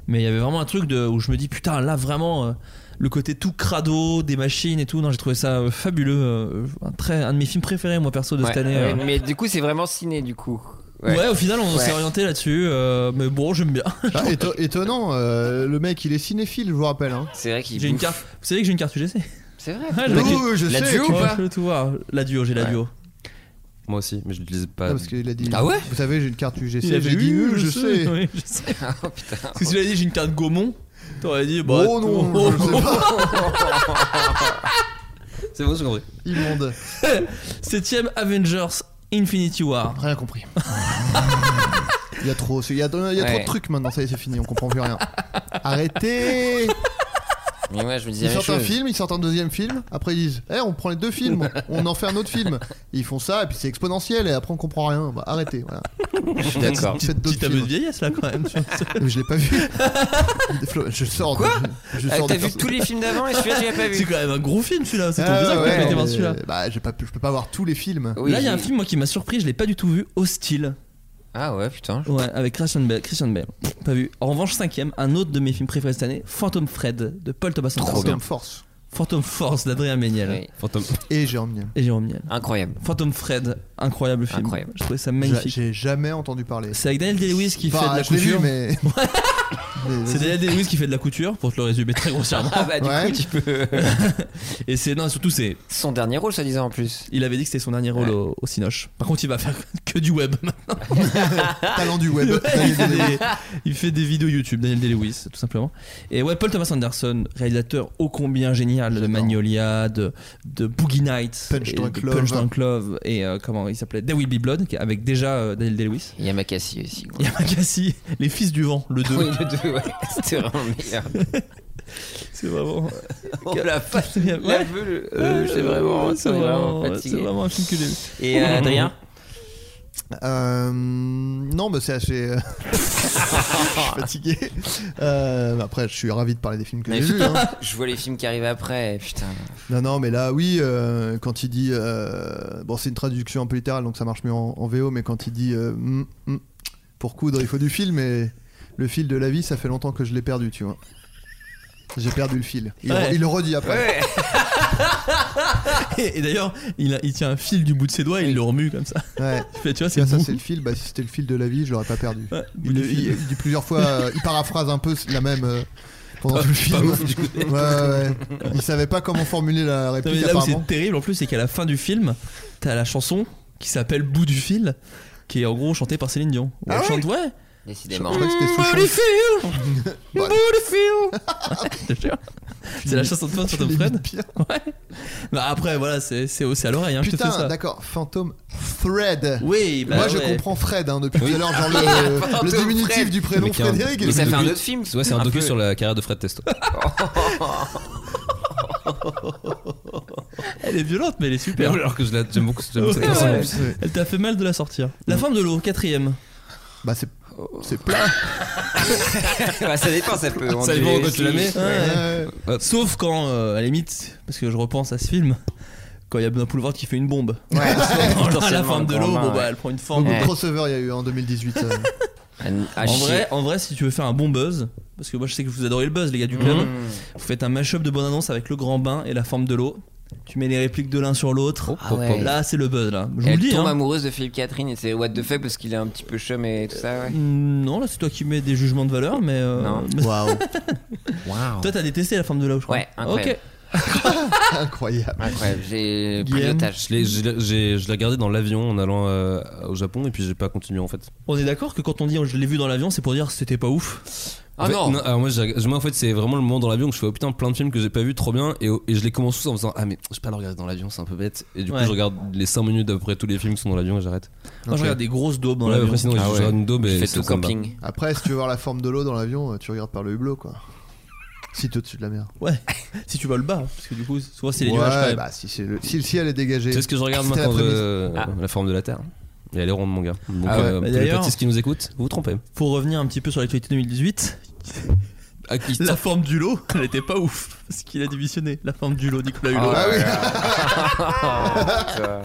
Speaker 9: Mais il y avait vraiment un truc de, où je me dis putain là vraiment euh, le côté tout crado des machines et tout. Non, j'ai trouvé ça euh, fabuleux, euh, un, très, un de mes films préférés moi perso de
Speaker 10: Ouais.
Speaker 9: cette année.
Speaker 10: Ouais,
Speaker 9: euh.
Speaker 10: Mais du coup, c'est vraiment ciné, du coup.
Speaker 9: Ouais. au final on
Speaker 10: Ouais.
Speaker 9: s'est orienté là-dessus, euh, mais bon j'aime bien.
Speaker 3: Ah, éto- étonnant, euh, le mec il est cinéphile, je vous rappelle. hein.
Speaker 10: C'est vrai qu'il
Speaker 9: J'ai une
Speaker 10: bouffe.
Speaker 9: carte. Vous savez que j'ai une carte UGC
Speaker 10: C'est
Speaker 8: Ah,
Speaker 10: vrai. Bah,
Speaker 9: Ouais,
Speaker 3: Oui,
Speaker 9: la-
Speaker 3: oui, je
Speaker 9: la
Speaker 3: sais,
Speaker 9: duo
Speaker 3: tu
Speaker 9: ou
Speaker 3: vois.
Speaker 9: pas Je peux tout voir. La duo, j'ai la
Speaker 8: Ouais.
Speaker 9: duo.
Speaker 8: Moi aussi, mais je l'utilise pas.
Speaker 3: Ah, parce qu'il a dit.
Speaker 8: Ah ouais
Speaker 3: Vous savez, j'ai une carte UGC.
Speaker 9: Il avait
Speaker 3: J'ai dit,
Speaker 9: eu,
Speaker 3: oui, je, sais.
Speaker 9: oui, je sais. Parce que si j'avais dit j'ai une carte Gaumont, t'aurais dit bah.
Speaker 3: oh non,
Speaker 9: *laughs* oh,
Speaker 3: je sais
Speaker 9: oh.
Speaker 3: pas.
Speaker 8: C'est bon, j'ai compris.
Speaker 3: Immonde.
Speaker 9: oh. Septième Avengers Infinity War.
Speaker 3: Ah,
Speaker 9: *laughs*
Speaker 3: Rien compris. Il y a trop, il y a, il y a trop
Speaker 10: Ouais.
Speaker 3: de trucs maintenant, ça y est, c'est fini, on comprend plus rien. Arrêtez
Speaker 10: Mais ouais, je me disais.
Speaker 3: Ils
Speaker 10: la même
Speaker 3: sortent un
Speaker 10: chose.
Speaker 3: film, ils sortent un deuxième film, après ils disent Eh, on prend les deux films, on en fait un autre film. Et ils font ça, et puis c'est exponentiel, et après on comprend rien. Bah, arrêtez,
Speaker 9: *laughs*
Speaker 3: voilà.
Speaker 9: Je suis d'accord.
Speaker 3: Faites d'autres
Speaker 9: Petit aveu de
Speaker 3: films.
Speaker 9: vieillesse là
Speaker 3: *laughs*
Speaker 9: quand même.
Speaker 3: Mais je l'ai pas vu. Flo, Je sors. de-
Speaker 10: Quoi
Speaker 3: je, je
Speaker 10: Ah,
Speaker 3: sors
Speaker 10: T'as
Speaker 3: des
Speaker 10: vu
Speaker 3: persos.
Speaker 10: tous les films d'avant et celui-là, tu l'as pas *laughs*
Speaker 9: C'est
Speaker 10: vu.
Speaker 9: quand même un gros film celui-là. C'est ton
Speaker 3: Ah,
Speaker 9: désir que
Speaker 3: ouais,
Speaker 9: tu mettez
Speaker 3: mais-
Speaker 9: par celui-là.
Speaker 3: Bah, j'ai pas pu- je peux pas voir tous les films.
Speaker 10: Oui,
Speaker 9: là, il y a un
Speaker 10: j'ai-
Speaker 9: film moi qui m'a surpris, je l'ai pas du tout vu, Hostile.
Speaker 10: Ah ouais, putain.
Speaker 9: Ouais, avec Christian Bale. Christian Bale. Pff, Pas vu. En revanche, cinquième, un autre de mes films préférés cette année, Phantom Fred de Paul Thomas Anderson.
Speaker 3: Trop bien. Force.
Speaker 9: Phantom Force d'Adrien Méniel
Speaker 10: Oui.
Speaker 8: Fantôme.
Speaker 3: Et Jérôme Niel.
Speaker 9: et Jérôme Niel.
Speaker 10: Incroyable.
Speaker 9: Phantom Fred, incroyable film.
Speaker 10: Incroyable.
Speaker 9: Je trouvais ça
Speaker 3: J'a-
Speaker 9: magnifique.
Speaker 3: J'ai jamais entendu parler.
Speaker 9: C'est avec Daniel Day-Lewis qui
Speaker 3: Enfin,
Speaker 9: fait de la
Speaker 3: je l'ai vu,
Speaker 9: couture. *laughs*
Speaker 3: mais. Mais-
Speaker 9: C'est Daniel Day-Lewis qui fait de la couture, pour te le
Speaker 10: *laughs*
Speaker 9: résumer très grossièrement.
Speaker 10: Ah bah, du coup,
Speaker 3: Ouais.
Speaker 10: tu peux.
Speaker 9: Et c'est non, surtout c'est,
Speaker 10: *laughs* Son dernier rôle, soi-disant, en plus.
Speaker 9: il avait dit que c'était son dernier rôle
Speaker 10: Ouais.
Speaker 9: au, au Cinoche. Par contre, il va faire *laughs* que du
Speaker 3: *laughs*
Speaker 9: web.
Speaker 3: Talent
Speaker 10: *laughs*
Speaker 3: du web.
Speaker 9: Ouais, il, fait des, il fait des vidéos YouTube, Daniel Day-Lewis, tout simplement. Et ouais, Paul Thomas Anderson, réalisateur ô combien génial de
Speaker 3: J'adore.
Speaker 9: Magnolia, de, de Boogie Nights,
Speaker 3: Punch
Speaker 9: et
Speaker 3: Drunk
Speaker 9: de
Speaker 3: Love.
Speaker 9: Punch Drunk Love, et euh, comment il s'appelait There Will Be Blood, qui- avec déjà euh, Daniel Day-Lewis.
Speaker 10: Il y a Makassi aussi. quoi.
Speaker 9: Yamakasi, Les Fils du Vent, le 2.
Speaker 10: Oui, le deux, *laughs* ouais. C'était vraiment le *laughs* meilleur.
Speaker 9: *laughs* C'est vraiment.
Speaker 10: Oh la face.
Speaker 9: Ouais.
Speaker 10: La vue, euh, c'est vraiment,
Speaker 9: c'est
Speaker 10: c'est vraiment
Speaker 9: vraiment- c'est
Speaker 10: fatigué.
Speaker 9: vraiment un film que j'ai vu.
Speaker 10: Et *laughs* euh, Adrien
Speaker 3: Euh, non, mais c'est
Speaker 10: *laughs*
Speaker 3: assez. euh, je suis fatigué. Euh, mais après, je suis ravi de parler des films que j'ai
Speaker 10: Mais
Speaker 3: vus. hein.
Speaker 10: Je vois les films qui arrivent après, et putain.
Speaker 3: Non, non, mais là, oui, euh, quand il dit. euh, bon, c'est une traduction un peu littérale, donc ça marche mieux en, en VO, mais quand il dit. euh, Mm, mm, pour coudre, il faut du fil, mais le fil de la vie, ça fait longtemps que je l'ai perdu, tu vois. J'ai perdu le fil. Il,
Speaker 9: Ouais.
Speaker 3: il le redit après.
Speaker 10: Ouais,
Speaker 9: Et, et d'ailleurs, il, a- il tient un fil du bout de ses doigts et il le remue comme ça. *laughs*
Speaker 3: Ouais.
Speaker 10: Ah,
Speaker 9: Il fait, tu vois,
Speaker 3: Tu
Speaker 9: c'est
Speaker 3: vois, ça,
Speaker 9: mou.
Speaker 3: c'est le fil. Bah, si c'était le fil de la vie, je l'aurais pas perdu.
Speaker 9: Ouais, bout
Speaker 3: Il,
Speaker 9: de
Speaker 3: le-
Speaker 9: fil.
Speaker 3: il- il dit plusieurs fois, euh, il paraphrase un peu la même euh, pendant tout le film.
Speaker 9: Ah, ouf, du coup.
Speaker 3: Ouais, ouais. Il savait pas comment formuler
Speaker 9: Non,
Speaker 3: la
Speaker 9: mais
Speaker 3: réplique
Speaker 9: là où
Speaker 3: apparemment.
Speaker 9: c'est terrible en plus, c'est qu'à la fin du film, t'as la chanson qui s'appelle Bout du fil, qui est en gros chantée par Céline Dion.
Speaker 3: Ah
Speaker 9: Elle
Speaker 3: ouais
Speaker 9: chante, ouais.
Speaker 10: Décidément.
Speaker 3: Je crois que c'était
Speaker 9: Bout du
Speaker 3: Souchon.
Speaker 9: fil
Speaker 3: Ouais.
Speaker 9: Bout du fil Je te jure. C'est la chanson de fin de Phantom
Speaker 3: Tu
Speaker 9: Fred.
Speaker 3: l'imites bien.
Speaker 9: Ouais. Bah après, voilà, c'est c'est aussi à l'oreille, hein, je te fais
Speaker 3: Putain,
Speaker 9: ça.
Speaker 3: d'accord. Fantôme Fred.
Speaker 9: Oui, bah
Speaker 3: Moi, je
Speaker 9: ouais.
Speaker 3: comprends Fred hein, depuis tout à
Speaker 9: *laughs*
Speaker 3: l'heure, genre le,
Speaker 10: Fantôme
Speaker 3: le diminutif
Speaker 10: Fred.
Speaker 3: du prénom
Speaker 8: Mais qui est un-
Speaker 3: Frédéric.
Speaker 10: Mais ça fait un
Speaker 8: docu-
Speaker 10: autre film.
Speaker 8: Tu vois, c'est un, docu
Speaker 10: peu.
Speaker 8: sur la carrière de Fred Testo.
Speaker 9: Elle est violente, mais elle est
Speaker 8: Mais
Speaker 9: super.
Speaker 8: alors que je la- j'aime beaucoup j'aime
Speaker 9: Ouais,
Speaker 8: cette
Speaker 9: ouais.
Speaker 8: personne.
Speaker 9: Elle t'a fait mal de la sortir. La
Speaker 10: Mm.
Speaker 9: forme de l'eau, quatrième.
Speaker 3: Bah, c'est c'est plat.
Speaker 10: *laughs* Bah, ça dépend, ça peut.
Speaker 8: Ça dépend
Speaker 10: onduler
Speaker 8: quand tu la
Speaker 10: aussi.
Speaker 8: mets.
Speaker 9: Ouais.
Speaker 3: Ouais.
Speaker 9: Sauf quand, euh, à la limite, parce que je repense à ce film, quand il y a Benoît Poulvard qui fait une bombe. *laughs*
Speaker 10: Ouais,
Speaker 9: à la
Speaker 10: potentiellement,
Speaker 9: forme de
Speaker 10: grand
Speaker 9: l'eau,
Speaker 10: bain,
Speaker 9: bon,
Speaker 10: ouais.
Speaker 9: bah, elle prend une forme.
Speaker 3: Beaucoup de
Speaker 10: Ouais.
Speaker 3: crossover il y a eu en 2018. euh.
Speaker 10: Un- ah,
Speaker 9: en,
Speaker 10: chier.
Speaker 9: vrai, en vrai, si tu veux faire un bon buzz, parce que moi je sais que vous adorez le buzz, les gars du club,
Speaker 10: Mm.
Speaker 9: vous faites un mash-up de bonne annonce avec le grand bain et la forme de l'eau. Tu mets les répliques de l'un sur l'autre.
Speaker 10: Ah ouais.
Speaker 9: Là, c'est le buzz, là. Je vous le
Speaker 10: Elle
Speaker 9: dis,
Speaker 10: tombe
Speaker 9: hein.
Speaker 10: amoureuse de Philippe Catherine et c'est what the fuck parce qu'il est un petit peu chum et tout ça, ouais.
Speaker 9: Mm, Non, là, c'est toi qui mets des jugements de valeur, mais. euh,
Speaker 10: Non.
Speaker 9: mais-
Speaker 3: Waouh.
Speaker 10: Waouh.
Speaker 9: Toi, t'as détesté la forme de l'eau, je crois.
Speaker 10: Ouais, incroyable.
Speaker 9: Ok.
Speaker 3: Incroyable.
Speaker 10: Incroyable, j'ai pris
Speaker 9: Guillaume.
Speaker 10: l'otage.
Speaker 8: Je l'ai- je l'ai- j'ai- je l'ai gardé dans l'avion en allant euh, au Japon et puis j'ai pas continué en fait.
Speaker 9: On est d'accord que quand on dit je l'ai vu dans l'avion, c'est pour dire c'était pas ouf.
Speaker 8: En
Speaker 10: Ah
Speaker 8: fait,
Speaker 10: non.
Speaker 8: alors moi, j'ai- moi, en fait c'est vraiment le moment dans l'avion où je fais oh putain plein de films que j'ai pas vu trop bien et, et je les commence tous en me disant ah mais je vais pas le regarder dans l'avion c'est un peu bête et du coup
Speaker 9: Ouais.
Speaker 8: je regarde les 5 minutes après tous les films qui sont dans l'avion et j'arrête.
Speaker 9: Moi, je
Speaker 3: Ok.
Speaker 9: regarde des grosses daubes dans
Speaker 8: Ouais,
Speaker 9: l'avion.
Speaker 8: après, sinon
Speaker 10: Ah
Speaker 8: je
Speaker 10: ouais.
Speaker 8: regarde une daube
Speaker 10: Je
Speaker 8: et
Speaker 10: fais
Speaker 8: ça-
Speaker 10: tout
Speaker 8: ça me bat.
Speaker 10: camping.
Speaker 3: Après, si tu veux voir la forme de l'eau dans l'avion, euh, tu regardes par le hublot quoi. Si t'es au-dessus de la mer.
Speaker 9: Ouais, si tu vas le bas, parce que du coup, souvent c'est les
Speaker 3: Ouais,
Speaker 9: nuages quand même.
Speaker 3: bah, si, c'est le... si le ciel est dégagé.
Speaker 8: Tu sais ce que je regarde
Speaker 3: C'était
Speaker 8: maintenant
Speaker 3: la
Speaker 8: euh, La forme de la Terre. Et elle est ronde mon gars. Donc
Speaker 10: Ah ouais.
Speaker 8: euh,
Speaker 9: Mais
Speaker 8: pour les
Speaker 9: Bah, d'ailleurs-
Speaker 8: pâtisses qui nous écoutent vous vous trompez.
Speaker 9: Pour revenir un petit peu sur l'actualité 2018,
Speaker 8: Ah, qui-
Speaker 9: la forme du lot, elle était pas ouf, parce qu'il a démissionné. La forme du lot, Nicolas
Speaker 10: Oh
Speaker 9: Hulot.
Speaker 3: Ah oui.
Speaker 10: putain.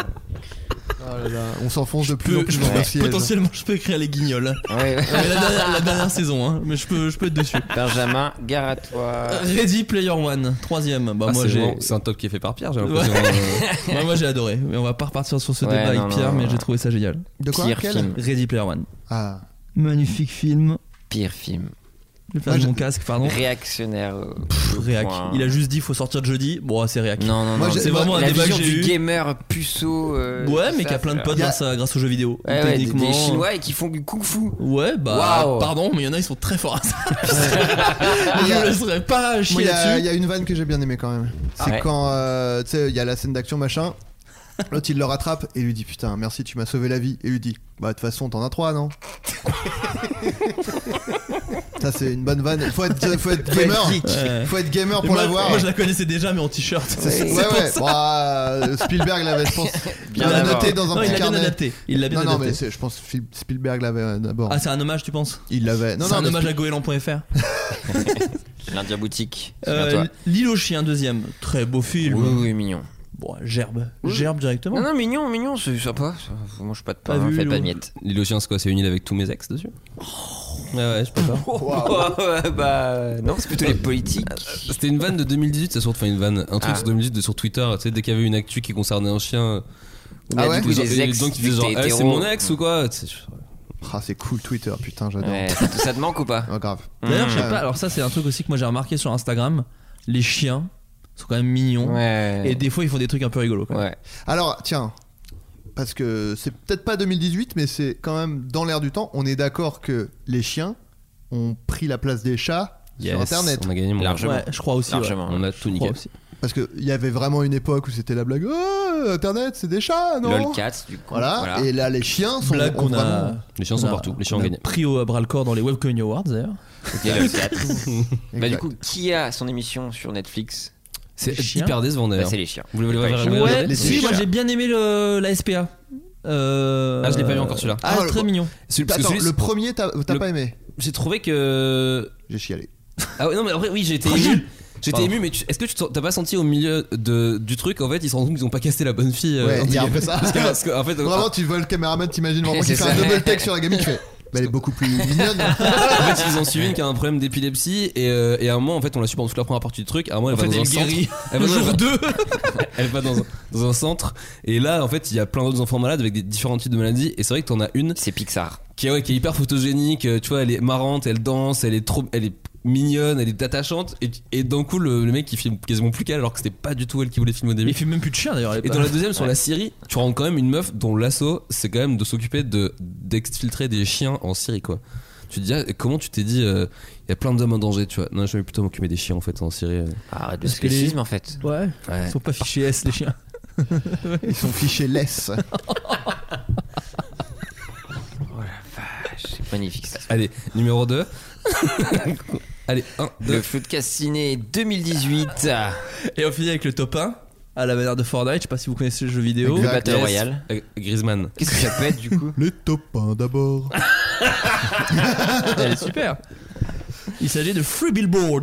Speaker 3: Oh là là, on s'enfonce de plus
Speaker 9: Je
Speaker 3: en
Speaker 9: peux-
Speaker 3: plus
Speaker 9: je
Speaker 3: dans
Speaker 9: peux-
Speaker 3: le siège.
Speaker 9: potentiellement, je peux écrire les guignols.
Speaker 10: Ouais, ouais.
Speaker 9: Mais la, dernière, la dernière saison, hein, mais je peux, je peux être dessus.
Speaker 10: Benjamin, gare à toi.
Speaker 9: Ready Player One, troisième. Bah,
Speaker 8: Ah,
Speaker 9: moi
Speaker 8: c'est
Speaker 9: j'ai.
Speaker 8: vraiment- c'est un top qui est fait par Pierre j'ai
Speaker 9: Ouais.
Speaker 8: l'impression. euh,
Speaker 9: Bah, *laughs* moi j'ai adoré, mais on va pas repartir sur ce
Speaker 10: Ouais,
Speaker 9: débat
Speaker 10: non,
Speaker 9: avec Pierre,
Speaker 10: non,
Speaker 9: mais
Speaker 10: non. Mm.
Speaker 9: j'ai trouvé ça génial.
Speaker 3: De quoi
Speaker 10: Pire
Speaker 3: Quel
Speaker 10: film.
Speaker 9: Ready Player One,
Speaker 3: Ah.
Speaker 9: magnifique film.
Speaker 10: Pire film.
Speaker 9: Le
Speaker 3: Moi,
Speaker 9: film de
Speaker 3: j'ai-
Speaker 9: mon casque, pardon.
Speaker 10: Réactionnaire. au- au
Speaker 9: Réac.
Speaker 10: point.
Speaker 9: Il a juste dit faut sortir de jeudi. Bon, c'est réac.
Speaker 10: Non, non,
Speaker 3: Moi,
Speaker 10: non.
Speaker 3: j'ai-
Speaker 9: C'est vraiment un
Speaker 10: la
Speaker 9: débat que
Speaker 10: vision
Speaker 9: j'ai
Speaker 10: du
Speaker 9: eu.
Speaker 10: gamer puceau. euh,
Speaker 9: Ouais,
Speaker 10: tout
Speaker 9: mais
Speaker 10: ça,
Speaker 9: qui a plein de
Speaker 10: c'est-
Speaker 9: potes
Speaker 3: Y a-
Speaker 9: grâce, à- grâce aux jeux vidéo.
Speaker 10: Ouais, ouais, des,
Speaker 9: Techniquement, euh,
Speaker 10: des
Speaker 3: euh.
Speaker 10: Chinois et qui font du kung-fu.
Speaker 9: Ouais, bah,
Speaker 10: Waouh.
Speaker 9: pardon, mais il y en a, ils sont très forts à ça.
Speaker 3: Il y
Speaker 9: Je
Speaker 3: a-
Speaker 9: le serais pas
Speaker 3: Moi,
Speaker 9: chier
Speaker 3: il y, a- il
Speaker 9: là-dessus.
Speaker 3: y a une vanne que j'ai bien aimée quand même. C'est
Speaker 10: ouais.
Speaker 3: quand euh, tu sais, il y a la scène d'action machin. L'autre il le rattrape et lui dit putain merci tu m'as sauvé la vie et lui dit bah de toute façon t'en as trois non Ça c'est une bonne vanne. Faut être, faut être
Speaker 4: Faut être
Speaker 3: gamer.
Speaker 4: geek. Ouais.
Speaker 3: Faut être gamer
Speaker 4: Et
Speaker 3: pour
Speaker 4: moi,
Speaker 3: l'avoir.
Speaker 4: Moi, je la connaissais déjà, mais en t-shirt.
Speaker 3: C'est- c'est- ouais,
Speaker 4: pour
Speaker 3: ouais.
Speaker 4: ça.
Speaker 3: Bah, euh, Spielberg l'avait, je pense.
Speaker 4: Bien
Speaker 3: Il l'a
Speaker 4: d'abord.
Speaker 3: noté dans
Speaker 4: Non,
Speaker 3: un
Speaker 4: il
Speaker 3: petit
Speaker 4: l'a bien
Speaker 3: carnet.
Speaker 4: adapté. Il l'a bien
Speaker 3: non, Non,
Speaker 4: adapté.
Speaker 3: mais c'est- je pense que Phil- Spielberg l'avait euh, d'abord.
Speaker 4: Ah, c'est un hommage, tu penses
Speaker 3: Il l'avait. Non,
Speaker 4: C'est
Speaker 3: non,
Speaker 4: un
Speaker 3: mais
Speaker 4: hommage à
Speaker 3: Spiel- *laughs*
Speaker 4: goéland.fr.
Speaker 10: L'Indien boutique.
Speaker 4: Euh, L'île aux chiens, deuxième. Très beau film.
Speaker 10: Oui, oui, mignon.
Speaker 4: Bon, gerbe. Gerbe directement.
Speaker 10: Non, non, mignon, mignon, c'est sympa. ça. Moi, je suis pas de
Speaker 9: Pas
Speaker 10: pain,
Speaker 9: vu,
Speaker 10: faites pas
Speaker 9: non.
Speaker 10: de miettes.
Speaker 9: L'île aux chiens, c'est quoi C'est une île avec tous mes
Speaker 10: *laughs*
Speaker 9: ex dessus Ouais, ouais, je préfère.
Speaker 10: Oh, Ouais, bah, non, c'est plutôt les politiques.
Speaker 3: Ah
Speaker 9: C'était une vanne de 2018, ça sort, enfin une vanne, un truc
Speaker 10: Ah.
Speaker 9: sur 2018 de sur Twitter, tu sais, dès qu'il y avait une actu qui concernait un chien.
Speaker 3: Ah
Speaker 9: les
Speaker 3: ouais
Speaker 9: gens-
Speaker 3: Ou
Speaker 10: des
Speaker 9: les
Speaker 10: ex,
Speaker 9: gens qui
Speaker 10: vu
Speaker 9: disaient
Speaker 10: que
Speaker 9: genre,
Speaker 10: t'es
Speaker 9: Eh,
Speaker 10: hétéro.
Speaker 9: c'est mon ex ou quoi Tu sais,
Speaker 3: Ah, c'est cool Twitter, putain, j'adore.
Speaker 10: Ouais, *laughs* ça te- ça te manque ou pas
Speaker 3: Ah, grave.
Speaker 4: D'ailleurs, je sais
Speaker 3: Ouais.
Speaker 4: pas, alors ça, c'est un truc aussi que moi j'ai remarqué sur Instagram. Les chiens sont quand même mignons.
Speaker 10: Mmh. Ouais.
Speaker 4: Et des fois, ils font des trucs un peu rigolos. quoi.
Speaker 10: Ouais.
Speaker 3: Alors, tiens, parce que c'est peut-être pas 2018, mais c'est quand même dans l'air du temps. On est d'accord que les chiens ont pris la place des chats sur
Speaker 9: Yes,
Speaker 3: Internet.
Speaker 9: On a gagné mon
Speaker 10: Largement.
Speaker 4: Ouais, je crois aussi. ouais.
Speaker 10: Largement.
Speaker 9: On a tout
Speaker 4: Je
Speaker 9: niqué.
Speaker 4: crois aussi.
Speaker 3: Parce qu'il y avait vraiment une époque où c'était la blague Oh, Internet, c'est des chats, non
Speaker 10: Lolcats, du coup.
Speaker 3: Voilà. et là les chiens sont
Speaker 4: Blague
Speaker 3: ont
Speaker 4: qu'on a.
Speaker 3: vraiment-
Speaker 9: Les chiens sont
Speaker 4: qu'on a-
Speaker 9: partout, les chiens
Speaker 4: qu'on
Speaker 9: ont
Speaker 4: a
Speaker 9: gagné.
Speaker 4: Pris au bras le corps dans les Webcoin Awards d'ailleurs.
Speaker 10: Et Lolcats. Bah,
Speaker 3: Exact.
Speaker 10: du coup, qui a son émission sur Netflix
Speaker 4: Les
Speaker 9: C'est
Speaker 4: chiens
Speaker 9: hyper décevant
Speaker 10: Bah,
Speaker 9: d'ailleurs. Mmh.
Speaker 10: C'est les chiens.
Speaker 9: hein. Vous voulez le voir
Speaker 10: Ouais,
Speaker 9: vous voulez
Speaker 4: Ouais,
Speaker 9: regarder
Speaker 4: si, moi j'ai bien aimé le- la SPA. Euh,
Speaker 9: Ah, je l'ai pas vu encore, celui-là.
Speaker 4: Ah,
Speaker 3: Ah,
Speaker 4: très
Speaker 3: le-
Speaker 4: mignon.
Speaker 9: Celui- parce que
Speaker 3: Attends,
Speaker 9: celui-
Speaker 3: le premier t'as t'as
Speaker 9: le-
Speaker 3: pas aimé
Speaker 9: J'ai trouvé que.
Speaker 3: J'ai chialé.
Speaker 9: Ah ouais, non, mais après, oui, j'ai été ému. J'étais ému, mais tu- est-ce que tu t'as pas senti au milieu de, du truc, en fait, ils se rendent compte qu'ils ont pas cassé la bonne fille euh,
Speaker 3: Ouais,
Speaker 9: en
Speaker 3: il y a
Speaker 9: tout
Speaker 3: un
Speaker 9: cas.
Speaker 3: peu ça.
Speaker 9: *laughs* Parce que- parce que, en fait,
Speaker 3: Vraiment, tu vois le caméraman, t'imagines
Speaker 4: Eh,
Speaker 3: vraiment qu'il
Speaker 10: C'est
Speaker 3: fait un
Speaker 10: ça.
Speaker 3: double take sur la gamine,
Speaker 4: *laughs*
Speaker 3: tu fais. Bah, elle est beaucoup plus mignonne.
Speaker 9: En fait, ils ont suivi une qui a un problème d'épilepsie et, euh, et à un moment, en fait, on la suit pendant toute la première partie du truc. À un moment, elle
Speaker 4: En
Speaker 9: va
Speaker 4: fait,
Speaker 9: dans un
Speaker 4: elle
Speaker 9: centre.
Speaker 4: guérit.
Speaker 9: Elle
Speaker 4: Le
Speaker 9: va dans-
Speaker 4: jour 2.
Speaker 9: *laughs* Elle va dans un, dans un centre et là, en fait, il y a plein d'autres enfants malades avec des différents types de maladies. Et c'est vrai que t'en as une
Speaker 10: C'est Pixar.
Speaker 9: qui est, ouais, qui est hyper photogénique. euh, Tu vois, elle est marrante, elle danse, elle est trop, elle est mignonne, elle est attachante. Et, et d'un coup, le, le mec qui filme quasiment plus qu'elle alors que c'était pas du tout elle qui voulait filmer au
Speaker 4: Il
Speaker 9: début.
Speaker 4: fait même plus de chien d'ailleurs. elle est
Speaker 9: Et
Speaker 4: pas-
Speaker 9: dans la deuxième, sur la Syrie, tu rends quand même une meuf dont l'assaut, c'est quand même de s'occuper de d'exfiltrer des chiens en Syrie, quoi. Tu te dis, ah, comment tu t'es dit, il y a plein d'hommes en danger, tu vois. Non, je vais plutôt m'occuper des chiens, en fait, en Syrie. euh.
Speaker 10: Arrête de
Speaker 4: Parce que les-
Speaker 10: spécisme en fait.
Speaker 4: Ouais.
Speaker 9: Ouais.
Speaker 4: Ils sont pas fichés S les chiens.
Speaker 3: Ils sont fichés less.
Speaker 10: C'est magnifique ça.
Speaker 9: Allez, numéro 2. *laughs* Allez, 1,
Speaker 10: Le
Speaker 9: 2.
Speaker 10: Floodcast Ciné 2018.
Speaker 4: Et on finit avec le top 1 à la manière de Fortnite. Je sais pas si vous connaissez le jeu vidéo.
Speaker 10: Le
Speaker 3: Exact.
Speaker 10: Battle
Speaker 9: Yes.
Speaker 10: Royale.
Speaker 9: Euh, Griezmann.
Speaker 10: Qu'est-ce que ça peut être du coup
Speaker 3: Les top 1 d'abord.
Speaker 4: Ah, Elle est super. Il s'agit de Free Billboards.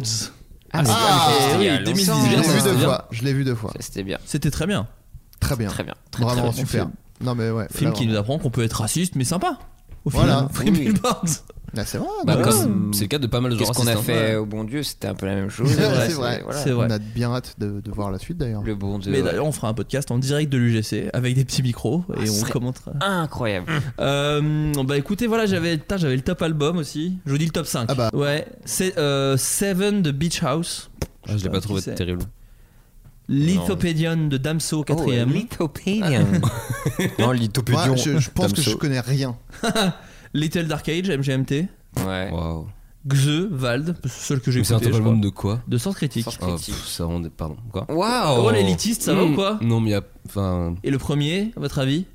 Speaker 10: Ah, c'est-
Speaker 3: Ah,
Speaker 10: mais c'était il y a
Speaker 4: oui,
Speaker 10: longtemps.
Speaker 4: 2018,
Speaker 3: Je l'ai
Speaker 4: ça,
Speaker 3: vu
Speaker 4: c'est
Speaker 3: deux
Speaker 4: bien.
Speaker 3: fois. Je l'ai vu deux fois.
Speaker 10: Ça, C'était bien.
Speaker 4: C'était très bien.
Speaker 3: Très bien.
Speaker 10: Très bien. Très, très
Speaker 3: Vraiment
Speaker 10: bien.
Speaker 3: super. Non, mais ouais.
Speaker 4: Film
Speaker 3: là,
Speaker 4: qui nous
Speaker 3: vraiment.
Speaker 4: apprend qu'on peut être raciste mais sympa. Au
Speaker 3: *laughs* Voilà.
Speaker 4: final, Free
Speaker 10: Oui.
Speaker 4: Billboards.
Speaker 3: Ah, c'est vrai.
Speaker 9: Bah,
Speaker 3: non,
Speaker 9: comme c'est le cas de pas mal de gens
Speaker 10: Euh, Mmh. Qu'est-ce qu'on a
Speaker 9: racistes, hein.
Speaker 10: fait au bon Dieu C'était un peu la même chose.
Speaker 3: C'est vrai,
Speaker 10: Voilà,
Speaker 3: c'est vrai.
Speaker 10: voilà.
Speaker 4: C'est vrai.
Speaker 3: On a bien hâte de, de voir la suite d'ailleurs.
Speaker 10: Le bon Dieu.
Speaker 4: Mais
Speaker 10: ouais.
Speaker 4: d'ailleurs, on fera un podcast en direct de l'UGC avec des petits micros
Speaker 10: Ah,
Speaker 4: et
Speaker 10: ce
Speaker 4: on
Speaker 10: serait-
Speaker 4: commentera.
Speaker 10: Incroyable.
Speaker 4: Euh, bah écoutez, voilà, j'avais putain, j'avais le top album aussi. Je vous dis le top 5.
Speaker 3: Ah bah.
Speaker 4: Ouais, c'est euh, Seven de Beach House,
Speaker 9: Ah, je l'ai
Speaker 4: Putain,
Speaker 9: pas
Speaker 4: qui
Speaker 9: trouvé
Speaker 4: c'est
Speaker 9: terrible.
Speaker 4: Lithopédion de Damso 4
Speaker 10: Oh, Lithopédion. non,
Speaker 3: Moi,
Speaker 10: Lithopédion.
Speaker 3: je, je pense que
Speaker 10: Damso.
Speaker 3: je connais rien.
Speaker 4: Little Dark Age, MGMT,
Speaker 10: Ouais.
Speaker 9: Waouh.
Speaker 4: Xe, Vald, seul que j'ai
Speaker 9: Mais C'est
Speaker 4: écouté.
Speaker 9: un top
Speaker 4: je
Speaker 9: album
Speaker 4: crois.
Speaker 9: de quoi
Speaker 4: de Sens Critique.
Speaker 10: Sens-
Speaker 9: Oh,
Speaker 10: Critique.
Speaker 9: pff, ça rend des- Pardon, quoi
Speaker 10: Waouh.
Speaker 4: Oh, l'élitiste, ça va ou quoi
Speaker 9: Non, mais il y a. Enfin.
Speaker 4: Et le premier, à votre avis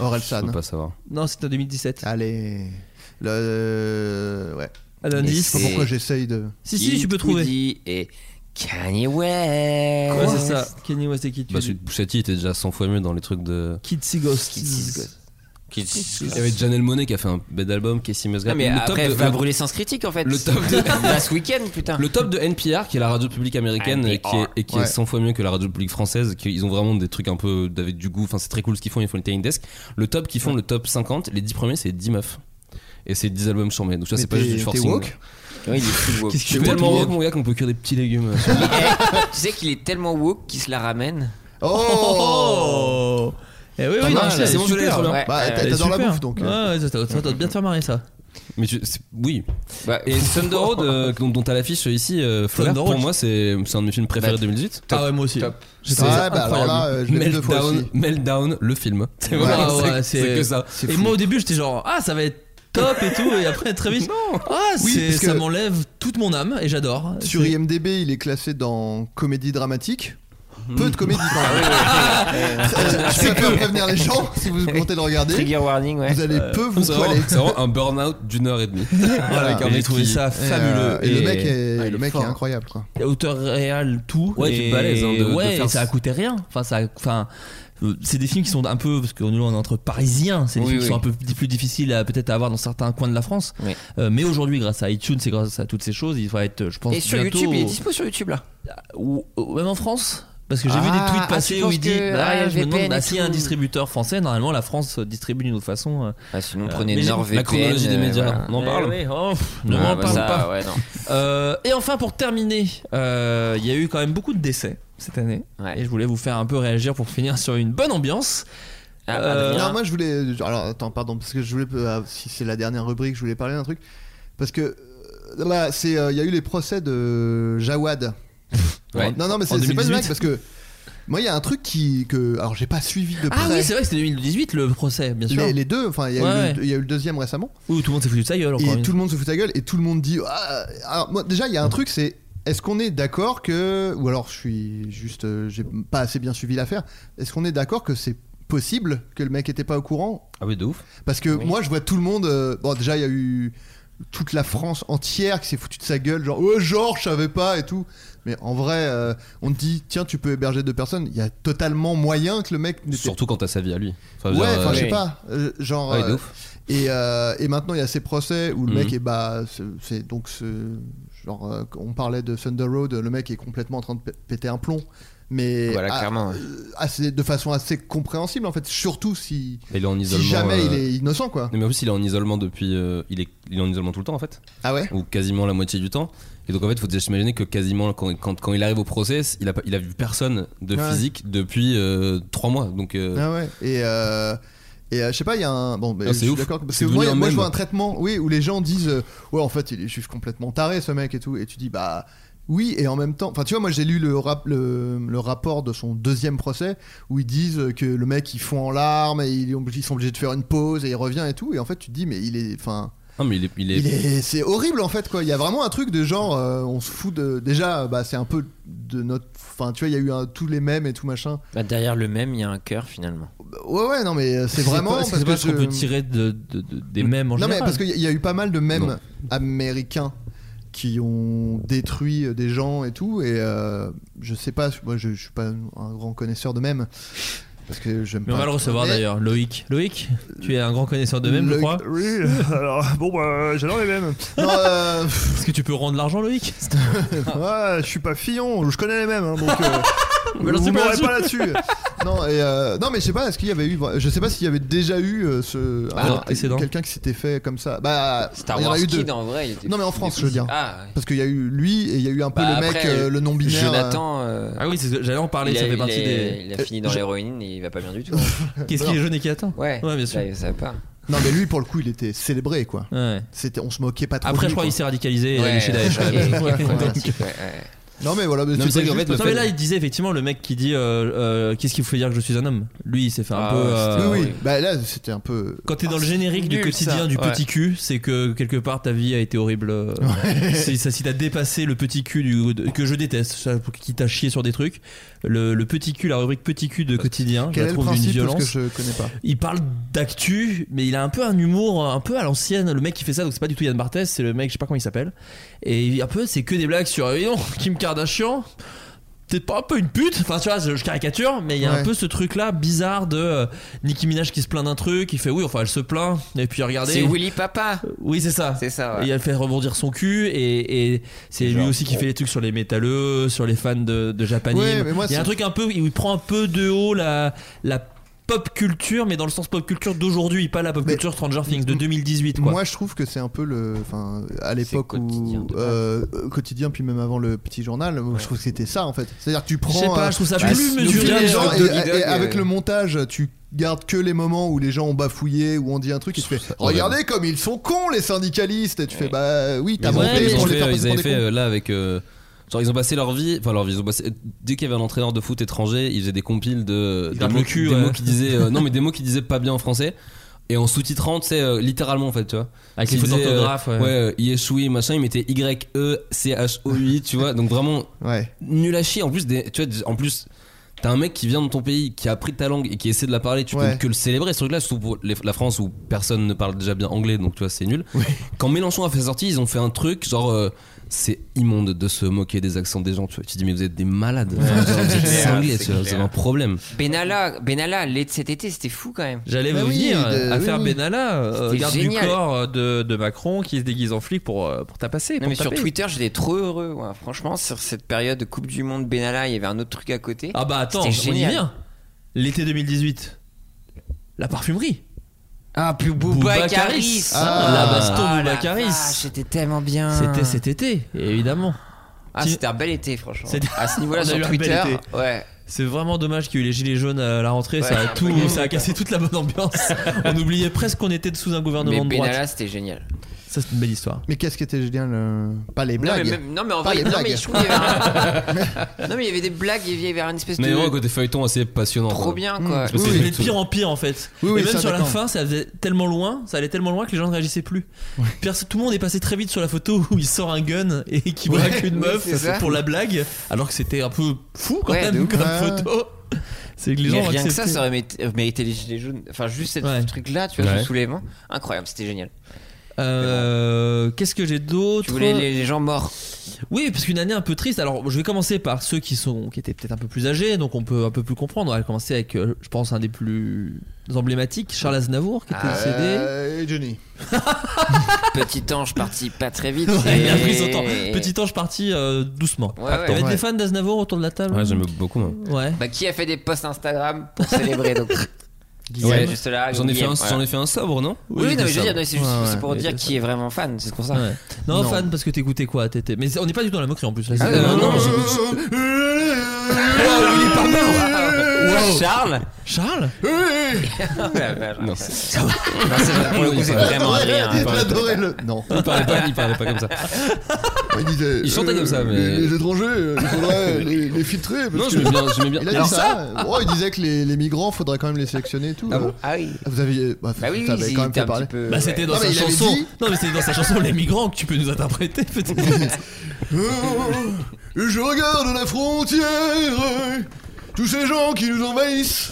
Speaker 3: Aurel
Speaker 9: Je
Speaker 3: San.
Speaker 9: peux pas savoir.
Speaker 4: Non, c'était en 2017.
Speaker 3: Allez. Le... Ouais.
Speaker 4: Un
Speaker 3: Je
Speaker 4: indice
Speaker 3: sais pas pourquoi j'essaye de.
Speaker 4: Si, si, tu peux
Speaker 10: Kid
Speaker 4: trouver.
Speaker 10: Cudi et Kanye West.
Speaker 4: Ouais, c'est ça. Kenny West et Kid
Speaker 9: Bah,
Speaker 4: Cudi.
Speaker 9: celui de Bouchati était déjà 100 fois mieux dans les trucs de.
Speaker 4: Kidsy Ghost.
Speaker 10: Kidsy Ghost. Kid Cudi.
Speaker 9: Il y avait Janelle Monet qui a fait un bel album, Casey Musgrave.
Speaker 10: Non, Ah, mais
Speaker 9: le
Speaker 10: après,
Speaker 9: top de,
Speaker 10: va
Speaker 9: le-
Speaker 10: brûler sans critique en fait.
Speaker 9: le top de-
Speaker 10: Last Weekend, putain.
Speaker 9: le top de NPR, qui est la radio publique américaine, et qui, est, et qui est
Speaker 3: Ouais.
Speaker 9: 100 fois mieux que la radio publique française, qui, ils ont vraiment des trucs un peu avec du goût, enfin c'est très cool ce qu'ils font, ils font le Tiny Desk. Le top qu'ils font, le top 50, les 10 premiers, c'est 10 meufs. Et c'est 10 albums sur donc ça
Speaker 3: Mais
Speaker 9: c'est pas
Speaker 3: t'es-
Speaker 9: juste du
Speaker 3: t'es
Speaker 9: forcing.
Speaker 3: woke
Speaker 10: Ouais, il est fou, woke.
Speaker 9: Je
Speaker 10: Tu
Speaker 9: suis
Speaker 10: vois,
Speaker 9: tellement
Speaker 10: il est-
Speaker 9: woke, mon gars, qu'on peut cuire des petits légumes.
Speaker 10: Eh, tu sais qu'il est tellement woke qu'il se la ramène.
Speaker 3: Oh
Speaker 4: *laughs* Oh Eh oui,
Speaker 3: Pas
Speaker 4: oui, non,
Speaker 3: mal,
Speaker 4: c'est
Speaker 3: c'est
Speaker 9: bon, je l'ai,
Speaker 4: super.
Speaker 9: trop bien.
Speaker 10: Ouais,
Speaker 3: Bah,
Speaker 10: euh,
Speaker 3: t'as- t'adores la
Speaker 4: super.
Speaker 3: bouffe, donc.
Speaker 4: Ouais, ouais, ça, ça- ça doit bien te faire marrer ça.
Speaker 9: mais tu- c'est- oui.
Speaker 10: bah,
Speaker 9: Et Thunder Road,
Speaker 4: *laughs*
Speaker 9: euh, dont, dont t'as l'affiche ici, euh, Flaubert,
Speaker 4: Thunder Road,
Speaker 9: pour
Speaker 4: je-
Speaker 9: moi c'est c'est un de mes films préférés
Speaker 10: Bah,
Speaker 9: de 2018.
Speaker 4: ah ouais, moi aussi.
Speaker 10: Top.
Speaker 4: Je
Speaker 3: Ouais,
Speaker 4: trouve ça
Speaker 3: bah, alors
Speaker 4: incroyable.
Speaker 3: là, euh, je l'ai vu deux fois
Speaker 9: Meltdown,
Speaker 3: aussi.
Speaker 9: Meltdown, le film. *laughs* C'est vraiment-
Speaker 4: Ouais,
Speaker 9: c'est-
Speaker 4: ouais,
Speaker 9: c'est que ça.
Speaker 4: Et moi au début j'étais genre ah ça va être top et tout et après très vite ah
Speaker 3: Oui,
Speaker 4: c'est
Speaker 3: parce que-
Speaker 4: ça m'enlève toute mon âme et j'adore.
Speaker 3: Sur
Speaker 4: C'est-
Speaker 3: IMDb, il est classé dans comédie dramatique. peu de comédie quand même. Euh, Je préfère prévenir les gens si vous comptez le regarder.
Speaker 10: Trigger warning, ouais.
Speaker 3: Vous allez
Speaker 8: Euh,
Speaker 3: peu vous
Speaker 8: c'est vraiment-
Speaker 3: poiler.
Speaker 8: C'est vraiment un burn-out d'une heure et
Speaker 4: *laughs*
Speaker 8: demie.
Speaker 9: Voilà,
Speaker 8: Avec un
Speaker 9: Ah, j'ai
Speaker 8: mec
Speaker 9: trouvé
Speaker 8: qui-
Speaker 9: ça
Speaker 3: Et,
Speaker 9: fabuleux.
Speaker 3: euh, Et, le mec est,
Speaker 9: Ah, il
Speaker 3: le mec
Speaker 9: fort.
Speaker 3: est incroyable quoi.
Speaker 9: Auteur réel, tout.
Speaker 8: Ouais,
Speaker 9: et
Speaker 8: t'es balèze, hein, de- de
Speaker 9: ouais,
Speaker 8: faire
Speaker 9: et ça a coûté rien. Enfin, ça a- enfin, euh, c'est des films qui sont un peu parce que nous on est entre Parisiens. C'est des
Speaker 10: Oui,
Speaker 9: films
Speaker 10: oui.
Speaker 9: qui sont un peu plus difficiles à peut-être à avoir dans certains coins de la France.
Speaker 10: Oui.
Speaker 9: Euh, mais aujourd'hui, grâce à iTunes, c'est grâce à toutes ces choses, il va être, je pense,
Speaker 10: Et sur
Speaker 9: bientôt-
Speaker 10: YouTube, il est dispo sur YouTube là.
Speaker 9: ou, ou même en France parce que j'ai
Speaker 10: Ah,
Speaker 9: vu des
Speaker 10: ah,
Speaker 9: tweets
Speaker 10: tu
Speaker 9: passer où
Speaker 10: penses
Speaker 9: il dit
Speaker 10: que-
Speaker 9: bah,
Speaker 10: ah,
Speaker 9: je me demande
Speaker 10: VPN et
Speaker 9: bah, s'il y a un
Speaker 10: tout.
Speaker 9: distributeur français normalement la France distribue d'une autre façon euh,
Speaker 10: Ah, sinon,
Speaker 9: euh,
Speaker 10: prenez
Speaker 9: mais j'ai-
Speaker 10: NordVPN.
Speaker 8: la chronologie des
Speaker 10: euh,
Speaker 8: médias,
Speaker 10: voilà.
Speaker 8: on en parle.
Speaker 9: Eh oui, oh, pff, ne
Speaker 10: Ouais,
Speaker 9: m'en
Speaker 10: bah,
Speaker 9: parle
Speaker 10: ça,
Speaker 9: pas
Speaker 10: ouais, non.
Speaker 9: Euh, et enfin pour terminer euh, il y a eu quand même beaucoup de décès cette année
Speaker 10: Ouais.
Speaker 9: et je voulais vous faire un peu réagir pour finir sur une bonne ambiance
Speaker 10: Ah,
Speaker 9: Euh,
Speaker 10: Adrien.
Speaker 3: Non, moi je voulais. Alors attends, pardon, parce que je voulais. euh, si c'est la dernière rubrique, je voulais parler d'un truc. Parce que euh, là, c'est. euh, Il y a eu les procès de Jawad.
Speaker 10: Ouais.
Speaker 3: Non, non, mais
Speaker 9: En
Speaker 3: c'est c'est pas une
Speaker 9: 2018.
Speaker 3: blague parce que. Moi, il y a un truc qui. Que, alors, j'ai pas suivi de près.
Speaker 9: ah oui c'est vrai que c'était 2018 le procès bien sûr
Speaker 3: les, les deux, enfin, il y, a
Speaker 9: Ouais,
Speaker 3: eu le- il y a eu le deuxième récemment.
Speaker 9: où tout le monde s'est foutu de sa gueule encore
Speaker 3: Et
Speaker 9: une
Speaker 3: tout le monde se fout de la gueule et tout le monde dit. Ah, alors, moi, déjà, il y a un truc, c'est. Est-ce qu'on est d'accord que. Ou alors, je suis juste. euh, J'ai pas assez bien suivi l'affaire. Est-ce qu'on est d'accord que c'est possible que le mec était pas au courant
Speaker 8: Ah oui, de ouf.
Speaker 3: Parce que moi, je vois tout le monde. euh, bon, déjà, il y a eu toute la France entière qui s'est foutue de sa gueule, genre, oh, genre, je savais pas et tout. Mais en vrai, euh, on te dit, tiens, tu peux héberger deux personnes. Il y a totalement moyen que le mec n'était
Speaker 8: Surtout quand t'as sa vie à lui. Enfin,
Speaker 3: Ouais,
Speaker 8: je veux dire,
Speaker 3: enfin,
Speaker 8: euh,
Speaker 3: je sais
Speaker 10: oui.
Speaker 3: pas. euh, genre.
Speaker 8: ah oui, de
Speaker 3: euh,
Speaker 8: ouf.
Speaker 3: et, euh, et maintenant, il y a ces procès où le
Speaker 8: Mhm.
Speaker 3: mec est bah, c'est- c'est donc ce genre, euh, on parlait de Thunder Road, le mec est complètement en train de p- péter un plomb, mais
Speaker 10: Voilà,
Speaker 3: à- euh,
Speaker 10: clairement, ouais.
Speaker 3: assez- de façon assez compréhensible en fait, surtout si,
Speaker 8: Il est en
Speaker 3: si
Speaker 8: isolement.
Speaker 3: jamais
Speaker 8: euh,
Speaker 3: il est innocent quoi.
Speaker 8: Non, mais en plus, il est en isolement depuis. euh, il, est, il est en isolement tout le temps en fait,
Speaker 3: Ah ouais.
Speaker 8: ou quasiment la moitié du temps. Et donc en fait, faut déjà s'imaginer que quasiment quand, quand, quand il arrive au procès, il a, pas- il a vu personne de
Speaker 3: Ouais.
Speaker 8: physique depuis euh, trois mois. Donc euh,
Speaker 3: Ah ouais. Et, euh, et euh, je sais pas, il y a un. Bon, mais
Speaker 8: Ah,
Speaker 3: je
Speaker 8: c'est
Speaker 3: suis
Speaker 8: ouf.
Speaker 3: d'accord. Parce que
Speaker 8: C'est
Speaker 3: moi,
Speaker 8: devenu un
Speaker 3: moi, je
Speaker 8: mème.
Speaker 3: vois un traitement oui, où les gens disent euh, Ouais, en fait, il est juste complètement taré ce mec et tout. Et tu dis Bah. Oui, et en même temps, enfin tu vois, moi j'ai lu le, rap- le, le rapport de son deuxième procès où ils disent que le mec il fond en larmes et ils, est obligé- ils sont obligés de faire une pause et il revient et tout. Et en fait, tu te dis, mais il est. Enfin,
Speaker 8: ah, mais il est, il est-
Speaker 3: il est- c'est horrible en fait quoi. Il y a vraiment un truc de genre, euh, on se fout de. Déjà, bah c'est un peu de notre. Enfin, tu vois, il y a eu un- tous les mêmes et tout machin.
Speaker 10: Bah, derrière le même, il y a un cœur finalement.
Speaker 3: Ouais, ouais, non, mais euh, c'est
Speaker 9: C'est
Speaker 3: vraiment.
Speaker 9: pas- c'est
Speaker 3: parce
Speaker 9: pas
Speaker 3: que
Speaker 9: ce qu'on
Speaker 3: je-
Speaker 9: peut tirer de, de- de- des mêmes en
Speaker 3: non,
Speaker 9: général
Speaker 3: mais parce qu'il y y a eu pas mal de mèmes
Speaker 8: Non.
Speaker 3: américains qui ont détruit euh, des gens et tout. Et euh, je sais pas, moi je, je suis pas un grand connaisseur de mèmes. Parce que j'aime
Speaker 9: mais on
Speaker 3: pas.
Speaker 9: va le recevoir
Speaker 3: Mais-
Speaker 9: d'ailleurs Loïc Loïc tu es un grand connaisseur de mèmes je
Speaker 3: Le-
Speaker 9: crois
Speaker 3: Oui, *laughs* alors bon, bah, j'adore
Speaker 9: *laughs*
Speaker 3: les mèmes. Non, euh, pff,
Speaker 9: Est-ce que tu peux rendre l'argent, Loïc
Speaker 3: *laughs* ouais, Ah, je suis pas Fillon, je connais les mèmes, hein, donc. euh,
Speaker 9: Mais alors,
Speaker 3: vous
Speaker 9: c'est pas
Speaker 3: m'aurez
Speaker 9: là-dessus.
Speaker 3: pas là-dessus. *laughs* non, et euh, non, mais je sais pas. Est-ce qu'il y avait eu, je sais pas s'il y avait déjà eu euh, ce
Speaker 9: Ah,
Speaker 3: un-
Speaker 9: non, précédent.
Speaker 3: quelqu'un qui s'était fait comme ça. Bah,
Speaker 10: Star
Speaker 3: il y en
Speaker 10: Wars
Speaker 3: a eu deux.
Speaker 10: Kid en vrai. il était-
Speaker 3: Non, mais en France,
Speaker 10: il était-
Speaker 3: je veux dire.
Speaker 10: Ah, ouais.
Speaker 3: Parce qu'il y a eu lui et il y a eu un peu
Speaker 10: Bah,
Speaker 3: le mec,
Speaker 10: après,
Speaker 3: euh, le non binaire.
Speaker 10: Jonathan. euh,
Speaker 9: Ah oui, c'est ce que- j'allais en parler,
Speaker 10: il,
Speaker 9: ça
Speaker 10: a,
Speaker 9: fait
Speaker 10: il
Speaker 9: partie
Speaker 10: est- il a
Speaker 3: Euh,
Speaker 10: fini dans
Speaker 3: je-
Speaker 10: l'héroïne et il va pas bien du tout.
Speaker 9: des. Qu'est-ce qui est jaune et qui attend
Speaker 10: Ouais,
Speaker 9: Ouais, bien sûr.
Speaker 10: Là, ça va pas.
Speaker 3: Non, mais lui pour le coup, il était célébré quoi.
Speaker 9: Ouais.
Speaker 3: C'était, on se moquait pas trop.
Speaker 9: Après,
Speaker 3: de
Speaker 9: je
Speaker 3: lui,
Speaker 9: crois qu'il
Speaker 3: quoi.
Speaker 9: s'est radicalisé et il a
Speaker 10: Ouais,
Speaker 9: léché Daesh.
Speaker 10: ouais, ouais, ouais, ouais,
Speaker 9: Donc,
Speaker 10: ouais, ouais.
Speaker 3: Non mais voilà.
Speaker 8: Non, mais c'est vrai qu'en fait, le
Speaker 9: Non, mais là, il disait effectivement le mec qui dit euh, euh, Qu'est-ce qu'il faut dire que je suis un homme Lui, il s'est fait un
Speaker 10: Ah,
Speaker 9: peu.
Speaker 10: ouais,
Speaker 9: euh,
Speaker 3: oui, oui.
Speaker 10: oui.
Speaker 3: Bah là, c'était un peu.
Speaker 9: Quand t'es dans
Speaker 10: Ah,
Speaker 9: le générique
Speaker 10: c'est
Speaker 9: du
Speaker 10: nul,
Speaker 9: quotidien
Speaker 10: ça.
Speaker 9: du
Speaker 10: Ouais.
Speaker 9: petit cul, c'est que quelque part ta vie a été horrible. euh, *laughs* c'est- ça, si t'as dépassé le petit cul du, de- que je déteste, ça, pour- qui t'a chié sur des trucs, le, le petit cul, la rubrique petit cul de quotidien, je
Speaker 3: Quel
Speaker 9: la
Speaker 3: est le
Speaker 9: trouve d'une
Speaker 3: principe
Speaker 9: violence.
Speaker 3: Parce que je connais pas.
Speaker 9: Il parle d'actu, mais il a un peu un humour un peu à l'ancienne. Le mec qui fait ça, donc c'est pas du tout Yann Barthès, c'est le mec, je sais pas comment il s'appelle. Et un peu, c'est que des blagues sur euh, dis donc, *laughs* Kim Kardashian. Peut-être pas un peu une pute, enfin tu vois, je je caricature, mais il y a
Speaker 3: Ouais.
Speaker 9: un peu ce truc là bizarre de euh, Nicki Minaj qui se plaint d'un truc, il fait oui, enfin elle se plaint, et puis regardez.
Speaker 10: C'est Willy Papa.
Speaker 9: Oui, c'est ça.
Speaker 10: C'est ça,
Speaker 3: Ah.
Speaker 10: ouais.
Speaker 9: Et elle fait rebondir son cul, et, et c'est lui
Speaker 10: genre-
Speaker 9: aussi qui fait les trucs sur les métalleux, sur les fans de, de Japanime.
Speaker 3: Ouais, mais moi,
Speaker 9: il y a un
Speaker 3: c'est-
Speaker 9: truc un peu où il prend un peu de haut la, la pop culture, mais dans le sens pop culture d'aujourd'hui, pas la pop
Speaker 3: Mais-
Speaker 9: culture Stranger Things de 2018. Quoi.
Speaker 3: Moi, je trouve que c'est un peu le, enfin, à l'époque
Speaker 10: quotidien
Speaker 3: où
Speaker 10: de base.
Speaker 3: euh, euh, quotidien, puis même avant le petit journal, moi, je trouve que c'était ça en fait. C'est-à-dire que tu
Speaker 9: je
Speaker 3: prends,
Speaker 9: sais pas,
Speaker 3: euh,
Speaker 9: je trouve ça
Speaker 3: tu
Speaker 10: bah,
Speaker 9: plus
Speaker 3: files les
Speaker 9: mesuré.
Speaker 10: Doggy
Speaker 3: gens
Speaker 10: Dog,
Speaker 3: et-
Speaker 10: Doggy
Speaker 3: et-
Speaker 10: Dog,
Speaker 3: et avec
Speaker 10: euh.
Speaker 3: le montage, tu gardes que les moments où les gens ont bafouillé ou ont dit un truc et tu fais regardez comme ils sont cons les syndicalistes et tu fais bah oui t'as
Speaker 8: Ils ont
Speaker 9: Ouais,
Speaker 3: monté
Speaker 8: fait-
Speaker 9: mais
Speaker 3: pour
Speaker 8: ils
Speaker 3: les faire
Speaker 8: avaient fait, ils
Speaker 3: passer pour
Speaker 8: avaient
Speaker 3: des
Speaker 8: fait
Speaker 3: cons.
Speaker 8: euh, là avec. euh, genre, ils ont passé leur vie. Enfin, leur vie, ils ont passé. Dès qu'il y avait un entraîneur de foot étranger, ils faisaient des compiles de.
Speaker 9: Ils
Speaker 8: des
Speaker 9: gardent
Speaker 8: mots-
Speaker 9: le cul,
Speaker 8: des
Speaker 9: ouais.
Speaker 8: mots
Speaker 9: *laughs*
Speaker 8: qui disaient. euh, non, mais des mots qui disaient pas bien en français. Et en sous-titrant, tu sais, euh, littéralement, en fait, tu vois.
Speaker 9: Avec les fautes
Speaker 8: Ils disaient, euh,
Speaker 9: d'orthographe, ouais.
Speaker 8: Ouais, euh, Yeshui, machin, ils mettaient E Y-E-C-H-O-U, tu vois. Donc vraiment,
Speaker 3: Ouais.
Speaker 8: nul à chier. En plus, des, tu vois, en plus. T'as un mec qui vient de ton pays, qui a appris ta langue et qui essaie de la parler, tu
Speaker 3: Ouais.
Speaker 8: peux que le célébrer. Ce truc-là, surtout pour les- la France où personne ne parle déjà bien anglais, donc tu vois, c'est nul. Quand Mélenchon a fait sortie, ils ont fait un truc genre. euh, c'est immonde de se moquer des accents des gens. Tu, vois. tu dis, mais vous êtes des malades. Enfin,
Speaker 10: Ouais,
Speaker 8: vous êtes
Speaker 10: c'est
Speaker 8: des
Speaker 10: clair,
Speaker 8: cinglés,
Speaker 10: c'est
Speaker 8: tu vois, vous
Speaker 10: clair.
Speaker 8: avez un problème.
Speaker 10: Benalla, Benalla, l'ai de cet été, c'était fou quand même.
Speaker 9: J'allais vous dire, affaire Benalla, euh,
Speaker 10: C'était
Speaker 9: garde
Speaker 10: génial.
Speaker 9: du corps euh, de, de Macron qui se déguise en flic pour, euh, pour tapasser.
Speaker 10: Non,
Speaker 9: pour
Speaker 10: mais sur
Speaker 9: taper.
Speaker 10: Twitter, j'étais trop heureux. ouais. Franchement, sur cette période de Coupe du Monde, Benalla, il y avait un autre truc à côté.
Speaker 9: Ah bah attends, on
Speaker 10: C'était
Speaker 9: y
Speaker 10: génial.
Speaker 9: vient. L'été 2018, la parfumerie.
Speaker 10: Ah, puis Boubacaris.
Speaker 9: Ah,
Speaker 10: Ah,
Speaker 9: la baston
Speaker 10: ah, la
Speaker 9: Boubacaris.
Speaker 10: vache, C'était tellement bien.
Speaker 9: C'était cet été, évidemment.
Speaker 10: Ah,
Speaker 9: Ti-
Speaker 10: c'était un bel été, franchement.
Speaker 9: C'était-
Speaker 10: À ce niveau-là,
Speaker 9: On a
Speaker 10: sur
Speaker 9: eu un bel
Speaker 10: Twitter.
Speaker 9: été.
Speaker 10: Ouais.
Speaker 9: C'est vraiment dommage qu'il y ait eu les gilets jaunes à la rentrée,
Speaker 10: Ouais,
Speaker 9: ça, a
Speaker 10: un peu
Speaker 9: tout,
Speaker 10: gay.
Speaker 9: ça a cassé toute la
Speaker 8: *laughs*
Speaker 9: bonne ambiance. on oubliait presque qu'on était sous un
Speaker 10: Mais
Speaker 9: gouvernement de droite.
Speaker 10: Benalla, c'était génial.
Speaker 9: Ça c'est une belle histoire.
Speaker 3: Mais qu'est-ce qui était génial euh, Pas les
Speaker 10: Non mais,
Speaker 3: blagues.
Speaker 10: même- non, mais en
Speaker 3: Pas
Speaker 10: vrai,
Speaker 3: les
Speaker 10: non,
Speaker 3: blagues.
Speaker 10: mais je trouve qu'il y
Speaker 9: *laughs*
Speaker 10: avait un- non, mais il y avait des blagues, il y avait une espèce
Speaker 8: Mais
Speaker 10: de.
Speaker 8: ouais, côté feuilleton assez passionnant.
Speaker 10: Trop
Speaker 8: quoi.
Speaker 10: bien, quoi.
Speaker 8: Parce que
Speaker 9: Oui,
Speaker 8: c'est
Speaker 9: mais de
Speaker 8: tout.
Speaker 9: pire en pire en fait.
Speaker 3: Oui, oui,
Speaker 9: et même
Speaker 3: ça,
Speaker 9: sur la
Speaker 3: d'accord.
Speaker 9: fin, ça faisait tellement loin, ça allait tellement loin que les gens ne réagissaient plus. Perso- tout le monde est passé très vite sur la photo où il sort un gun et qui
Speaker 3: Ouais,
Speaker 9: braque une
Speaker 10: oui,
Speaker 9: meuf
Speaker 10: c'est ça.
Speaker 9: pour la blague, alors que c'était un peu fou quand
Speaker 10: Ouais, de
Speaker 9: même
Speaker 10: ouf.
Speaker 9: comme
Speaker 3: Ouais.
Speaker 9: photo. C'est que les
Speaker 10: Mais
Speaker 9: gens ont
Speaker 10: rien que ça,
Speaker 9: accepté.
Speaker 10: ça aurait mérité, mérité les gilets jaunes. Enfin, juste ce
Speaker 9: Ouais.
Speaker 10: truc-là, tu vois,
Speaker 8: Ouais.
Speaker 10: ce soulèvement. Incroyable, c'était génial.
Speaker 9: Euh, Qu'est-ce que j'ai d'autre
Speaker 10: Tu voulais les, les gens morts.
Speaker 9: Oui, parce qu'une année un peu triste. Alors, je vais commencer par ceux qui sont, qui étaient peut-être un peu plus âgés, donc on peut un peu plus comprendre. On va commencer avec, euh, je pense, un des plus emblématiques, Charles Aznavour, qui était
Speaker 10: Ah,
Speaker 9: décédé.
Speaker 3: Euh,
Speaker 9: *laughs*
Speaker 3: Johnny. *laughs*
Speaker 10: Petit ange parti pas très vite.
Speaker 9: Ouais, il a
Speaker 10: et-
Speaker 9: pris son temps. Petit ange parti euh, doucement.
Speaker 10: Ouais, ouais.
Speaker 9: Il y avait
Speaker 3: Ouais.
Speaker 9: des fans d'Aznavour autour de la table.
Speaker 8: Ouais, j'aime beaucoup, moi.
Speaker 9: Ouais.
Speaker 10: Bah, qui a fait des posts Instagram pour célébrer
Speaker 9: *laughs*
Speaker 10: donc
Speaker 9: Guillaume.
Speaker 10: Ah, Ouais, juste là.
Speaker 8: J'en ai, fait
Speaker 10: Guillaume,
Speaker 8: un-
Speaker 10: voilà.
Speaker 8: j'en ai fait un sobre, non
Speaker 10: Oui, non, mais je veux dire, non, c'est juste
Speaker 3: Ouais,
Speaker 10: c'est
Speaker 3: ouais.
Speaker 10: pour
Speaker 9: Et
Speaker 10: dire
Speaker 9: de
Speaker 10: qui est vraiment fan, c'est pour ça.
Speaker 9: Ouais. Non,
Speaker 3: Non.
Speaker 9: fan parce que t'écoutais quoi t'étais- Mais on n'est pas du tout dans la moquerie en plus. Là,
Speaker 10: Ah,
Speaker 9: c'est-
Speaker 8: non, non,
Speaker 9: c'est- Oh,
Speaker 10: Wow. Charles Oh,
Speaker 9: Charles
Speaker 10: La vache.
Speaker 8: Non.
Speaker 10: Non, c'est vrai, pour le coup, c'est vraiment Adrien.
Speaker 3: J'ai
Speaker 8: Ah,
Speaker 10: hein.
Speaker 3: adoré le. Non.
Speaker 8: Il parlait pas, il parlait pas comme ça.
Speaker 3: Il, disait,
Speaker 8: Il chantait
Speaker 3: euh,
Speaker 8: comme ça, mais-
Speaker 3: Les, les étrangers, euh, il
Speaker 8: *laughs*
Speaker 3: faudrait les, les filtrer. Parce
Speaker 8: Non,
Speaker 3: que...
Speaker 8: j'aimais bien. j'aimais bien.
Speaker 3: Il a dit ça, Oh, Il disait que les, les migrants, faudrait quand même les sélectionner et tout.
Speaker 10: Ah
Speaker 3: euh.
Speaker 10: bon Ah oui.
Speaker 3: Vous aviez. Bah,
Speaker 10: Bah oui,
Speaker 3: ça
Speaker 10: oui,
Speaker 3: avait
Speaker 10: il
Speaker 3: quand même
Speaker 10: était
Speaker 3: fait
Speaker 10: un
Speaker 3: parler.
Speaker 10: petit peu.
Speaker 9: Bah, c'était dans
Speaker 3: Non,
Speaker 9: sa
Speaker 3: mais il avait
Speaker 9: chanson.
Speaker 3: dit-
Speaker 9: Non, mais c'était dans sa chanson Les migrants que tu peux nous interpréter peut-être.
Speaker 3: Euh, je regarde la frontière, euh, tous ces gens qui nous envahissent.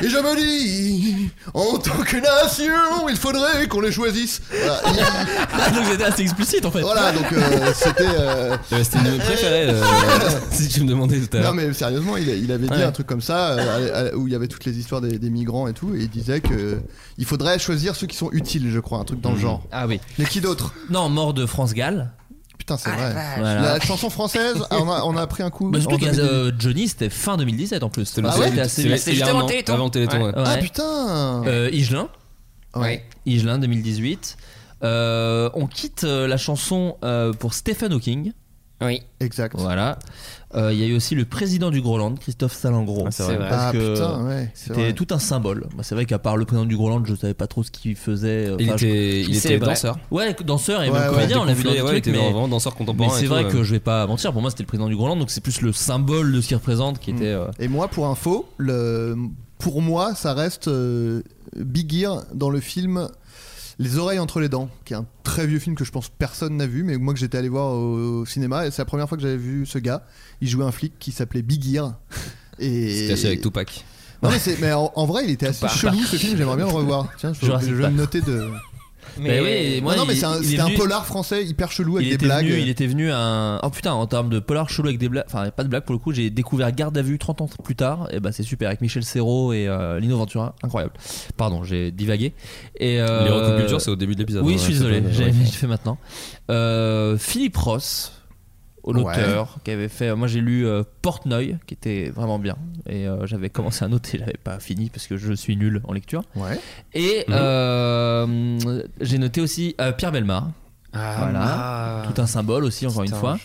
Speaker 3: Et je me dis, en tant que nation, il faudrait qu'on les choisisse. Voilà, il-
Speaker 9: Ah, donc c'était assez explicite en fait.
Speaker 3: voilà, donc euh, c'était. euh,
Speaker 8: Euh, C'était une de mes préférées, euh,
Speaker 3: *laughs*
Speaker 8: si tu me demandais tout à
Speaker 3: Non
Speaker 8: l'heure.
Speaker 3: mais sérieusement, il, il avait dit
Speaker 9: Hein. Ouais.
Speaker 3: un truc comme ça euh, à- à- où il y avait toutes les histoires des, des migrants et tout, et il disait que il faudrait choisir ceux qui sont utiles, je crois, un truc dans le genre.
Speaker 9: Ah oui.
Speaker 3: Mais qui d'autre
Speaker 9: Non, mort de France Gall.
Speaker 3: Putain, c'est vrai.
Speaker 9: Voilà.
Speaker 3: La
Speaker 9: *laughs*
Speaker 3: chanson française, on a, on a pris un coup.
Speaker 9: Bah,
Speaker 3: en
Speaker 9: surtout que
Speaker 3: 2018.
Speaker 9: euh, Johnny, c'était fin 2017 en plus. C'était
Speaker 3: Ah ouais
Speaker 9: assez
Speaker 8: C'est-
Speaker 9: vite.
Speaker 10: c'est
Speaker 8: il y
Speaker 10: juste
Speaker 8: a un
Speaker 10: avant
Speaker 8: an,
Speaker 10: Téléthon.
Speaker 8: Avant Téléthon, ouais.
Speaker 3: Ah
Speaker 9: Ouais.
Speaker 3: putain
Speaker 9: Euh, Igelin.
Speaker 10: Ouais.
Speaker 9: Igelin 2018. Euh, on quitte euh, la chanson euh, pour Stephen Hawking.
Speaker 10: Oui.
Speaker 3: Exact. Ah,
Speaker 9: Voilà. Euh, Il y a eu aussi le président du Groenland, Christophe Salengro.
Speaker 10: c'est vrai.
Speaker 9: Parce
Speaker 3: Ah
Speaker 9: que
Speaker 3: putain, ouais. c'est
Speaker 9: C'était
Speaker 3: vrai.
Speaker 9: tout un symbole. Bah, c'est vrai qu'à part le président du Groenland, je savais pas trop ce qu'il faisait. euh,
Speaker 8: Il
Speaker 9: enfin, je-
Speaker 8: était, il était
Speaker 10: célébrait.
Speaker 8: danseur.
Speaker 9: Ouais, danseur et
Speaker 3: Ouais,
Speaker 9: même
Speaker 3: ouais.
Speaker 9: comédien, on l'a vu
Speaker 8: Déconflé,
Speaker 9: dans des
Speaker 8: ouais, il
Speaker 9: trucs,
Speaker 8: était
Speaker 9: mais-
Speaker 8: vraiment danseur
Speaker 9: Mais
Speaker 8: contemporain.
Speaker 9: c'est
Speaker 8: et
Speaker 9: vrai
Speaker 8: tout,
Speaker 9: que
Speaker 8: ouais.
Speaker 9: je vais pas mentir, pour moi c'était le président du Groenland, donc c'est plus le symbole de ce qu'il représente
Speaker 3: Mm.
Speaker 9: qui était. euh,
Speaker 3: Et moi, pour info, le... pour moi, ça reste euh, Big Ear dans le film Les oreilles entre les dents, qui est un très vieux film que je pense personne n'a vu, mais moi que j'étais allé voir au, au cinéma, et c'est la première fois que j'avais vu ce gars. Il jouait un flic qui s'appelait Big Ear. Et...
Speaker 8: C'était assis avec Tupac.
Speaker 3: Non, mais, c'est- mais en, en vrai, il était assez
Speaker 10: Tupac.
Speaker 3: chelou ce film, j'aimerais bien le revoir. Tiens, je,
Speaker 9: Jurassic
Speaker 3: je vais me
Speaker 9: Park.
Speaker 3: noter de.
Speaker 9: Mais oui, et moi,
Speaker 3: non, non, mais
Speaker 9: il-
Speaker 3: c'est un,
Speaker 9: il est
Speaker 3: c'était un
Speaker 9: venu-
Speaker 3: polar français hyper chelou
Speaker 9: Il
Speaker 3: avec des
Speaker 9: était,
Speaker 3: blagues.
Speaker 9: venu, il était venu à un. Oh putain, en termes de polar chelou avec des blagues. Enfin, pas de blagues pour le coup, j'ai découvert Garde à vue 30 ans plus tard. Et bah, c'est super, avec Michel Serrault et euh, Lino Ventura. Incroyable. Pardon, j'ai divagué. Et, euh,
Speaker 8: Les recos culture, c'est au début de l'épisode.
Speaker 9: Oui,
Speaker 8: hein,
Speaker 9: je suis
Speaker 8: c'est
Speaker 9: désolé,
Speaker 8: pas-
Speaker 9: j'ai
Speaker 8: ouais.
Speaker 9: je le fais maintenant. Euh, Philippe Ross, l'auteur, qui avait fait. Moi j'ai lu euh, Portnoy, qui était vraiment bien. Et euh, j'avais commencé à noter, *laughs* j'avais pas fini parce que je suis nul en lecture.
Speaker 3: Ouais.
Speaker 9: Et
Speaker 8: Mhm.
Speaker 9: euh, j'ai noté aussi euh, Pierre Belmar,
Speaker 10: Ah,
Speaker 9: Voilà.
Speaker 10: ah.
Speaker 9: tout un symbole aussi, encore une
Speaker 10: Putain,
Speaker 9: fois.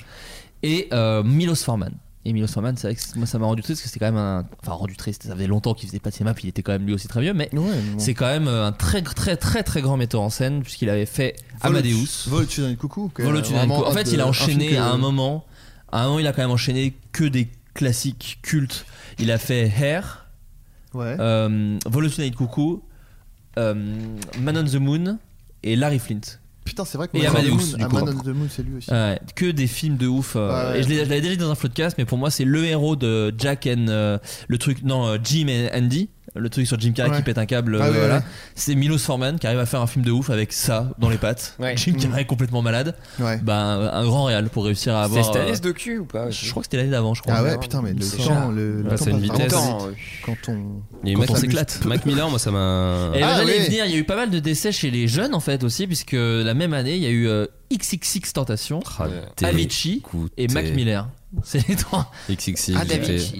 Speaker 9: Et euh, Milos Forman. Et Milos Forman, c'est vrai que moi ça m'a rendu triste parce que c'était quand même un. Enfin, rendu triste, ça faisait longtemps qu'il faisait pas de cinéma, puis il était quand même lui aussi très vieux, mais.
Speaker 3: Ouais, mais bon.
Speaker 9: C'est quand même euh, un très très très très grand metteur en scène puisqu'il avait fait Amadeus,
Speaker 3: Vol au-dessus d'un coucou. qui est
Speaker 9: Volo Tudor
Speaker 3: euh, vraiment
Speaker 9: Nico. En
Speaker 3: un
Speaker 9: fait,
Speaker 3: de-
Speaker 9: il a enchaîné
Speaker 3: film que-
Speaker 9: à un moment. À un moment, il a quand même enchaîné que des classiques cultes. Il a fait Hair,
Speaker 3: Ouais.
Speaker 9: euh, Volo Tonight Coucou, euh, Man on the Moon et Larry Flint.
Speaker 3: Putain, c'est vrai que
Speaker 9: Et
Speaker 3: Man on
Speaker 9: Amadeus,
Speaker 3: the Moon-
Speaker 9: du
Speaker 3: A
Speaker 9: coup.
Speaker 3: Man on the Moon, c'est lui aussi.
Speaker 9: Ouais, Euh, que des films de ouf. euh,
Speaker 3: Ouais.
Speaker 9: Et je l'ai- je l'avais déjà dit dans un podcast, mais pour moi, c'est le héros de Jack and euh, le truc. Non, euh, Jim et Andy. Le truc sur Jim Carrey
Speaker 3: Ouais.
Speaker 9: qui pète un câble,
Speaker 3: Ah
Speaker 9: euh,
Speaker 3: oui,
Speaker 9: voilà.
Speaker 3: ouais.
Speaker 9: c'est Milos Forman qui arrive à faire un film de ouf avec ça dans les pattes.
Speaker 3: Mm.
Speaker 9: Jim Carrey complètement malade. Ben, un grand réal pour réussir à
Speaker 10: C'était
Speaker 9: avoir.
Speaker 10: cette année
Speaker 9: euh,
Speaker 10: ce docu ou pas
Speaker 9: Je crois que c'était l'année d'avant, je crois.
Speaker 3: Ah ouais, putain, mais le
Speaker 9: C'est
Speaker 3: temps,
Speaker 9: cher.
Speaker 3: le, le
Speaker 9: Bah,
Speaker 3: temps
Speaker 9: c'est une
Speaker 3: passe vraiment
Speaker 9: vitesse.
Speaker 3: vite. Quand on.
Speaker 8: Les
Speaker 3: quand
Speaker 8: mecs,
Speaker 3: on
Speaker 8: on
Speaker 3: s'amuse.
Speaker 8: s'éclate. Mac Miller, moi, ça m'a.
Speaker 9: Et
Speaker 3: Ah,
Speaker 9: j'allais y
Speaker 3: oui.
Speaker 9: venir, il y a eu pas mal de décès chez les jeunes en fait aussi, puisque la même année, il y a eu euh, XXX Tentation,
Speaker 8: Raté.
Speaker 9: Avicii et Mac Miller. *laughs* C'est les trois.
Speaker 8: XXX.
Speaker 10: Ah,
Speaker 8: j'étais-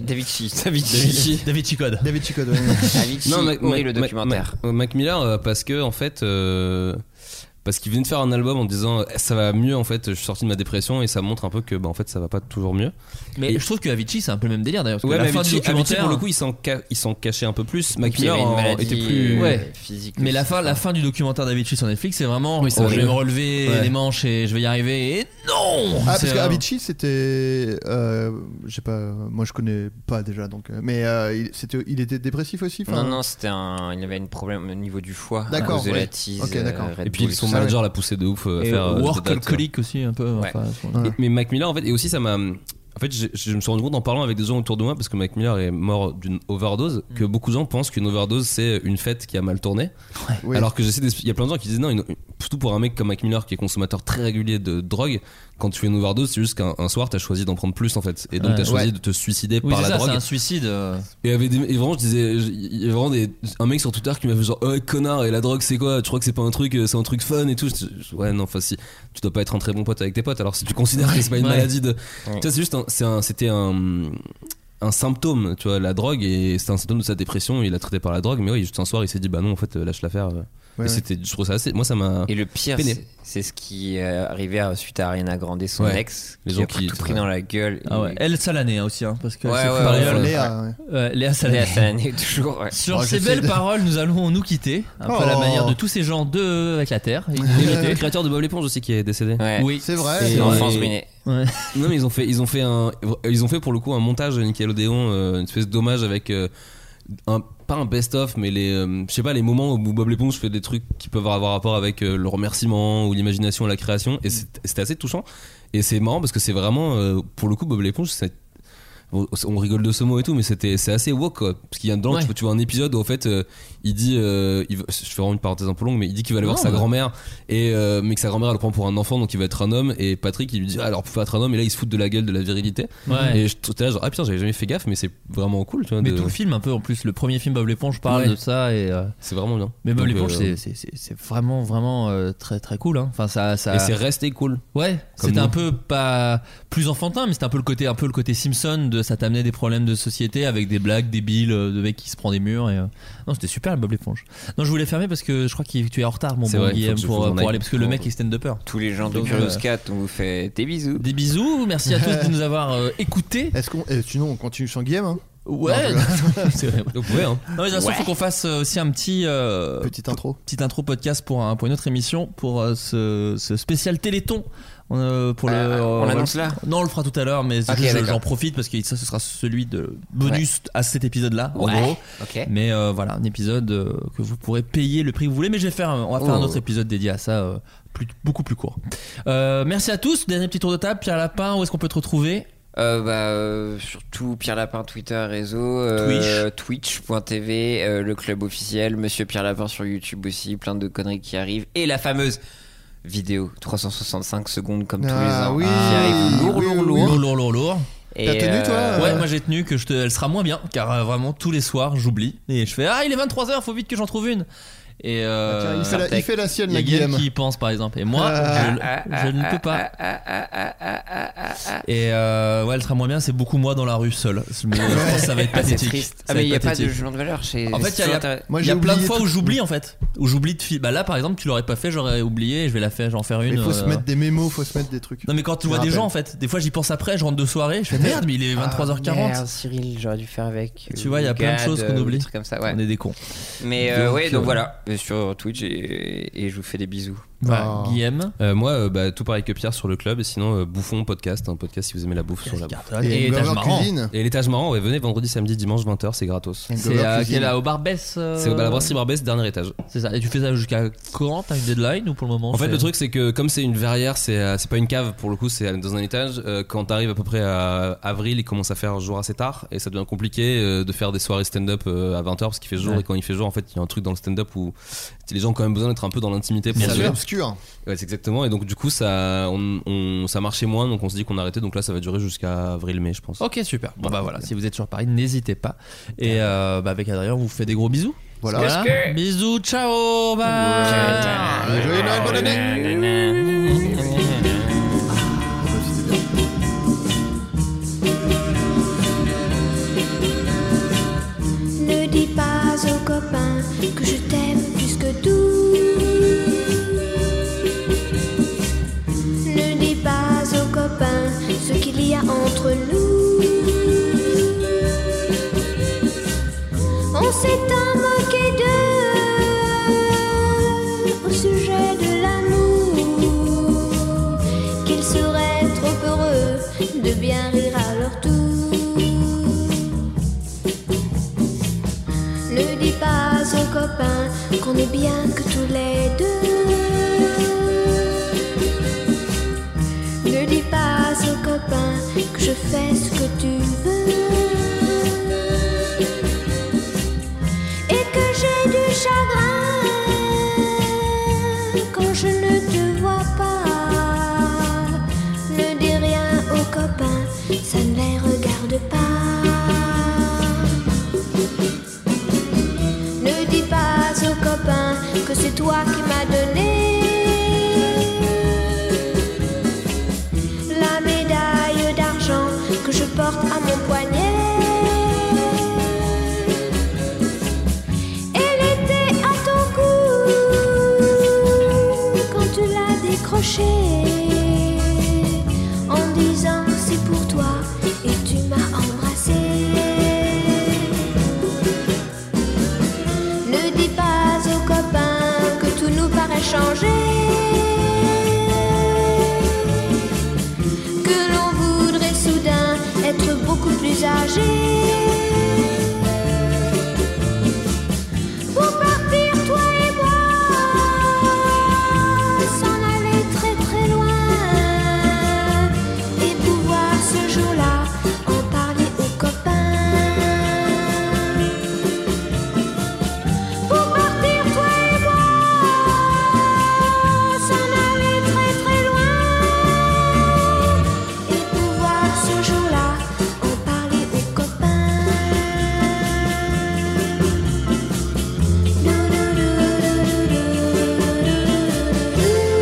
Speaker 10: Davichi. Davichi.
Speaker 8: Davichi.
Speaker 9: Davichi Code.
Speaker 3: David Chico *laughs* de-
Speaker 10: *laughs* Davichi.
Speaker 8: Non, Mac,
Speaker 10: oui,
Speaker 8: Mac-
Speaker 10: le
Speaker 8: Mac-
Speaker 10: documentaire.
Speaker 8: Mac, Mac Miller, euh, parce que en fait, euh, parce qu'il venait de faire un album en disant euh, ça va mieux en fait, je suis sorti de ma dépression et ça montre un peu que bah, en fait ça va pas toujours mieux.
Speaker 9: Mais
Speaker 8: Et-
Speaker 9: je trouve que Avicii, c'est un peu le même délire d'ailleurs. Parce
Speaker 8: Ouais,
Speaker 9: que la
Speaker 8: mais
Speaker 9: fin
Speaker 8: Avicii,
Speaker 9: du documentaire,
Speaker 8: Avicii, pour le coup, il s'en ca- il s'en cachait un peu plus. Mac
Speaker 10: Il y
Speaker 8: Miller
Speaker 10: avait une
Speaker 8: en-
Speaker 10: maladie,
Speaker 8: était plus.
Speaker 10: euh,
Speaker 9: Ouais.
Speaker 10: physique.
Speaker 9: Mais la
Speaker 10: aussi,
Speaker 9: fin,
Speaker 10: je
Speaker 9: la
Speaker 10: crois.
Speaker 9: fin du documentaire d'Avicii sur Netflix, c'est vraiment.
Speaker 8: Oui, c'est
Speaker 9: oh, je vais
Speaker 8: horrible.
Speaker 9: me relever
Speaker 8: Ouais.
Speaker 9: les manches et je vais y arriver. Et non
Speaker 3: Ah, parce
Speaker 9: C'est
Speaker 3: que
Speaker 9: un-
Speaker 3: Avicii, c'était. euh, je sais pas, moi je connais pas déjà, donc. euh, Mais euh, il, c'était, il était dépressif aussi enfin,
Speaker 10: Non, non, c'était un. Il avait un problème au niveau du foie.
Speaker 3: hein. D'accord,
Speaker 10: À cause de
Speaker 3: ouais.
Speaker 10: la tease.
Speaker 3: Ok, d'accord.
Speaker 10: euh, Red
Speaker 8: Et puis
Speaker 10: Bull,
Speaker 8: son
Speaker 10: tout ça.
Speaker 8: manager l'a poussé de ouf euh, à
Speaker 9: Et
Speaker 8: faire. euh, des dates, euh.
Speaker 9: workaholic aussi, un peu.
Speaker 10: Ouais.
Speaker 9: enfin, à ce moment-là.
Speaker 3: Ouais.
Speaker 8: Mais Mac Miller, en fait, et aussi ça m'a. En fait, je, je me suis rendu compte en parlant avec des gens autour de moi, parce que Mac Miller est mort d'une overdose,
Speaker 9: Mm.
Speaker 8: que beaucoup de gens pensent qu'une overdose c'est une fête qui a mal tourné.
Speaker 3: Oui.
Speaker 8: Alors que j'essaie d'expliquer. Il y a plein de gens qui disent non, une- surtout pour un mec comme Mac Miller qui est consommateur très régulier de drogue, quand tu fais une overdose, c'est juste qu'un un soir t'as choisi d'en prendre plus en fait. Et donc
Speaker 9: Ouais.
Speaker 8: t'as choisi
Speaker 9: Ouais.
Speaker 8: de te suicider
Speaker 9: Oui,
Speaker 8: par
Speaker 9: c'est
Speaker 8: la
Speaker 9: ça, c'est
Speaker 8: drogue.
Speaker 9: un suicide. euh.
Speaker 8: Et, avait des- et vraiment, je disais, je- il y a vraiment des- un mec sur Twitter qui m'a fait genre, oh connard, et la drogue c'est quoi Tu crois que c'est pas un truc, euh, c'est un truc fun et tout Je- je- Ouais, non, enfin si, tu dois pas être un très bon pote avec tes potes, alors si tu considères que c'est pas une
Speaker 9: Ouais.
Speaker 8: maladie de. Tu sais, c'est juste, un- c'est un- c'était un, un symptôme, tu vois, la drogue, et c'était un symptôme de sa dépression, il a traité par la drogue, mais oui, juste un soir, il s'est dit, bah non, en fait, euh, lâche l'affaire.
Speaker 3: Ouais,
Speaker 8: et c'était, je trouve ça assez. Moi, ça m'a.
Speaker 10: Et le pire,
Speaker 8: Peiné.
Speaker 10: c'est- c'est ce qui est arrivé à- suite à Ariana Grande, son
Speaker 8: Ouais.
Speaker 10: ex,
Speaker 8: Les
Speaker 10: qui
Speaker 8: gens
Speaker 10: a pris-
Speaker 8: qui-
Speaker 10: tout pris dans la gueule.
Speaker 9: Ah ouais. Elle, ça l'année hein, aussi, hein, parce que.
Speaker 10: Ouais,
Speaker 9: c'est
Speaker 10: ouais,
Speaker 9: fait par
Speaker 10: ouais,
Speaker 9: elle.
Speaker 10: ouais.
Speaker 3: Léa, ouais.
Speaker 9: Ouais, Euh, Léa *laughs*
Speaker 10: Elle
Speaker 9: Salané.
Speaker 10: est année toujours. ouais.
Speaker 9: Sur
Speaker 3: Oh,
Speaker 9: ces
Speaker 3: j'essaie
Speaker 9: belles
Speaker 3: de-
Speaker 9: paroles, nous allons nous quitter, un peu à la
Speaker 3: Oh.
Speaker 9: manière de tous ces gens de avec la Terre. Ils nous ont
Speaker 8: Et le
Speaker 9: quittés.
Speaker 8: créateur de Bob l'éponge aussi qui est décédé.
Speaker 10: Ouais.
Speaker 9: Oui,
Speaker 3: C'est vrai.
Speaker 10: C'est
Speaker 3: c'est
Speaker 10: une
Speaker 3: vrai.
Speaker 10: enfance
Speaker 8: Et-
Speaker 10: ruinée.
Speaker 9: Ouais.
Speaker 8: Non mais ils ont fait ils ont fait un ils ont fait pour le coup un montage à Nickelodeon euh, une espèce d'hommage avec euh, un pas un best of mais les euh, je sais pas les moments où Bob l'éponge fait des trucs qui peuvent avoir rapport avec euh, le remerciement ou l'imagination à la création et c'est- c'était assez touchant et c'est marrant parce que c'est vraiment euh, pour le coup Bob l'éponge c'est on on rigole de ce mot et tout mais c'était c'est assez woke quoi. parce qu'il y a dedans
Speaker 9: Ouais.
Speaker 8: tu, vois- tu vois un épisode où en fait euh, il dit euh, il va- je fais vraiment une parenthèse un peu longue mais il dit qu'il va aller voir
Speaker 9: Non,
Speaker 8: sa
Speaker 9: mais-
Speaker 8: grand-mère et euh, mais que sa grand-mère elle le prend pour un enfant donc il va être un homme et Patrick il lui dit ah, alors pour être un homme et là il se fout de la gueule de la virilité
Speaker 9: Ouais.
Speaker 8: et je j'étais là genre ah putain j'avais jamais fait gaffe mais c'est vraiment cool tu vois
Speaker 9: Mais
Speaker 8: de-
Speaker 9: tout le film, un peu en plus, le premier film Bob l'éponge parle
Speaker 8: Ouais.
Speaker 9: de ça et. euh,
Speaker 8: c'est vraiment bien
Speaker 9: Mais Bob
Speaker 8: Donc,
Speaker 9: l'éponge,
Speaker 8: euh,
Speaker 9: c'est- c'est- c'est c'est vraiment vraiment euh, très très cool. hein. Enfin ça ça.
Speaker 8: et c'est resté cool
Speaker 9: Ouais,
Speaker 8: Comme
Speaker 9: c'était un
Speaker 8: nous.
Speaker 9: peu pas plus enfantin, mais c'était un peu le côté un peu le côté Simpson de ça t'amenait des problèmes de société avec des blagues débiles euh, de mecs qui se prend des murs et euh, non c'était super le Bob l'éponge. Non je voulais fermer parce que je crois que tu es en retard mon
Speaker 8: C'est
Speaker 9: bon
Speaker 8: vrai, faut
Speaker 9: Guillaume
Speaker 8: que je-
Speaker 9: pour,
Speaker 8: faut que
Speaker 9: euh,
Speaker 8: j'en
Speaker 9: pour
Speaker 8: aille.
Speaker 9: aller parce que le mec est stand upper.
Speaker 10: Tous les gens de
Speaker 9: Donc,
Speaker 10: Curious
Speaker 9: euh,
Speaker 10: Cat, on vous fait des bisous.
Speaker 9: Des bisous, merci à tous de nous avoir euh, écoutés.
Speaker 8: *laughs*
Speaker 3: Est-ce qu'on. eh, sinon, on continue sans Guillaume, hein
Speaker 9: Ouais,
Speaker 3: Non,
Speaker 9: c'est vrai.
Speaker 8: vous pouvez hein
Speaker 9: Non mais bien sûr
Speaker 10: Ouais.
Speaker 9: faut qu'on fasse euh, aussi un petit euh,
Speaker 3: Petite intro.
Speaker 9: petite intro podcast pour, un, pour une autre émission pour euh, ce, ce spécial Téléthon. Euh, pour le,
Speaker 10: Ah,
Speaker 9: euh,
Speaker 10: on l'annonce là
Speaker 9: Non, on le fera tout à l'heure, mais
Speaker 10: Ok,
Speaker 9: je-
Speaker 10: d'accord.
Speaker 9: j'en profite parce que ça, ce sera celui de bonus à cet épisode-là, en
Speaker 10: Ouais.
Speaker 9: gros.
Speaker 10: Ok.
Speaker 9: Mais euh, voilà, un épisode euh, que vous pourrez payer le prix que vous voulez, mais je vais faire, un- on va faire
Speaker 10: Oh.
Speaker 9: un autre épisode dédié à ça, euh, plus, beaucoup plus court. Euh, merci à tous. Dernier petit tour de table, Pierre Lapin, où est-ce qu'on peut te retrouver
Speaker 10: Euh, bah, euh, surtout Pierre Lapin, Twitter, réseau, euh, Twitch.tv, euh, le club officiel, Monsieur Pierre Lapin sur YouTube aussi, plein de conneries qui arrivent, et la fameuse vidéo 365 secondes comme tous les
Speaker 3: Ah
Speaker 10: ans
Speaker 3: oui,
Speaker 10: qui arrive lourd,
Speaker 3: oui,
Speaker 10: lourd,
Speaker 3: oui,
Speaker 10: lourd.
Speaker 3: oui.
Speaker 9: Lourd, lourd, lourd, lourd.
Speaker 10: Et,
Speaker 3: T'as tenu, toi,
Speaker 10: euh,
Speaker 9: Ouais,
Speaker 3: ouais.
Speaker 9: moi j'ai tenu que je te, elle sera moins bien, car euh, vraiment tous les soirs j'oublie et je fais ah il est 23 h faut vite que j'en trouve une. Et euh,
Speaker 3: Bah, Tiens, il, fait la, il fait la sienne,
Speaker 9: il y a
Speaker 3: la
Speaker 9: Guillaume
Speaker 3: Guillaume. Ah.
Speaker 9: qui y pense par exemple et moi je, je ne peux pas. Et euh, ouais elle sera moins bien, c'est beaucoup moi dans la rue seul. Je me- je pense que ça va être
Speaker 10: *laughs* Ah, c'est
Speaker 9: pathétique.
Speaker 10: triste.
Speaker 9: Ça
Speaker 10: Ah,
Speaker 9: va
Speaker 10: mais il
Speaker 9: être
Speaker 10: n'y a pas de
Speaker 9: pathétique.
Speaker 10: jugement de valeur chez.
Speaker 9: En fait, il y a-
Speaker 10: c'est
Speaker 9: il y a-
Speaker 10: intéressant.
Speaker 3: Moi,
Speaker 9: Il y a
Speaker 3: j'ai
Speaker 9: plein de
Speaker 3: oublié
Speaker 9: fois
Speaker 3: tout.
Speaker 9: où j'oublie en fait, où j'oublie de fil. Bah là par exemple tu l'aurais pas fait, j'aurais oublié, je vais la faire, j'en faire une.
Speaker 3: Il faut se
Speaker 9: euh,
Speaker 3: mettre des mémos, faut se mettre des trucs.
Speaker 9: Non mais quand tu
Speaker 3: Je
Speaker 9: vois
Speaker 3: me
Speaker 9: des gens
Speaker 3: rappelle.
Speaker 9: en fait, des fois j'y pense après, je rentre de soirée, je
Speaker 3: *laughs*
Speaker 9: fais merde mais il est 23h40.
Speaker 10: Ah, Merde, Cyril, j'aurais dû faire avec.
Speaker 9: Tu vois, il y a plein de
Speaker 10: Gad,
Speaker 9: choses qu'on
Speaker 10: euh,
Speaker 9: oublie.
Speaker 10: des trucs comme ça, ouais.
Speaker 9: On est des cons.
Speaker 10: Mais euh,
Speaker 9: Donc,
Speaker 10: ouais, donc
Speaker 9: euh,
Speaker 10: voilà, sur Twitch et, et je vous fais des bisous.
Speaker 9: Bah, Guillaume
Speaker 10: Euh, Moi, euh, bah, tout pareil que Pierre sur le club. Et sinon, euh, Bouffon Podcast, un podcast si vous aimez la bouffe sur la bouffe.
Speaker 9: Et Et l'étage Glover marrant. Cuisine.
Speaker 10: Et l'étage marrant, ouais, venez vendredi, samedi, dimanche, 20h, c'est gratos.
Speaker 9: C'est à quel au Barbès euh,
Speaker 10: C'est au bah, la brasserie Barbès, dernier étage.
Speaker 9: C'est ça. Et tu fais ça jusqu'à quand T'as une deadline ou pour le moment
Speaker 10: En fait,
Speaker 9: c'est-
Speaker 10: le truc, c'est que comme c'est une verrière, c'est euh, c'est pas une cave pour le coup, c'est dans un étage. euh, Quand t'arrives à peu près à avril, il commence à faire jour assez tard et ça devient compliqué euh, de faire des soirées stand-up euh, à 20h parce qu'il fait jour
Speaker 8: Ouais.
Speaker 10: et quand il fait jour, en fait, il y a un truc dans le stand-up où les gens ont quand même besoin d'être un peu dans l'intimité pour
Speaker 8: Ça
Speaker 10: se
Speaker 8: devient
Speaker 10: dire.
Speaker 8: obscur.
Speaker 10: Ouais, c'est exactement. Et donc, du coup, ça, on, on- ça marchait moins, donc on se dit qu'on arrêtait. Donc là, ça va durer jusqu'à avril-mai, je pense.
Speaker 9: Ok, super. Bon, bah voilà, si vous êtes sur Paris, n'hésitez pas. Et euh, bah, avec Adrien, on vous fait des gros bisous.
Speaker 8: Voilà.
Speaker 9: Bisous, ciao, bye.
Speaker 8: Ah, Joyeux Noël, bonne
Speaker 3: Ne dis pas aux copains que je t'aime plus que tout. Ne dis pas aux copains ce qu'il y a entre nous. On s'est tant moqué d'eux au sujet de l'amour. Qu'ils seraient trop heureux de bien rire à leur tour. Ne dis pas aux copains qu'on est bien que tous les deux. Ne dis pas aux copains que je fais ce que tu veux. Et que j'ai du chagrin quand je ne te vois pas. Ne dis rien aux copains, ça ne les regarde pas. Ne dis pas aux copains que c'est toi qui m'as donné la médaille d'argent que je porte à mon poignet. Elle était à ton cou quand tu l'as décroché en disant c'est pour toi et tu m'as embrassé. Ne dis pas aux copains que tout nous paraît changer. Que l'on voudrait soudain être beaucoup plus âgé. Pour partir, toi et moi, s'en aller très très loin. Et pouvoir ce jour-là en parler aux copains. Pour partir toi et moi, s'en aller très très loin Et pouvoir ce jour-là en parler aux copains